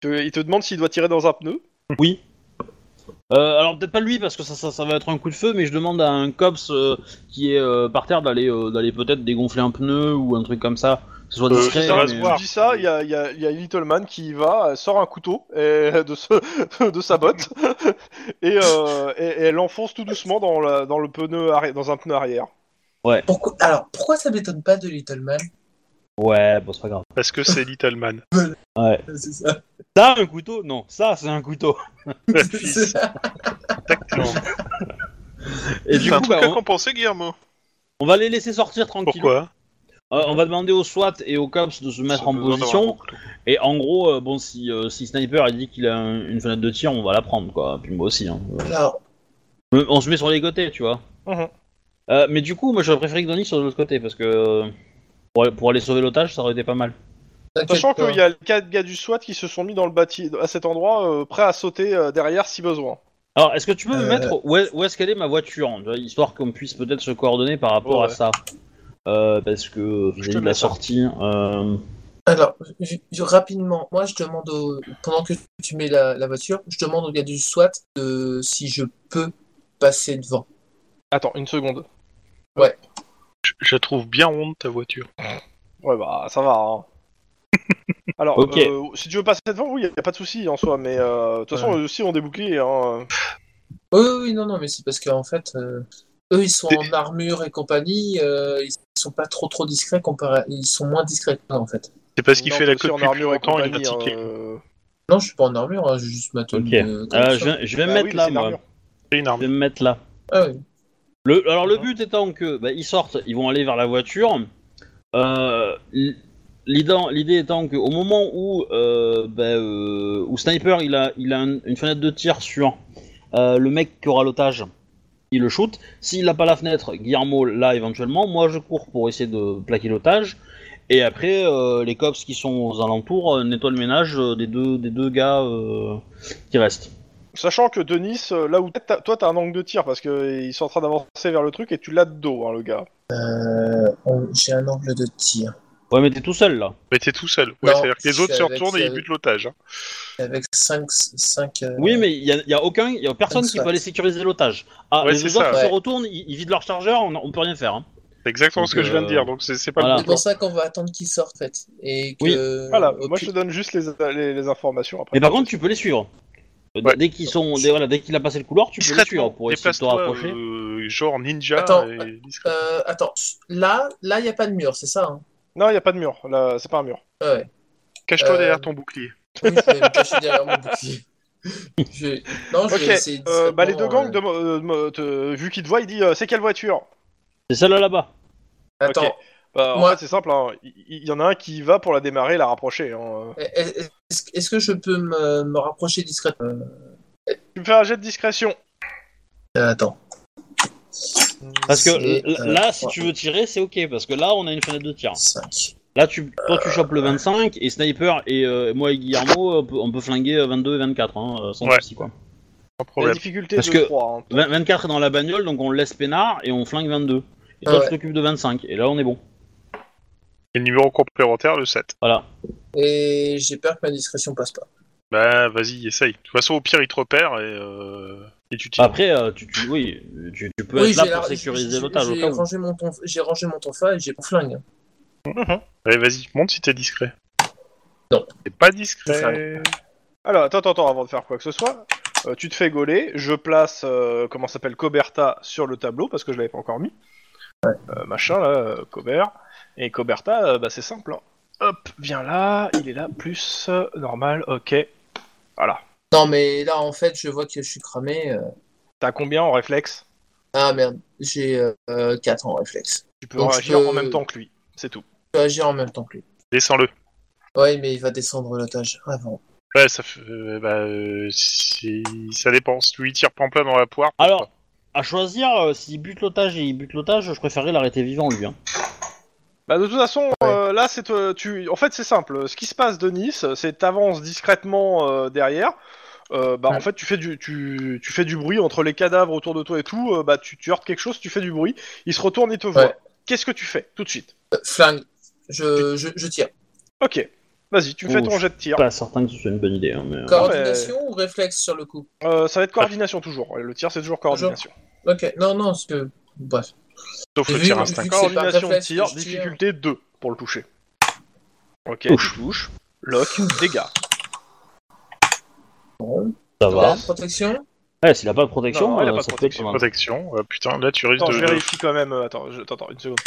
Speaker 2: Te- il te demande s'il doit tirer dans un pneu.
Speaker 1: Oui. Euh, alors peut-être pas lui parce que ça, ça, ça va être un coup de feu, mais je demande à un cops euh, qui est euh, par terre d'aller, euh, d'aller peut-être dégonfler un pneu ou un truc comme ça, que ce soit
Speaker 3: Euh,
Speaker 1: discret. hein,
Speaker 3: ça va
Speaker 1: mais-
Speaker 3: se
Speaker 2: Je
Speaker 3: voir.
Speaker 2: dis ça, il y a, il y a- il y a Little Man qui y va, euh, sort un couteau euh, de, ce- de sa botte et, euh, et- et elle enfonce tout doucement dans, la- dans le pneu arri- dans un pneu arrière.
Speaker 4: Pourquoi... Alors, pourquoi ça m'étonne pas de Little Man
Speaker 1: Ouais, bon c'est pas grave.
Speaker 3: Parce que c'est Little Man.
Speaker 1: Ouais.
Speaker 4: C'est ça.
Speaker 1: Ça un couteau Non, ça c'est un couteau.
Speaker 4: C'est ça.
Speaker 3: Exactement.
Speaker 1: Et du
Speaker 5: C'est un
Speaker 1: coup,
Speaker 5: truc
Speaker 1: bah,
Speaker 5: à
Speaker 1: on,
Speaker 5: compenser, Guillermo.
Speaker 1: on va les laisser sortir tranquillement.
Speaker 3: Pourquoi
Speaker 1: Euh, on va demander au SWAT et au cops de se mettre
Speaker 5: Ça
Speaker 1: en
Speaker 5: peut vraiment
Speaker 1: position.
Speaker 5: avoir un gros
Speaker 1: Et en gros, euh, bon, si, euh, si Sniper il dit qu'il a un- une fenêtre de tir, on va la prendre, quoi. Puis moi aussi. hein.
Speaker 4: Alors,
Speaker 1: Euh, On se met sur les côtés, tu vois.
Speaker 2: Mhm.
Speaker 1: Euh, mais du coup, moi j'aurais préféré que Donnie soit de l'autre côté parce que euh, pour, aller- pour aller sauver l'otage, ça aurait été pas mal.
Speaker 4: t'inquiète
Speaker 2: Sachant
Speaker 4: pas.
Speaker 2: qu'il y a quatre gars du SWAT qui se sont mis dans le bâti à cet endroit, euh, prêts à sauter euh, derrière si besoin.
Speaker 1: Alors, est-ce que tu peux me
Speaker 4: Euh.
Speaker 1: mettre où est- où est-ce qu'elle est ma voiture, hein, tu vois, histoire qu'on puisse peut-être se coordonner par rapport
Speaker 2: Ouais.
Speaker 1: à ça Euh, Parce que vis-à-vis de
Speaker 2: mets
Speaker 1: la
Speaker 2: ça.
Speaker 1: sortie, euh,
Speaker 4: Alors, je- je- rapidement, moi je demande au- pendant que tu mets la, la voiture, je demande au gars du SWAT de, si je peux passer devant.
Speaker 2: Attends, une seconde.
Speaker 3: je, je la trouve bien ronde ta voiture.
Speaker 2: Ouais, bah ça va. hein. Alors,
Speaker 1: Ok.
Speaker 2: euh, si tu veux passer devant, oui, il n'y a pas de souci en soi, mais euh, de toute façon, eux aussi ont des boucliers. Hein.
Speaker 4: Oui, oui, oui, non, non, mais c'est parce qu'en fait, euh, eux ils sont en armure et compagnie, euh, ils sont pas trop trop discrets comparé, ils sont moins discrets que nous, en fait.
Speaker 3: C'est parce qu'il
Speaker 2: Non,
Speaker 3: fait la
Speaker 2: aussi
Speaker 3: queue
Speaker 2: en
Speaker 3: depuis plus
Speaker 2: armure et
Speaker 3: longtemps, il a
Speaker 2: compagnie,
Speaker 3: tiqué.
Speaker 2: hein, euh,
Speaker 4: Non, je suis pas en armure, hein, j'ai juste ma tenue.
Speaker 1: ok.
Speaker 4: euh, comme
Speaker 1: Euh,
Speaker 4: ça.
Speaker 1: je vais, je vais me
Speaker 2: bah
Speaker 1: mettre
Speaker 2: oui, mais
Speaker 1: là,
Speaker 2: c'est une
Speaker 1: moi.
Speaker 2: armure.
Speaker 3: C'est une
Speaker 1: Je
Speaker 3: arme.
Speaker 1: vais me mettre là.
Speaker 4: Ah oui.
Speaker 1: Le- alors le but étant que bah, ils sortent, ils vont aller vers la voiture. Euh, l- L'idée l'idée étant qu'au moment où, euh, bah, euh, où Sniper il a, il a un- une fenêtre de tir sur euh, le mec qui aura l'otage, il le shoot. S'il n'a pas la fenêtre, Guillermo là éventuellement, moi je cours pour essayer de plaquer l'otage. Et après, euh, les cops qui sont aux alentours euh, nettoient le ménage euh, des, deux, des deux gars euh, qui restent.
Speaker 2: Sachant que Denis, euh, là où t'es, t'as- toi t'as un angle de tir parce qu'ils sont en train d'avancer vers le truc et tu l'as de dos, hein, le gars.
Speaker 4: Euh, on- j'ai un angle de tir.
Speaker 1: Ouais, mais t'es tout seul là.
Speaker 3: Mais t'es tout seul. Ouais,
Speaker 4: Non,
Speaker 3: C'est-à-dire que
Speaker 4: je
Speaker 3: les
Speaker 4: suis
Speaker 3: autres se
Speaker 4: avec-
Speaker 3: retournent et ils butent l'otage. hein.
Speaker 4: Avec euh, 5. 5
Speaker 1: Oui, mais il y a, il y a aucun, il y a personne
Speaker 4: Comme
Speaker 1: qui
Speaker 4: ça.
Speaker 1: peut aller sécuriser l'otage. Ah,
Speaker 3: Ouais,
Speaker 1: les
Speaker 3: c'est
Speaker 1: deux autres
Speaker 3: ça.
Speaker 1: se
Speaker 4: Ouais.
Speaker 1: retournent, ils, ils vident leur chargeur, on, on peut rien faire. hein.
Speaker 3: C'est exactement
Speaker 1: Donc,
Speaker 3: ce que je viens de
Speaker 1: euh,
Speaker 3: dire, donc c'est c'est pas
Speaker 1: voilà.
Speaker 3: le
Speaker 4: C'est
Speaker 3: bon plan.
Speaker 4: pour ça qu'on va attendre qu'ils sortent, en fait. Et que...
Speaker 1: Oui,
Speaker 2: Voilà,
Speaker 4: au
Speaker 2: moi
Speaker 4: plus-
Speaker 2: je te donne juste les, les- les informations après.
Speaker 1: Mais par contre, tu peux les suivre. Euh,
Speaker 3: Ouais.
Speaker 1: Dès qu'ils sont, dès, voilà, dès qu'il a passé le couloir, tu peux les suivre pour essayer de te
Speaker 3: déplace-toi,
Speaker 1: rapprocher.
Speaker 3: euh, genre ninja.
Speaker 4: Attends,
Speaker 3: et discret.
Speaker 4: Euh, attends, là, là, il n'y a pas de mur, c'est ça hein Ah
Speaker 2: Non, il y a pas de mur, là, c'est pas un mur.
Speaker 4: Ouais.
Speaker 3: Cache-toi
Speaker 4: euh,
Speaker 3: derrière ton bouclier.
Speaker 4: Oui, je vais me cacher derrière mon bouclier. Je vais- Non, je
Speaker 2: Ok,
Speaker 4: vais essayer
Speaker 2: euh, bah, les deux
Speaker 4: discrètement,
Speaker 2: gangs,
Speaker 4: euh,
Speaker 2: de- euh, me- te- vu qu'ils te voient, ils disent euh, c'est quelle voiture
Speaker 1: C'est celle-là là-bas.
Speaker 4: Attends,
Speaker 2: Ok. Bah, En
Speaker 4: Moi-
Speaker 2: fait, c'est simple, hein, il il y, en a un qui va pour la démarrer et la rapprocher. hein.
Speaker 4: est- est-ce est-ce que je peux me, me rapprocher discrètement
Speaker 2: Tu me fais un jet de discrétion.
Speaker 4: Euh, Attends.
Speaker 1: Parce que
Speaker 4: C'est,
Speaker 1: l-
Speaker 4: euh,
Speaker 1: là, si
Speaker 4: trois,
Speaker 1: tu veux tirer, c'est ok, parce que là, on a une fenêtre de tir.
Speaker 4: cinq.
Speaker 1: Là, tu, toi, tu chopes le 25 et Sniper et euh, moi et Guillermo, on peut, on peut flinguer euh, 22 et 24, hein, euh, sans
Speaker 3: Ouais.
Speaker 1: souci quoi.
Speaker 3: Pas de
Speaker 2: La
Speaker 3: problème.
Speaker 2: difficulté
Speaker 1: Parce
Speaker 2: de
Speaker 1: que-
Speaker 2: 3. hein.
Speaker 1: Vingt- 24 est dans la bagnole, donc on le laisse peinard et on flingue 22. Et toi,
Speaker 4: Ouais.
Speaker 1: tu t'occupes de 25 et là, on est bon.
Speaker 3: Et le numéro complémentaire, le 7.
Speaker 1: Voilà.
Speaker 4: Et j'ai peur que ma discrétion passe pas.
Speaker 3: Bah vas-y, essaye. De toute façon, au pire, il te repère et, euh, et tu tires.
Speaker 1: Après, euh, tu, tu- oui, tu, tu peux
Speaker 4: oui,
Speaker 1: être là
Speaker 4: j'ai
Speaker 1: pour
Speaker 4: la-
Speaker 1: sécuriser
Speaker 4: j'ai-
Speaker 1: l'otage au
Speaker 4: j'ai
Speaker 1: cas où.
Speaker 4: rangé mon tonf- J'ai rangé mon tonfa et j'ai mon flingue.
Speaker 3: Allez, vas-y, monte si t'es discret.
Speaker 4: Non.
Speaker 3: T'es pas
Speaker 4: Je
Speaker 3: discret.
Speaker 2: Ben, Alors, attends, attends, attends, avant de faire quoi que ce soit, euh, tu te fais gauler, je place, euh, comment ça s'appelle, Coberta sur le tableau, parce que je l'avais pas encore mis. Euh, machin, là, euh, Cobert. Et Coberta, euh, bah, c'est simple. hein. Hop, viens là, il est là, plus, euh, normal, ok. Voilà.
Speaker 4: Non, mais là, en fait, je vois que je suis cramé. euh.
Speaker 2: T'as combien en réflexe
Speaker 4: Ah merde, j'ai 4 en réflexe.
Speaker 2: Tu peux
Speaker 4: Donc, je
Speaker 2: réagir
Speaker 4: peux-
Speaker 2: en même temps que lui, c'est tout.
Speaker 4: Je peux agir en même temps que lui.
Speaker 3: Descends-le.
Speaker 4: Ouais, mais il va descendre l'otage avant.
Speaker 3: Ouais, ça fait. euh, bah, euh, si- ça dépend. Si tu lui tires pas en plein dans la poire. pourquoi
Speaker 1: Alors, à choisir, euh, s'il bute l'otage et il bute l'otage, je préférerais l'arrêter vivant, lui. Hein.
Speaker 2: Bah de toute façon, euh, là c'est toi- tu. En fait, c'est simple. Ce qui se passe de Nice, c'est t'avances discrètement euh, derrière. Euh, bah en fait, tu fais du tu, tu fais du bruit entre les cadavres autour de toi et tout. euh, bah tu, tu heurtes quelque chose, tu fais du bruit. Il se retourne et te voit.
Speaker 4: Ouais.
Speaker 2: Qu'est-ce que tu fais tout de suite
Speaker 4: Euh, flingue, je, je, je tire.
Speaker 2: Ok. Vas-y, tu me fais
Speaker 1: Ouf.
Speaker 2: ton jet de tir.
Speaker 1: Pas certain que ce soit une bonne idée. hein, mais, euh,
Speaker 4: Coordination ou réflexe sur le coup
Speaker 2: Euh, ça va être coordination toujours. Le tir c'est toujours coordination.
Speaker 4: Ok, non, non, parce que. Bref.
Speaker 3: Sauf le
Speaker 4: Vu-
Speaker 3: tir
Speaker 4: vu-
Speaker 3: instinct.
Speaker 4: vu que c'est hein. par
Speaker 2: Coordination
Speaker 4: réflexe que
Speaker 2: tir,
Speaker 4: je
Speaker 2: difficulté 2 pour le toucher. Ok,
Speaker 1: Ouf.
Speaker 2: tu touches. Lock, dégâts.
Speaker 4: Bon.
Speaker 1: Ça va.
Speaker 4: Ouais, protection
Speaker 1: Ouais, s'il a pas de protection,
Speaker 2: Non, il a
Speaker 1: euh,
Speaker 2: pas de
Speaker 1: ça peut être
Speaker 2: protection.
Speaker 1: pas mal.
Speaker 3: Protection. euh, putain, là tu risques
Speaker 2: Attends,
Speaker 3: de.
Speaker 2: je vérifie quand même. euh, Attends, je... attends, attends, une seconde.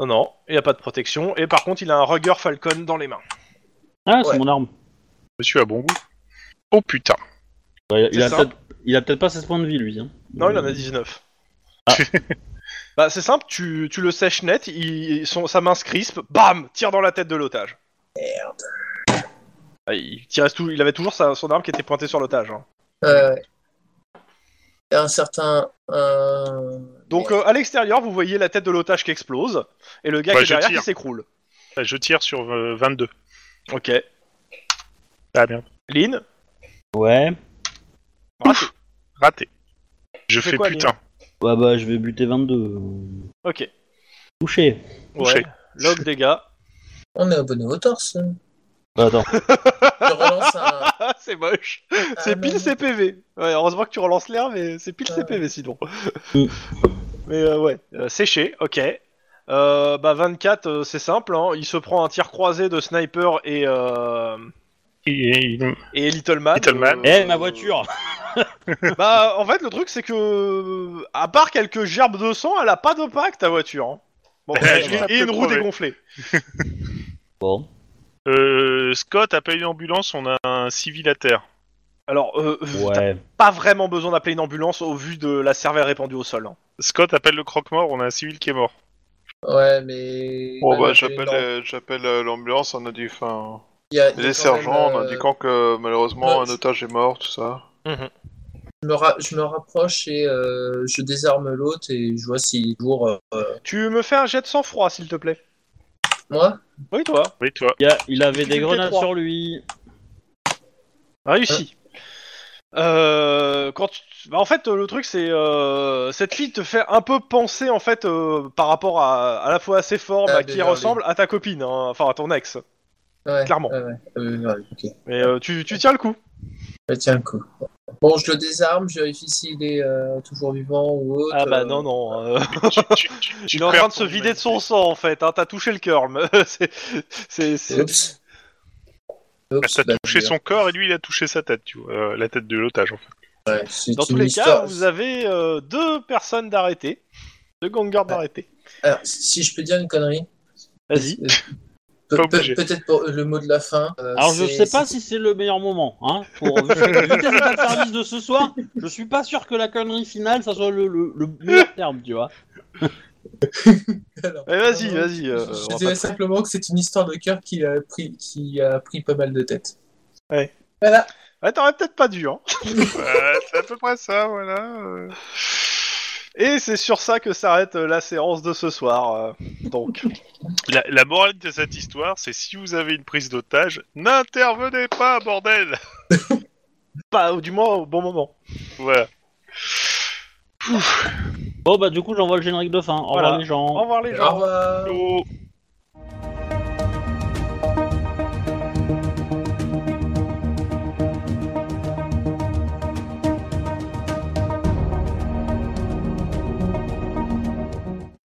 Speaker 2: Non, non, il n'y a pas de protection. Et par contre, il a un Rugger Falcon dans les mains.
Speaker 1: Ah, c'est
Speaker 4: Ouais.
Speaker 1: mon arme.
Speaker 3: Monsieur a bon goût. Oh putain.
Speaker 1: Bah, il, il a
Speaker 2: C'est ça.
Speaker 1: peut-être- il a peut-être pas 16 points de vie, lui. hein.
Speaker 2: Non, il
Speaker 1: Euh,
Speaker 2: en a 19.
Speaker 1: Ah.
Speaker 2: bah, c'est simple, tu, tu le sèches net, il... son... sa main se crispe, bam, tire dans la tête de l'otage.
Speaker 4: Merde.
Speaker 2: Ah, Il, tirait tout... il avait toujours sa- son arme qui était pointée sur l'otage. hein.
Speaker 4: Euh, un certain. un-
Speaker 2: Donc, euh, à l'extérieur, vous voyez la tête de l'otage qui explose, et le gars
Speaker 3: Bah,
Speaker 2: qui est
Speaker 3: je
Speaker 2: derrière
Speaker 3: tire.
Speaker 2: qui s'écroule.
Speaker 3: Là, Je tire sur euh, 22.
Speaker 2: Ok.
Speaker 3: Ah merde.
Speaker 2: Lynn
Speaker 1: Ouais.
Speaker 2: raté.
Speaker 3: Raté. Je
Speaker 2: fais
Speaker 3: fais
Speaker 2: quoi,
Speaker 3: putain.
Speaker 1: Ouais, bah, je vais buter 22.
Speaker 2: Ok.
Speaker 1: Touché.
Speaker 2: Ouais.
Speaker 3: Touché.
Speaker 2: Log dégâts.
Speaker 4: On est abonné au torse.
Speaker 1: Bah, attends.
Speaker 2: Euh,
Speaker 4: Je relance un.
Speaker 2: Ah, c'est moche.
Speaker 4: un-
Speaker 2: C'est pile CPV. Ouais, heureusement que tu relances l'air, mais c'est pile
Speaker 4: bah, Ah.
Speaker 2: CPV sinon.
Speaker 1: Mm.
Speaker 2: mais euh, ouais, euh, séché, ok. Euh, bah 24, euh, c'est simple. hein. Il se prend un tir croisé de sniper et euh,
Speaker 3: Il- il-
Speaker 2: et Little Man.
Speaker 3: Little Man.
Speaker 1: Eh, ma voiture
Speaker 2: Bah en fait le truc c'est que euh, à part quelques gerbes de sang, elle a pas d'impact ta voiture. hein. Bon,
Speaker 3: Eh,
Speaker 2: et-
Speaker 3: je vais
Speaker 2: et une
Speaker 3: te
Speaker 2: roue
Speaker 3: crever.
Speaker 2: dégonflée.
Speaker 1: Bon.
Speaker 3: Euh, Scott appelle une ambulance. On a un civil à terre.
Speaker 2: Alors euh, euh, t'as
Speaker 1: Ouais.
Speaker 2: pas vraiment besoin d'appeler une ambulance au vu de la cervelle répandue au sol. hein.
Speaker 3: Scott appelle le croque-mort. On a un civil qui est mort.
Speaker 4: Ouais, mais.
Speaker 5: Bon, bah,
Speaker 4: Ouais,
Speaker 5: j'appelle
Speaker 4: non.
Speaker 5: euh, j'appelle euh, l'ambulance en indiquant.
Speaker 4: Il y a- il y a
Speaker 5: Les
Speaker 4: quand
Speaker 5: sergents
Speaker 4: même,
Speaker 5: en
Speaker 4: euh,
Speaker 5: indiquant que malheureusement
Speaker 4: ouais.
Speaker 5: un otage est mort, tout ça.
Speaker 4: Je me, ra- je me rapproche et euh, je désarme l'autre et je vois s'il est lourd. euh, euh,
Speaker 2: Tu me fais un jet de sang-froid s'il te plaît.
Speaker 4: Moi
Speaker 2: Oui toi.
Speaker 3: Oui, toi.
Speaker 1: Il, y a- il avait des
Speaker 2: Difficulté
Speaker 1: grenades
Speaker 2: trois.
Speaker 1: sur lui.
Speaker 2: Réussi. Euh, quand tu- bah, en fait, euh, le truc, c'est euh, cette fille te fait un peu penser en fait euh, par rapport à à la fois à ses formes,
Speaker 4: Ah,
Speaker 2: à qui
Speaker 4: bien,
Speaker 2: ressemble, à ta copine, hein, enfin à ton ex.
Speaker 4: Ouais,
Speaker 2: Clairement.
Speaker 4: Ouais, ouais. Euh, ouais, ok.
Speaker 2: Mais euh, tu, tu tiens le coup.
Speaker 4: Je tiens le coup. Bon, je le désarme, je vérifie s'il est euh, toujours vivant ou autre.
Speaker 2: Ah bah
Speaker 4: euh,
Speaker 2: non non. euh,
Speaker 3: Tu- tu- tu- tu
Speaker 2: il est en
Speaker 3: perds
Speaker 2: train de se
Speaker 3: ton
Speaker 2: vider de son
Speaker 3: humanité.
Speaker 2: sang en fait. Hein, T'as touché le cœur. mais c'est- c'est- c'est-
Speaker 4: Euh, Oups. Oups,
Speaker 3: T'as
Speaker 4: bah,
Speaker 3: touché
Speaker 4: merde.
Speaker 3: son corps et lui il a touché sa tête, tu vois, euh, la tête de l'otage en fait.
Speaker 4: Ouais, c'est
Speaker 2: Dans tous
Speaker 4: une
Speaker 2: les cas,
Speaker 4: histoire.
Speaker 2: vous avez euh, deux personnes d'arrêtées, deux gangers d'arrêtés.
Speaker 4: Alors, si je peux dire une connerie.
Speaker 2: Vas-y.
Speaker 4: euh, pe- pe-
Speaker 3: obligé.
Speaker 4: Peut-être pour le mot de la fin. euh,
Speaker 1: Alors, je
Speaker 4: c'est-
Speaker 1: sais pas
Speaker 4: c'est-
Speaker 1: si c'est le meilleur moment. Hein, pour... vu tes états de service de ce soir, je suis pas sûr que la connerie finale, ça soit le, le, le meilleur terme, tu vois.
Speaker 4: Alors,
Speaker 2: Mais vas-y,
Speaker 4: non, non,
Speaker 2: vas-y. euh,
Speaker 4: je-
Speaker 2: on
Speaker 4: je
Speaker 2: va
Speaker 4: dirais
Speaker 2: pas-
Speaker 4: simplement que c'est une histoire de cœur qui a pris, qui a pris pas mal de têtes.
Speaker 2: Ouais.
Speaker 4: Voilà.
Speaker 2: Ouais, T'aurais peut-être pas dû. Hein.
Speaker 3: Euh, c'est à peu près ça, voilà. euh.
Speaker 2: Et c'est sur ça que s'arrête euh, la séance de ce soir. euh, donc,
Speaker 3: La, la morale de cette histoire, c'est si vous avez une prise d'otage, n'intervenez pas, bordel
Speaker 2: pas, ou du moins au bon moment.
Speaker 3: Voilà.
Speaker 1: Bon, bah, du coup, j'envoie le générique de fin. Au
Speaker 2: Voilà.
Speaker 1: revoir, les gens.
Speaker 2: Au revoir les
Speaker 4: Au
Speaker 2: gens.
Speaker 4: revoir.
Speaker 3: Oh.